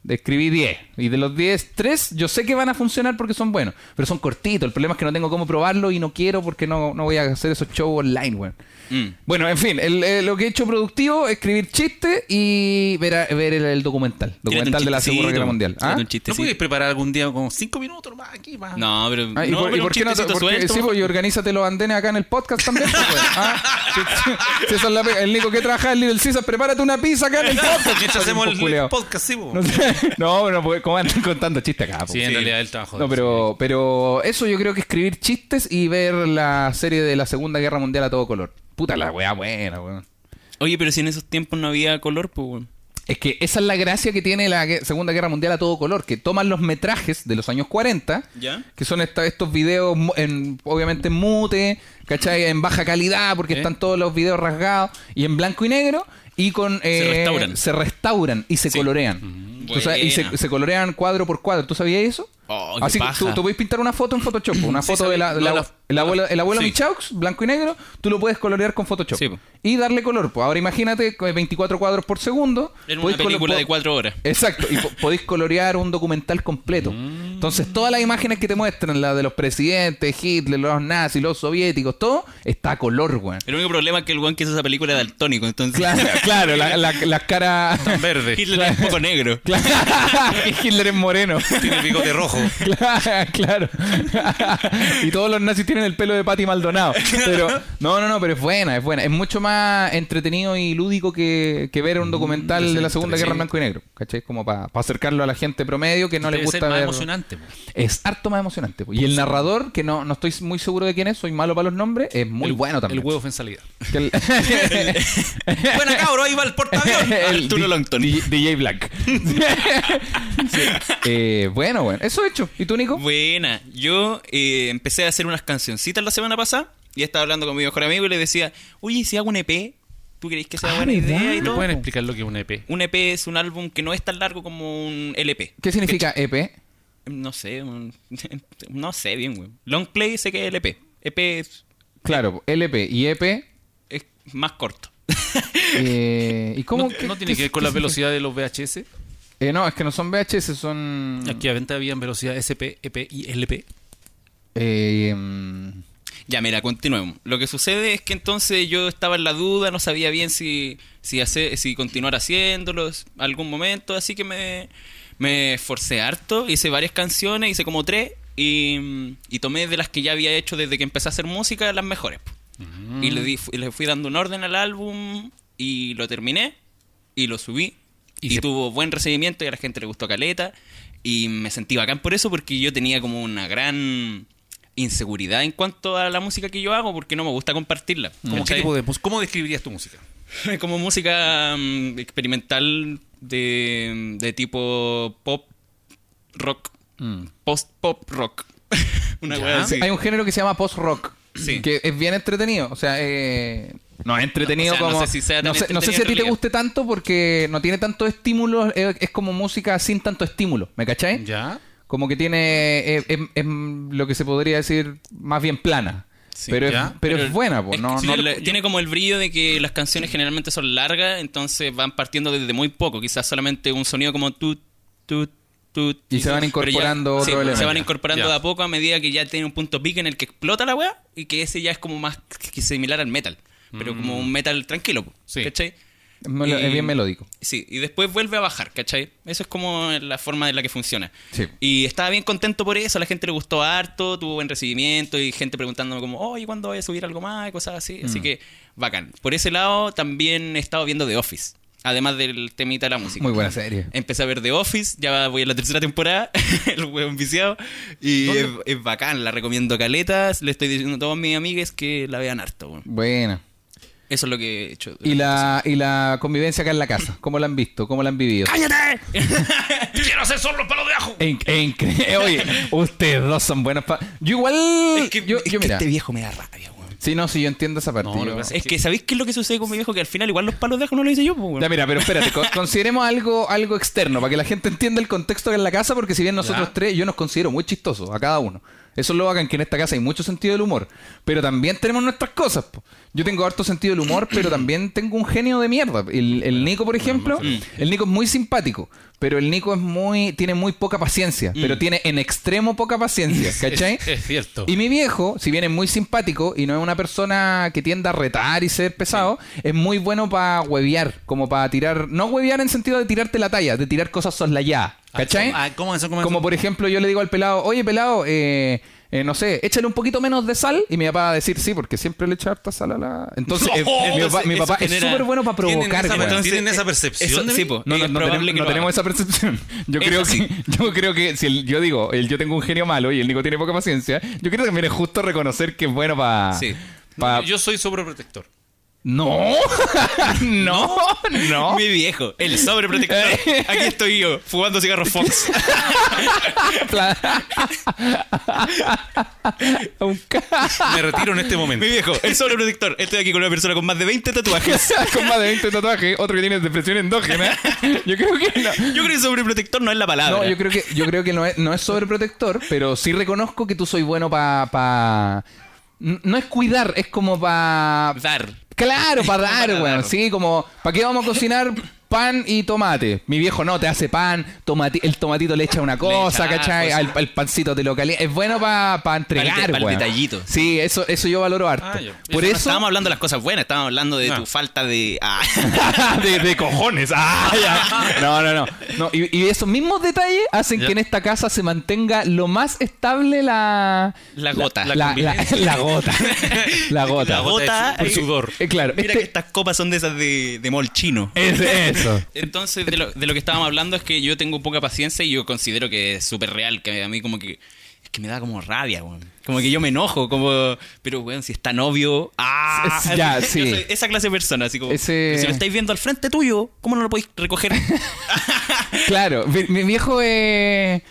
[SPEAKER 3] Escribí 10. Y de los 10, 3 yo sé que van a funcionar porque son buenos. Pero son cortitos. El problema es que no tengo cómo probarlo y no quiero porque no, no voy a hacer esos shows online, weón.
[SPEAKER 5] Mm.
[SPEAKER 3] Bueno, en fin, el- eh, lo que he hecho productivo, escribir chistes y ver, a- ver el, el documental. Documental de la Segunda Guerra Mundial. ¿Ah?
[SPEAKER 5] Un
[SPEAKER 2] ¿No
[SPEAKER 5] chistecito.
[SPEAKER 2] podéis preparar algún día con cinco minutos más aquí? Más?
[SPEAKER 5] No, pero.
[SPEAKER 3] Ah, ¿y,
[SPEAKER 5] no,
[SPEAKER 3] por,
[SPEAKER 5] pero
[SPEAKER 3] y por
[SPEAKER 5] un
[SPEAKER 3] qué no te,
[SPEAKER 5] chistecito
[SPEAKER 3] por qué-
[SPEAKER 5] suelto.
[SPEAKER 3] sí, pues, y organízate los andenes acá en el podcast también. pues, weón. Ah, sí, sí, sí, esa es la pega. el Nico que trabaja en Little Caesar, prepárate una pizza acá en el podcast.
[SPEAKER 2] Mientras hacemos el
[SPEAKER 3] Culeado.
[SPEAKER 2] podcast, sí, po.
[SPEAKER 3] No, sé. no, no, pues, ¿cómo andan contando chistes acá? po?
[SPEAKER 2] Sí, en realidad el trabajo.
[SPEAKER 3] No, pero, pero eso yo creo que escribir chistes y ver la serie de la Segunda Guerra Mundial a todo color. Puta la weá buena, weón.
[SPEAKER 1] Oye, pero si en esos tiempos no había color, pues, weón.
[SPEAKER 3] Es que esa es la gracia que tiene la gue- Segunda Guerra Mundial a todo color, que toman los metrajes de los años 40,
[SPEAKER 5] ¿Ya?
[SPEAKER 3] que son esta- estos videos, mu- en, obviamente en mute, ¿cachai? En baja calidad, porque están todos los videos rasgados, y en blanco y negro, y con... eh,
[SPEAKER 5] restauran. Mm-hmm.
[SPEAKER 3] se restauran y se colorean. Tú sabes, y se,
[SPEAKER 5] Buena.
[SPEAKER 3] se colorean cuadro por cuadro. ¿Tú sabías eso?
[SPEAKER 5] Oh, qué
[SPEAKER 3] Así que
[SPEAKER 5] paja.
[SPEAKER 3] tú, tú puedes pintar una foto en Photoshop, pues, una foto de la, de la-
[SPEAKER 2] No, la-
[SPEAKER 3] el abuelo, el abuelo
[SPEAKER 2] sí.
[SPEAKER 3] Michaux, blanco y negro, tú lo puedes colorear con Photoshop.
[SPEAKER 5] Sí, po.
[SPEAKER 3] y darle color. Pues ahora imagínate con 24 cuadros por segundo.
[SPEAKER 5] Era una
[SPEAKER 3] podéis colo-
[SPEAKER 5] película
[SPEAKER 3] po-
[SPEAKER 5] de cuatro horas.
[SPEAKER 3] Exacto, y po- podéis colorear un documental completo. Entonces, todas las imágenes que te muestran, la de los presidentes, Hitler, los nazis, los soviéticos, todo, está a color, weón.
[SPEAKER 5] El único problema es que el weón que hizo esa película era daltónico, entonces.
[SPEAKER 3] Claro, claro, la- la- las caras.
[SPEAKER 2] Verde.
[SPEAKER 5] Hitler era un poco negro.
[SPEAKER 3] Claro, Hitler es moreno.
[SPEAKER 2] Tiene bigote rojo.
[SPEAKER 3] Claro, claro. y todos los nazis tienen el pelo de Pati Maldonado. Pero, no, no, no, pero es buena, es buena. Es mucho más entretenido y lúdico que, que
[SPEAKER 2] Mm,
[SPEAKER 3] ver un documental de la Segunda Guerra en blanco y negro. ¿Cachai? Como para acercarlo a la gente promedio que no le
[SPEAKER 2] Debe
[SPEAKER 3] gusta
[SPEAKER 2] ser más
[SPEAKER 3] ver.
[SPEAKER 2] emocionante. po.
[SPEAKER 3] Es harto más emocionante. po. Y el narrador, que no, no estoy muy seguro de quién es, soy malo para los nombres, es muy
[SPEAKER 2] El-
[SPEAKER 3] bueno también.
[SPEAKER 2] El huevo fue en salida.
[SPEAKER 3] Que el-
[SPEAKER 2] Buena, cabro, ahí va el portaavión.
[SPEAKER 5] Arturo
[SPEAKER 3] D-
[SPEAKER 5] Longton.
[SPEAKER 3] D- DJ Black. Sí. Eh, bueno, bueno. Eso hecho. ¿Y tú, Nico?
[SPEAKER 5] Buena. Yo eh, empecé a hacer unas cancioncitas la semana pasada y estaba hablando con mi mejor amigo y le decía, oye, si hago un EP, ¿tú crees que sea
[SPEAKER 3] Ah,
[SPEAKER 5] buena idea
[SPEAKER 3] ¿verdad?
[SPEAKER 5] y
[SPEAKER 2] ¿Me
[SPEAKER 5] todo?
[SPEAKER 2] pueden explicar lo que es un E EP?
[SPEAKER 5] Un EP es un álbum que no es tan largo como un LP.
[SPEAKER 3] ¿Qué significa E EP?
[SPEAKER 5] No sé, un- no sé bien, güey. Long play sé que es LP. EP es,
[SPEAKER 3] Claro, LP y E EP.
[SPEAKER 5] es más corto.
[SPEAKER 3] eh, ¿Y cómo?
[SPEAKER 2] ¿No,
[SPEAKER 3] qué-
[SPEAKER 2] no tiene
[SPEAKER 3] qué-
[SPEAKER 2] que ver con
[SPEAKER 3] qué
[SPEAKER 2] la
[SPEAKER 3] E significa?
[SPEAKER 2] velocidad de los VHS?
[SPEAKER 3] Eh, no, es que no son VHS, son.
[SPEAKER 2] Aquí a venta habían velocidad SP, EP y LP.
[SPEAKER 3] Eh, mm,
[SPEAKER 5] Ya, mira, continuemos. Lo que sucede es que entonces yo estaba en la duda, no sabía bien si, si, hace- si continuar haciéndolo s- algún momento, así que me, me esforcé harto, hice varias canciones, hice como tres, y, y tomé de las que ya había hecho desde que empecé a hacer música las mejores. po. Y
[SPEAKER 2] Mm.
[SPEAKER 5] le, di- fu- le fui dando un orden al álbum, y lo terminé, y lo subí,
[SPEAKER 2] Y
[SPEAKER 5] y,
[SPEAKER 2] se-
[SPEAKER 5] tuvo buen recibimiento, y a la gente le gustó Caleta, y me sentí bacán por eso, porque yo tenía como una gran inseguridad en cuanto a la música que yo hago porque no me gusta compartirla.
[SPEAKER 2] ¿Cómo, Mm. qué
[SPEAKER 5] Mm, ¿cachai?
[SPEAKER 2] tipo de mus- ¿Cómo describirías tu música?
[SPEAKER 5] Como música mm, experimental de, de tipo pop, rock, post-pop rock. Una
[SPEAKER 2] Ya.
[SPEAKER 5] wea así.
[SPEAKER 3] Hay un género que se llama post-rock.
[SPEAKER 5] Sí.
[SPEAKER 3] Que es bien entretenido. O sea, eh, no es entretenido
[SPEAKER 5] O sea, no
[SPEAKER 3] como.
[SPEAKER 5] sé si sea tan
[SPEAKER 3] no sé- no sé
[SPEAKER 5] entretenido
[SPEAKER 3] si a
[SPEAKER 5] en
[SPEAKER 3] ti te
[SPEAKER 5] realidad.
[SPEAKER 3] guste tanto porque no tiene tanto estímulo. eh, Es como música sin tanto estímulo. ¿Me cacháis?
[SPEAKER 2] ¿Ya?
[SPEAKER 3] Como que tiene. eh, em- em, lo que se podría decir más bien plana.
[SPEAKER 5] Sí,
[SPEAKER 3] pero, es,
[SPEAKER 2] ya.
[SPEAKER 3] pero,
[SPEAKER 5] Pero
[SPEAKER 3] es buena, pues.
[SPEAKER 5] Es
[SPEAKER 3] no,
[SPEAKER 5] que
[SPEAKER 3] no-
[SPEAKER 5] tiene- tiene como el brillo de que las canciones generalmente son largas, entonces van partiendo desde muy poco, quizás solamente un sonido como tu, tu, tu.
[SPEAKER 3] Y se van
[SPEAKER 5] pero
[SPEAKER 3] incorporando otro
[SPEAKER 5] sí,
[SPEAKER 3] elemento.
[SPEAKER 5] Se van incorporando
[SPEAKER 2] Ya.
[SPEAKER 5] de a poco a medida que ya tiene un punto pico en el que explota la weá y que ese ya es como más que similar al metal, pero como un metal tranquilo, po,
[SPEAKER 2] Sí.
[SPEAKER 5] ¿cachai?
[SPEAKER 3] es melo-
[SPEAKER 5] y-
[SPEAKER 3] es bien melódico.
[SPEAKER 5] Sí, y después vuelve a bajar, ¿cachai? Eso es como la forma en la que funciona.
[SPEAKER 3] Sí.
[SPEAKER 5] Y estaba bien contento por eso, a la gente le gustó harto, tuvo buen recibimiento y gente preguntándome como, oye, ¿cuándo voy a subir algo más? Y cosas así.
[SPEAKER 3] Mm.
[SPEAKER 5] Así que, bacán. Por ese lado, también he estado viendo The Office, además del temita de la música.
[SPEAKER 3] Muy buena serie.
[SPEAKER 5] Empecé a ver The Office, ya voy a la tercera temporada, el hueón viciado. Y es, es bacán, la recomiendo caletas, le estoy diciendo a todos mis amigues que la vean harto. weón.
[SPEAKER 3] Buena.
[SPEAKER 5] Eso es lo que he hecho.
[SPEAKER 3] ¿Y la, y la convivencia acá en la casa, ¿cómo la han visto? ¿Cómo la han vivido?
[SPEAKER 5] ¡Cállate!
[SPEAKER 2] ¡Quiero hacer solo los palos de ajo!
[SPEAKER 3] En- en- eh, Oye, ustedes dos son buenos pa- Yo igual...
[SPEAKER 5] Es que,
[SPEAKER 3] yo,
[SPEAKER 5] es
[SPEAKER 3] yo
[SPEAKER 5] que
[SPEAKER 3] mira.
[SPEAKER 5] este viejo me da rabia, weón.
[SPEAKER 3] Sí, no, sí, yo entiendo esa parte.
[SPEAKER 2] No, lo
[SPEAKER 3] yo-
[SPEAKER 2] que pasa
[SPEAKER 5] Es que, ¿sabéis qué es lo que sucede con mi viejo? Que al final igual los palos de ajo no lo hice yo, pues, weón.
[SPEAKER 3] Ya mira, pero espérate, con- consideremos algo, algo externo para que la gente entienda el contexto que en la casa, porque si bien nosotros
[SPEAKER 2] Ya.
[SPEAKER 3] tres, yo nos considero muy chistosos a cada uno. Eso es lo bacán que en esta casa hay mucho sentido del humor. Pero también tenemos nuestras cosas. po. Yo tengo harto sentido del humor, pero también tengo un genio de mierda. El, el Nico, por ejemplo, el Nico es muy simpático. Pero el Nico es muy, tiene muy poca paciencia. Pero tiene en extremo poca paciencia. ¿Cachai?
[SPEAKER 2] Mm. Es, es cierto.
[SPEAKER 3] Y mi viejo, si bien es muy simpático y no es una persona que tienda a retar y ser pesado, es muy bueno para huevear, como para tirar, no huevear en sentido de tirarte la talla, de tirar cosas soslayadas. ¿Cachai?
[SPEAKER 2] Ah, ¿cómo eso? ¿Cómo eso?
[SPEAKER 3] Como por ejemplo, yo le digo al pelado, oye pelado, eh, eh, no sé, échale un poquito menos de sal. Y mi papá va a decir, sí, porque siempre le echa harta sal a la. Entonces, eh, mi papá, mi
[SPEAKER 5] Eso
[SPEAKER 3] papá es
[SPEAKER 5] genera-
[SPEAKER 3] súper bueno para
[SPEAKER 2] ¿Tienen
[SPEAKER 3] provocar.
[SPEAKER 2] esa-
[SPEAKER 3] weón.
[SPEAKER 2] ¿Tienen esa percepción
[SPEAKER 5] eh, Eso-
[SPEAKER 2] de
[SPEAKER 5] sí,
[SPEAKER 2] mí?
[SPEAKER 5] po.
[SPEAKER 3] No,
[SPEAKER 5] Y
[SPEAKER 3] no,
[SPEAKER 5] es
[SPEAKER 3] no
[SPEAKER 5] probable
[SPEAKER 3] tenemos,
[SPEAKER 5] que
[SPEAKER 3] no
[SPEAKER 5] lo
[SPEAKER 3] tenemos
[SPEAKER 5] haga.
[SPEAKER 3] esa percepción. Yo creo, que, yo creo que si el- yo digo, el, yo tengo un genio malo y el Nico tiene poca paciencia, yo creo que también es justo reconocer que es bueno para...
[SPEAKER 5] Sí.
[SPEAKER 2] No, Yo soy sobreprotector.
[SPEAKER 3] No, no, no.
[SPEAKER 5] Mi viejo, el sobreprotector. Aquí estoy yo, fumando cigarros Fox.
[SPEAKER 3] Pla- un ca-
[SPEAKER 2] Me retiro en este momento.
[SPEAKER 5] Mi viejo, el sobreprotector. Estoy aquí con una persona con más de 20 tatuajes.
[SPEAKER 3] con más de 20 tatuajes, otro que tiene depresión endógena. Yo creo que no.
[SPEAKER 5] Yo creo que sobreprotector no es la palabra.
[SPEAKER 3] No, yo creo que, yo creo que no, es, no es sobreprotector, pero sí reconozco que tú soy bueno para... Pa... n- No es cuidar, es como para...
[SPEAKER 5] Dar.
[SPEAKER 3] Claro, para dar,
[SPEAKER 5] Para
[SPEAKER 3] weón.
[SPEAKER 5] dar.
[SPEAKER 3] Sí, como, ¿para qué vamos a cocinar pan y tomate? Mi viejo no, te hace pan, tomati- el tomatito le echa una cosa,
[SPEAKER 5] echa
[SPEAKER 3] ¿cachai?
[SPEAKER 5] cosas.
[SPEAKER 3] Al, al pancito te lo calienta. Es bueno para entregar,
[SPEAKER 5] Pa'l de- pa'l
[SPEAKER 3] weón.
[SPEAKER 5] detallito.
[SPEAKER 3] Sí, eso, eso yo valoro harto.
[SPEAKER 2] Ah, ya.
[SPEAKER 3] Por
[SPEAKER 5] No
[SPEAKER 3] eso...
[SPEAKER 5] estábamos hablando de las cosas buenas, estábamos hablando de
[SPEAKER 2] No.
[SPEAKER 5] tu falta de. Ah.
[SPEAKER 3] de, de cojones. Ah, ya. No, no, no. No, y, y esos mismos detalles hacen
[SPEAKER 2] Ya.
[SPEAKER 3] que en esta casa se mantenga lo más estable la...
[SPEAKER 5] La gota.
[SPEAKER 3] La, la- la gota. La gota.
[SPEAKER 5] La gota.
[SPEAKER 2] el sudor.
[SPEAKER 3] Eh, claro.
[SPEAKER 5] Mira
[SPEAKER 3] este-
[SPEAKER 5] que estas copas son de esas de, de mol chino.
[SPEAKER 3] es eso.
[SPEAKER 5] Entonces, de lo, de lo que estábamos hablando es que yo tengo poca paciencia y yo considero que es súper real, que a mí como que... Es que me da como rabia, weón. Como que yo me enojo, como... Pero, weón, si es tan obvio... ¡Ah!
[SPEAKER 3] Es- ya, sí.
[SPEAKER 5] Yo soy esa clase de persona, así como...
[SPEAKER 3] Ese-
[SPEAKER 5] "Pero Si lo estáis viendo al frente tuyo, ¿cómo no lo podéis recoger?
[SPEAKER 3] Claro, mi, mi viejo eh,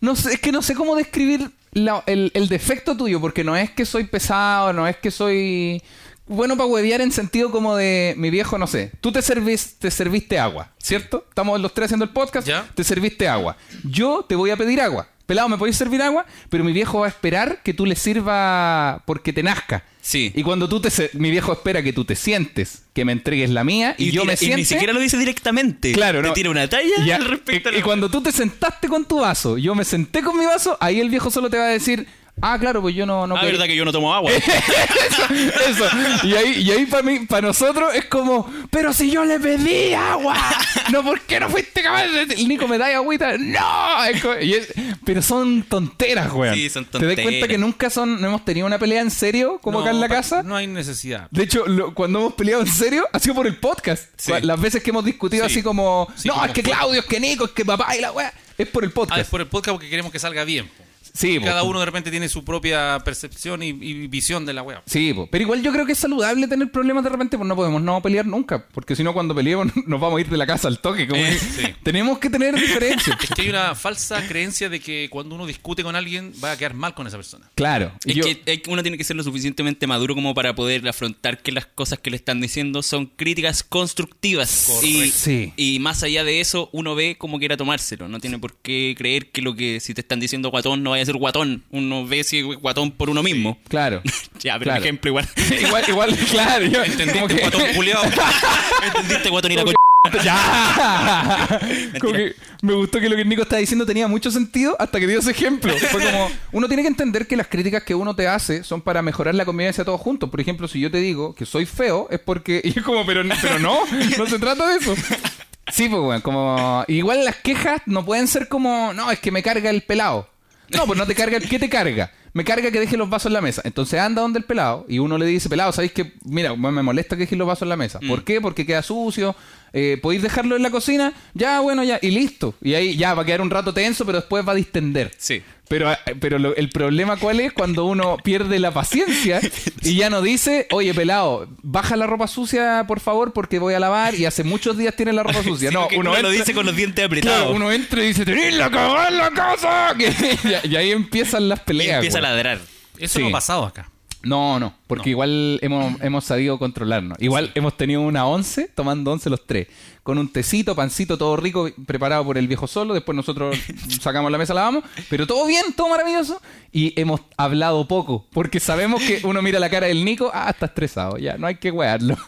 [SPEAKER 3] no sé, es que no sé cómo describir la- el, el defecto tuyo, porque no es que soy pesado, no es que soy bueno para huevear en sentido como de mi viejo, no sé. Tú te servis, te serviste agua, ¿cierto? Estamos los tres haciendo el podcast,
[SPEAKER 2] Ya.
[SPEAKER 3] te serviste agua. Yo te voy a pedir agua. Pelado, ¿me podéis servir agua? Pero mi viejo va a esperar que tú le sirva porque te nazca.
[SPEAKER 5] Sí.
[SPEAKER 3] Y cuando tú te... se- Mi viejo espera que tú te sientes, que me entregues la mía y, yo
[SPEAKER 5] tira-
[SPEAKER 3] me siento...
[SPEAKER 5] ni siquiera lo dice directamente.
[SPEAKER 3] Claro,
[SPEAKER 5] Te
[SPEAKER 3] no.
[SPEAKER 5] tira una talla
[SPEAKER 3] Ya,
[SPEAKER 5] al respecto. a
[SPEAKER 3] y,
[SPEAKER 5] la-
[SPEAKER 3] y cuando tú te sentaste con tu vaso, yo me senté con mi vaso, ahí el viejo solo te va a decir, ah, claro, pues yo no... no
[SPEAKER 5] Ah,
[SPEAKER 3] quería".
[SPEAKER 5] verdad que yo no tomo agua.
[SPEAKER 3] Eso. Y ahí, y ahí para mí, para nosotros es como, pero si yo le pedí agua, no, ¿por qué no fuiste capaz de... el Nico, me da agüita, no. Es como- y es- pero son tonteras, weón.
[SPEAKER 5] Sí, son
[SPEAKER 3] ¿Te das
[SPEAKER 5] tonteras.
[SPEAKER 3] cuenta que nunca son, no hemos tenido una pelea en serio como acá en la
[SPEAKER 2] pa-
[SPEAKER 3] casa?
[SPEAKER 2] No hay necesidad.
[SPEAKER 3] De hecho, lo- cuando hemos peleado en serio, ha sido por el podcast.
[SPEAKER 5] Sí.
[SPEAKER 3] Cu- Las veces que hemos discutido
[SPEAKER 2] Sí.
[SPEAKER 3] así como,
[SPEAKER 2] Sí,
[SPEAKER 3] no,
[SPEAKER 2] como
[SPEAKER 3] es que
[SPEAKER 2] fue-
[SPEAKER 3] Claudio, es que Nico, es que papá y la weá. Es por el podcast.
[SPEAKER 2] Ah, es por el podcast porque queremos que salga bien. po.
[SPEAKER 3] Sí, po.
[SPEAKER 2] Cada uno de repente tiene su propia percepción y, y visión de la wea.
[SPEAKER 3] Sí, po. pero igual yo creo que es saludable tener problemas de repente, pues no podemos no pelear nunca, porque si no cuando peleemos nos vamos a ir de la casa al toque. como
[SPEAKER 2] Eh,
[SPEAKER 3] que Tenemos que tener diferencias.
[SPEAKER 2] Es que hay una falsa creencia de que cuando uno discute con alguien va a quedar mal con esa persona.
[SPEAKER 3] claro. y
[SPEAKER 5] Es
[SPEAKER 3] yo-
[SPEAKER 5] que hay- uno tiene que ser lo suficientemente maduro como para poder afrontar que las cosas que le están diciendo son críticas constructivas. Y,
[SPEAKER 3] Sí.
[SPEAKER 5] y más allá de eso, uno ve cómo quiera tomárselo. No tiene por qué creer que lo que si te están diciendo guatón no vaya a ser guatón. Uno ve si es guatón por uno mismo.
[SPEAKER 3] Claro.
[SPEAKER 5] Ya, pero
[SPEAKER 3] Claro.
[SPEAKER 5] por ejemplo, igual.
[SPEAKER 3] igual, igual, claro. Yo, como que-
[SPEAKER 5] guatón culiao. ¿Entendiste guatón y la
[SPEAKER 3] ¡Ya! Como que me gustó que lo que el Nico está diciendo tenía mucho sentido hasta que dio ese ejemplo. Fue como, uno tiene que entender que las críticas que uno te hace son para mejorar la convivencia todos juntos. Por ejemplo, si yo te digo que soy feo, es porque. Y es como, pero, pero no, no se trata de eso. Sí, pues, bueno, como. Igual las quejas no pueden ser como, no, es que me carga el pelado. No, pues no te carga, ¿qué te carga? Me carga que deje los vasos en la mesa. Entonces anda donde el pelado y uno le dice, pelado, ¿sabéis que Mira, me me molesta que dejes los vasos en la mesa. ¿Por qué? Porque queda sucio. Eh, ¿Podéis dejarlo en la cocina? Ya, bueno, ya. Y listo. Y ahí ya va a quedar un rato tenso, pero después va a distender.
[SPEAKER 5] Sí.
[SPEAKER 3] Pero, eh, pero lo- el problema cuál es cuando uno pierde la paciencia y ya no dice, oye, pelado, baja la ropa sucia, por favor, porque voy a lavar y hace muchos días tiene la ropa sucia. no,
[SPEAKER 5] uno,
[SPEAKER 3] uno,
[SPEAKER 5] lo
[SPEAKER 3] entra-
[SPEAKER 5] dice con los dientes apretados.
[SPEAKER 3] Claro, uno entra y dice, ¡Tenés la cagada en la casa! y, y ahí empiezan las
[SPEAKER 5] y
[SPEAKER 3] peleas.
[SPEAKER 5] empieza a
[SPEAKER 3] güey.
[SPEAKER 5] ladrar.
[SPEAKER 2] Eso
[SPEAKER 3] Sí.
[SPEAKER 2] no ha pasado acá.
[SPEAKER 3] No, no. Porque igual hemos, hemos sabido controlarnos. Igual hemos tenido una once, tomando once los tres. Con un tecito, pancito, todo rico, preparado por el viejo solo. Después nosotros sacamos la mesa, la vamos. Pero todo bien, todo maravilloso. Y hemos hablado poco. Porque sabemos que uno mira la cara del Nico, ah, está estresado. Ya, no hay que wearlo.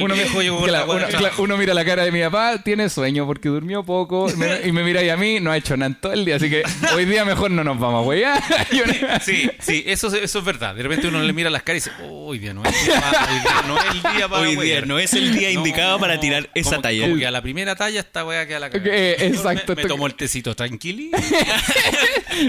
[SPEAKER 3] uno,
[SPEAKER 2] viejo
[SPEAKER 3] mi-
[SPEAKER 2] llegó con
[SPEAKER 3] claro,
[SPEAKER 2] la weá
[SPEAKER 3] uno-
[SPEAKER 2] de
[SPEAKER 3] claro, uno mira la cara de mi papá, tiene sueño porque durmió poco. me- y me mira ahí a mí, no ha hecho nada en todo el día. Así que hoy día mejor no nos vamos a wear. Yo no-
[SPEAKER 2] Sí, sí, eso, es- eso es verdad. De repente uno le mira las caras y dice, "Oh, hoy día no es el día para- hoy día no es el día para
[SPEAKER 5] Hoy día
[SPEAKER 2] huevear".
[SPEAKER 5] no es el día indicado para tirar esa
[SPEAKER 2] como-
[SPEAKER 5] talla.
[SPEAKER 2] Como que a la primera talla esta weá queda la cara.
[SPEAKER 3] Eh, exacto.
[SPEAKER 2] Me, me tomo el tecito tranquilo.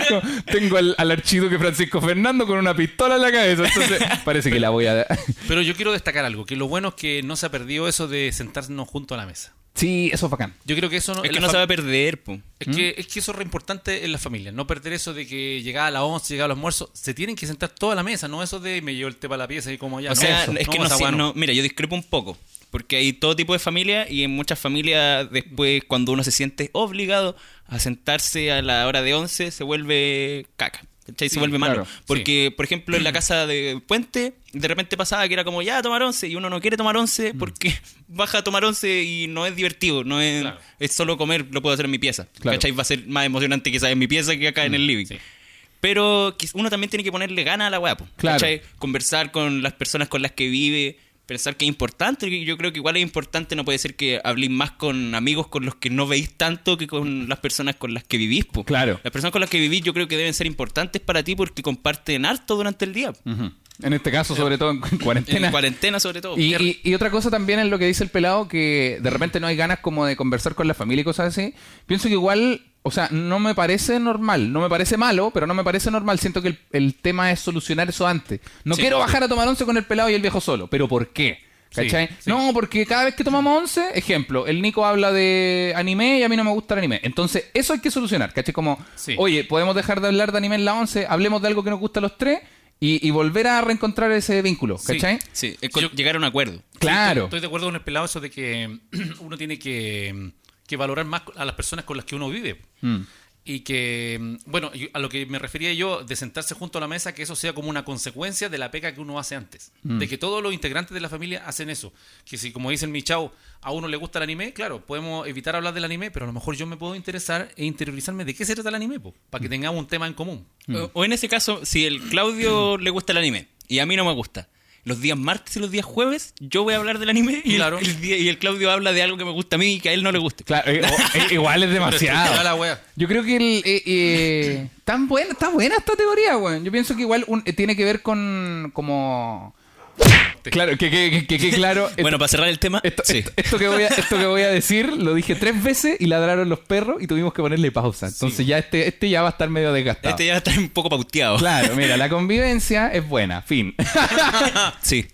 [SPEAKER 3] No, tengo al, al archiduque Francisco Fernando con una pistola en la cabeza. Entonces, parece que la voy a.
[SPEAKER 2] Pero yo quiero destacar algo, que lo bueno es que no se ha perdido eso de sentarnos junto a la mesa.
[SPEAKER 3] Sí, eso es bacán.
[SPEAKER 2] Yo creo que eso
[SPEAKER 5] Es
[SPEAKER 2] en
[SPEAKER 5] que
[SPEAKER 2] la
[SPEAKER 5] no se
[SPEAKER 2] fam-
[SPEAKER 5] va a perder, ¿Mm? po.
[SPEAKER 2] Es que, es que eso es re importante en las familias, no perder eso de que llegaba a las 11, llegaba al almuerzo, se tienen que sentar toda la mesa, no eso de me llevo el té para la pieza y como ya.
[SPEAKER 5] O sea,
[SPEAKER 2] eso,
[SPEAKER 5] es que no,
[SPEAKER 2] esa
[SPEAKER 5] sé,
[SPEAKER 2] weá no.
[SPEAKER 5] no- mira, yo discrepo un poco. Porque hay todo tipo de familia y en muchas familias después cuando uno se siente obligado a sentarse a la hora de 11 se vuelve caca. ¿cachai? Se vuelve malo.
[SPEAKER 3] claro,
[SPEAKER 5] Porque, por ejemplo, en la casa de Puente de repente pasaba que era como ya a tomar 11 y uno no quiere tomar 11 porque baja a tomar 11 y no es divertido. no Es,
[SPEAKER 2] Claro.
[SPEAKER 5] es solo comer, lo puedo hacer en mi pieza.
[SPEAKER 3] Claro.
[SPEAKER 5] ¿cachai? Va a ser más emocionante quizás en mi pieza que acá en el living.
[SPEAKER 2] sí.
[SPEAKER 5] Pero quiz- uno también tiene que ponerle gana a la weá, po,
[SPEAKER 3] Claro.
[SPEAKER 5] ¿cachai? Conversar con las personas con las que vive, pensar que es importante. que Yo creo que igual es importante, no puede ser que habléis más con amigos con los que no veis tanto que con las personas con las que vivís, po.
[SPEAKER 3] Claro.
[SPEAKER 5] Las personas con las que vivís yo creo que deben ser importantes para ti porque comparten harto durante el día.
[SPEAKER 3] En este caso, sobre todo en cu-
[SPEAKER 5] En
[SPEAKER 3] cuarentena.
[SPEAKER 5] cuarentena sobre
[SPEAKER 2] Oh,
[SPEAKER 5] todo.
[SPEAKER 3] Y, y- y otra cosa también es lo que dice el pelado, que de repente no hay ganas como de conversar con la familia y cosas así. Pienso que igual, o sea, no me parece normal, no me parece malo, pero no me parece normal. Siento que el, el tema es solucionar eso antes. No
[SPEAKER 5] Sí.
[SPEAKER 3] quiero bajar a tomar once con el pelado y el viejo solo, pero ¿por qué? ¿Cachai?
[SPEAKER 2] sí.
[SPEAKER 3] No, porque cada vez que tomamos once, ejemplo, el Nico habla de anime y a mí no me gusta el anime. Entonces, eso hay que solucionar, ¿cachai? Como,
[SPEAKER 2] Sí.
[SPEAKER 3] oye, podemos dejar de hablar de anime en la once, hablemos de algo que nos gusta a los tres y, y volver a reencontrar ese vínculo,
[SPEAKER 2] Sí.
[SPEAKER 3] ¿cachai?
[SPEAKER 5] Sí, es con- llegar a un acuerdo.
[SPEAKER 3] Claro.
[SPEAKER 2] Estoy de acuerdo con el pelado eso de que uno tiene que, que valorar más a las personas con las que uno vive. Y que, bueno, yo- a lo que me refería yo, de sentarse junto a la mesa, que eso sea como una consecuencia de la pega que uno hace antes. De que todos los integrantes de la familia hacen eso. Que si, como dicen mi chavo, a uno le gusta el anime, claro, podemos evitar hablar del anime, pero a lo mejor yo me puedo interesar e interiorizarme de qué se trata el anime, po, para que tengamos un tema en común.
[SPEAKER 3] Mm.
[SPEAKER 5] O- O en ese caso, si el Claudio le gusta el anime y a mí no me gusta, los días martes y los días jueves yo voy a hablar del anime y, el-
[SPEAKER 2] Claro.
[SPEAKER 5] el, día- y el Claudio habla de algo que me gusta a mí y que a él no le guste.
[SPEAKER 3] Claro, eh, o- eh, igual es
[SPEAKER 2] Ya la
[SPEAKER 3] demasiado.
[SPEAKER 2] wea.
[SPEAKER 3] Yo creo que el, eh, eh, tan buena, está buena esta teoría, weón. Yo pienso que igual un- eh, tiene que ver con como claro, que, que, que- que- que claro. esto-
[SPEAKER 5] Bueno, para cerrar el tema,
[SPEAKER 3] esto,
[SPEAKER 5] sí.
[SPEAKER 3] esto- esto que voy a, esto que voy a decir lo dije tres veces y ladraron los perros y tuvimos que ponerle pausa. Entonces ya este, este ya va a estar medio desgastado.
[SPEAKER 5] este ya está un poco pauteado.
[SPEAKER 3] Claro, mira, la convivencia es buena, fin.
[SPEAKER 5] Sí.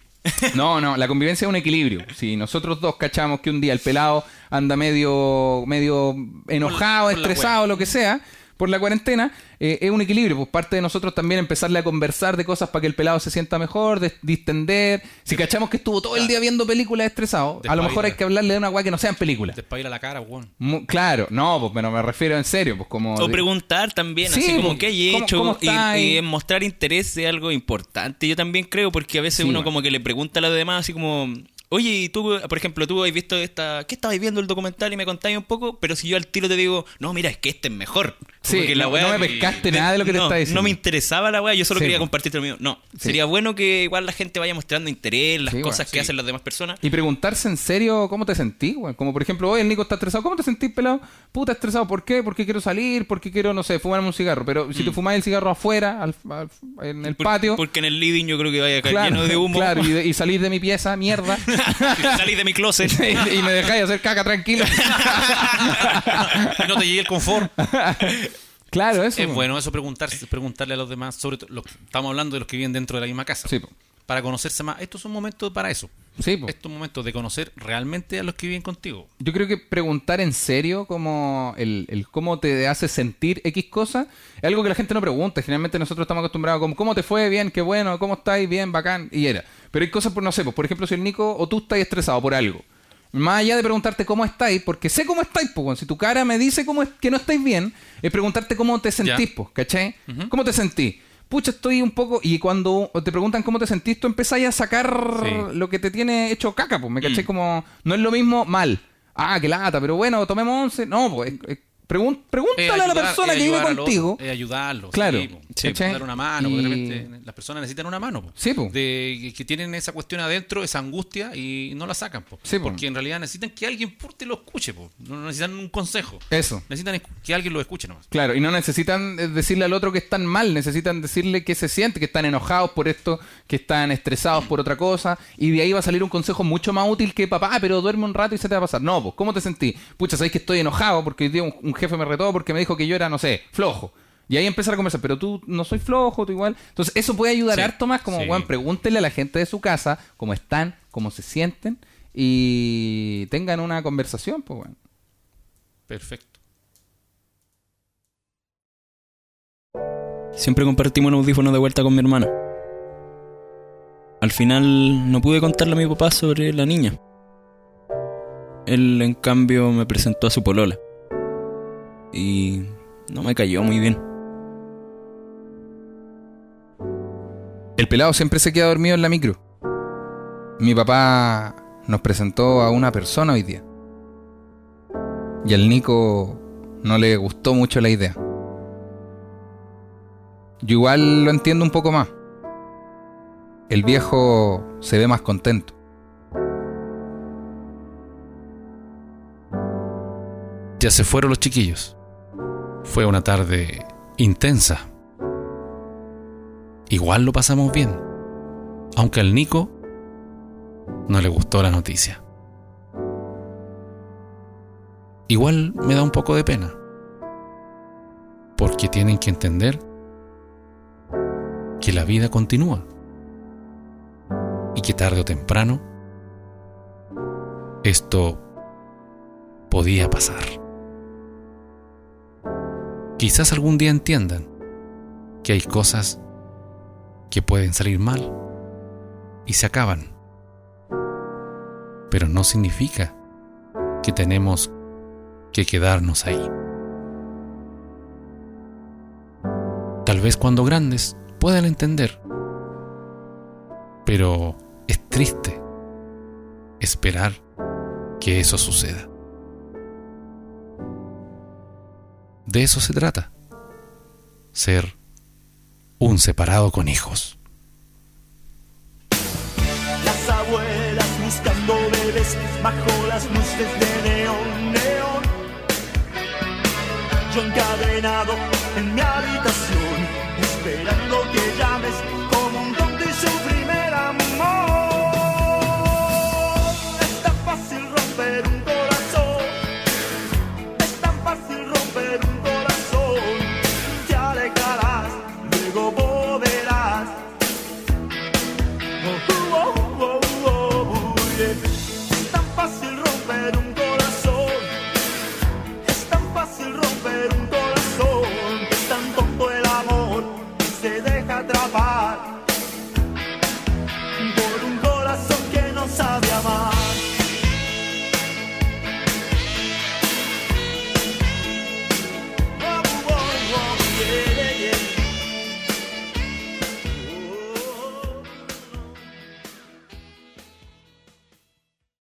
[SPEAKER 3] No, no, la convivencia es un equilibrio. Si nosotros dos cachamos que un día el pelado anda medio, medio enojado,
[SPEAKER 2] por la
[SPEAKER 3] estresado, lo que sea, por la cuarentena, eh, es un equilibrio. Pues parte de nosotros también empezarle a conversar de cosas para que el pelado se sienta mejor, de- distender. Si cachamos que estuvo todo el día viendo películas estresado, a lo mejor hay que hablarle de una guay que no sean películas.
[SPEAKER 2] Despair a la cara, weón.
[SPEAKER 3] Mu- claro, no, pues pero me refiero en serio, pues como.
[SPEAKER 5] O
[SPEAKER 3] de-
[SPEAKER 5] preguntar también,
[SPEAKER 3] Sí,
[SPEAKER 5] así como
[SPEAKER 3] pues,
[SPEAKER 5] qué hay
[SPEAKER 3] ¿cómo-
[SPEAKER 5] hecho
[SPEAKER 3] cómo
[SPEAKER 5] y,
[SPEAKER 3] está ahí?
[SPEAKER 5] y en mostrar interés es algo importante. Yo también creo, porque a veces
[SPEAKER 3] Sí,
[SPEAKER 5] uno
[SPEAKER 3] bueno.
[SPEAKER 5] como que le pregunta a los demás, así como, oye, ¿y tú, por ejemplo, tú has visto esta, ¿qué estabas viendo el documental y me contáis un poco? Pero si yo al tiro te digo, no, mira, es que este es mejor.
[SPEAKER 3] Sí,
[SPEAKER 5] Porque la
[SPEAKER 3] no-
[SPEAKER 5] weá-
[SPEAKER 3] no me pescaste nada de lo que te
[SPEAKER 5] no,
[SPEAKER 3] estaba diciendo.
[SPEAKER 5] No me interesaba la weá, yo solo
[SPEAKER 3] Sí,
[SPEAKER 5] quería
[SPEAKER 3] bueno.
[SPEAKER 5] compartirte lo mío. No,
[SPEAKER 3] Sí.
[SPEAKER 5] sería bueno que igual la gente vaya mostrando interés, las
[SPEAKER 3] Sí, bueno,
[SPEAKER 5] cosas que hacen las demás personas.
[SPEAKER 3] Y preguntarse en serio cómo te sentís, güey. Como por ejemplo, hoy el Nico está estresado. ¿Cómo te sentís, pelado? Puta, estresado. ¿Por qué? Porque quiero salir, porque quiero, no sé, fumarme un cigarro. Pero si te fumáis el cigarro afuera, al- al- en el
[SPEAKER 5] Mm. Por-
[SPEAKER 3] patio.
[SPEAKER 5] Porque en el living yo creo que vaya a caer lleno de humo.
[SPEAKER 3] claro, y, de- y salís de mi pieza, mierda.
[SPEAKER 5] Salís de mi closet.
[SPEAKER 3] y, y me dejáis hacer caca tranquilo.
[SPEAKER 2] Y no te llegue el confort.
[SPEAKER 3] claro, eso.
[SPEAKER 2] Es
[SPEAKER 3] güey.
[SPEAKER 2] bueno eso preguntarse, preguntarle a los demás, sobre todo los que- estamos hablando de los que viven dentro de la misma casa.
[SPEAKER 3] Sí, po.
[SPEAKER 2] Para conocerse más. Esto es un momento para eso.
[SPEAKER 3] Sí, po.
[SPEAKER 2] Esto es un momento de conocer realmente a los que viven contigo.
[SPEAKER 3] Yo creo que preguntar en serio como el, el cómo te hace sentir X cosa es algo que la gente no pregunta. Generalmente nosotros estamos acostumbrados como cómo te fue, bien, qué bueno, cómo estáis, bien, bacán, y era. Pero hay cosas, por no sé, pues, por ejemplo, si el Nico o tú estás estresado por algo. Más allá de preguntarte cómo estáis, porque sé cómo estáis, pues, weón. si tu cara me dice cómo es, que no estáis bien, es preguntarte cómo te sentís, pues, ¿cachai? ¿Cómo te sentís? pucha, estoy un poco. Y cuando te preguntan cómo te sentís, tú empezás a sacar
[SPEAKER 2] Sí. Mm.
[SPEAKER 3] lo que te tiene hecho caca, pues me caché como. No es lo mismo mal. Ah, qué lata, pero bueno, tomemos once. No, pues. eh, pregun- pregúntale
[SPEAKER 2] Es
[SPEAKER 3] a la
[SPEAKER 2] Eh, ayudar-
[SPEAKER 3] persona
[SPEAKER 2] es
[SPEAKER 3] que vive
[SPEAKER 2] ayudar al
[SPEAKER 3] contigo.
[SPEAKER 2] otro, Eh. es ayudarlo.
[SPEAKER 3] Claro,
[SPEAKER 2] Sí, po.
[SPEAKER 3] sí,
[SPEAKER 2] Sí, po,
[SPEAKER 3] ¿cachai?
[SPEAKER 2] dar una mano. porque de
[SPEAKER 3] Y-
[SPEAKER 2] repente eh, las personas necesitan una mano. po.
[SPEAKER 3] Sí, po.
[SPEAKER 2] De, que- que tienen esa cuestión adentro, esa angustia y no la sacan. po.
[SPEAKER 3] Sí, po.
[SPEAKER 2] Porque en realidad necesitan que alguien por te lo escuche. po. No no necesitan un consejo.
[SPEAKER 3] Eso.
[SPEAKER 2] Necesitan escu- que alguien lo escuche nomás.
[SPEAKER 3] Claro, y no necesitan eh, decirle al otro que están mal, necesitan decirle que se siente, que están enojados por esto, que están estresados por otra cosa, y de ahí va a salir un consejo mucho más útil que papá, "Ah, pero duerme un rato y se te va a pasar. No, pues, ¿cómo te sentí? Pucha, sabéis que estoy enojado porque hoy día un, un jefe me retó porque me dijo que yo era, no sé, flojo. Y ahí empezar a conversar, pero tú no soy flojo, tú igual. Entonces, eso puede ayudar
[SPEAKER 2] Sí,
[SPEAKER 3] harto más, como,
[SPEAKER 2] sí.
[SPEAKER 3] "Weón, pregúntenle a la gente de su casa cómo están, cómo se sienten, y tengan una conversación, pues, weón.
[SPEAKER 2] Perfecto.
[SPEAKER 1] Siempre compartimos un audífono de vuelta con mi hermana. Al final no pude contarle a mi papá sobre la niña. Él, en cambio, me presentó a su polola. Y no me cayó muy bien.
[SPEAKER 3] El pelado siempre se queda dormido en la micro. Mi papá nos presentó a una persona hoy día. Y al Nico no le gustó mucho la idea. Yo igual lo entiendo un poco más. El viejo se ve más contento.
[SPEAKER 2] Ya se fueron los chiquillos. Fue una tarde intensa. Igual lo pasamos bien. Aunque al Nico no le gustó la noticia. Igual me da un poco de pena. Porque tienen que entender que la vida continúa. Y que tarde o temprano esto podía pasar. Quizás algún día entiendan que hay cosas que pueden salir mal y se acaban. Pero no significa que tenemos que quedarnos ahí. Tal vez cuando grandes puedan entender. Pero es triste esperar que eso suceda. De eso se trata. Ser un separado con hijos.
[SPEAKER 4] Las abuelas buscando bebés bajo las luces de neón, neón. Yo encadenado en mi habitación, esperando que llames